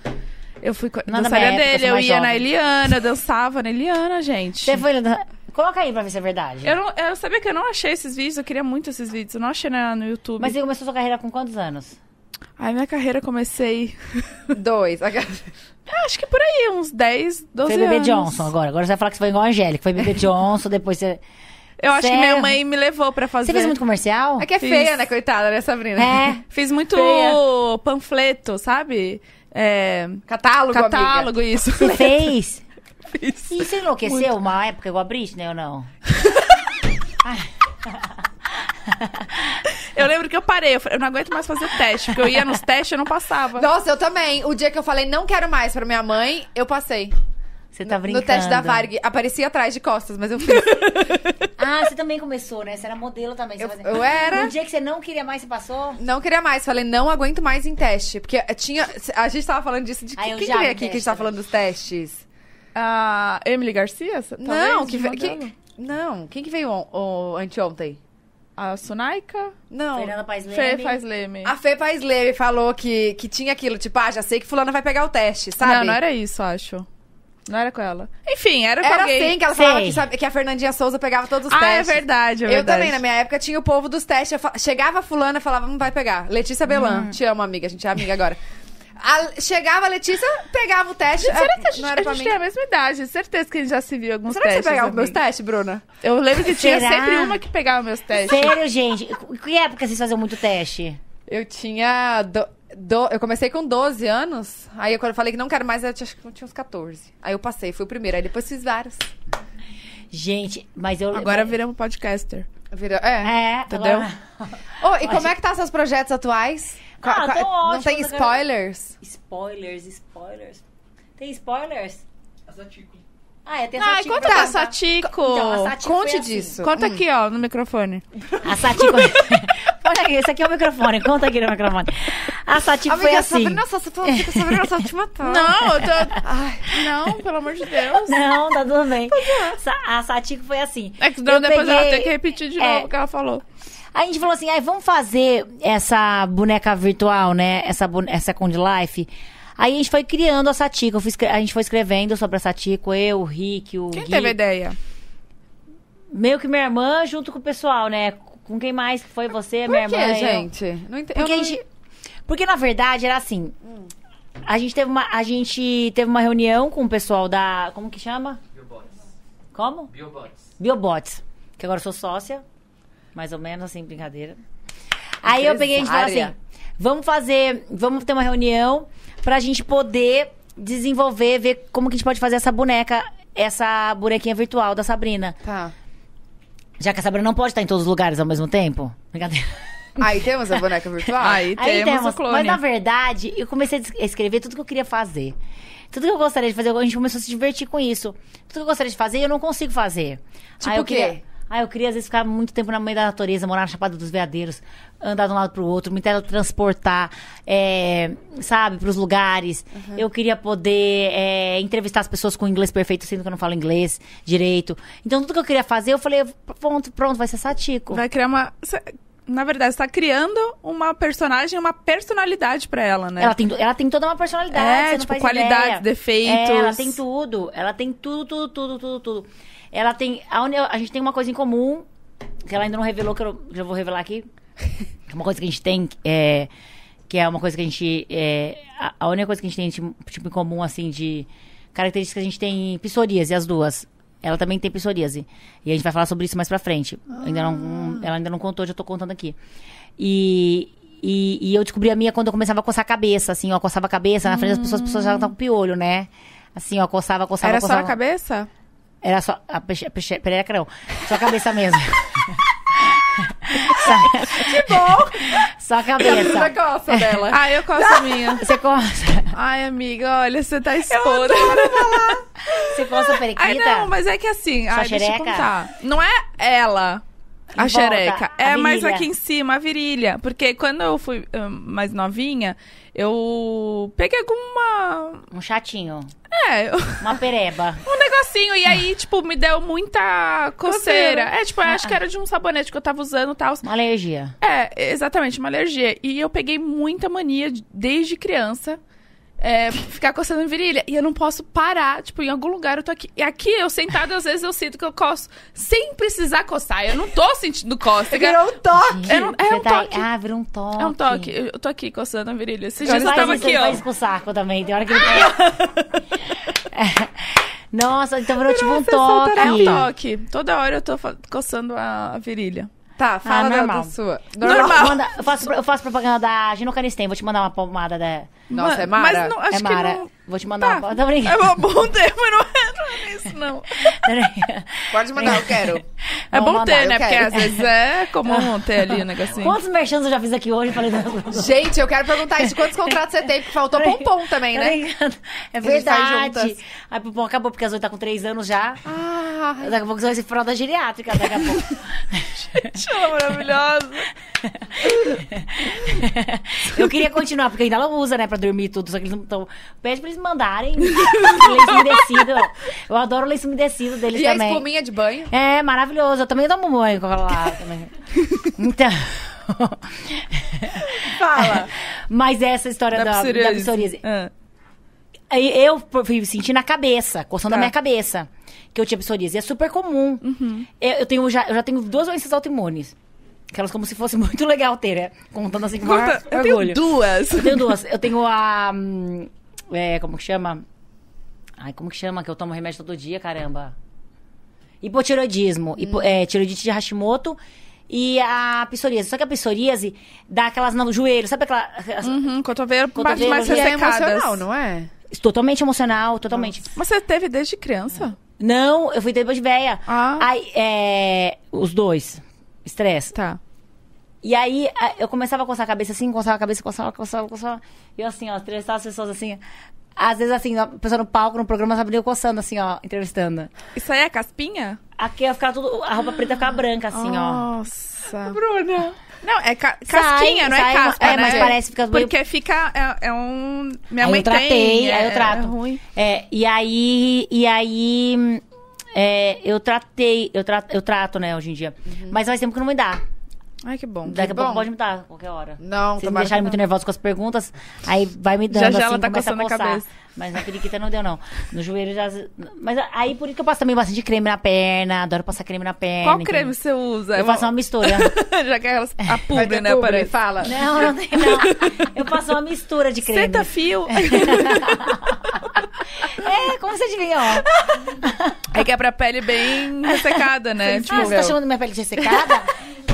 B: Eu fui co-
C: Não, na
B: dançarina
C: minha época, eu
B: dele,
C: sou
B: eu
C: mais
B: ia na
C: jovem.
B: Eliana, eu dançava na Eliana, gente.
C: Você foi... Coloca aí pra ver se é verdade.
B: Eu, não, eu sabia que eu não achei esses vídeos, eu queria muito esses vídeos, eu não achei na- no YouTube.
C: Mas você começou sua carreira com quantos anos?
B: Ai, minha carreira comecei.
A: Dois.
B: Ah, acho que por aí, uns 10, 12
C: Foi Bebê
B: anos.
C: Johnson agora. Agora você vai falar que você foi igual a Angélica. Foi Bebê Johnson, depois você...
B: Eu acho que
C: Sério?
B: minha mãe me levou pra fazer.
C: Você fez muito comercial?
A: É que é
B: Fiz.
A: feia, né, coitada, né, Sabrina?
C: É.
B: Fiz muito
C: Feia.
B: panfleto, sabe? É,
A: Catálogo, amiga.
B: catálogo, isso.
C: Você fez?
B: Fiz.
C: E você enlouqueceu uma época igual a Britney ou não?
B: Eu lembro que eu parei, eu falei, eu não aguento mais fazer teste, porque eu ia nos testes e eu não passava.
A: Nossa, eu também. O dia que eu falei não quero mais pra minha mãe, eu passei.
C: Você tá brincando.
A: No teste da Varg. Aparecia atrás de costas, mas eu fiz.
C: Ah, você também começou, né? Você era modelo também. Você
A: Eu-
C: fazia-
A: eu era.
C: No dia que você não queria mais, você passou?
A: Não queria mais, falei, não aguento mais em teste. Porque tinha. A gente tava falando disso de.
C: Ah,
A: quem
C: eu
A: que
C: já
A: veio
C: amo
A: aqui que a gente
C: teste
A: tava falando dos testes?
B: A Emily Garcia? Talvez,
A: não, que,
B: de
A: ve-
B: modelo?
A: que- Não, quem que veio on- o- anteontem?
B: A Sonaika?
A: Não.
C: Fernanda Paes
B: Fê
C: Leme.
B: faz leme.
A: A Fê Paz Leme falou que, que tinha aquilo, tipo, ah, já sei que fulana vai pegar o teste, sabe?
B: Não, não era isso, acho. Não era com ela. Enfim, era com
A: Era
B: alguém.
A: assim que ela
C: Sei.
A: falava que, sabe- que a Fernandinha Souza pegava todos os
B: Ah,
A: testes.
B: é verdade, é
A: Eu
B: verdade.
A: também, na minha época, tinha o povo dos testes. Eu fa- Chegava a fulana e falava, não vai pegar. Letícia Belan,
B: Uhum.
A: te amo, amiga. A gente é amiga agora. A- Chegava a Letícia, pegava o teste. ah,
B: Será que a gente,
A: não era
B: a
A: pra
B: gente
A: mim.
B: tem a mesma idade? Certeza que a gente já se viu em alguns
A: Será que você
B: testes.
A: pegava os
B: amiga.
A: meus testes, Bruna?
B: Eu lembro que tinha
C: Será?
B: sempre uma que pegava meus testes.
C: Sério, gente? Em Que época vocês faziam muito teste?
A: Eu tinha... do- do- eu comecei com 12 anos. Aí, quando eu falei que não quero mais, eu tinha, acho que eu tinha uns 14. Aí eu passei, fui o primeiro. Aí depois fiz vários.
C: Gente, mas eu...
B: Agora viramos podcaster.
A: Virou- é.
C: É,
B: Entendeu?
C: agora-
A: Ô, e como é que tá seus projetos atuais? Qua-
C: Ah,
A: qua-
C: tô
A: não
C: ótima,
A: tem
C: tô querendo-
A: spoilers?
C: Spoilers, spoilers. Tem spoilers?
E: Essa tico.
C: Ah, é, tem a
B: Ai,
C: Satico
B: conta
C: pra
B: da
C: contar.
B: Satico.
C: Então, a Satico foi
A: Conte
C: assim.
A: disso.
B: Conta aqui, ó, no microfone.
C: A Satico... Olha aqui, esse aqui é o microfone. Conta aqui no microfone. A Satico foi
A: Amiga,
C: assim.
A: Sabrina, nossa, você falou que Sabrina só te matar.
B: Não, eu tô... Ai, não, pelo amor de Deus.
C: Não, tá tudo bem. Sa- A Satico foi assim.
B: É que senão
C: Eu
B: depois ela
C: peguei-
B: tem que repetir de
C: É.
B: novo o que ela falou.
C: A gente falou assim, aí vamos fazer essa boneca virtual, né? Essa, bone- essa Conde Life. Aí a gente foi criando a Satiko. Eu fui escre- a gente foi escrevendo sobre a Satiko, eu, o Rick, o
B: Quem
C: Gui.
B: teve a ideia?
C: Meio que minha irmã junto com o pessoal, né? Com quem mais que foi você,
A: Por
C: minha
A: quê,
C: irmã, eu.
A: gente? Não entendi.
C: Porque, a gente- porque, na verdade era assim. A gente teve uma a gente teve uma reunião com o pessoal da como que chama?
E: Biobots.
C: Como?
E: Biobots.
C: Biobots, que agora eu sou sócia, mais ou menos assim, brincadeira. Aí eu peguei e a gente falou assim:
A: Empresária.
C: vamos fazer, vamos ter uma reunião pra gente poder desenvolver, ver como que a gente pode fazer essa boneca, essa bonequinha virtual da Sabrina.
A: Tá.
C: Já que a Sabrina não pode estar em todos os lugares ao mesmo tempo. Brincadeira.
A: Aí temos a boneca virtual?
B: Aí,
C: Aí
B: temos,
C: temos,
B: o clone.
C: mas na verdade, eu comecei a des- a escrever tudo que eu queria fazer. Tudo que eu gostaria de fazer, a gente começou a se divertir com isso. Tudo que eu gostaria de fazer, eu não consigo fazer.
A: Tipo
C: Aí eu
A: o quê?
C: Queria... Ah, eu queria, às vezes, ficar muito tempo na meio da natureza, morar na Chapada dos Veadeiros, andar de um lado pro outro, me teletransportar, é, sabe, pros lugares.
B: Uhum.
C: Eu queria poder é, entrevistar as pessoas com inglês perfeito, sendo que eu não falo inglês direito. Então, tudo que eu queria fazer, eu falei, pronto, pronto, vai ser Satico.
B: Vai criar uma. cê- Na verdade, você tá criando uma personagem, uma personalidade pra ela, né?
C: Ela tem, ela tem toda uma personalidade.
B: É,
C: você não
B: tipo,
C: faz
B: qualidades,
C: ideia.
B: defeitos.
C: É, ela tem tudo. Ela tem tudo, tudo, tudo, tudo, tudo. Ela tem. A, uni- a gente tem uma coisa em comum, que ela ainda não revelou, que eu já vou revelar aqui. Uma coisa que a gente tem, é, que é uma coisa que a gente. é, a, a única coisa que a gente tem tipo, tipo, em comum, assim, de características que a gente tem psoríase, as duas. Ela também tem psoríase. E a gente vai falar sobre isso mais pra frente. Ainda não,
B: Ah.
C: ela ainda não contou, já tô contando aqui. E, e, e eu descobri a minha quando eu começava a coçar a cabeça, assim, ó. Coçava a cabeça na frente das pessoas, as pessoas já estavam com piolho, né? Assim, ó, coçava, coçava,
B: Era só
C: coçava.
B: na cabeça?
C: Era só. A peche, peche, perereca não. Só a cabeça mesmo. só,
A: Que bom!
C: só a
A: Da
B: Tá
C: cabeça.
A: coça dela.
B: Ah, eu coço a minha.
C: Você coça.
B: Ai, amiga, olha, você tá expondo.
C: Você coça a
B: Ai,
C: periquita?
B: não, mas é que assim,
C: Sua
B: ai, deixa eu
C: xereca?
B: contar. Não é ela. A
C: Em volta,
B: xereca.
C: a
B: é mais
C: virilha.
B: aqui em cima, a virilha. Porque quando eu fui hum, mais novinha, eu peguei alguma.
C: Um chatinho.
B: É, eu-
C: Uma pereba.
B: um negocinho. E aí, tipo, me deu muita coceira. É, tipo, eu
C: Ah,
B: acho que era de um sabonete que eu tava usando e tal.
C: Uma alergia.
B: É, exatamente, uma alergia. E eu peguei muita mania de- desde criança. é, ficar coçando a virilha. E eu não posso parar. Tipo, em algum lugar eu tô aqui. E aqui, eu sentada, às vezes eu sinto que eu coço sem precisar coçar. Eu não tô sentindo cócega.
A: Virou um toque.
B: É um- é
C: Você
B: um
C: tá aí-
B: toque.
C: Ah, virou um toque.
B: É um toque. Eu eu tô aqui coçando a virilha. Esses dias
C: Agora tá
B: eu
C: faz
B: tava
C: isso,
B: aqui,
C: ele
B: ó.
C: Faz pro saco também. Tem hora que ele... Nossa, então virou tipo um toque.
B: É um toque. Toda hora eu tô fa- coçando a a virilha.
A: Tá, fala da- da,
C: Ah, normal.
A: sua.
B: Normal.
C: Manda- eu, faço, eu faço propaganda da Ginocanistém. Vou te mandar uma pomada da...
A: Nossa,
B: Ma-
A: é Mara?
B: Mas não, acho
C: é Mara.
B: que não...
C: Vou te mandar
B: Tá.
C: uma pomada. Tô brincando.
B: É um bom tempo, não é, não é isso, não.
A: Pode mandar, eu quero.
B: É
C: Vou
B: bom
C: mandar,
B: ter,
A: eu
B: né? Porque
A: quero.
B: às vezes é comum ter ali um negocinho.
C: Quantos merchans eu já fiz aqui hoje? Falei...
A: Gente, eu quero perguntar isso. Quantos contratos você tem? Porque faltou pompom também, né?
C: É
A: A gente faz
C: verdade.
A: juntas.
C: Aí, bom, acabou, porque a Zoe tá com três anos já.
A: Ah,
C: Daqui a pouco você vai ser fralda geriátrica, daqui a pouco.
B: Show maravilhoso.
C: Eu queria continuar, porque ainda ela usa, né, pra dormir e tudo, só que eles não estão. Pede pra eles mandarem leite umedecido. Eu adoro o leite umedecido deles
A: e a
C: também.
A: espuminha de banho?
C: É, maravilhoso. Eu também tomo banho com ela lá também. Então.
A: Fala.
C: Mas essa história da, da psoríase.
B: Ah.
C: Aí eu fui sentir na cabeça, coçando
B: Tá.
C: a minha cabeça, que eu tinha psoríase. E É super comum.
B: Uhum.
C: Eu, eu tenho, já, eu já tenho duas doenças autoimunes. Aquelas como se fosse muito legal ter, né? Contando assim com
B: Conta,
C: orgulho.
B: eu tenho duas.
C: Eu tenho duas. Eu tenho a. hum, é, como que chama? Ai, como que chama? Que eu tomo remédio todo dia, caramba. Hipotiroidismo. Hipo,
B: Hum.
C: é, tiroidite de Hashimoto. E a psoríase. Só que a psoríase dá aquelas no joelho. Sabe aquela.
B: Uhum, cotovelo, partes
C: Cotovelo,
B: mais
C: e é
A: Você é
B: ressecadas.
A: emocional, não é?
C: Totalmente emocional, totalmente.
B: Mas você teve desde criança?
C: Não, eu fui depois de véia.
B: Ah.
C: Aí, é, os dois. Estresse.
B: Tá.
C: E aí, a- eu começava a coçar a cabeça assim, coçava a cabeça, coçava, coçava, coçava. E eu assim, ó, entrevistava as pessoas assim. Às vezes, assim, a pessoa no palco, no programa, sabe, eu coçando assim, ó, entrevistando.
B: Isso aí é caspinha?
C: Aqui ia ficar tudo, a roupa preta ia ficar branca, assim,
B: Ah.
C: ó.
B: Nossa. Bruna. Não, é ca- casquinha, não é
C: sai,
B: caspa,
C: é,
B: né?
C: mas parece que fica meio-
B: Porque fica... É, é um... Minha
C: Aí
B: mãe
C: eu tratei,
B: tem.
C: aí
B: é,
C: eu trato.
B: É ruim.
C: É, e aí, e aí, hum, é, eu tratei, eu, tra eu trato, né, hoje em dia.
B: Uhum.
C: Mas faz tempo que não me dá.
B: Ai, que bom.
C: Daqui a pouco
A: bom.
C: pode me dar, qualquer hora.
A: Não,
C: Vocês me
A: tomara que
C: deixarem
A: não.
C: muito nervosa com as perguntas, aí vai me dando
B: Já, já
C: assim,
B: ela tá
C: começa a
B: coçando a
C: coçar.
B: cabeça.
C: Mas na periquita não deu, não. No joelho já... Mas aí, por isso que eu passo também bastante creme na perna, adoro passar creme na perna.
B: Qual
C: entendeu?
B: creme você usa?
C: né?
B: É
C: Eu faço uma mistura.
B: Já que elas... A
A: Vai
B: publi,
A: ter
B: né?
A: publi,
B: Parece.
A: Fala.
C: não, não tem não. Eu faço uma mistura de creme.
B: Senta fio.
C: É, como você adivinhou?
B: É que é pra pele bem ressecada, né?
C: Ah, você tá chamando minha pele de ressecada?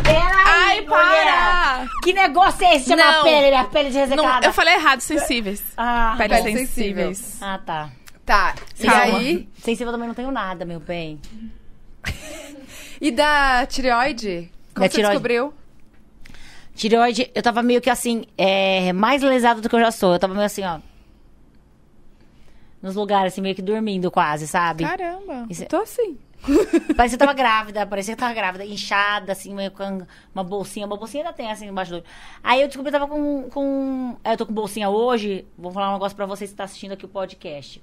C: Peraí,
B: Ai, para!
C: mulher. Que negócio é esse de chamar
B: Não.
C: a pele, a pele de
B: Não,
C: ressecada?
B: eu falei errado, sensíveis.
C: Ah,
B: Peles
C: bom.
A: bom.
B: sensíveis.
C: ah, tá.
A: Tá. E
B: Calma.
A: aí?
C: Sensível eu também não tenho nada, meu bem.
A: E da tireoide? Como
C: Da
A: você
C: tireoide.
A: descobriu?
C: Tireoide, eu tava meio que assim, é, mais lesada do que eu já sou. Eu tava meio assim, ó. Nos lugares, assim, meio que dormindo quase, sabe?
B: Caramba.
C: Isso é-
A: Tô assim.
C: Parecia que eu tava grávida, parecia que eu tava grávida, inchada, assim, meio com uma bolsinha. Uma bolsinha ainda tem, assim, embaixo do olho. Aí eu descobri que eu tava com. com... é, eu tô com bolsinha hoje. Vou falar um negócio pra vocês que tá assistindo aqui o podcast.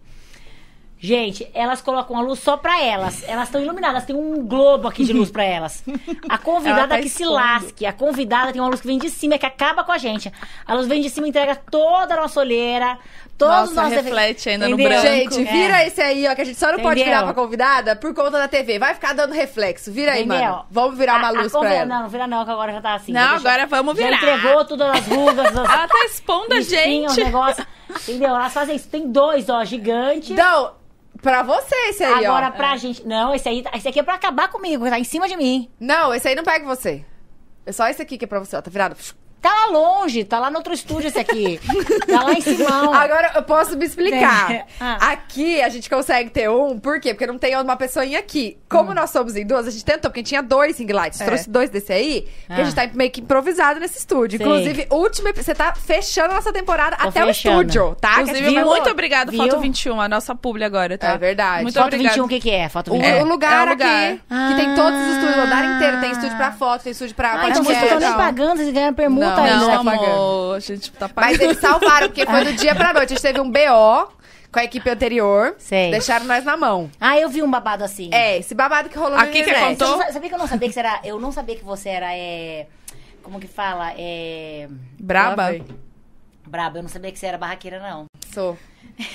C: Gente, elas colocam a luz só pra elas. Elas estão iluminadas, tem um globo aqui de luz pra elas. A
B: Ela
C: convidada
B: tá
C: que se
B: expondo.
C: lasque. A convidada tem uma luz que vem de cima, é que acaba com a gente. A luz vem de cima e entrega toda a nossa olheira, todos os
B: Nossa,
C: nossos defeitos.
B: reflete ainda no
C: Entendeu? É.
B: branco.
A: Gente, vira esse aí, ó, que a gente só não pode
C: Entendeu?
A: virar pra convidada por conta da TV. Vai ficar dando reflexo. Vira aí,
C: Entendeu?
A: mano. Vamos virar uma
C: A- a
A: luz pra
C: convida-
A: ela.
C: Não, não vira não, que agora já tá assim.
B: Não,
C: Já deixou-
B: agora vamos virar.
C: Já entregou tudo nas rugas, as
B: Ela tá expondo a
C: espinhas, os
B: gente.
C: negócios. Entendeu? Elas fazem isso. Tem dois, ó, gigante.
A: Então, pra você esse aí,
C: agora
A: ó.
C: pra gente... Não, esse aí, tá- esse aqui é pra acabar comigo, tá em cima de mim.
A: Não, esse aí não pega você. É só esse aqui que é pra você, ó. Tá virado.
C: Tá lá longe, tá lá no outro estúdio esse aqui. tá lá em Simão.
A: Agora eu posso me explicar.
C: Ah.
A: Aqui a gente consegue ter um, por quê? Porque não tem uma pessoinha aqui. Como nós somos em duas, a gente tentou, porque tinha dois ring lights.
B: É.
A: Trouxe dois desse aí, porque a gente tá meio que improvisado nesse estúdio.
C: Sim.
A: Inclusive, última, ep- você tá fechando a nossa temporada
C: Tô
A: até
C: fechando.
A: o estúdio, tá? Que a gente
B: Inclusive,
A: vai-
B: muito obrigado,
C: Viu?
B: Foto 21, a nossa publi agora, tá?
A: É verdade.
B: Muito
C: Foto
B: obrigado.
C: 21, o que que é?
A: O,
C: Foto 21.
B: É,
A: o um lugar
B: é o lugar.
A: aqui, que tem todos os estúdios, o andar inteiro. Tem
C: Ah.
A: estúdio pra foto, tem estúdio pra
C: Ah, então vocês
A: podcast.
C: estão nem
B: não.
C: pagando, vocês ganharam permuta
A: Não,
C: ainda.
B: Não,
A: tá pagando.
B: amor, a gente tá
A: Mas
B: pagando.
A: eles salvaram, porque foi do dia pra noite. A gente teve um BO com a equipe anterior.
C: Sei.
A: Deixaram nós na mão.
C: Ah, eu vi um babado assim.
A: É, esse babado que rolou no
B: Aqui que
A: Universo.
B: acontece. Tô.
C: Sa- Sabia que eu não sabia que É, você era. Eu não sabia que você era. É, como que fala? É.
B: Braba?
C: Braba. Eu não sabia que você era barraqueira, não.
A: Sou.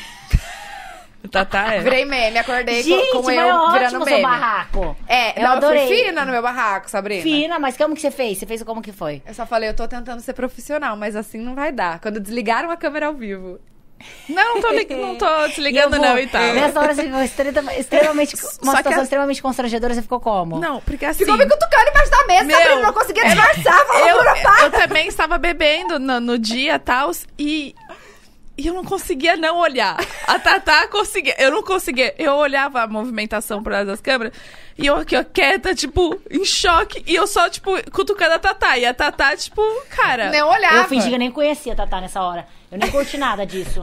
B: Tá, tá, é.
A: Virei meme, acordei com-
C: Gente,
A: com,
C: mas
A: eu
C: é
A: virando
C: ótimo seu
A: meme.
C: barraco.
A: É,
C: eu
A: não,
C: adorei.
A: eu fui fina no meu barraco, Sabrina.
C: Fina, mas como que você fez? Você fez como que foi?
A: Eu só falei, eu tô tentando ser profissional, mas assim não vai dar. Quando desligaram a câmera ao vivo.
B: Não, não tô, li- não tô desligando,
C: Eu vou- É.
B: não, e tal.
C: Nessa hora você ficou estreta- extremamente. Uma
B: que
C: situação
B: a-
C: extremamente constrangedora, você ficou como?
B: Não, porque assim.
A: Ficou me cutucando embaixo da mesa,
B: Meu,
A: Sabrina não conseguia
C: é
A: disfarçar. Falou,
B: eu,
A: "Bruna, para."
B: eu também estava bebendo no, no dia tal, e, e eu não conseguia não olhar. A Tatá conseguia. Eu não conseguia. Eu olhava a movimentação por trás das câmeras e eu aqui, ó, quieta, tipo, em choque, e eu só, tipo, cutucando a Tatá. E a Tatá, tipo, cara.
A: Nem olhava.
C: Eu fingi que eu nem conhecia a Tatá nessa hora. Eu nem curti nada disso.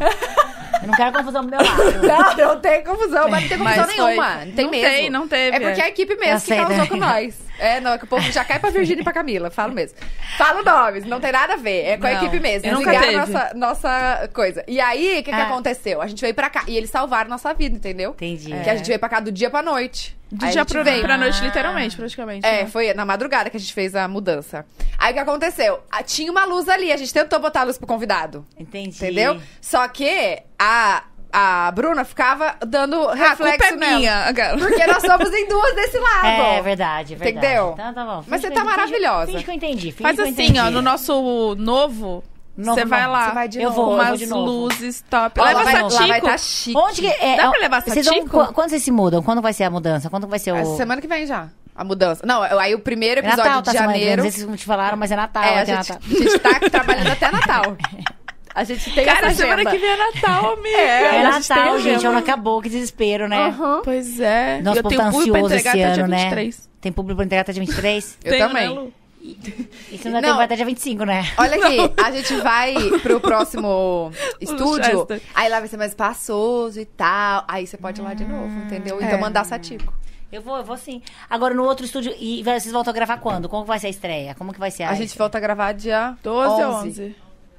C: eu não quero confusão do meu lado.
A: Não, não tem confusão, mas não tem confusão
B: Mas foi-
A: nenhuma. Não tem
B: não
A: mesmo.
B: tem, não teve,
A: É porque
B: é.
A: a equipe
C: Eu
A: mesmo
C: sei,
A: que causou
C: né?
A: com nós. É, não, é que o povo já cai pra Virgínia e pra Camila. Falo mesmo. Falo nomes, não tem nada a ver. É com a
B: Não,
A: equipe mesmo.
B: eu nunca
A: Desligaram
B: teve.
A: nossa, nossa coisa. E aí, o que, que
C: Ah.
A: aconteceu? A gente veio pra cá. E eles salvaram nossa vida, entendeu?
C: Entendi.
A: Que a gente veio pra cá do dia pra noite.
B: É. Do
A: Aí a
B: dia
A: gente
B: pro,
A: veio.
B: pra noite, literalmente, praticamente.
A: É,
B: né?
A: foi na madrugada que a gente fez a mudança. Aí o que aconteceu? Ah, Tinha uma luz ali, a gente tentou botar a luz pro convidado.
C: Entendi.
A: Entendeu? Só que a, a Bruna ficava dando
B: A culpa é
A: reflexo nela.
B: minha. aquela.
A: Porque nós somos em duas desse lado.
C: É verdade, é verdade.
A: Tá Entendeu?
C: Então tá bom. Finge
A: Mas você
C: que
A: tá
C: eu- finge-
A: maravilhosa.
C: Finge que eu entendi. finge
B: Faz
C: que eu
B: assim,
C: entendi.
B: ó, no nosso novo,
C: Novo
B: você vai
C: não,
B: lá.
A: você vai de
C: Eu
A: novo.
C: vou,
B: com
C: eu vou
B: umas
C: de novo.
B: luzes top.
A: Ó,
B: Leva
A: lá, vai, lá vai
B: satico.
A: tá chique.
C: Onde que é?
B: Dá
C: ó,
B: pra levar
C: vocês vão-
B: satico?
C: qu- quando vocês se mudam? Quando vai ser a mudança? Quando vai ser o.
A: É semana que vem já. A mudança. Não, aí o primeiro
C: É
A: episódio
C: Natal, tá?
A: de
C: semana que vem.
A: janeiro.
C: Não sei se vocês não te falaram, mas é Natal.
A: É,
C: vai
A: a
C: ter
A: gente, a
C: Natal.
A: gente tá trabalhando até Natal. A gente tem
B: Cara,
A: essa
B: semana
A: agenda.
B: que vem é Natal, amiga.
C: É
B: A gente tem um
C: Natal,
B: agenda.
C: gente. Não acabou, que desespero, né?
A: Aham.
B: Pois é.
C: Nossa, o
B: eu
C: povo
B: tenho
C: tá
B: público pra
C: ansioso
B: entregar até
C: esse ano,
B: dia
C: né?
B: 23.
C: Tem público pra entregar até dia 23?
A: Eu
B: Tenho,
A: também.
B: né, Lu?
C: Isso não dá tempo
A: Não.
C: até dia 25, né?
A: Olha aqui, a gente vai pro próximo estúdio.
B: Chester.
A: Aí lá vai ser mais espaçoso e tal. Aí você pode ir lá de novo, entendeu? Então
B: É.
A: mandar satico.
C: Eu vou, eu vou sim. Agora no outro estúdio. E vai- vocês voltam a gravar quando? Como que vai ser a estreia? Como que vai ser a.
A: A gente volta a gravar dia
B: 12 ou
A: 11.
B: 11.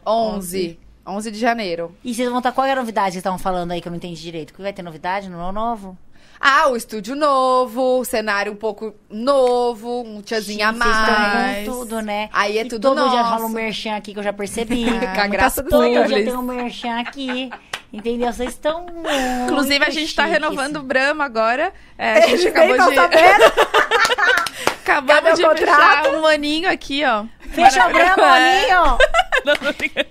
A: 11. 11 de janeiro.
C: E vocês vão estar. Qual era a novidade que vocês estavam falando aí que eu não entendi direito? Que vai ter novidade no ano novo?
A: Ah, o estúdio novo, o cenário um pouco novo, um tchazinho a
C: Vocês tão
A: mais.
C: com tudo, né?
A: Aí é
C: E
A: tudo
C: todo dia
A: nosso.
C: rola um merchan aqui que eu já percebi.
B: Tá
A: Com a graça do
C: todo
A: Senhor.
C: dia tem
B: Liz.
C: um merchan aqui. Entendeu? Vocês estão. muito
B: Inclusive,
C: então,
B: a gente tá
C: chiques.
B: renovando o Brahma agora. É, a
A: Eles
B: gente acabou
A: nem tão
B: de.
A: sabendo. Cadê
B: Acabamos
A: o
B: de
A: contrato?
B: fechar um maninho aqui, ó. É.
C: Fecha o
B: Maravilhoso.
C: Brahma, olhinho!
B: Não, tô brincando.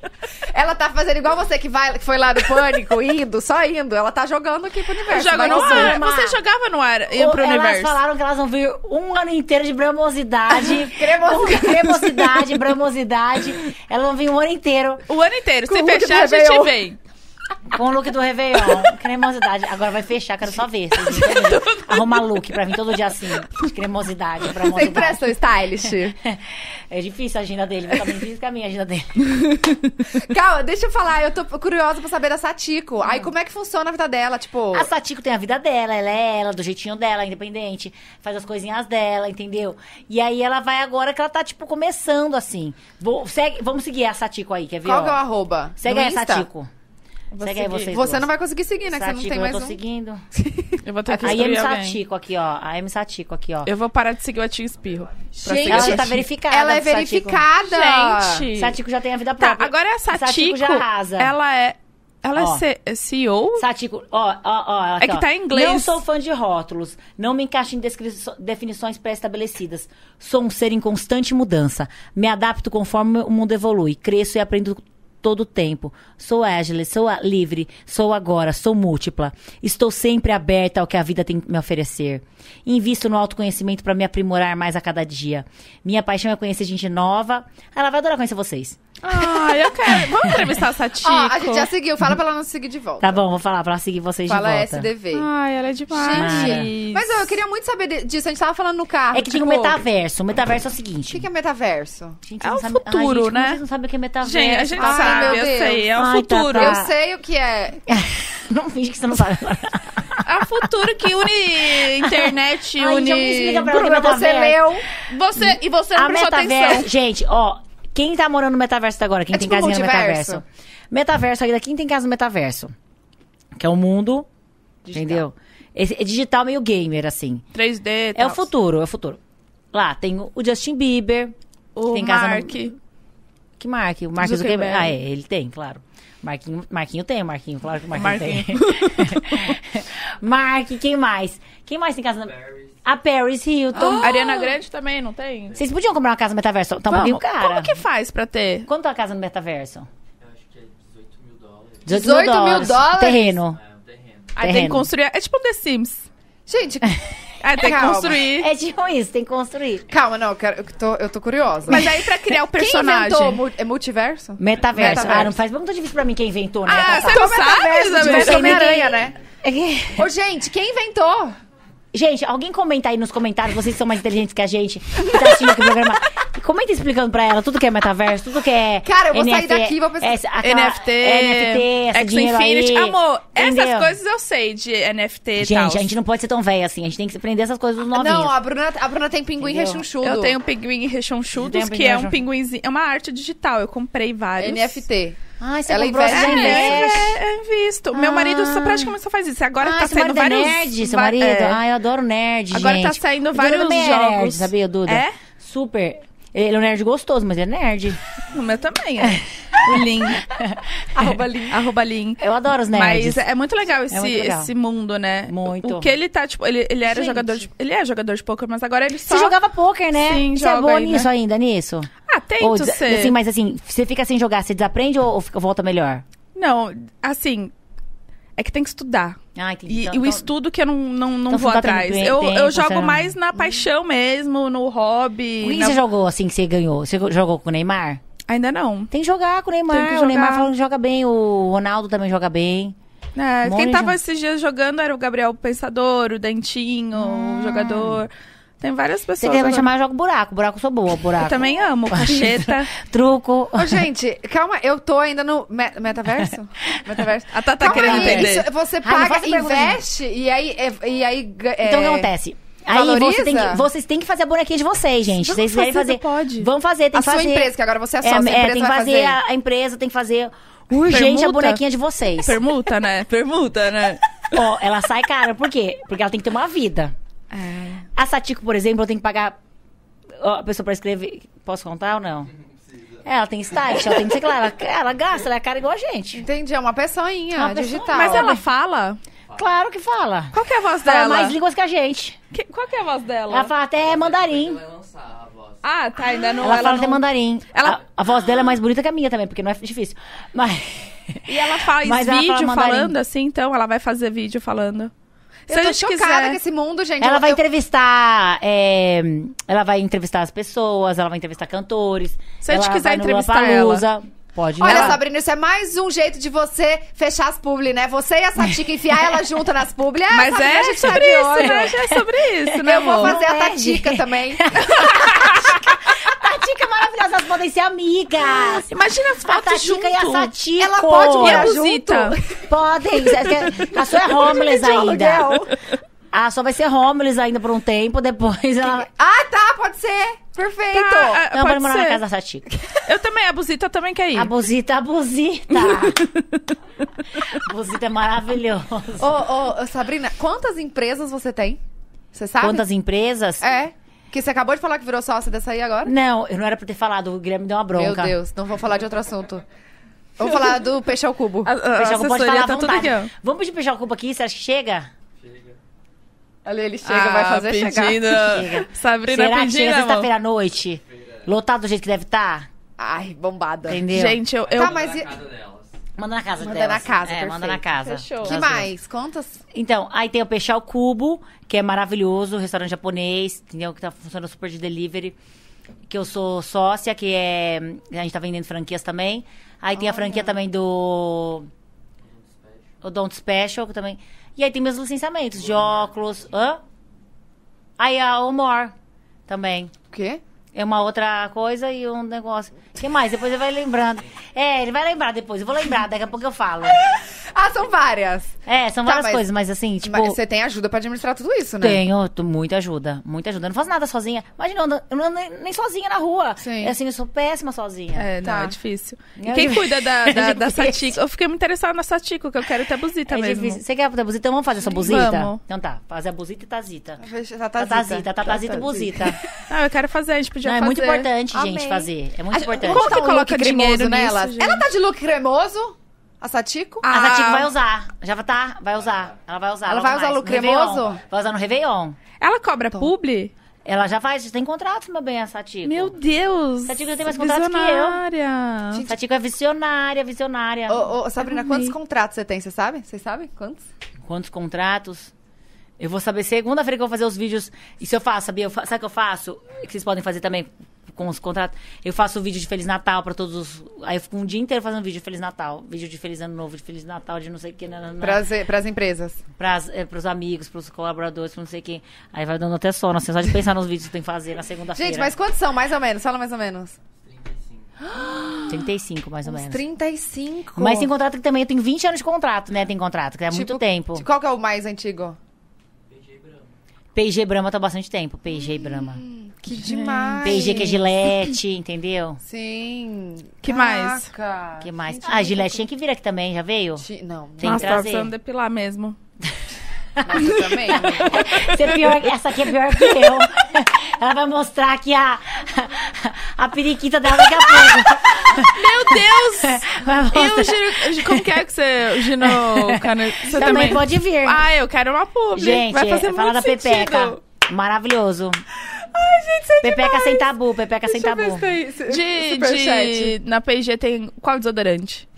A: Ela tá fazendo igual você que, vai, que foi lá do Pânico, indo, só indo. Ela tá jogando aqui pro universo.
B: Joga
A: vai
B: no
A: que vai.
B: ar.
C: Brahma.
B: Você jogava no ar e pro
C: elas
B: universo.
C: falaram que elas vão vir um ano inteiro de bramosidade.
A: Cremosidade.
C: cremosidade, bramosidade. Elas vão vir um ano inteiro.
B: O ano inteiro. Se
A: Com o Hulk
B: fechar, a
A: do
B: gente
A: Réveillon.
B: vem.
C: Com o look do Réveillon. Cremosidade. Agora vai fechar, quero só ver. vocês entendem? Arrumar look pra mim todo dia assim. De cremosidade, pra
A: Sem pressa, stylist.
C: É difícil a agenda dele, mas também difícil que a minha agenda dele.
A: Calma, deixa eu falar. Eu tô curiosa pra saber da Satiko. Aí, como é que funciona a vida dela? Tipo...
C: A Satiko tem a vida dela, ela é ela, do jeitinho dela, independente, faz as coisinhas dela, entendeu? E aí ela vai agora que ela tá, tipo, começando assim. Vou- segue- vamos seguir a Satiko aí, quer ver?
A: Qual
C: ó?
A: que é o arroba?
C: Segue
A: No
C: aí a
A: Insta?
C: Satiko.
B: Vou
C: Segue aí
B: seguir.
C: vocês.
A: Você
C: duas.
A: não vai conseguir seguir, né? Que
C: Satiko,
A: você não tem
C: eu
A: mais
C: tô
A: um.
C: seguindo.
B: Eu vou ter que
C: A M
B: excluir alguém.
C: Satiko aqui, ó. A M Satiko aqui, ó.
B: Eu vou parar de seguir o Atinho Espirro. pra
A: Gente,
B: seguir
C: Ela
B: a
C: já tá
B: Satiko.
C: verificada.
A: Ela é
C: do Satiko.
A: verificada.
B: Gente.
C: Satiko já tem a vida
B: Tá,
C: própria.
B: agora essa Tico,
C: Satiko já arrasa.
B: ela é... Ela
C: Ó.
B: é C- é CEO?
C: Satiko, ó, ó, ó.
B: É que
C: ó.
B: tá em inglês.
C: Não sou fã de rótulos. Não me encaixo em descri- definições pré-estabelecidas. Sou um ser em constante mudança. Me adapto conforme o mundo evolui. Cresço e aprendo todo o tempo. Sou ágil, sou a- livre, sou agora, sou múltipla. Estou sempre aberta ao que a vida tem que me oferecer. Invisto no autoconhecimento para me aprimorar mais a cada dia. Minha paixão é conhecer gente nova. Ela vai adorar conhecer vocês.
B: Ah, eu quero. Vamos entrevistar essa Tico.
A: Ó, a gente já seguiu. Fala pra ela não seguir de volta.
C: Tá bom, vou falar para ela seguir vocês
A: Fala
C: de volta. Ah,
A: SDV.
B: Ai, ela é demais.
A: Gente, mas ó, eu queria muito saber de- disso. A gente tava falando no carro.
C: É que tem o
A: tipo,
C: metaverso. O metaverso é o
A: O
C: seguinte.
A: que, que é metaverso?
C: Gente,
B: É
C: não
B: o
C: sabe-
B: futuro,
C: Ai, gente, como
B: né?
C: Vocês não sabem o que é metaverso.
B: Gente, a gente
A: Ai,
B: sabe,
A: meu
B: eu sei. É o
C: Ai, tá,
B: futuro.
C: tá.
A: Eu sei o que é.
C: não finge que você não sabe.
B: É o futuro que une internet,
A: então
C: Ai,
B: une.
C: gente, alguém explica pra
A: Bruna,
C: Tá
A: você
C: metaverso.
A: leu.
B: Você, e você não
C: A
B: prestou
C: metaverso.
B: atenção. um
C: Gente, ó. Quem tá morando no metaverso até agora? Quem
A: É
C: tem
A: tipo
C: casinha no
A: multiverso.
C: metaverso? Metaverso ainda. Quem tem casa no metaverso? Que é o mundo. Entendeu? Esse, é digital meio gamer, assim.
B: 3D.
C: É o
B: tals.
C: futuro, é o futuro. Lá tem o Justin Bieber.
B: O
C: Tem casa no-
B: Mark.
C: Que Mark? O Mark
B: Zuckerberg.
C: Zuckerberg. Ah, é, ele tem, claro. Marquinho, Marquinho tem, Marquinho, claro que o Marquinho, tem. Mark, quem mais? Quem mais tem casa na...
E: Paris.
C: A Paris Hilton.
B: A
A: Ah!
B: Ariana Grande também, não tem?
C: Vocês podiam comprar uma casa no metaverso? Tá um pouquinho
B: Vamos.
C: cara.
B: Como que faz pra ter?
C: Quanto é a casa no metaverso?
E: Eu acho que é 18 mil dólares.
A: 18 mil dólares?
C: Terreno.
E: É, um terreno.
B: Aí tem que
C: Terreno.
B: construir. É tipo um The Sims.
A: Gente,
B: Aí tem que
A: Calma.
B: construir.
C: É tipo isso, tem que construir.
A: calma, não, eu, quero- eu tô, eu tô curiosa. um
B: Mas aí pra criar o
A: Quem inventou?
B: personagem.
A: mu- É multiverso?
C: Metaverso.
A: Metaverso.
C: Ah, não faz muito difícil pra mim quem inventou, né?
B: Ah,
C: Tá-
B: você não sabe,
C: Não
A: Multiverso
C: sei
A: é
B: Isabel?
C: nem
A: Homem-Aranha,
C: quem-
A: né?
C: É que-
A: Ô, gente, quem inventou?
C: Gente, alguém comenta aí nos comentários, vocês são mais inteligentes que a gente, que tá assistindo aqui o programa. Comenta explicando pra ela tudo que é metaverso, tudo que é.
A: Cara, eu vou sair
C: NFT,
A: daqui e vou pesquisar.
C: essa- aquela-
B: NFT,
C: NFT, esse
B: X
C: dinheiro
B: Infinity.
C: aí,
B: Amor,
C: entendeu?
B: essas coisas eu sei de NFT e Ah, tal.
C: Gente, a gente não pode ser tão velha assim, a gente tem que se prender essas coisas dos novinhos.
A: Não, a Bruna, a Bruna tem pinguim
C: Entendeu?
A: rechonchudo.
B: Eu tenho um pinguim
C: Tem um
B: rechonchudos,
C: pinguim
B: que é um
C: rechonchudo.
B: pinguinzinho. É uma arte digital, eu comprei vários.
A: NFT.
C: Ai, você
A: Ela
C: comprou
B: É,
A: investe
C: esse
A: em
C: dinheiro.
B: é, é visto. Meu marido só praticamente só faz isso. Agora
C: Ah,
B: tá
C: seu marido
B: saindo
C: é
B: vários.
C: nerd, seu
B: va-
C: marido.
B: é.
C: Ai, eu adoro nerd,
B: Agora
C: gente.
B: tá saindo
C: O Duda
B: vários
C: também é nerd,
B: jogos.
C: sabia, Duda?
B: É?
C: Super. Ele é um nerd gostoso, mas ele é nerd.
B: O meu também, é. O Lin. Arroba Lin. Arroba Lin.
C: Eu adoro os nerds.
B: Mas é muito legal esse,
C: muito legal.
B: esse mundo, né?
C: Muito.
B: O que ele tá, tipo, ele, ele era
C: Gente.
B: jogador de. Ele é jogador de poker, mas agora ele só.
C: Você jogava pôquer, né?
B: Sim,
C: você é
B: joga
C: boa
B: ainda.
C: nisso ainda, nisso?
B: Ah, tento
C: Ou des-
B: ser.
C: Assim, mas assim, você fica sem jogar, você desaprende ou, ou fica- volta melhor?
B: Não, assim. É que tem que estudar.
C: Ah, entendi.
B: E,
C: Então-
B: e o
C: então-
B: estudo que eu não, não, não vou
C: Então você não tá
B: atrás.
C: tendo
B: eu
C: tempo,
B: eu
C: você
B: jogo
C: não-
B: mais na paixão mesmo, no
C: O que
B: hobby.
C: que
B: na-
C: você jogou assim que você ganhou? Você jogou com o Neymar?
B: Ainda não.
C: Tem que jogar com o Neymar.
B: Tem que
C: O Neymar
B: jogar.
C: falou que joga bem, o Ronaldo também joga bem.
B: É,
C: Mole
B: quem tava
C: já.
B: esses dias jogando era o Gabriel Pensador, o Dentinho, o jogador. Tem várias
C: Ah. Você
B: pessoas.
C: quer me
B: agora.
C: chamar, eu jogo buraco. Buraco eu sou boa, buraco.
B: Eu também amo, cacheta.
C: Truco.
A: Ô, gente, calma, eu tô ainda no me- metaverso? Metaverso.
C: Ah,
B: A
C: tá,
B: Tata
A: Calma
B: querendo
A: aí,
B: entender.
A: isso- você
C: Ai, Ah, não
A: paga,
C: faça pergunta de mim.
A: investe e aí. é- E aí ga- é-
C: Então o que acontece? Aí
A: Valoriza?
C: você tem que, vocês têm que fazer a bonequinha de vocês, gente.
B: Não
C: Vocês querem
B: precisa,
C: fazer.
B: pode.
C: Vamos fazer, tem
A: A
C: que fazer.
A: sua empresa, que agora você é
C: É,
A: sócia, a
C: é,
A: empresa
C: tem que
A: vai
C: fazer,
A: fazer.
C: A, a empresa tem que fazer urgente a
B: Permuta?
C: bonequinha de vocês.
B: Permuta, né? Permuta, né?
C: Ó, ela sai cara, por quê? Porque ela tem que ter uma vida.
B: É.
C: A Satiko, por exemplo, eu tenho que pagar ó, a pessoa pra escrever. Posso contar ou não? É, Ela tem style, ela tem que ser clara. Ela, ela gasta, ela é cara igual a gente.
A: Entendi, é uma pessoinha
C: Uma pessoa-
A: digital.
B: Mas ela fala?
C: Claro que fala.
B: Qual que é a voz
C: Fala
B: dela?
C: mais línguas que a gente.
B: Que- qual que é a voz dela?
C: Ela fala até mandarim.
E: Ela vai lançar a voz.
B: Ah, tá, ainda não.
C: Ela, fala é até
B: não-
C: mandarim.
B: Ela-
C: A, a voz dela é mais bonita que a minha também, porque não é difícil. Mas.
B: E ela faz
C: Mas ela
B: vídeo
C: fala mandarim.
B: falando assim, então ela vai fazer vídeo falando.
A: Eu tô chocada
B: quiser.
A: com esse mundo, gente.
B: Então
C: Ela
A: Eu-
C: vai
A: eu-
C: entrevistar. é, ela vai entrevistar as pessoas, ela vai entrevistar cantores.
B: Se a gente
C: ela
B: quiser
C: vai no
B: entrevistar
C: Lollapalooza. Pode
A: Olha,
C: não.
A: Sabrina, isso é mais um jeito de você fechar as publi, né? Você e a Tatica enfiar ela junto nas publi. Ah,
B: Mas
A: Sabrina,
B: é
A: a gente tá
B: sobre
A: de
B: isso,
A: olho.
B: né? Já é sobre isso, né,
A: Eu vou
B: amor?
A: fazer a
C: Não é,
A: Tatica
C: gente.
A: também.
C: Tatica maravilhosa, elas podem ser amigas.
B: Imagina as
C: A
B: fotos
C: Tatica
B: junto.
C: e a Satiko.
A: Ela pode
B: E a
A: morar junto.
B: Buzita.
C: Podem. A sua é homeless
A: Dividir o
C: ainda.
A: aluguel.
C: A sua vai ser homeless ainda por um tempo, depois ela...
A: Ah, tá, pode ser. Perfeito.
B: Tá,
C: Não,
B: pode
C: pode morar na
B: ser.
C: casa Tá da Satiko.
B: Eu também, a Buzita também quer ir.
C: A Buzita, a Buzita. Buzita é maravilhosa.
A: Ô, ô, ô, Sabrina, quantas empresas você tem? Você sabe?
C: Quantas empresas...
A: É. Que você acabou de falar que virou sócia dessa aí agora?
C: Não, eu não era pra ter falado, o Guilherme deu uma bronca.
A: Meu Deus, não vou falar de outro assunto. Vou falar do peixe ao cubo.
B: A, a, a
C: Peixe ao cubo pode
B: assessoria
C: falar à
B: tá tudo
C: vontade.
B: aqui, ó.
C: Vamos pedir peixe ao cubo aqui, você acha que chega?
E: Chega.
A: Olha, ele chega, vai fazer
B: Ah, pedindo.
A: chegar.
C: Chega.
B: Sabrina
C: Será que
B: pedindo,
C: chega
B: né, amor.
C: sexta-feira à noite? Lotado do jeito que deve estar?
A: Ai, bombada.
C: Entendeu?
B: Gente, eu... eu...
A: Tá, mas
E: Na
A: e-
E: casa delas.
C: Manda na casa
A: Manda
C: delas.
A: na casa,
C: É, manda
A: perfeito.
C: na casa.
B: Fechou.
A: Que
C: Das
A: mais? Quantas?
C: Então, aí tem o Peixe ao Cubo, que é maravilhoso, restaurante japonês, entendeu? Que tá funcionando super de delivery. Que eu sou sócia, que é. A gente tá vendendo franquias também. Aí tem a franquia também do.
E: Um
C: O Don't Special, que também. E aí tem meus licenciamentos de óculos. Hã? Aí a Omor também.
A: O quê?
C: É uma outra coisa e um negócio. O que mais? Depois ele vai lembrando. É, ele vai lembrar depois. Eu vou lembrar, daqui a pouco eu falo.
A: Ah, são várias.
C: É, são
A: Tá,
C: várias
A: mas-
C: coisas, mas assim, tipo.
A: Mas você tem ajuda pra administrar tudo isso, né?
C: Tenho, tô- muita ajuda, muita ajuda. Eu não faço nada sozinha. Imagina, eu ando- eu não ando nem- nem sozinha na rua.
A: Sim.
C: É assim, eu sou péssima sozinha.
B: É, não,
A: Tá.
B: é difícil. E
C: É
B: quem
C: difícil.
B: cuida da, da,
C: É
B: da
C: difícil.
B: Satiko? Eu fiquei muito interessada na Satiko, que eu quero ter a Buzita
C: É
B: mesmo.
C: difícil. Você quer fazer a buzita? Então vamos fazer essa buzita?
B: Vamos.
C: Então tá, fazer a buzita e tazita.
A: Tá,
C: Tatazita, tatazita e buzita.
B: Não, Ah, eu quero fazer, a gente podia
C: Não, é
B: fazer.
C: muito importante, gente,
A: Amei.
C: fazer. É muito importante.
A: Como tá
B: que
A: um
B: coloca
A: look cremoso
B: dinheiro
A: nela?
B: nisso, gente?
A: ela tá de look cremoso? A Satiko?
C: A
B: Ah.
C: Zatica vai usar. Já vai tá, vai usar. Ela vai usar.
A: Ela vai
C: logo
A: usar
C: mais.
A: look
C: No Réveillon.
A: cremoso?
C: Vai usar no Réveillon.
B: Ela cobra publi?
C: Ela já faz, já tem contrato, meu bem, a Satiko.
B: Meu Deus!
C: Satiko já Tá tem mais contratos que eu.
B: visionária.
C: Deus. Satiko é visionária, visionária.
A: Ô, ô, Sabrina, quantos contratos você tem? Você sabe? Vocês sabem? Quantos?
C: Quantos contratos? Eu vou saber segunda-feira que eu vou fazer os vídeos. E se eu faço, sabia? Eu fa- Sabe o que eu faço? Que vocês podem fazer também com os contratos. Eu faço o vídeo de Feliz Natal pra todos os. Aí eu fico um dia inteiro fazendo vídeo de Feliz Natal. Vídeo de Feliz Ano Novo, de Feliz Natal, de não sei o que. nananã.
A: Pras, eh, pras empresas.
C: Pras, é, pros amigos, pros colaboradores, pra não sei quem. Aí vai dando até sono, assim, só de pensar nos vídeos que tem que fazer na segunda-feira.
A: Gente, mas quantos são, mais ou menos? Fala mais ou menos.
E: 35.
C: 35, mais ou
A: Uns
C: menos.
A: 35.
C: Mas tem contrato que também eu tenho 20 anos de contrato, né? Tem contrato, que é muito
A: Tipo,
C: tempo.
A: Qual que é o mais antigo?
E: Beijei Brama.
C: PG Brahma tá bastante tempo. PG Brahma.
A: Que demais.
C: PG que é gilete, entendeu?
A: Sim.
B: Que mais?
A: Caraca.
C: O que mais? Ah, a Gillette tinha que vir aqui também, já veio?
A: Ti- Não,
C: Tem
B: Nossa, tava
C: que trazer.
B: precisando depilar mesmo.
A: nossa, também.
C: Você é pior- essa aqui é pior que eu. Ela vai mostrar aqui a, a periquita dela daqui a pouco.
B: Meu Deus!
C: Vai
B: e o
C: mostrar.
B: giro... É, Como que é que você... O gino... cano- Você
C: Também pode vir.
B: Ah, eu quero uma publi.
C: Gente, é
B: Vai fazer
C: falar
B: muito
C: da pepeca.
B: sentido.
C: Maravilhoso. Ai, gente, você Pepeca sem tabu, pepeca sem
A: Deixa eu ver
C: tabu.
A: se tem isso.
B: é De,
A: Superchat.
B: de... Na P&G tem qual desodorante?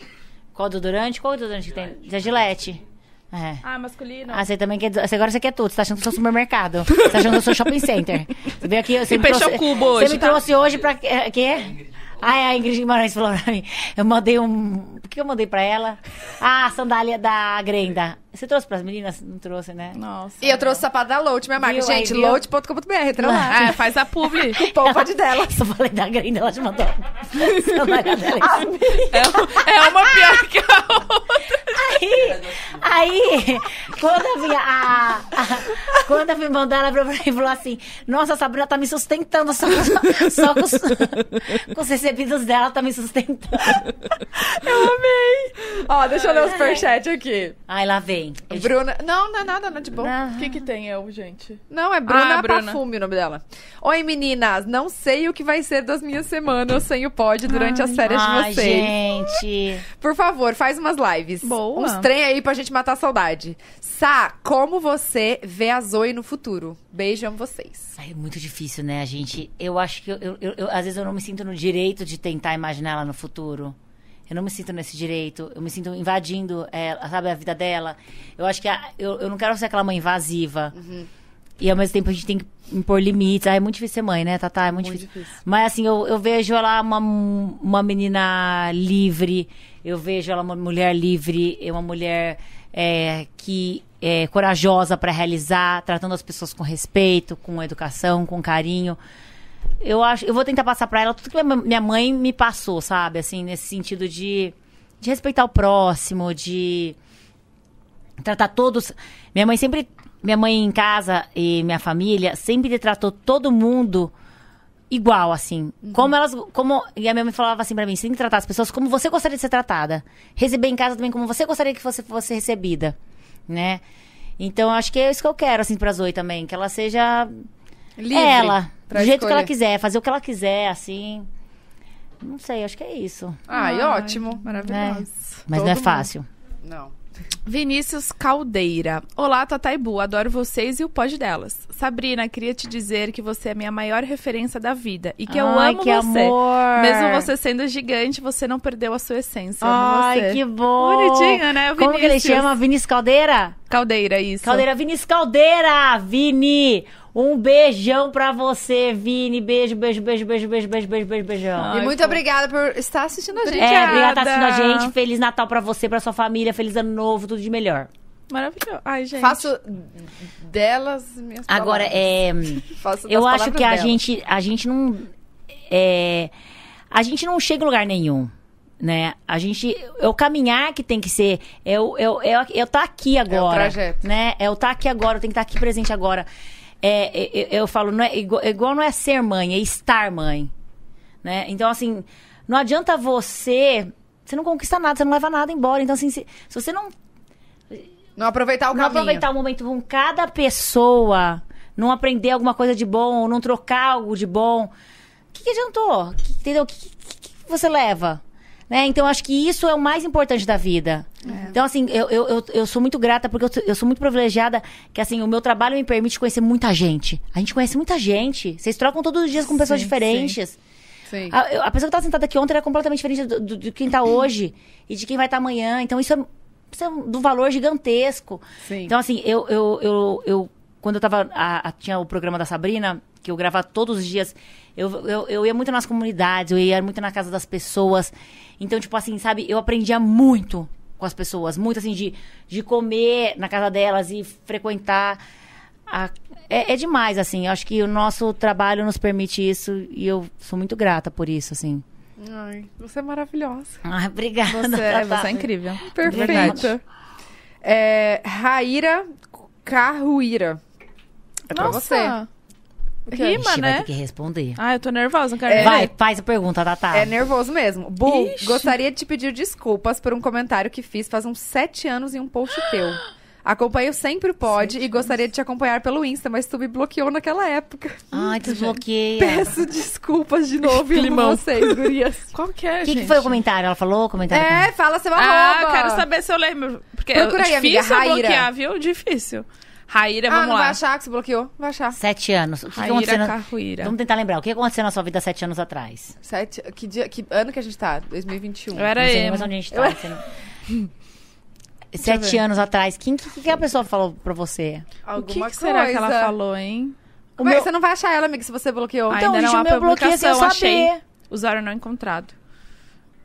C: Qual desodorante? Qual desodorante que tem? Da Gillette. É.
B: Ah, masculino.
C: Ah, você também quer. você- Agora você quer tudo. Você tá achando que eu sou supermercado. Você tá achando que eu sou shopping center. Você veio aqui. Você
B: E
C: me
B: fechou
C: trouxe,
B: o cubo
C: Você
B: hoje,
C: me
B: tá?
C: trouxe hoje pra. eh, Quê? Ah, é, a Ingrid Guimarães falou pra mim. Eu mandei um. O que eu mandei pra ela? Ah, a sandália da Grenda. Você trouxe pras meninas? Não trouxe, né?
B: Nossa.
A: E eu trouxe o sapato da Lout, minha marca.
C: Viu aí,
A: Gente,
C: viu?
A: lout.com.br, entra lá. É,
B: Ah, faz a publi.
A: Pô, pode dela.
C: Só falei da Grenda, ela te mandou. sandália dela.
B: é, é uma pior que a outra.
C: Aí, aí, quando eu vi a, a- quando eu vi mandar ela pra mim, falou assim, nossa, a Sabrina tá me sustentando só, com- só com, os, com os recebidos dela, tá me sustentando.
A: Ó, deixa eu ler o superchat aqui.
C: Ai, lá vem. Eu "Ah, te-
A: Bruna. Não, não é nada, não, de bom.
B: O que que tem eu, gente?
A: Não, é Bruna
B: Ah, Bruna.
A: Parfume o nome dela. Oi, meninas. Não sei o que vai ser das minhas semanas sem o pod durante as férias
C: Ai,
A: de vocês.
C: gente.
A: Por favor, faz umas lives.
B: Boa.
A: Uns trem aí pra gente matar a saudade. Sá, como você vê a Zoe no futuro? Beijo, amo vocês.
C: Ai, é muito difícil, né, gente? Eu acho que, eu, eu- eu- eu- às vezes, eu não me sinto no direito de tentar imaginar ela no futuro. Eu não me sinto nesse direito. Eu me sinto eh, invadindo, ela, sabe, a vida dela. Eu acho que a- eu, eu não quero ser aquela mãe invasiva. E ao mesmo tempo a gente tem que impor limites. Ah, é muito difícil ser mãe, né, Tatá? É muito, difícil. Mas assim, eu, eu vejo ela uma, uma menina livre, eu vejo ela uma mulher livre, é uma mulher é, que é corajosa pra realizar, tratando as pessoas com respeito, com educação, com carinho. Eu acho, eu vou tentar passar pra ela tudo que minha- minha mãe me passou, sabe? Assim, nesse sentido de, de respeitar o próximo, de tratar todos. Minha mãe sempre, minha mãe em casa e minha família sempre tratou todo mundo igual, assim.
A: Uhum.
C: Como elas, como e a minha mãe falava assim pra mim, você tem que tratar as pessoas como você gostaria de ser tratada. Receber em casa também como você gostaria que você fosse recebida, né? Então, eu acho que é isso que eu quero, assim, pra Zoe também. Que ela seja
A: Livre
C: ela, do
A: pra
C: jeito que ela
A: escolher.
C: quiser, fazer o que ela quiser, assim. Não sei, acho que é isso.
A: Ai, ótimo.
B: Maravilhoso.
C: Mas
A: Todo
C: não é
A: mundo.
C: fácil.
A: Não.
B: Vinícius Caldeira. Olá, Tata e Bu, adoro vocês e o pod delas. Sabrina, queria te dizer que você é a minha maior referência da vida e que eu
C: Ai,
B: amo
C: que
B: você.
C: amor.
B: Mesmo você sendo gigante, você não perdeu a sua essência. Eu amo
C: Ai,
B: você.
C: que bom.
B: Bonitinho, né? O
C: Como que ele
B: Vinícius.
C: chama? Vinícius Caldeira?
B: Caldeira, isso.
C: Caldeira, Vinícius Caldeira! Vini! Um beijão pra você, Vini. Beijo, beijo, beijo, beijo, beijo, beijo, beijo, beijo, beijão.
A: e
B: Ai,
A: muito
B: pô.
A: obrigada por estar assistindo a gente.
C: É, obrigada por estar assistindo a
B: Obrigada.
C: gente. Feliz Natal pra você, pra sua família. Feliz Ano Novo, tudo de melhor.
B: Maravilhoso. Ai, gente.
A: Faço delas minhas
C: Agora,
A: palavras.
C: é...
A: Faço das
C: Eu acho
A: palavras
C: que a
A: delas.
C: gente, a gente não. é, a gente não chega em lugar nenhum. Né? A gente. É o caminhar que tem que ser. É o, é o, é o, é o tá aqui agora.
A: trajeto.
C: Né? É o tá aqui agora, eu tenho que estar aqui presente agora. É, eu, eu falo, não é, igual, igual não é ser mãe, é estar mãe. Né? Então, assim, não adianta você. Você não conquista nada, você não leva nada embora. Então, assim, se, se você não
A: Não aproveitar o
C: não
A: caminho.
C: aproveitar o momento com cada pessoa, não aprender alguma coisa de bom, não trocar algo de bom. O que, que adiantou? Que- entendeu? O que, que- que você leva? Né? Então, acho que isso é o mais importante da vida.
B: É.
C: Então, assim, eu, eu, eu, eu sou muito grata, porque eu, sou- eu sou muito privilegiada, que assim, o meu trabalho me permite conhecer muita gente. A gente conhece muita gente. Vocês trocam todos os dias com pessoas
B: Sim,
C: diferentes.
A: Sim.
C: A, eu- a pessoa que estava sentada aqui ontem era completamente diferente do, do- de quem está hoje e de quem vai estar amanhã. Então, isso é, isso é um- de um valor gigantesco.
A: Sim.
C: Então, assim, eu, eu, eu, eu- quando eu tava. a- a- tinha o programa da Sabrina, que eu gravava todos os dias, eu, eu, eu ia muito nas comunidades, eu ia muito na casa das pessoas. Então, tipo assim, sabe, eu aprendia muito com as pessoas, muito assim, de, de comer na casa delas e frequentar. a- é, é demais, assim. Eu acho que o nosso trabalho nos permite isso e eu sou muito grata por isso, assim.
A: Ai, você é maravilhosa.
C: Ah, obrigada.
B: Você, é,
C: Tatá.
B: você é incrível.
A: Perfeita. É, Raíra Carruíra. É pra
B: Nossa.
A: você.
B: Rima,
C: Ixi, vai
B: né?
C: ter que responder.
B: Ah, eu tô nervosa, não quero
A: É.
B: ver.
C: Vai, faz a pergunta, Tatá.
B: né?
A: É nervoso mesmo. Bu,
B: Ixi.
A: gostaria de te pedir desculpas por um comentário que fiz faz uns sete anos em um post teu. Acompanho sempre o pod e gostaria de te acompanhar pelo Insta, mas tu me bloqueou naquela época.
B: Ah,
C: Ai, desbloqueia.
A: Peço desculpas de novo e amo
B: é. Climão.
A: vocês, gurias.
B: Qual que tá? é,
C: O que,
B: gente?
C: que foi o comentário? Ela falou o comentário?
A: É, fala seu arroba.
B: Ah, quero saber se eu lembro. Porque
A: Procura aí,
B: é
A: amiga,
B: difícil
A: Raíra.
B: bloquear, viu? Difícil. Raíra,
A: Ah,
B: vamos
A: não
B: lá.
A: vai achar que você bloqueou? Vai achar.
C: Sete anos. O que, que
B: Raíra
C: aconteceu? na-
B: Carruíra.
C: Vamos tentar lembrar. O que aconteceu na sua vida sete anos atrás?
A: Sete, que, dia, que ano que a gente tá? 2021.
B: Eu era
C: não sei nem
B: emo.
C: mais onde a gente tá. você não- Sete anos atrás. Quem que, que a pessoa falou pra você?
B: O que,
A: Alguma
B: que será que ela
A: coisa.
B: falou, hein?
A: Como é que você não vai achar ela, amiga, se você bloqueou?
B: Ai.
C: Então,
B: Ainda
C: gente,
B: não
C: o
B: há
C: meu bloqueio sem eu
B: publicação,
C: saber.
A: é-
B: Usuário não encontrado.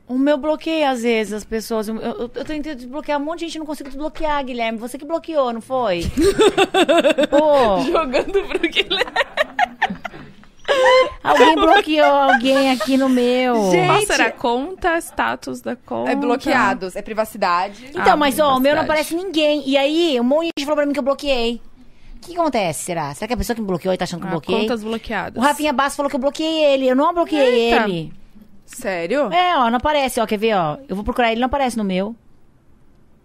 C: O meu bloqueio, às vezes, as pessoas. Eu, eu, eu tentei desbloquear um monte de gente, não consigo desbloquear, Guilherme. Você que bloqueou, não foi? Pô,
B: Jogando pro
A: é.
B: Guilherme.
C: alguém bloqueou alguém aqui no meu.
A: Gente,
B: Qual será? Conta, status da conta.
A: É bloqueados, é privacidade.
C: Então,
B: Ah,
C: mas ó, o meu não
B: privacidade.
C: aparece ninguém. E aí, um monte de gente falou pra mim que eu bloqueei. O que acontece, será? Será que a pessoa que me bloqueou e tá achando que eu
B: Ah,
C: bloqueei?
B: contas bloqueadas.
C: O Rafinha Basso falou que eu bloqueei ele. Eu não bloqueei
B: Eita.
C: ele.
A: Sério?
C: É, ó, não aparece, ó. Quer ver, ó? Eu vou procurar ele, não aparece no meu.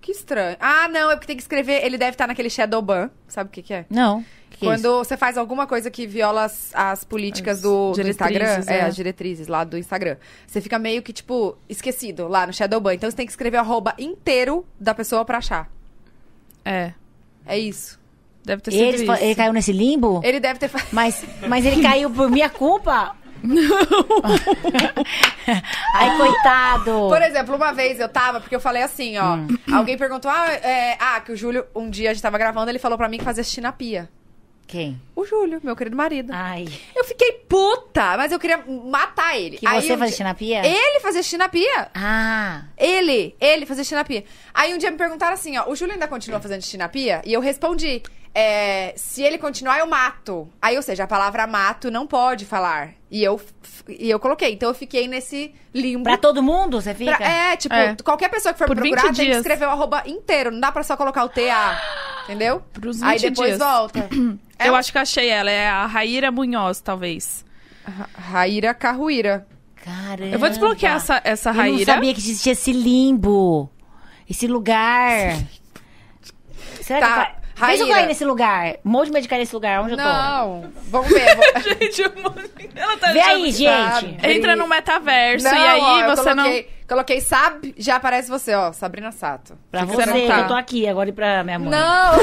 A: Que estranho. Ah, não, é porque tem que escrever. Ele deve estar naquele shadow ban. Sabe o que, que é?
C: Não. Que que é
A: Quando
C: isso?
A: você faz alguma coisa que viola as, as políticas
B: As
A: do, do
B: diretrizes,
A: Instagram, é.
B: é.
A: as diretrizes lá do Instagram, você fica meio que, tipo, esquecido lá no Shadowban. Então você tem que escrever o arroba inteiro da pessoa pra achar.
B: É.
A: É isso.
B: Deve ter sido
C: Ele,
B: isso.
C: fa- ele caiu nesse limbo?
A: Ele deve ter. fa-
C: Mas, mas ele caiu por minha culpa? Ai, coitado.
A: Por exemplo, uma vez eu tava, porque eu falei assim, ó. Alguém perguntou, ah, é, ah, que o Júlio, um dia a gente tava gravando, ele falou pra mim que fazia xixi na pia.
C: Quem?
A: O Júlio, meu querido marido.
C: Ai.
A: Eu fiquei puta, mas eu queria matar ele.
C: Que
A: Aí
C: você
A: um
C: faz
A: dia-
C: xixi na pia?
A: Ele fazia xixi na pia.
C: Ah.
A: Ele, ele fazia xixi na pia. Aí um dia me perguntaram assim, ó, o Júlio ainda continua fazendo xixi na pia? E eu respondi, é, se ele continuar, eu mato. Aí, ou seja, a palavra mato não pode falar. E eu, f- e eu coloquei. Então eu fiquei nesse limbo.
C: Pra todo mundo você fica?
A: Pra- é, tipo,
B: É.
A: qualquer pessoa que for
B: Por
A: procurar
B: 20
A: tem que
B: dias.
A: escrever o arroba inteiro. Não dá pra só colocar o TA, entendeu?
B: Pros
A: Aí
B: 20
A: depois
B: dias.
A: volta.
B: Eu acho que achei ela. É a Raíra Munhoz, talvez.
A: Ra- Raíra Carruíra.
C: Caramba.
B: Eu vou desbloquear essa, essa
C: É, tá. Eu não
B: Raíra.
C: sabia que existia esse limbo. Esse lugar. Será
A: Tá,
C: que eu ca- Veja eu
A: Raíra.
C: caí nesse lugar. Um monte de médico nesse lugar. Onde
B: Tá
C: eu
A: Não, vamos ver. vou-
B: Gente,
C: um
B: eu vou- Tipo, ela tá
C: tô? Vê aí,
B: achando-
C: gente.
A: Sabe.
B: Entra no metaverso
A: Não,
B: e aí
A: ó, eu
B: você
A: coloquei, Coloquei sabe, já aparece você, ó, Sabrina Sato.
C: Pra
B: Você
C: você,
B: não
C: que
B: tá.
C: eu tô aqui agora e pra minha mãe.
A: Não!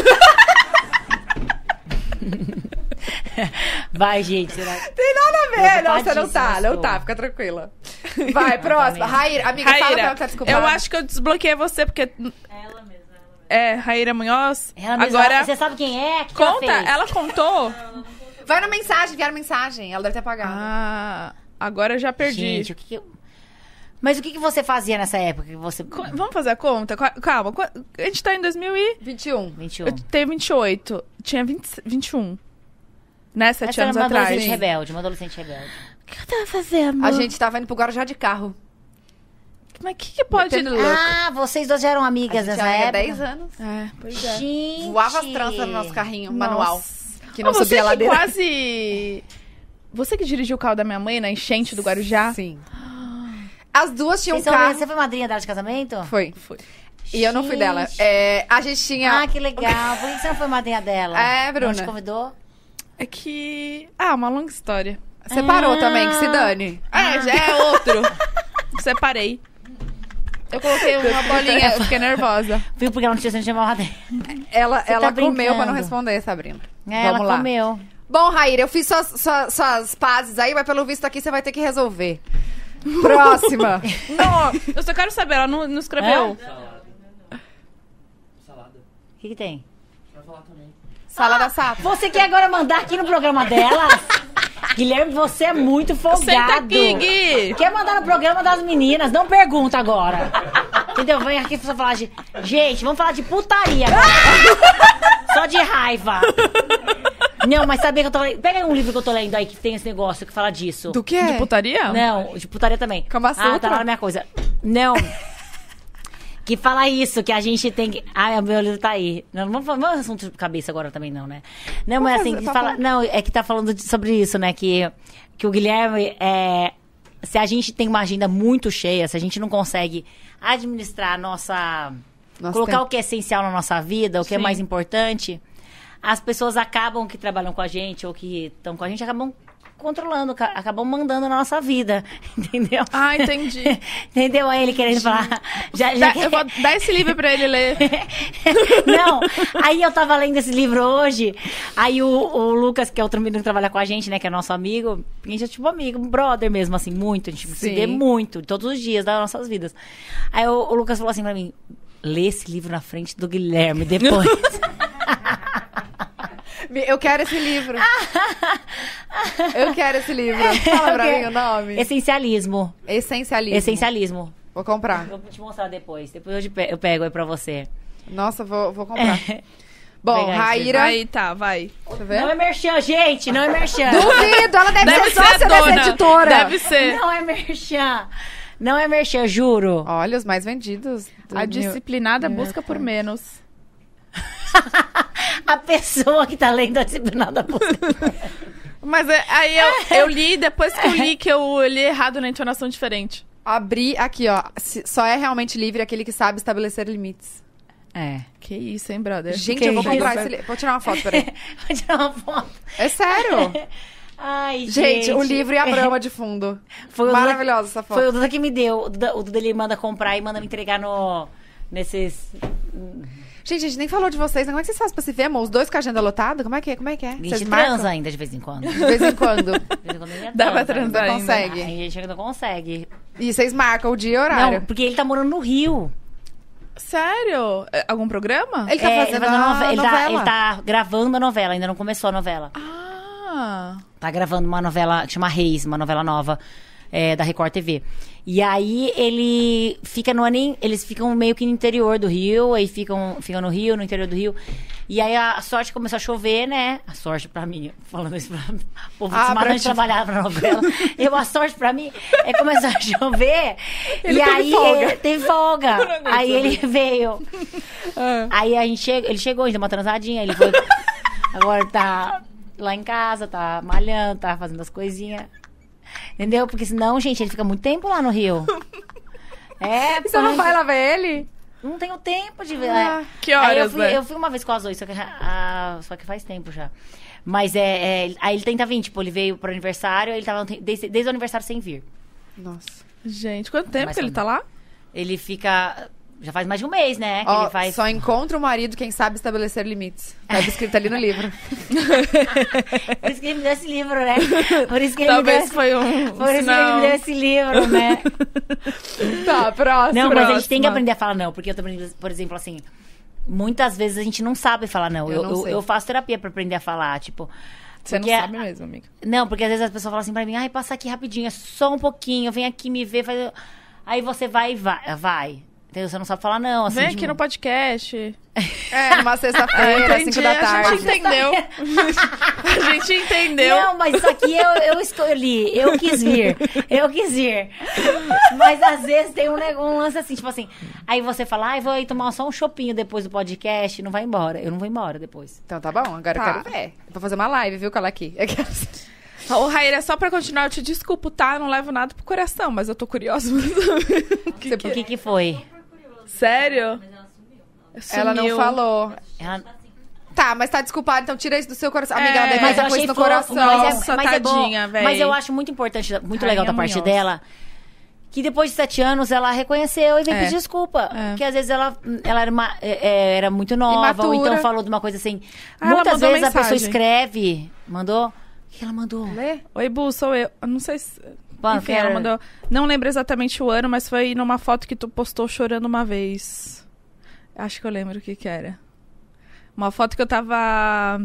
C: Vai, gente. Será que...
A: Tem nada a ver. Não, você não tá,
C: Preocupadíssima
A: não tá,
C: estou.
A: fica tranquila. Vai, próxima. Raíra, amiga,
B: não.
A: fala pra ela
B: tá Raíra,
A: que tá desculpada.
B: eu acho que eu desbloqueei você porque.
C: Ela mesma.
B: É, Raíra Munhoz.
C: Ela mesma.
B: Agora,
C: Você sabe quem é? O Que que ela
B: conta.
C: fez?
B: Ela contou?
A: Vai na mensagem, enviar mensagem. Ela deve ter apagado.
B: Ah, agora eu já perdi.
C: Gente, o que que... eu- Mas o que, que você fazia nessa época? Que você...
B: Co- Vamos fazer a conta? Qua- Calma, qua- a gente tá em 2000 e...
A: 21.
C: 21.
B: Eu tenho 28. Tinha 20, 21. Né? Sete
C: Essa era
B: anos
C: uma
B: atrás.
C: adolescente rebelde, uma adolescente rebelde.
B: O que eu tava fazendo?
A: A gente tava indo pro Guarujá de carro.
B: Mas o que, que pode...
A: Metendo louco.
C: Ah, vocês duas já eram amigas
A: Já
C: nessa
A: tinha
C: época?
A: 10 anos.
B: É, pois é.
C: Gente.
A: Voava as tranças no nosso carrinho
B: Nossa.
A: um manual. Que não
B: Ô, você é
A: subia a
B: que
A: ladeira.
B: quase... Você que dirigiu o carro da minha mãe na enchente do Guarujá?
A: Sim. As duas tinham um
C: Vocês são-
A: carro.
C: Você foi madrinha dela de casamento?
A: Foi.
B: Foi.
A: E eu não fui dela.
C: Gente.
A: É, a gente tinha.
C: Ah, que legal. Por que que você não foi madrinha dela?
A: É, Bruna.
C: Não te convidou?
B: É que... Ah, uma longa história.
A: Separou
C: Ah.
A: também, que se dane.
B: É, já é outro. Separei. Eu coloquei uma bolinha,
A: é
B: eu fiquei nervosa.
C: Viu porque ela não tinha sido chamada dela.
A: Ela,
C: Você
A: ela
C: tá
A: comeu pra
C: brincando.
A: não responder, Sabrina.
C: É,
A: Vamos
C: ela
A: lá.
C: comeu.
A: Bom, Raíra, eu fiz suas, suas, suas pazes aí, mas pelo visto aqui você vai ter que resolver. Próxima.
B: Não, eu só quero saber, ela não, não
C: É um
B: escreveu.
E: Salada. Salada.
C: O que, que tem?
E: Vai falar também.
A: Salada Sato.
C: Você quer agora mandar aqui no programa dela? Guilherme, você é muito folgado.
B: Senta aqui, Gui.
C: Quer mandar no programa das meninas? Não pergunta agora. Entendeu? Vem aqui pra falar de. Gente, vamos falar de putaria agora. Só de raiva. Não, mas sabia que eu tô lendo. Pega aí um livro que eu tô lendo aí que tem esse negócio que fala disso.
A: Do quê?
B: De putaria?
C: Não, de putaria também.
A: Kama
C: ah,
A: Sutra?
C: tá lá na minha coisa. Não. que fala isso, que a gente tem que. Ah, meu livro tá aí. Não, não vamos falar assunto de cabeça agora também, não, né? Não, mas assim,
A: fazer-
C: que
A: pra
C: fala.
A: falar.
C: Não, é que tá falando de- sobre isso, né? Que, que o Guilherme é. Se a gente tem uma agenda muito cheia, se a gente não consegue administrar a nossa.
A: Nosso
C: colocar
A: tempo.
C: o que é essencial na nossa vida, o que é
B: Sim.
C: mais importante, as pessoas acabam que trabalham com a gente ou que estão com a gente, acabam controlando, ca- acabam mandando na nossa vida, entendeu?
B: Ah, entendi.
C: entendeu? Aí ele querendo falar. Já, já
B: Dá-
C: quer-
B: eu vou dar esse livro pra ele ler.
C: Não, aí eu tava lendo esse livro hoje, aí o, o Lucas, que é outro menino que trabalha com a gente, né, que é nosso amigo, a gente é tipo amigo, um brother mesmo, assim, muito, a gente se
A: Sim.
C: vê muito, todos os dias das nossas vidas. Aí o, o Lucas falou assim pra mim, lê esse livro na frente do Guilherme depois.
A: Eu quero esse livro. Eu quero esse livro. Fala pra mim o nome.
C: Essencialismo.
A: Essencialismo.
C: Essencialismo.
A: Vou comprar.
C: Vou te mostrar depois. Depois eu, te pe- eu pego aí pra você.
A: Nossa, vou, vou comprar. Bom,
C: Pegar esse
A: Raíra.
B: Aí tá, vai.
A: Deixa eu ver.
C: Não é merchan, gente. Não é merchan.
A: Duvido, ela deve,
B: É Deve
A: ser sócia
B: ser
A: dessa
B: dona.
A: editora.
B: Deve ser.
C: Não é merchan. Não é merchan, juro.
A: Olha, os mais vendidos. do
B: A
A: New-
B: disciplinada busca por menos.
C: A pessoa que tá lendo a disciplinada busca.
B: Mas é- aí eu, eu li, depois que eu li, que eu li errado na entonação diferente.
A: Abrir aqui, ó. Se- Só é realmente livre aquele que sabe estabelecer limites.
C: É.
B: Que isso, hein, brother?
A: Gente,
B: Que
A: eu vou
B: É. isso.
A: comprar esse livro. Vou tirar uma foto, peraí.
C: Vou tirar uma foto.
A: É sério.
C: Ai, gente.
A: Gente, o livro
B: é.
A: e a brama de fundo.
C: Foi o Duda-
A: Maravilhosa essa foto.
C: Foi o Duda que me deu. O Duda, o Duda, ele manda comprar e manda me entregar no... Nesses...
A: Gente, a gente nem falou de vocês, né? Como é que vocês fazem pra se ver, amor? Os dois com a agenda lotada? Como é que é? Como é que é?
C: A
A: Vocês
C: gente
A: marcam?
C: transa ainda de vez em quando. De
A: De vez em quando.
C: vez em quando ele
B: Dá pra
C: transa.
B: transar
A: Você
B: ainda.
A: consegue.
C: Ai, A gente não consegue.
A: E vocês marcam o dia e o
C: Não,
A: horário.
C: porque ele tá morando no Rio.
B: Sério? É, Algum programa?
A: Ele tá
C: É,
A: fazendo
C: uma
A: a
C: nove- ele, tá,
A: novela.
C: ele tá gravando a novela, ainda não começou a novela.
B: Ah.
C: Tá gravando uma novela que chama Reis, uma novela nova é, da Record TV. E aí ele fica no anim, eles ficam meio que no interior do Rio, aí ficam, ficam no Rio, no interior do Rio. E aí a sorte começou a chover, né? A sorte pra mim, falando isso pra mim. Pô, vou
A: Ah, pra
C: ah,
A: ti.
C: trabalhar pra novela. Eu, a sorte pra mim é começar a chover.
A: Ele
C: e
A: teve
C: aí
A: folga.
C: ele teve folga. aí ele veio.
A: Ah.
C: Aí a gente chega, ele chegou, a gente deu uma transadinha, ele foi. agora tá lá em casa, tá malhando, tá fazendo as coisinhas. Entendeu? Porque senão, gente, ele fica muito tempo lá no Rio. É,
A: E Você não
C: pô,
A: vai lá ver ele?
C: não tenho tempo de ver.
A: Ah,
C: é.
B: que
C: Aí eu
B: horas,
C: fui,
B: né?
C: eu fui uma vez com a Zoe, só que, ah, só que faz tempo já. Mas é, é, Aí ele tenta vir, tipo, ele veio pro aniversário, ele tava desde, desde o aniversário sem vir.
A: Nossa.
B: Gente, quanto tempo
C: Mas
B: que ele
C: não.
B: tá lá?
C: Ele fica. Já faz mais de um mês, né? Que
A: Ó,
C: ele faz.
A: Só encontra o marido quem sabe estabelecer limites. Tá escrito ali no livro.
C: Por isso que ele me deu esse livro, né? Por isso que ele me deu
B: Talvez
C: esse...
B: foi um, um
C: Por isso que ele
B: sinal.
C: me deu esse livro, né?
A: tá, próximo.
C: Não, mas a gente tem que
A: Próxima.
C: aprender a falar não, porque eu também, por exemplo, assim, muitas vezes a gente não sabe falar não.
A: Eu
C: Eu,
A: não
C: eu-
A: sei.
C: eu faço terapia pra aprender a falar, tipo.
B: Você não
C: porque-
B: sabe né? mesmo, amiga.
C: Não, porque às vezes as pessoas falam assim pra mim, ai, passa aqui rapidinho, é só um pouquinho, vem aqui me ver, faz... aí você vai e vai, vai. Entendeu? Você não sabe falar não, assim.
B: Vem
C: de-
B: aqui no podcast.
A: É, numa sexta-feira,
B: Ah,
A: às
B: entendi.
A: 5 da
B: A gente
A: tarde.
B: entendeu. a gente entendeu.
C: Não, mas isso aqui eu, eu escolhi, eu quis vir, eu quis vir. Mas às vezes tem um, nego- um lance assim, tipo assim, aí você fala, ai, vou aí tomar só um chopinho depois do podcast, não vai embora, eu não vou embora depois.
A: Então tá bom, agora
B: Tá.
A: eu quero ver. Vou fazer uma live, viu, Calaqui?
B: Ô, Raíra, só pra continuar, eu te desculpo, tá? Não levo nada pro coração, mas eu tô curiosa. pra saber o que
A: Você-
B: que
C: O que que foi?
B: é. Sério?
A: Ela não
B: Sumiu.
A: falou.
C: Ela-
A: Tá, mas tá desculpado, então tira isso do seu coração.
B: É,
A: Amiga, ela deve
C: Mas eu
A: estar com
C: achei
A: isso no
C: fofo,
A: coração.
C: mas,
B: Nossa,
C: é, mas é bom.
B: tadinha, véi.
C: Mas eu acho muito importante, muito
B: Ai,
C: legal da
B: é
C: parte
B: munhoz.
C: dela. Que depois de sete anos ela reconheceu e veio
B: É.
C: pedir desculpa.
B: É.
C: Porque às vezes ela, ela era, uma- é, é, era muito nova, ou
A: Imatura.
C: então falou de uma coisa assim.
B: Ah, ela
C: Muitas
B: mandou
C: vezes a pessoa
B: mensagem.
C: escreve, mandou. O que ela mandou?
A: Lê?
B: Oi, Bu, sou eu. Eu Não sei se.
C: Bom,
B: Enfim,
C: quero-
B: ela mandou. Não lembro exatamente o ano, mas foi numa foto que tu postou chorando uma vez. Acho que eu lembro o que que era. Uma foto que eu tava.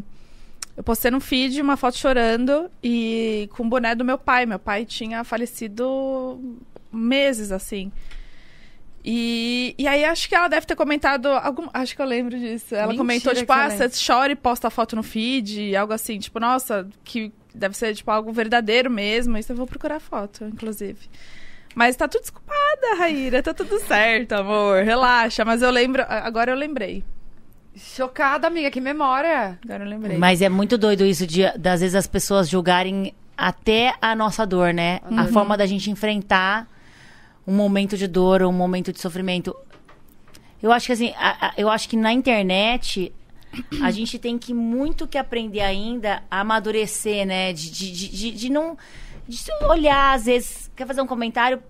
B: Eu postei no feed uma foto chorando e com o boné do meu pai. Meu pai tinha falecido meses assim. E, e aí acho que ela deve ter comentado algum, acho que eu lembro disso. Ela
A: Mentira
B: comentou
A: que
B: tipo,
A: você
B: ah,
A: lembra."
B: você chora e posta a foto no feed, algo assim, tipo, nossa, que deve ser tipo algo verdadeiro mesmo. Isso eu vou procurar a foto, inclusive. Mas tá tudo desculpada, Raíra, tá tudo certo, amor. Relaxa, mas eu lembro, agora eu lembrei.
A: Chocada, amiga, que memória.
B: Agora eu lembrei.
C: Mas é muito doido isso de, das vezes as pessoas julgarem até a nossa dor, né? A forma da gente enfrentar um momento de dor ou um momento de sofrimento. Eu acho que assim, a- a- eu acho que na internet a gente tem que muito que aprender ainda a amadurecer, né? De, de, de, de- de não de se olhar às vezes quer fazer um comentário.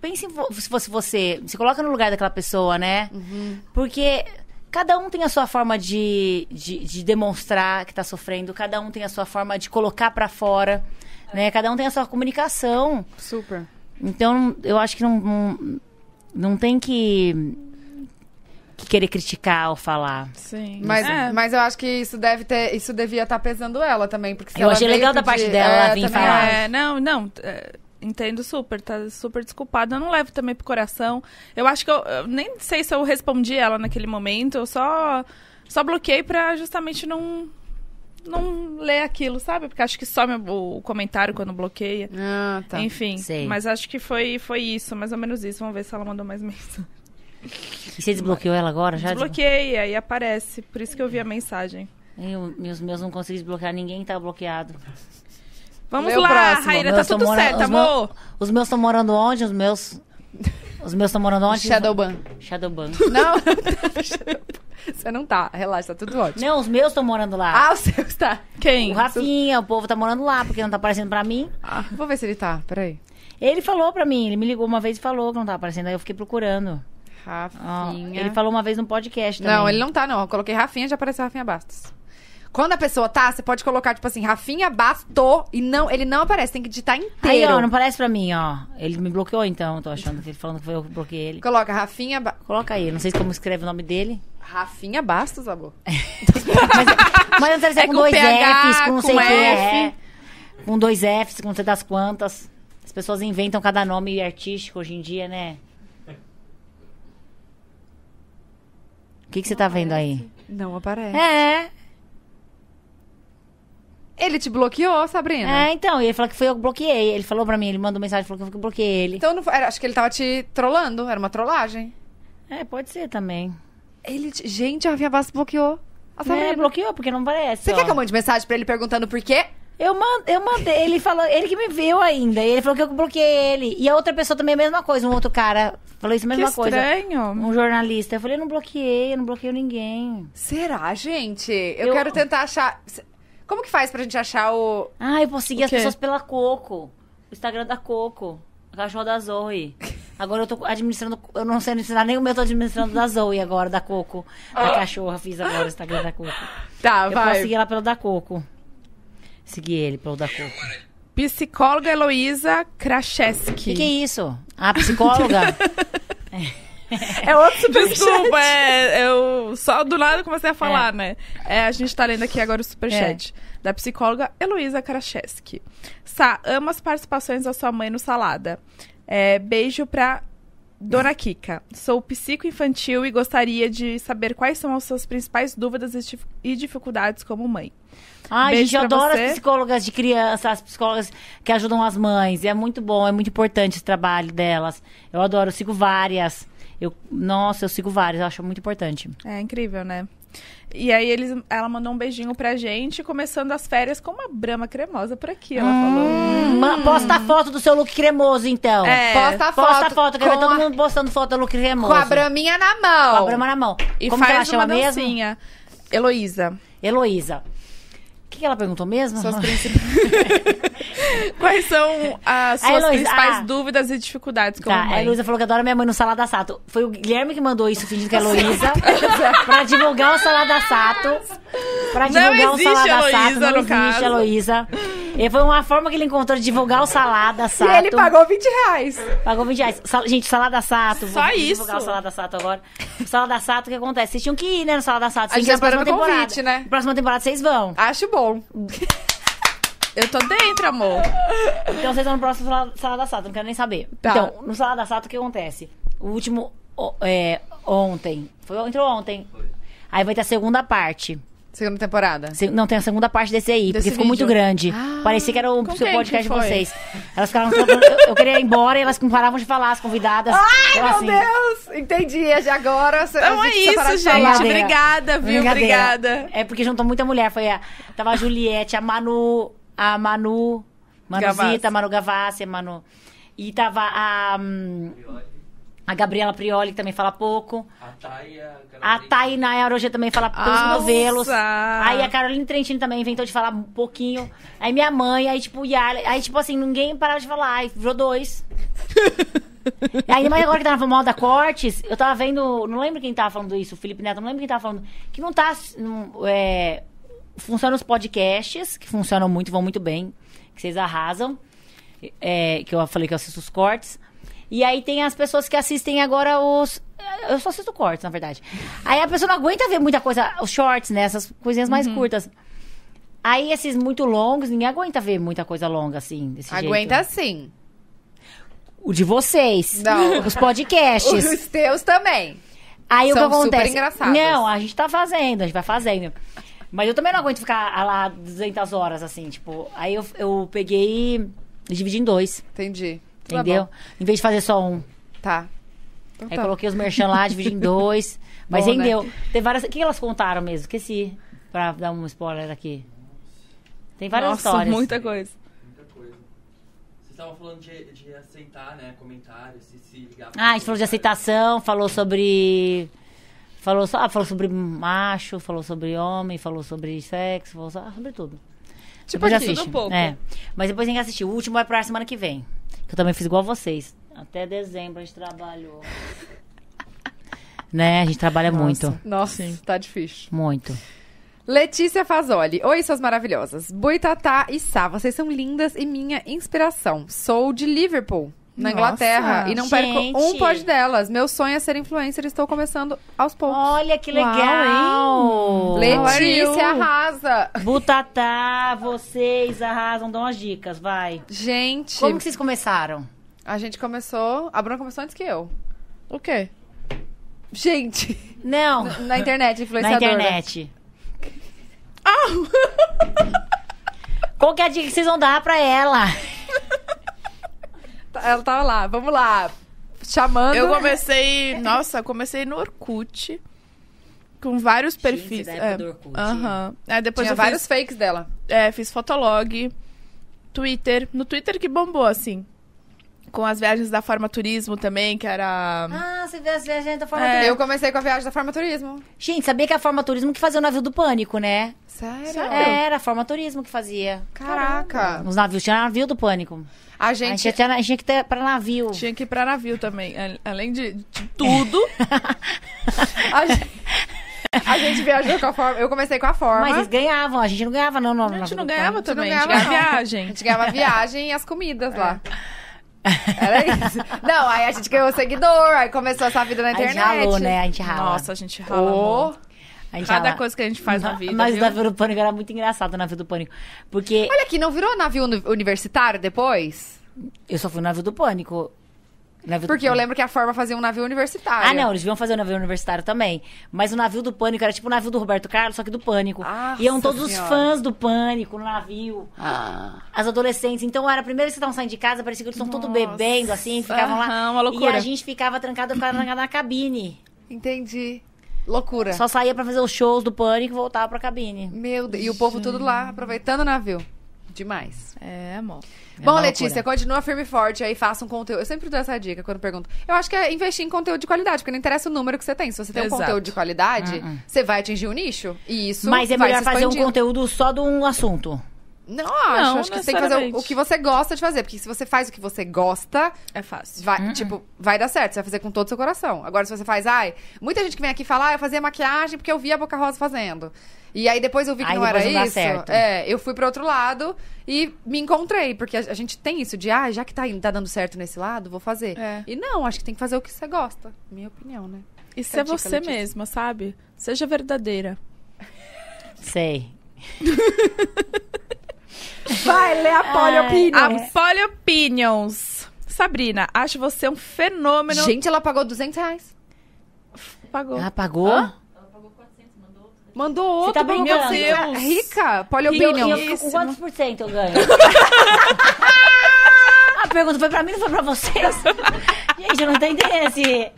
C: Pense em vo- se fosse você, se coloca no lugar daquela pessoa, né?
B: Uhum.
C: Porque cada um tem a sua forma de, de, de demonstrar que tá sofrendo, cada um tem a sua forma de colocar pra fora, né? Cada um tem a sua comunicação.
A: Super.
C: Então, eu acho que não, não, não tem que, que querer criticar ou falar.
B: Sim.
A: Mas,
B: É.
A: mas eu acho que isso deve ter. Isso devia estar pesando ela também. Porque se
C: Eu
A: ela
C: achei
A: veio
C: legal da
A: pedir-
C: parte dela ela vir
A: também
C: falar.
A: acho.
B: É, não, não. é, entendo super, tá super desculpada. Eu não levo também pro coração. Eu acho que eu, eu nem sei se eu respondi ela naquele momento. Eu só, só bloqueei pra justamente não. Não ler aquilo, sabe? Porque acho que some o o comentário quando
C: É.
B: bloqueia.
A: Ah, tá.
B: Enfim,
C: Sei.
B: mas acho que foi, foi isso, mais ou menos isso. Vamos ver se ela mandou mais mensagem.
C: E você desbloqueou ela agora? Já
B: Desbloqueei, aí aparece. Por isso que eu vi a mensagem.
C: Eu, meus meus não consegui desbloquear, ninguém tá bloqueado.
B: Vamos
A: Lê o
B: lá,
A: próximo.
B: Raíra,
C: Meus
B: tá
C: tão
B: tudo
C: mora-
B: certo,
C: os meus-
B: amor.
C: Os meus estão morando onde? Os meus. Os meus estão morando onde?
A: Shadowban.
C: Shadowban.
A: Não, não tá. Shadowban. Você não tá. Relaxa, tá tudo ótimo.
C: Não, os meus estão morando lá.
A: Ah, o seu está.
B: Quem?
C: o Rafinha, o povo tá morando lá, porque não tá aparecendo pra mim.
A: Vou ver se ele tá. Peraí.
C: Ele falou pra mim, ele me ligou uma vez e falou que não tava aparecendo, aí eu fiquei procurando.
A: Rafinha. é.
C: Ó, ele falou uma vez no podcast também.
A: Não, ele não tá, não. Eu coloquei Rafinha já apareceu Rafinha Bastos. Quando a pessoa tá, você pode colocar, tipo assim, Rafinha Bato e não, ele não aparece, tem que digitar
C: Aí,
A: inteiro.
C: ó, não parece pra mim, ó. Ele me bloqueou então, tô achando que ele falando que foi eu que bloqueei ele.
A: Coloca Rafinha ba...
C: Coloca aí, não sei como escreve o nome dele.
A: Rafinha Bastos, amor.
C: Mas não sei se é
B: É
C: com,
B: com
C: dois
B: PH,
C: Fs, com não sei o
B: com
C: que. É.
B: F.
C: Com dois Fs, com não sei das quantas. As pessoas inventam cada nome artístico hoje em dia, né? O que, que você tá vendo aí?
A: Não aparece.
C: É,
A: Ele te bloqueou, Sabrina?
C: é, então. E ele falou que foi eu que bloqueei. Ele falou pra mim, ele mandou mensagem, falou que foi eu que bloqueei ele.
A: Então, não foi- era- acho que ele tava te trolando, era uma trollagem.
C: É, pode ser também.
A: Ele, te- gente, a Rafinha Bastos bloqueou a Sabrina.
C: É, bloqueou, porque não parece.
A: Você
C: ó.
A: quer que eu mande mensagem pra ele perguntando por quê?
C: Eu, man- eu mandei, ele falou, ele que me viu ainda. Ele falou que eu bloqueei ele. E a outra pessoa também a mesma coisa, um outro cara falou isso a
B: Que
C: mesma é coisa.
B: estranho.
C: Um jornalista. Eu falei, eu não bloqueei, eu não bloqueio ninguém.
A: Será, gente? Eu,
C: Eu-
A: quero tentar achar. Como que faz pra gente achar o.
C: Ah, eu vou seguir
B: O
C: as
B: quê?
C: pessoas pela Coco. O Instagram da Coco. A cachorra da Zoe. Agora eu tô administrando. Eu não sei administrar nem o meu, eu tô administrando da Zoe agora, da Coco. Da cachorra, fiz agora o Instagram da Coco.
A: Tá,
C: Eu posso
A: vai.
C: seguir ela pelo da Coco. Segui ele pelo da Coco.
B: Psicóloga Heloísa
C: O que,
B: Kracheski.
C: que é isso? A psicóloga?
B: É outro superchat. Desculpa, é, eu só do nada comecei a falar, né? É, a gente tá lendo aqui agora o superchat da psicóloga Heloísa Kracheski. Sá, amo as participações da sua mãe no Salada. É, beijo pra Dona Kika. Sou psico-infantil e gostaria de saber quais são as suas principais dúvidas e dif- e dificuldades como mãe.
C: Ai,
B: Beijo
C: gente, eu
B: pra
C: adoro
B: você.
C: as psicólogas de criança, as psicólogas que ajudam as mães. É muito bom, é muito importante esse trabalho delas. Eu adoro, eu sigo várias. Eu, nossa, eu sigo várias, eu acho muito importante.
B: É incrível, né? E aí eles, ela mandou um beijinho pra gente, começando as férias com uma brama cremosa por aqui, ela falou.
C: Ma- Posta a foto do seu look cremoso, então.
B: É,
A: Posta a foto.
C: Posta a foto, quero ver
A: com
C: todo
A: a-
C: mundo postando foto do look cremoso.
A: Com a braminha na
C: Com
A: mão.
C: a brama na mão.
B: E
C: Como que ela
B: faz
C: chama
B: uma
C: mesmo?
B: dancinha. Heloísa,
C: Heloísa. O que, que ela perguntou mesmo?
A: Suas principais-
B: quais são as
C: A
B: suas
C: Heloísa,
B: principais
C: ah.
B: dúvidas e dificuldades como
C: Tá, a
B: mãe?
C: Heloísa falou que adora minha mãe no Salada Sato. Foi o Guilherme que mandou isso, fingindo que é Heloísa, pra divulgar o Salada Sato.
B: Não
C: Pra divulgar o
B: existe
C: Salada Sato,
B: Heloísa,
C: não
B: no
C: existe
B: caso.
C: Heloísa. E foi uma forma que ele encontrou de divulgar o Salada Sato.
A: E ele pagou 20 reais.
C: Pagou 20 reais. Sal- gente, Salada Sato.
B: Só
C: vou
B: isso.
C: divulgar o Salada Sato agora. O Salada Sato, o que acontece? Vocês tinham que ir, né, no Salada Sato.
A: A gente
C: Vocês
A: tá
C: vão
A: esperando
C: na
A: o
C: próxima
A: convite,
C: temporada.
A: né?
C: Próxima temporada vocês vão.
A: Acho bom.
B: Eu tô dentro, amor.
C: Então vocês vão no próximo Sala- Salada Sato, não quero nem saber.
A: Tá.
C: Então, no Salada Sato, o que acontece? O último, o- é, ontem. Foi, entrou ontem. Aí vai ter a segunda parte.
A: Segunda temporada.
C: Se- Não, tem a segunda parte desse aí, porque ficou
A: vídeo.
C: muito grande. Parecia que era o
B: Com
C: seu
B: quem
C: podcast
B: que
C: de
B: foi?
C: vocês. Elas ficaram. eu, eu queria ir embora e elas não paravam de falar, as convidadas.
A: Ai,
C: Eu,
A: meu
C: assim,
A: Deus! Entendi. é de Agora.
B: Então é isso, gente.
C: Brincadeira.
B: Obrigada, viu?
C: Brincadeira.
B: Obrigada.
C: É porque juntou muita mulher. Foi a, tava a Juliette, a Manu, a Manu,
B: Gavassi.
C: Manuzita, a Manu Gavassi, a Manu. E tava a. hum, a Gabriela Prioli, que também fala pouco.
E: A Taia.
C: A Tainá Aroja também fala pelos novelos.
B: Nossa!
C: Aí a Carolina Trentino também inventou de falar um pouquinho. Aí minha mãe, aí tipo, Yara. Aí tipo assim, ninguém parava de falar. Aí virou dois. E Ainda mais agora que tava mal da Cortes, eu tava vendo. Não lembro quem tava falando isso, o Felipe Neto, não lembro quem tava falando. Que não tá. Não, é, funcionam os podcasts, que funcionam muito, vão muito bem, que vocês arrasam. é, que eu falei que eu assisto os cortes. E aí tem as pessoas que assistem agora os. Eu só assisto cortes, na verdade. Aí a pessoa não aguenta ver muita coisa, os shorts, né? Essas coisinhas
A: Uhum.
C: mais curtas. Aí esses muito longos, ninguém aguenta ver muita coisa longa assim, desse jeito.
A: Aguenta sim.
C: O de vocês.
A: Não.
C: Os podcasts.
A: Os teus também.
C: Aí
A: São
C: o que acontece?
A: super engraçadas.
C: Não, a gente tá fazendo, a gente vai fazendo. Mas eu também não aguento ficar ah, lá 200 horas assim, tipo. Aí eu, eu peguei e dividi em dois,
A: Entendi. Tá
C: entendeu?
A: bom.
C: em vez de fazer só um.
A: Tá. Então
C: Aí
A: tá. né?
C: coloquei os merchan lá, dividi em dois. Mas
A: Bom,
C: rendeu. Tem várias. O que elas contaram mesmo? Esqueci. Pra dar um spoiler aqui. Tem várias
B: Nossa,
C: histórias.
B: muita coisa.
E: Muita coisa. Vocês estavam falando de, de aceitar, né? Comentários, se, se ligar. pro
C: Ah, a gente falou de
E: comentário.
C: aceitação, falou sobre. Falou, só, ah, falou sobre macho, falou sobre homem, falou sobre sexo, falou so- ah, sobre tudo.
A: Tipo
C: depois
A: aqui.
C: assiste.
B: tudo pouco.
C: É. Mas depois tem que assistir. O último vai pra semana que vem. Que eu também fiz igual a vocês. Até dezembro a gente trabalhou. né? A gente trabalha muito.
A: Então. Nossa, tá difícil.
C: Muito.
A: Letícia Fazoli. Oi, suas maravilhosas. Boitatá e Sá, vocês são lindas e minha inspiração. Sou de Liverpool, na
C: Nossa,
A: Inglaterra, e não
C: gente.
A: perco um pod delas. Meu sonho é ser influencer e estou começando aos poucos.
C: Olha que
B: Uau,
C: legal!
A: Letícia
B: How are you?
A: arrasa.
C: Butatá, vocês arrasam, dão as dicas, vai.
A: Gente,
C: Como que vocês começaram?
A: a gente começou. A Bruna começou antes que eu.
B: O quê?
A: Gente,
C: Não,
A: na internet,
C: na
A: influenciadora.
C: internet. Qual que é a dica que vocês vão dar pra ela?
A: Tá, Ela tava lá, vamos lá. Chamando.
B: Eu comecei, nossa, eu comecei no Orkut. Com vários perfis.
C: da época
B: é,
C: do Orkut.
B: aham. Aí depois
A: Tinha
B: eu fiz-
A: vários fakes dela.
B: É, fiz fotolog, Twitter. No Twitter que bombou, assim. Com as viagens da Farma Turismo também, que era.
C: Ah, você vê as viagens da Forma
A: Eu
C: Turismo.
A: comecei com a viagem da Farma Turismo.
C: Gente, sabia que a Forma Turismo que fazia o navio do pânico, né?
A: Sério?
C: Era a Forma Turismo que fazia.
A: Caraca.
C: Nos navios, tinha navio do pânico.
A: A
C: A
A: gente.
C: gente tinha, a gente tinha que ter pra navio.
B: Tinha que ir pra navio também. a- Além de, de tudo.
C: é-
A: A gente, a gente viajou com a forma. Eu comecei com a forma.
C: Mas eles ganhavam, a gente não ganhava, não. não
B: a gente não
A: A
B: ganhava
A: gente não
B: também.
A: ganhava,
B: a gente ganhava
A: não. A
B: viagem.
A: gente ganhava a viagem e as comidas lá.
C: É.
A: Era isso. Não, aí a gente ganhou seguidor, aí começou essa vida na
C: A gente
A: internet.
C: ralou, né? A gente rala.
B: Nossa, a gente rala.
A: Ô,
B: muito.
C: a gente
B: Cada
C: rala.
B: coisa que a gente faz na vida.
C: Mas
B: viu?
C: o navio do pânico era muito engraçado, o navio do pânico. Porque
A: Olha aqui, não virou navio uni- universitário depois?
C: eu só fui no navio do pânico. Navio do
A: Porque eu
C: Pânico.
A: lembro que a forma fazia um navio universitário.
C: Ah, não, eles vinham fazer o navio universitário também. Mas o navio do pânico era tipo o navio do Roberto Carlos, só que do pânico.
A: Nossa
C: Iam todos
A: Senhora. Ah.
C: os fãs do pânico no navio. As adolescentes. Então era a primeira vez que estavam saindo de casa, parecia que eles estavam todos
B: Nossa.
C: bebendo, assim, ficavam lá.
B: Aham, uma loucura.
C: E a gente ficava trancado, ficava trancado na cabine.
A: Entendi. Loucura.
C: Só saía pra fazer os shows do pânico e voltava pra cabine.
A: Meu Deus. E o povo tudo lá, aproveitando o navio. Demais.
B: É, amor.
C: É
A: Bom,
C: uma
A: Letícia, continua firme e forte aí, faça um conteúdo. Eu sempre dou essa dica quando pergunto. Eu acho que é investir em conteúdo de qualidade, porque não interessa o número que você tem. Se você tem um
B: Exato.
A: conteúdo de qualidade, você vai atingir o nicho. E isso
C: Ah, Mas é
A: vai
C: melhor
A: se
C: fazer um
A: expandindo.
C: conteúdo só de um assunto.
A: Não, acho,
B: Não,
A: acho que você tem que fazer o- o,
B: necessariamente.
A: que você gosta de fazer. Porque se você faz o que você gosta,
B: É fácil.
A: vai,
C: Uhum.
A: tipo, vai dar certo. Você vai fazer com todo o seu coração. Agora, se você faz, ai, muita gente que vem aqui fala, ah, eu fazia maquiagem porque eu vi a Boca Rosa fazendo. E aí depois eu vi que
C: Aí
A: não era
C: depois não dá
A: isso.
C: certo.
A: É, eu fui pro outro lado e me encontrei. Porque a, a gente tem isso de, ah, já que tá, indo- tá dando certo nesse lado, vou fazer.
B: É.
A: E não, acho que tem que fazer o que você gosta. Minha opinião, né?
B: E ser
A: dica,
B: você
A: Letícia.
B: mesma, sabe? Seja verdadeira.
C: Sei.
A: Vai ler a
C: É.
B: A Polly Opinions. Sabrina, acho você um fenômeno.
A: Gente, ela pagou 200 reais.
B: Pagou.
C: Ela pagou?
A: Mandou outro.
C: tá brincando?
A: pagou 400.
B: Meu Deus.
A: é Rica,
C: E eu, e
A: poliopinion.
C: eu fico com quantos por cento eu ganho? A pergunta foi pra mim, não foi pra vocês? Gente, eu não tô entendendo esse...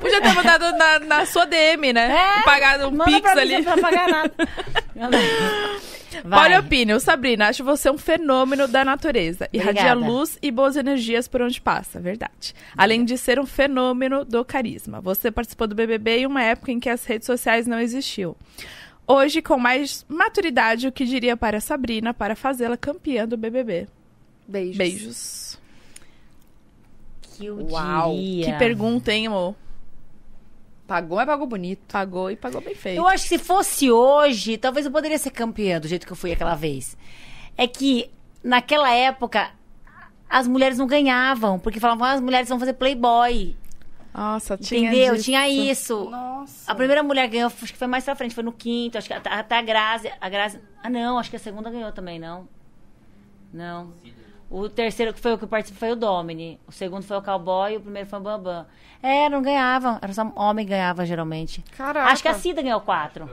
B: Podia ter mandado na, na sua DM, né?
C: É,
B: Pagado um
C: Manda
B: pix
C: pra mim,
B: ali.
C: você não vai pagar nada. Manda.
B: Olha
C: Vai.
B: a opinião, Sabrina. Acho você um fenômeno da natureza. Irradia
C: Obrigada.
B: luz e boas energias por onde passa, verdade. Além de ser um fenômeno do carisma. Você participou do BBB em uma época em que as redes sociais não existiam. Hoje, com mais maturidade, o que diria para a Sabrina para fazê-la campeã do BBB?
A: Beijos.
B: Beijos.
C: Que eu
A: Uau,
C: diria.
B: Que pergunta, hein, amor?
A: Pagou, mas pagou bonito.
B: Pagou e pagou bem feito.
C: Eu acho que se fosse hoje, talvez eu poderia ser campeã do jeito que eu fui aquela vez. É que naquela época as mulheres não ganhavam, porque falavam, ah, as mulheres vão fazer playboy.
B: Nossa, tinha
C: entendeu?
B: disso.
C: Tinha isso. A primeira mulher ganhou, acho que foi mais pra frente, foi no quinto, acho que até até a Grazi. A Grazi. Ah, não, acho que a segunda ganhou também, não. Não. O terceiro que foi o que eu participei foi o Domini. O segundo foi o Cowboy e o primeiro foi o Bambam. É, não ganhavam. Era só homem que ganhava, geralmente.
A: Caraca.
C: Acho que é assim, a Cida ganhou quatro.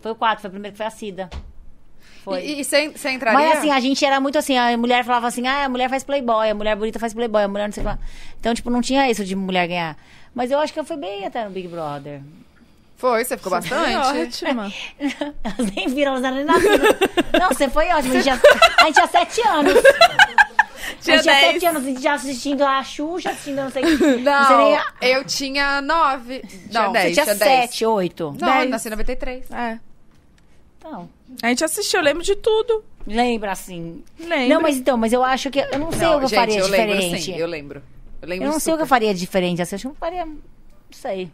C: Foi o quatro, foi o primeiro que foi a Cida. Foi.
A: E- E você entraria?
C: Mas assim, a gente era muito assim, a mulher falava assim, ah, a mulher faz playboy, a mulher bonita faz playboy, a mulher não sei o que lá. Então, tipo, não tinha isso de mulher ganhar. Mas eu acho que eu fui bem até no Big Brother.
A: Foi, você ficou bastante.
B: Ótima.
C: Elas nem viram, elas não eram nem nascidas. Não, você foi ótimo. A gente tinha, a gente tinha sete anos. a
B: Tinha
C: gente tinha
B: dez.
C: sete anos, a gente já assistindo a Xuxa, assistindo não sei o que.
A: Não,
C: sei nem-
A: eu tinha nove. Não,
C: você
A: você
C: tinha
A: dez.
C: sete, oito.
A: Não,
B: Dez.
A: nasci em 93.
B: É.
C: Então,
B: A gente assistiu, eu lembro de tudo.
C: lembra assim.
B: Lembro.
C: Não, mas então, mas eu acho que. Eu não sei o que eu
A: gente,
C: faria
A: eu lembro
C: diferente.
A: sim, eu lembro. Eu lembro
C: Eu não sei o que eu
A: super.
C: faria diferente. Assim, eu acho que eu faria. Não sei.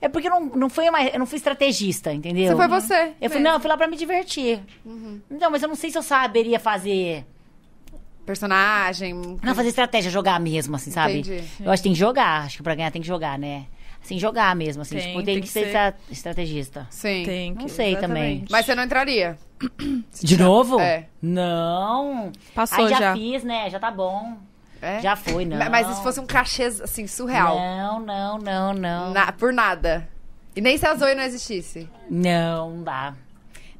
C: É porque eu não, não fui uma, eu não fui estrategista, entendeu?
A: Você foi você.
C: Eu fui,
A: mesmo. Uhum.
C: não, eu fui lá pra me divertir. Então, mas eu não sei se eu saberia fazer.
A: Personagem.
C: Não, fazer estratégia, jogar mesmo, assim, sabe?
A: Entendi.
C: Eu acho que tem que jogar, acho que pra ganhar tem que jogar, né? Assim, jogar mesmo, assim,
B: Tem,
C: tipo, tem,
B: tem
C: que,
B: que
C: ser,
B: ser.
C: estra- estrategista.
A: Sim.
B: Tem que,
C: Não sei também.
B: exatamente.
A: Mas é você não entraria.
C: De novo?
A: É.
C: Não.
B: Passou
C: Aí já,
B: já.
C: fiz, né? Já tá bom.
A: É?
C: Já foi, não.
A: Ma- Mas se fosse um cachê, assim, surreal.
C: Não, não, não, não.
A: Na- por nada. E nem se a Zoe não existisse.
C: Não, não dá.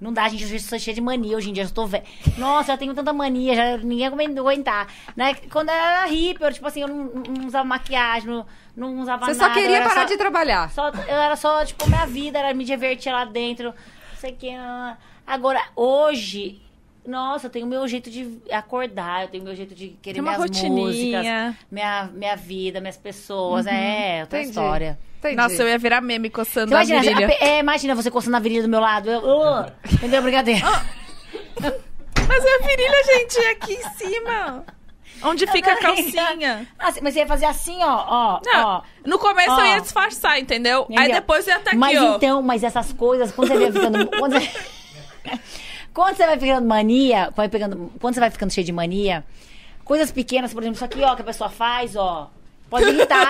C: Não dá, gente. Eu sou cheia de mania hoje em dia. Eu já tô velha. Nossa, eu tenho tanta mania, já ninguém aguentar. Né? Quando eu era hippie, eu, tipo assim, eu não, não usava maquiagem, não, não usava
A: Você
C: nada.
A: só queria
C: eu era
A: parar
C: só-
A: de trabalhar.
C: Só, eu era só, tipo, minha vida, era me divertir lá dentro. Não sei o que. Agora, hoje, nossa, eu tenho meu jeito de acordar, eu tenho meu jeito de querer
B: Tem uma
C: minhas músicas,
B: rotininha. Uhum.
C: minha, minha vida, minhas pessoas. É, outra
A: Entendi.
C: história.
A: Entendi.
B: Nossa, eu ia virar meme coçando
C: Você
B: a
C: imagina,
B: virilha.
C: a pe- é, imagina você coçando a virilha do meu lado. Eu, eu- entendeu? Brincadeira.
B: Ah. Mas a virilha, gente, é aqui em cima. Onde fica a
C: Não,
B: calcinha.
C: assim, mas você ia fazer assim, ó, ó,
B: Não,
C: ó.
B: no começo eu ia
C: Ó.
B: disfarçar, entendeu? Aí
C: Entendeu?
B: depois eu ia estar aqui,
C: Mas
B: ó.
C: então, mas essas coisas, quando você vai ficando. Quando você, quando você vai ficando mania, vai pegando, quando você vai ficando cheio de mania, coisas pequenas, por exemplo, isso aqui, ó, que a pessoa faz, ó. Pode irritar.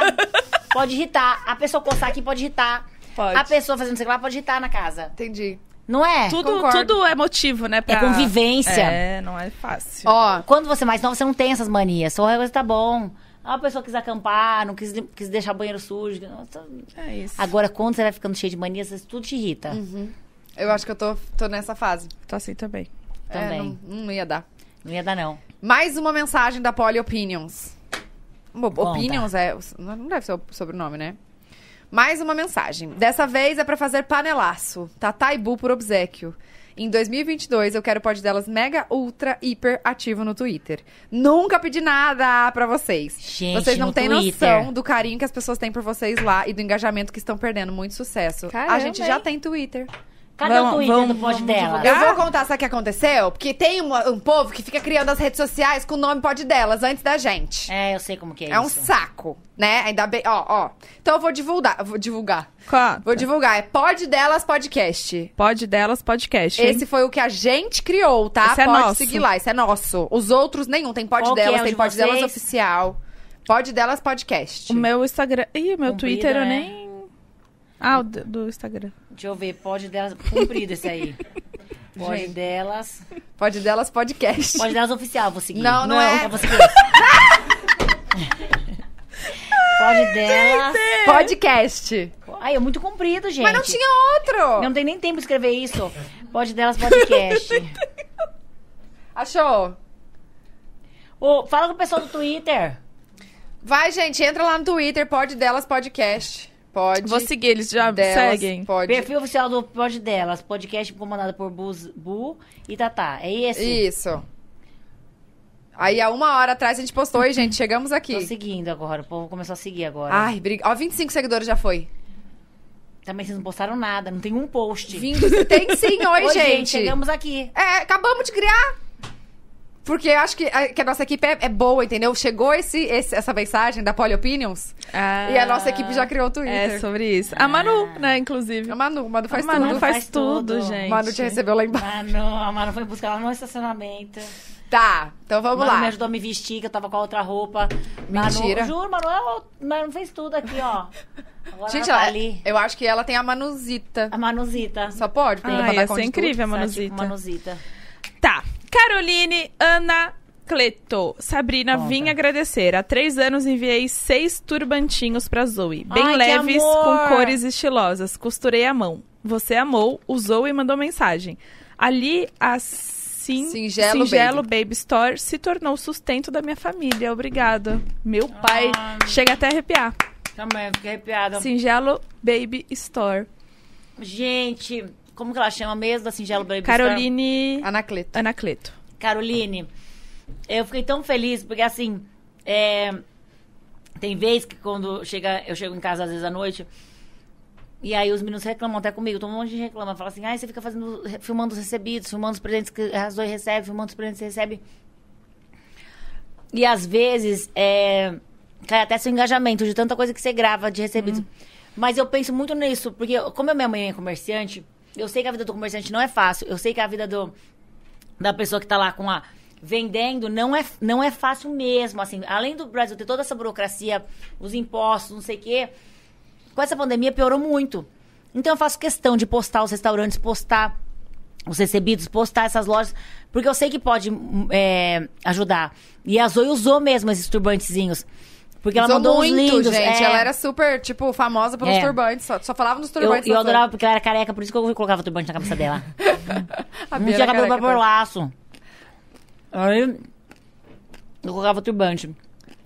C: pode irritar. A pessoa coçar aqui pode irritar.
B: Pode.
C: A pessoa fazendo isso aqui lá pode irritar na casa.
A: Entendi.
C: Não é?
B: tudo,
A: concordo.
B: tudo é motivo, né? Pra...
C: convivência.
B: É, não é fácil.
A: Ó,
C: Quando você é mais nova, você não tem essas manias. Só coisa tá bom. Ah, a pessoa quis acampar, não quis, lim- quis deixar banheiro sujo. Nossa.
B: É isso.
C: Agora, quando você vai ficando cheio de manias, isso tudo te irrita.
B: Uhum.
A: eu acho que eu tô, tô nessa fase.
B: Tô assim também.
A: É,
C: Também.
A: não- não ia dar.
C: Não ia dar, não.
A: Mais uma mensagem da Polly Opinions. Bo-
C: Conta.
A: Opinions é. Não deve ser o sobrenome, né? Mais uma mensagem. Dessa vez é pra fazer panelaço. Tatá e Bu por obsequio. Em 2022, eu quero o pod delas mega, ultra, hiper ativo no Twitter. Nunca pedi nada pra vocês.
C: Gente,
A: vocês não
C: no
A: têm
C: Twitter.
A: noção do carinho que as pessoas têm por vocês lá e do engajamento que estão perdendo. Muito sucesso. a
B: Caramba,
A: gente já
B: hein?
A: tem Twitter.
C: Cadê
B: Vamos-
C: o Twitter
B: vamos-
C: do pod
B: vamos
C: dela?
A: Eu vou contar sabe o que aconteceu, porque tem uma- um, povo que fica criando as redes sociais com o nome pode delas antes da gente.
C: É, eu sei como que é,
A: É, um
C: isso.
A: saco, né? Ainda bem, ó, ó. Então eu vou divulgar, vou divulgar.
B: Conta.
A: Vou divulgar, é Pod Delas Podcast.
B: Pode delas podcast. hein?
A: Esse foi o que a gente criou, tá?
B: Esse é
A: Pode
B: nosso.
A: seguir lá, esse é nosso. Os outros nenhum, tem Pod
C: Qual que
A: Delas,
C: é o
A: tem
C: de
A: Pod Delas
C: vocês?
A: Oficial. Pod Delas Podcast.
B: O meu Instagram. Ih, o meu
C: Comprida,
B: Twitter eu
C: né?
B: nem. Ah, o do do Instagram.
C: Deixa eu ver, pod delas. Cumprido esse aí. Pod
A: Gente.
C: delas.
A: Pod Delas Podcast.
C: Pod delas oficial, vou seguir.
A: Não, não é.
C: Eu vou seguir esse. Pod delas.
A: Podcast.
C: Ai, é muito comprido, gente.
A: Mas não tinha outro.
C: Eu não tenho nem tempo de escrever isso. Pod delas podcast.
A: Achou?
C: Ô, fala com o pessoal do Twitter.
A: Vai, gente, entra lá no Twitter, Pod Delas Podcast. Pode.
B: Vou seguir, eles já
A: Delas
B: seguem.
A: Pod...
C: Perfil oficial do Pod delas, podcast comandado por Buz, Bu e Tatá. É esse?
A: Isso. Aí há uma hora atrás a gente postou, e gente, chegamos
C: Tô
A: aqui.
C: seguindo agora, o povo começou a seguir agora.
A: Ai, briga. Ó, 25 seguidores já foi.
C: Também vocês não postaram nada, não tem um post.
A: Vindo. Tem sim, oi,
C: um, Oi,
A: gente.
C: Chegamos aqui.
A: É, acabamos de criar. Porque eu acho que a, que a nossa equipe é, é boa, entendeu? Chegou esse, esse- essa mensagem da Poly Opinions
B: Ah,
A: e a nossa equipe já criou o Twitter. Ah. É
B: É sobre isso. A Manu, né, inclusive.
A: A Manu, a Manu faz
B: a Manu
A: tudo.
B: faz,
C: Faz
B: tudo,
C: tudo.
A: A
B: gente.
A: Manu te recebeu lá embaixo.
C: Mano, a Manu foi buscar lá no estacionamento.
A: Tá, então vamos
C: Manu
A: lá.
C: me ajudou a me vestir, que eu tava com a outra roupa.
A: Mentira.
C: Manu, juro, Manu, eu- Manu fez tudo aqui, ó. Agora
A: Gente,
C: ela
A: ela-
C: tá ali.
A: eu acho que ela tem a Manuzita.
C: A Manuzita.
A: Só pode? porque
B: Ah,
A: ela vai dar
B: ia
A: conta
B: ser
A: de tudo.
B: incrível, a
C: Tá,
B: Manuzita.
C: tipo, Manuzita.
B: Tá. Caroline Ana Cleto. Sabrina,
C: Conta.
B: vim agradecer. Há três anos enviei seis turbantinhos pra Zoe. Bem
C: Ai, que
B: leves,
C: amor!
B: com cores estilosas. Costurei à mão. Você amou, usou e mandou mensagem. Ali, a Sim,
A: Singelo
B: Baby. Store se tornou o sustento da minha família. Obrigada. Meu pai.
C: Ai.
B: Chega até a arrepiar.
C: Também, fiquei arrepiada.
B: Singelo Baby Store.
C: Gente, como que ela chama mesmo, da Singelo Baby Store?
B: Caroline
A: Anacleto.
B: Ana Cleto.
C: Caroline, eu fiquei tão feliz, porque assim, é, tem vez que quando chega, eu chego em casa às vezes à noite, e aí os meninos reclamam até comigo, todo mundo reclama, fala assim, ai, você fica fazendo, filmando os recebidos, filmando os presentes que a Zoe recebe, filmando os presentes que recebe. E às vezes, é, cai até seu engajamento de tanta coisa que você grava de recebido. Mas eu penso muito nisso, porque eu- como a minha mãe é comerciante, eu sei que a vida do comerciante não é fácil. Eu sei que a vida do, da pessoa que tá lá com a vendendo não é, não é fácil mesmo, assim. Além do Brasil ter toda essa burocracia, os impostos, não sei o quê, com essa pandemia piorou muito. Então eu faço questão de postar os restaurantes, postar os recebidos, postar essas lojas, porque eu sei que pode hum, é, ajudar. E a Zoe usou mesmo esses turbantezinhos. Porque ela
A: Usou
C: mandou
A: muito,
C: uns lindos.
A: gente.
C: é.
A: Ela era super, tipo, famosa pelos
C: É.
A: turbantes. Só, só falava nos
C: Eu,
A: turbantes.
C: eu
A: na Zoe.
C: adorava porque ela era careca, por isso que eu colocava turbante na cabeça dela.
A: A
C: Não
A: Bia
C: tinha
A: era
C: cabelo pra
A: careca,
C: pôr
A: tá?
C: laço. Aí eu colocava turbante.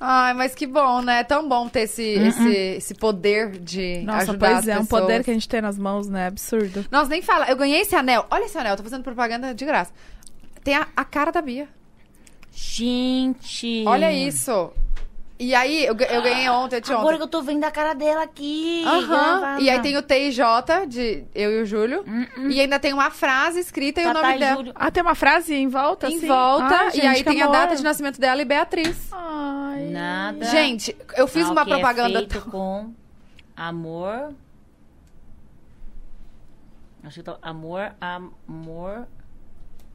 A: Ai, mas que bom, né? É tão bom ter esse,
C: Uhum.
A: esse, esse poder de
B: Nossa,
A: ajudar
B: pois
A: as
B: é, um
A: pessoas.
B: poder que a gente tem nas mãos, né? Absurdo.
A: Nossa, nem fala. Eu ganhei esse anel. Olha esse anel, eu tô fazendo propaganda de graça. Tem a, a cara da Bia.
C: Gente.
A: Olha isso. E aí, eu, ga- eu ganhei ontem, eu tinha
C: Agora
A: ontem.
C: que eu tô vendo a cara dela aqui. Né?
A: Aham.
C: gravada.
A: E aí tem o T e J, de eu e o Júlio. E ainda tem uma frase escrita e o
C: Hum, Tatá
A: nome
C: e
A: dela.
C: Júlio.
B: Ah, tem uma frase em volta?
A: Em
B: assim?
A: volta.
B: Ai,
A: e
B: gente,
A: aí
B: que
A: tem
B: amor.
A: a data de nascimento dela e Beatriz.
B: Ai.
C: Nada.
A: Gente, eu fiz
C: Ao
A: uma
C: que
A: propaganda.
C: É feito com amor. Acho que tá... Amor, amor.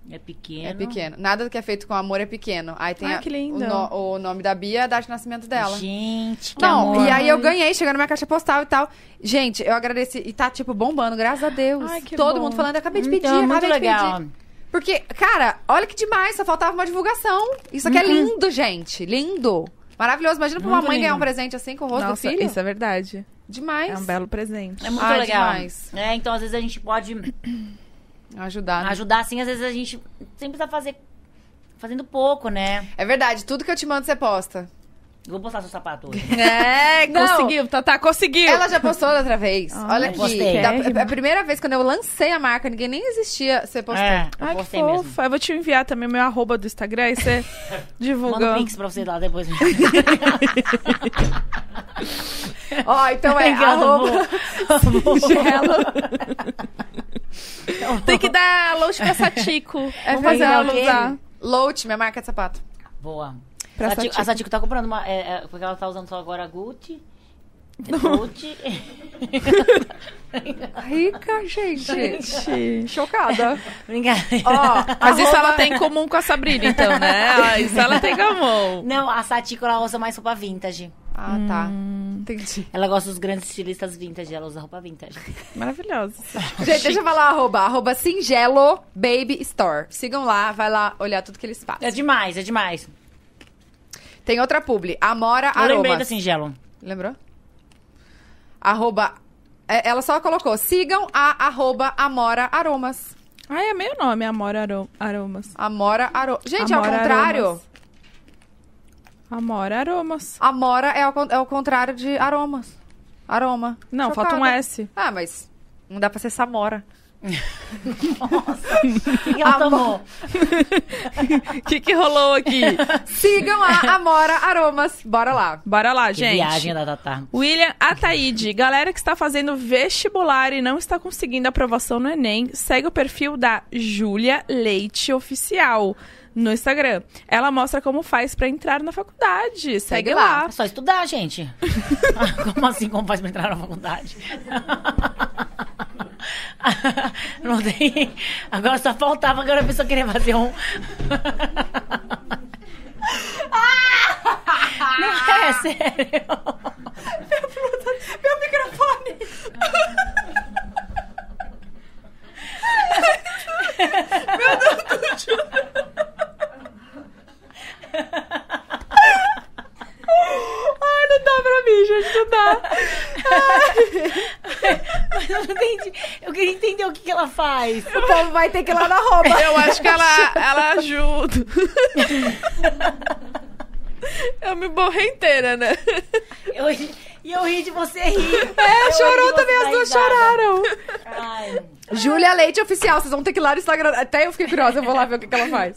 C: É pequeno.
A: É pequeno. Nada que é feito com amor é pequeno. Aí tem
B: Ai,
A: a-
B: que lindo.
A: O, no- o nome da Bia, a data de nascimento dela.
C: Gente, que
A: Não,
C: amor.
A: e aí
B: né?
A: eu ganhei, chegando na minha caixa postal e tal. Gente, eu agradeci. E tá, tipo, bombando, graças a Deus.
B: Ai, que
A: Todo
B: bom.
A: mundo falando, acabei de pedir,
C: Então, é muito
A: acabei de
C: legal.
A: pedir. Porque, cara, olha que demais, só faltava uma divulgação. Isso aqui é
B: Uhum.
A: lindo, gente. Lindo. Maravilhoso. Imagina pra uma
C: Muito
A: mãe ganhar um
C: lindo.
A: presente assim com o rosto
B: Nossa,
A: do filho.
B: isso é verdade.
A: Demais.
B: É um belo presente.
C: É muito
A: Ah,
C: legal.
A: demais.
C: É, então, às vezes a gente pode
A: Ajudar. né?
C: ajudar, assim, às vezes a gente sempre tá fazer, fazendo pouco, né?
A: É verdade, tudo que eu te mando você posta.
C: Eu Vou postar seu sapato hoje.
A: É,
B: Conseguiu, Tatá, conseguiu.
A: Ela já postou da outra vez.
B: Ah,
A: Olha aqui.
C: gostei.
A: Da- é a primeira vez quando eu lancei a marca, ninguém nem existia, você postou.
C: É, eu
B: Ai, que
C: postei
B: fofa.
C: mesmo.
B: Eu vou te enviar também o meu arroba do Instagram e você divulga.
C: Manda um pix pra você lá depois.
A: Ó, então é
C: Obrigada,
A: arroba
C: amor.
A: Gelo.
B: Tem que dar longe pra Satico.
A: É fazer
C: Vamos combinar
A: ela
C: o quê?
A: usar. Loach, minha marca de sapato.
C: Boa.
B: Pra
C: Sati-
B: Satiko.
C: A Satiko tá comprando uma... é, é, porque ela tá usando só agora a Gucci. É Gucci.
A: Rica, gente.
B: Gente.
A: Chocada.
C: Brincadeira.
A: Ó,
B: Mas isso ela tem em comum com a Sabrina, então, né? Ah, Isso ela tem comum.
C: Não, a Satiko, ela usa mais roupa vintage.
A: Ah, tá. Entendi.
C: Ela gosta dos grandes estilistas vintage. Ela usa roupa vintage.
B: Maravilhosa.
A: Gente, deixa eu falar o arroba. Arroba Singelo Baby Store. Sigam lá, vai lá olhar tudo que eles
C: É
A: fazem.
C: demais, é demais. Eu
A: Tem outra publi. Amora Aromas.
C: lembrei da Singelo.
A: Lembrou? Arroba... é, Ela só colocou, sigam a arroba Amora Aromas.
B: Ai, é meu nome, Amora Aro- Aromas.
A: Amora Aromas. Gente, ao
B: Amora
A: contrário.
B: Aromas. Amora Aromas.
A: Amora é ao, con- é ao contrário de aromas. Aroma.
B: Não,
A: Chocada.
B: falta um S.
A: Ah, mas não dá pra ser Samora.
C: E ela
A: Amor.
C: tomou.
B: O que, que rolou aqui?
A: Sigam a Amora Aromas. Bora lá.
B: Bora lá,
C: Que
B: gente.
C: viagem da Tatá.
B: William Ataíde, galera que está fazendo vestibular e não está conseguindo aprovação no Enem, segue o perfil da Júlia Leite Oficial no Instagram. Ela mostra como faz para entrar na faculdade. Segue,
A: Segue lá.
B: lá.
C: É só estudar, gente. como assim? Como faz pra entrar na faculdade? Não tem. Agora só faltava agora a pessoa querer fazer um. Não é sério.
A: Meu microfone.
B: Ai, não dá pra mim, gente, não dá.
C: Mas eu não entendi. Eu queria entender o que, que ela faz.
A: O povo vai ter que ir lá na arroba.
B: Eu acho que ela, ela ajuda. Eu me borrei inteira, né?
C: Eu ri- E eu ri de você
A: É,
C: rir. Eu ri
A: chorou
C: de
A: também,
C: você
A: as duas
C: dar risada.
A: choraram.
C: Ai.
A: Júlia Leite Oficial, vocês vão ter que ir lá no Instagram. Até eu fiquei curiosa, eu vou lá ver o que, que ela faz.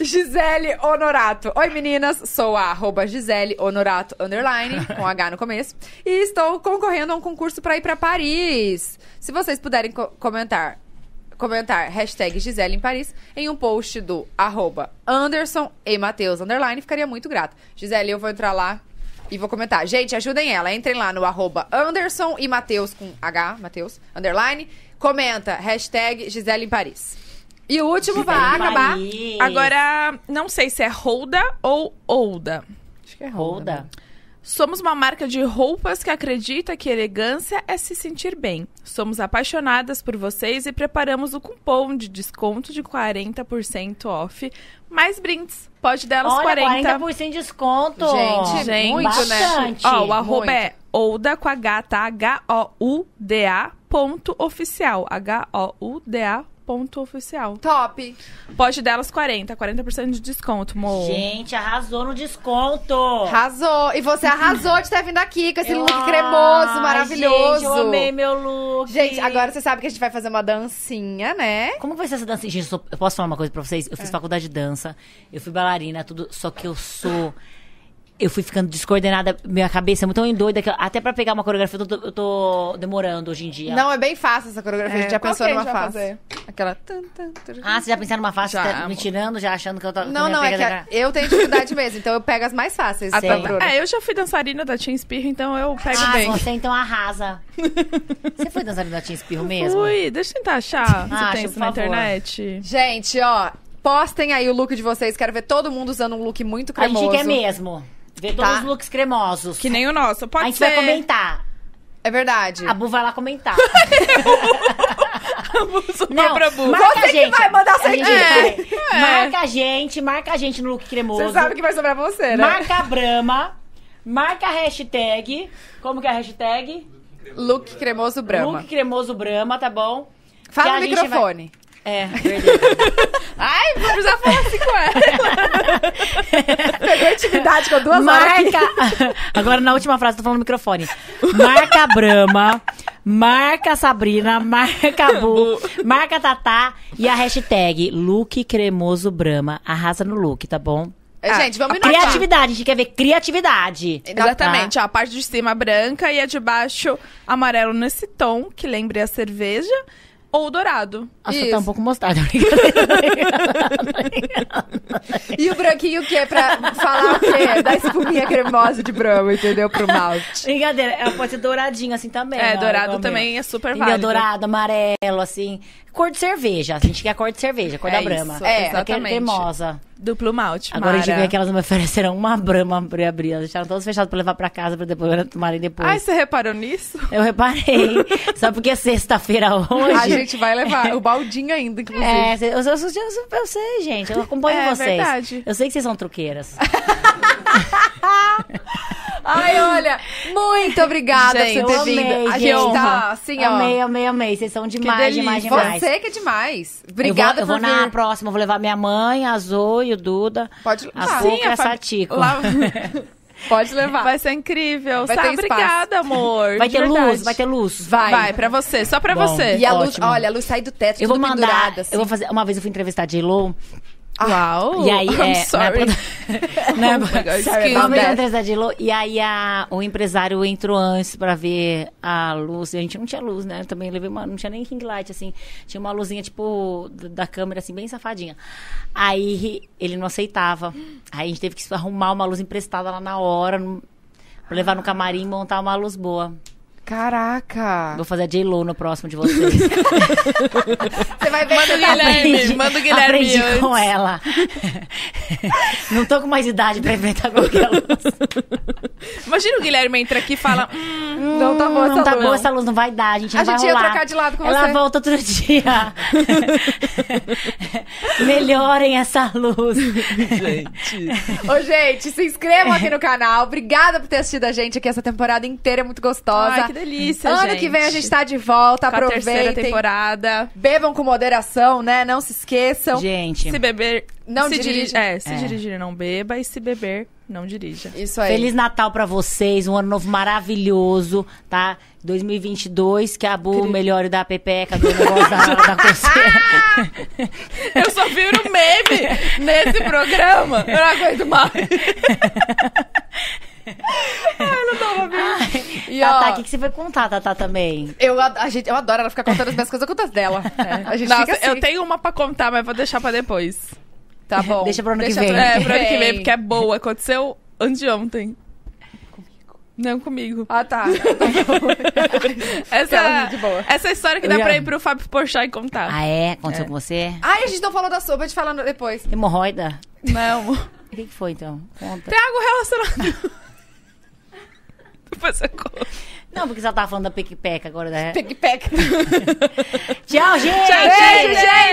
A: Gisele Honorato. Oi, meninas. Sou a arroba Gisele Honorato underline, com H no começo. E estou concorrendo a um concurso pra ir pra Paris. Se vocês puderem co- comentar, comentar hashtag Gisele em Paris em um post do arroba Anderson e Matheus underline, ficaria muito grato. Gisele, eu vou entrar lá. E vou comentar. Gente, ajudem ela. Entrem lá no arroba Anderson e Matheus com H, Matheus, underline. Comenta, hashtag Gisele em Paris. E o último vai
C: Gisele em
A: acabar.
C: Paris.
B: Agora, não sei se é Holda ou Olda.
A: Acho que é né?
C: Holda.
B: Somos uma marca de roupas que acredita que elegância é se sentir bem. Somos apaixonadas por vocês e preparamos o cupom de desconto de 40% off, mais brindes. Pode dar os
C: Olha, 40%,
B: 40.
C: de desconto.
A: Gente,
B: Gente,
A: muito, né?
C: bastante.
B: Ó, o arroba
A: muito.
B: é Ouda com H, tá? H-O-U-D-A ponto oficial. H-O-U-D-A ponto oficial.
A: Top.
B: Pode delas 40, 40% de desconto, mo.
C: Gente, arrasou no desconto.
A: Arrasou. E você arrasou de ter vindo aqui com esse
C: Eu-
A: look
C: Ai,
A: cremoso, maravilhoso.
C: Gente, eu amei meu look.
A: Gente, agora você sabe que a gente vai fazer uma dancinha, né?
C: Como vai ser essa dança? Gente, eu, sou- eu posso falar uma coisa pra vocês?
A: É.
C: Eu fiz faculdade de dança, eu fui bailarina, tudo, só que eu sou. Eu fui ficando descoordenada, minha cabeça é muito tão doida que eu- até pra pegar uma coreografia eu tô, eu tô demorando hoje em dia.
A: Não, é bem fácil essa coreografia. a gente já
B: qual
A: pensou
B: que a
A: numa
B: gente vai
A: fase.
B: fazer?
A: Aquela. tum, tum, tum.
C: Ah, você já pensaram numa faixa
B: Já,
C: que tá me
B: amor.
C: tirando, já achando que eu tô. que
A: não,
C: minha
A: não, é que
C: pega-
A: a- eu tenho dificuldade mesmo, então eu pego as mais fáceis.
C: Ah,
A: da
C: tá.
A: Bruna.
B: É, eu já fui dançarina da Team Spear, então eu pego
C: Ah,
B: bem.
C: você então arrasa. você foi dançarina da Tia Espirro mesmo? Ah,
B: Ui, deixa eu tentar achar
C: Acha,
B: se tem isso
C: por
B: na
C: favor.
B: internet.
A: Gente, ó, postem aí o look de vocês. Quero ver todo mundo usando um look muito
C: A
A: cremoso.
C: gente quer mesmo. Ver todos
A: Tá.
C: os looks cremosos.
B: Que nem o nosso.
C: a
B: Pode
C: gente
B: ser.
C: vai comentar.
A: É verdade.
C: A Bu vai lá comentar.
B: Sou
C: Não,
B: pra Bu. É.
A: Você
C: marca a
A: que
C: gente.
A: vai mandar
C: a gente
A: sentir.
C: vai. Marca a gente, marca a gente no look cremoso.
A: Você sabe que vai sobrar pra você, né?
C: Marca a Brahma. Marca a hashtag. Como que é a hashtag?
A: Look cremoso Brahma.
C: Look cremoso Brahma, tá bom? Que
A: Fala
C: a
A: no
C: gente
A: microfone.
C: É, verdade.
A: Ai, vou precisar falar assim com ela. Pegou intimidade com duas horas. aqui.
C: marca. Agora na última frase, tô falando no microfone. Marca a Brahma. Marca a Sabrina, marca
B: Tá
C: a Bu, marca a Tatá e a hashtag look cremoso Brahma. Arrasa no look, tá bom?
A: É, Gente, vamos inovar.
C: Criatividade, a gente quer ver criatividade. Tá.
B: Exatamente, ó, a parte de cima branca e a de baixo amarelo nesse tom, que lembre a cerveja, ou dourado.
C: Acho que
A: Isso.
C: tá um pouco mostarda.
A: E o branquinho que é pra falar o quê? Da espuminha cremosa de Brahma, entendeu? Pro malte.
C: Brincadeira, ela pode ser douradinho assim também.
B: É,
C: né?
B: dourado
C: Igual
B: também
C: meu.
B: é super
C: Entendeu?
B: válido.
C: Dourado, amarelo, assim. Cor de cerveja. A gente quer cor de cerveja, cor
B: É
C: da
B: isso,
C: Brahma.
A: é,
C: Ela quer
B: exatamente.
C: cremosa.
B: Duplo malte,
C: Agora a gente
B: Mara.
C: vê que é elas me ofereceram uma Brahma pra eu abrir. Elas deixaram todas fechadas pra levar pra casa pra depois tomarem depois.
B: Ai, você reparou nisso?
C: Eu reparei. Só porque é sexta-feira hoje.
A: A gente vai levar o baldinho ainda, inclusive.
C: É, eu, eu, eu, eu, eu sei, gente. Eu acompanho
B: É
C: vocês.
B: verdade.
C: Eu sei que vocês são truqueiras.
A: Ai, olha, muito obrigada
B: Gente,
A: por você Ah, ter
C: eu
A: vindo.
C: amei,
A: a
C: gente.
A: gente tá assim, ó.
C: amei, amei, amei. Vocês são demais,
B: delícia.
C: demais, demais.
A: Você que é demais. Obrigada
C: eu vou, eu
A: por
C: vou na
A: vir.
C: próxima, eu vou levar minha mãe, a Zoe, o Duda.
A: Pode
C: A
A: levar.
C: Pouca
B: Sim, a
C: essa
B: fami-
C: Tico.
B: Lá-
A: Pode levar.
B: Vai ser incrível.
A: Vai
B: Tá,
A: ter espaço.
B: obrigada, amor.
C: Vai
B: de
C: ter luz,
B: verdade.
C: vai ter luz.
A: Vai.
B: Vai, pra você, só pra
C: Bom.
B: você.
A: E a luz,
C: Ótimo.
A: olha, a luz sai do teto,
C: Eu vou
A: tudo
C: mandar.
A: pendurada, assim.
C: Eu vou fazer. Uma vez eu fui entrevistar a J-Lo.
B: Uau!
C: e aí,
B: I'm
C: é.
B: sorry. Oh
C: Na época, na época-
B: God,
A: Sorry
B: excuse
C: uma
A: about
C: vez eu
A: that.
C: entrevistei a J-Lo. E aí a- o empresário entrou antes pra ver a luz. E a gente não tinha luz, né? Eu também levei uma. Não tinha nem ring light, assim. Tinha uma luzinha, tipo, d- da câmera, assim, bem safadinha. Aí ele não aceitava. Aí a gente teve que arrumar uma luz emprestada lá na hora. num- pra levar no camarim e montar uma luz boa.
A: Caraca.
C: Vou fazer a J-Lo no próximo de vocês.
A: Você vai ver que você tá...
B: Guilherme. manda o Guilherme
C: aprendi
B: antes.
C: com ela. Não tô com mais idade pra enfrentar qualquer luz.
B: Imagina o Guilherme entra aqui e fala. "Hum,
A: Não tá boa
C: não
A: essa
C: tá
A: luz.
C: boa essa luz, não vai dar, a gente
A: A
C: não vai
A: gente ia
C: rolar.
A: trocar de lado com
C: Ela
A: você.
C: volta outro dia. Melhorem essa luz.
A: Ô, gente, se inscrevam aqui no canal. Obrigada por ter assistido a gente aqui essa temporada inteira, é muito gostosa.
B: Ai, que delícia,
A: Ano
B: gente.
A: que vem a gente tá de volta,
B: com a terceira
A: aproveitem.
B: temporada.
A: Bebam com moderação, né? Não se esqueçam.
C: Gente,
B: Se beber,
A: Não
B: se
A: dirija.
B: É, se
C: É.
B: dirigir, não beba. E se beber, não dirija.
A: Isso aí.
C: Feliz Natal pra vocês, um ano novo maravilhoso, tá? 2022, que a Bu melhore da pepeca, do negócio da, da coceira.
B: Eu só viro meme nesse programa. Eu não aguento mais.
A: E, ó,
C: Tatá, o que, que você vai contar, Tatá, também?
A: eu, ad- a gente, eu adoro ela ficar contando as minhas coisas, eu conto as dela.
C: É.
A: A gente
B: Nossa,
A: fica assim.
B: eu tenho uma pra contar, mas vou deixar pra depois.
A: Tá bom.
C: Deixa pro ano que
A: pra-
C: vem.
B: É, pro ano que vem,
A: Bem.
B: porque é boa. Aconteceu anteontem. Não comigo.
A: Ah, tá.
B: Essa,
A: Cara, de é boa.
B: essa história que dá pra ir pro Fábio Porchat e contar.
C: Ah, é? Aconteceu com você?
A: Ai, a gente não falou da sopa, a gente fala no- depois.
C: Hemorroida?
B: Não.
C: O que, que foi, então? Conta.
B: Tem algo relacionado. Depois eu conto.
C: Não, porque você tava falando da Pequipeca agora. Da...
A: Pick, pack.
C: né? Tchau, gente!
B: Tchau,
A: Beijo,
B: gente!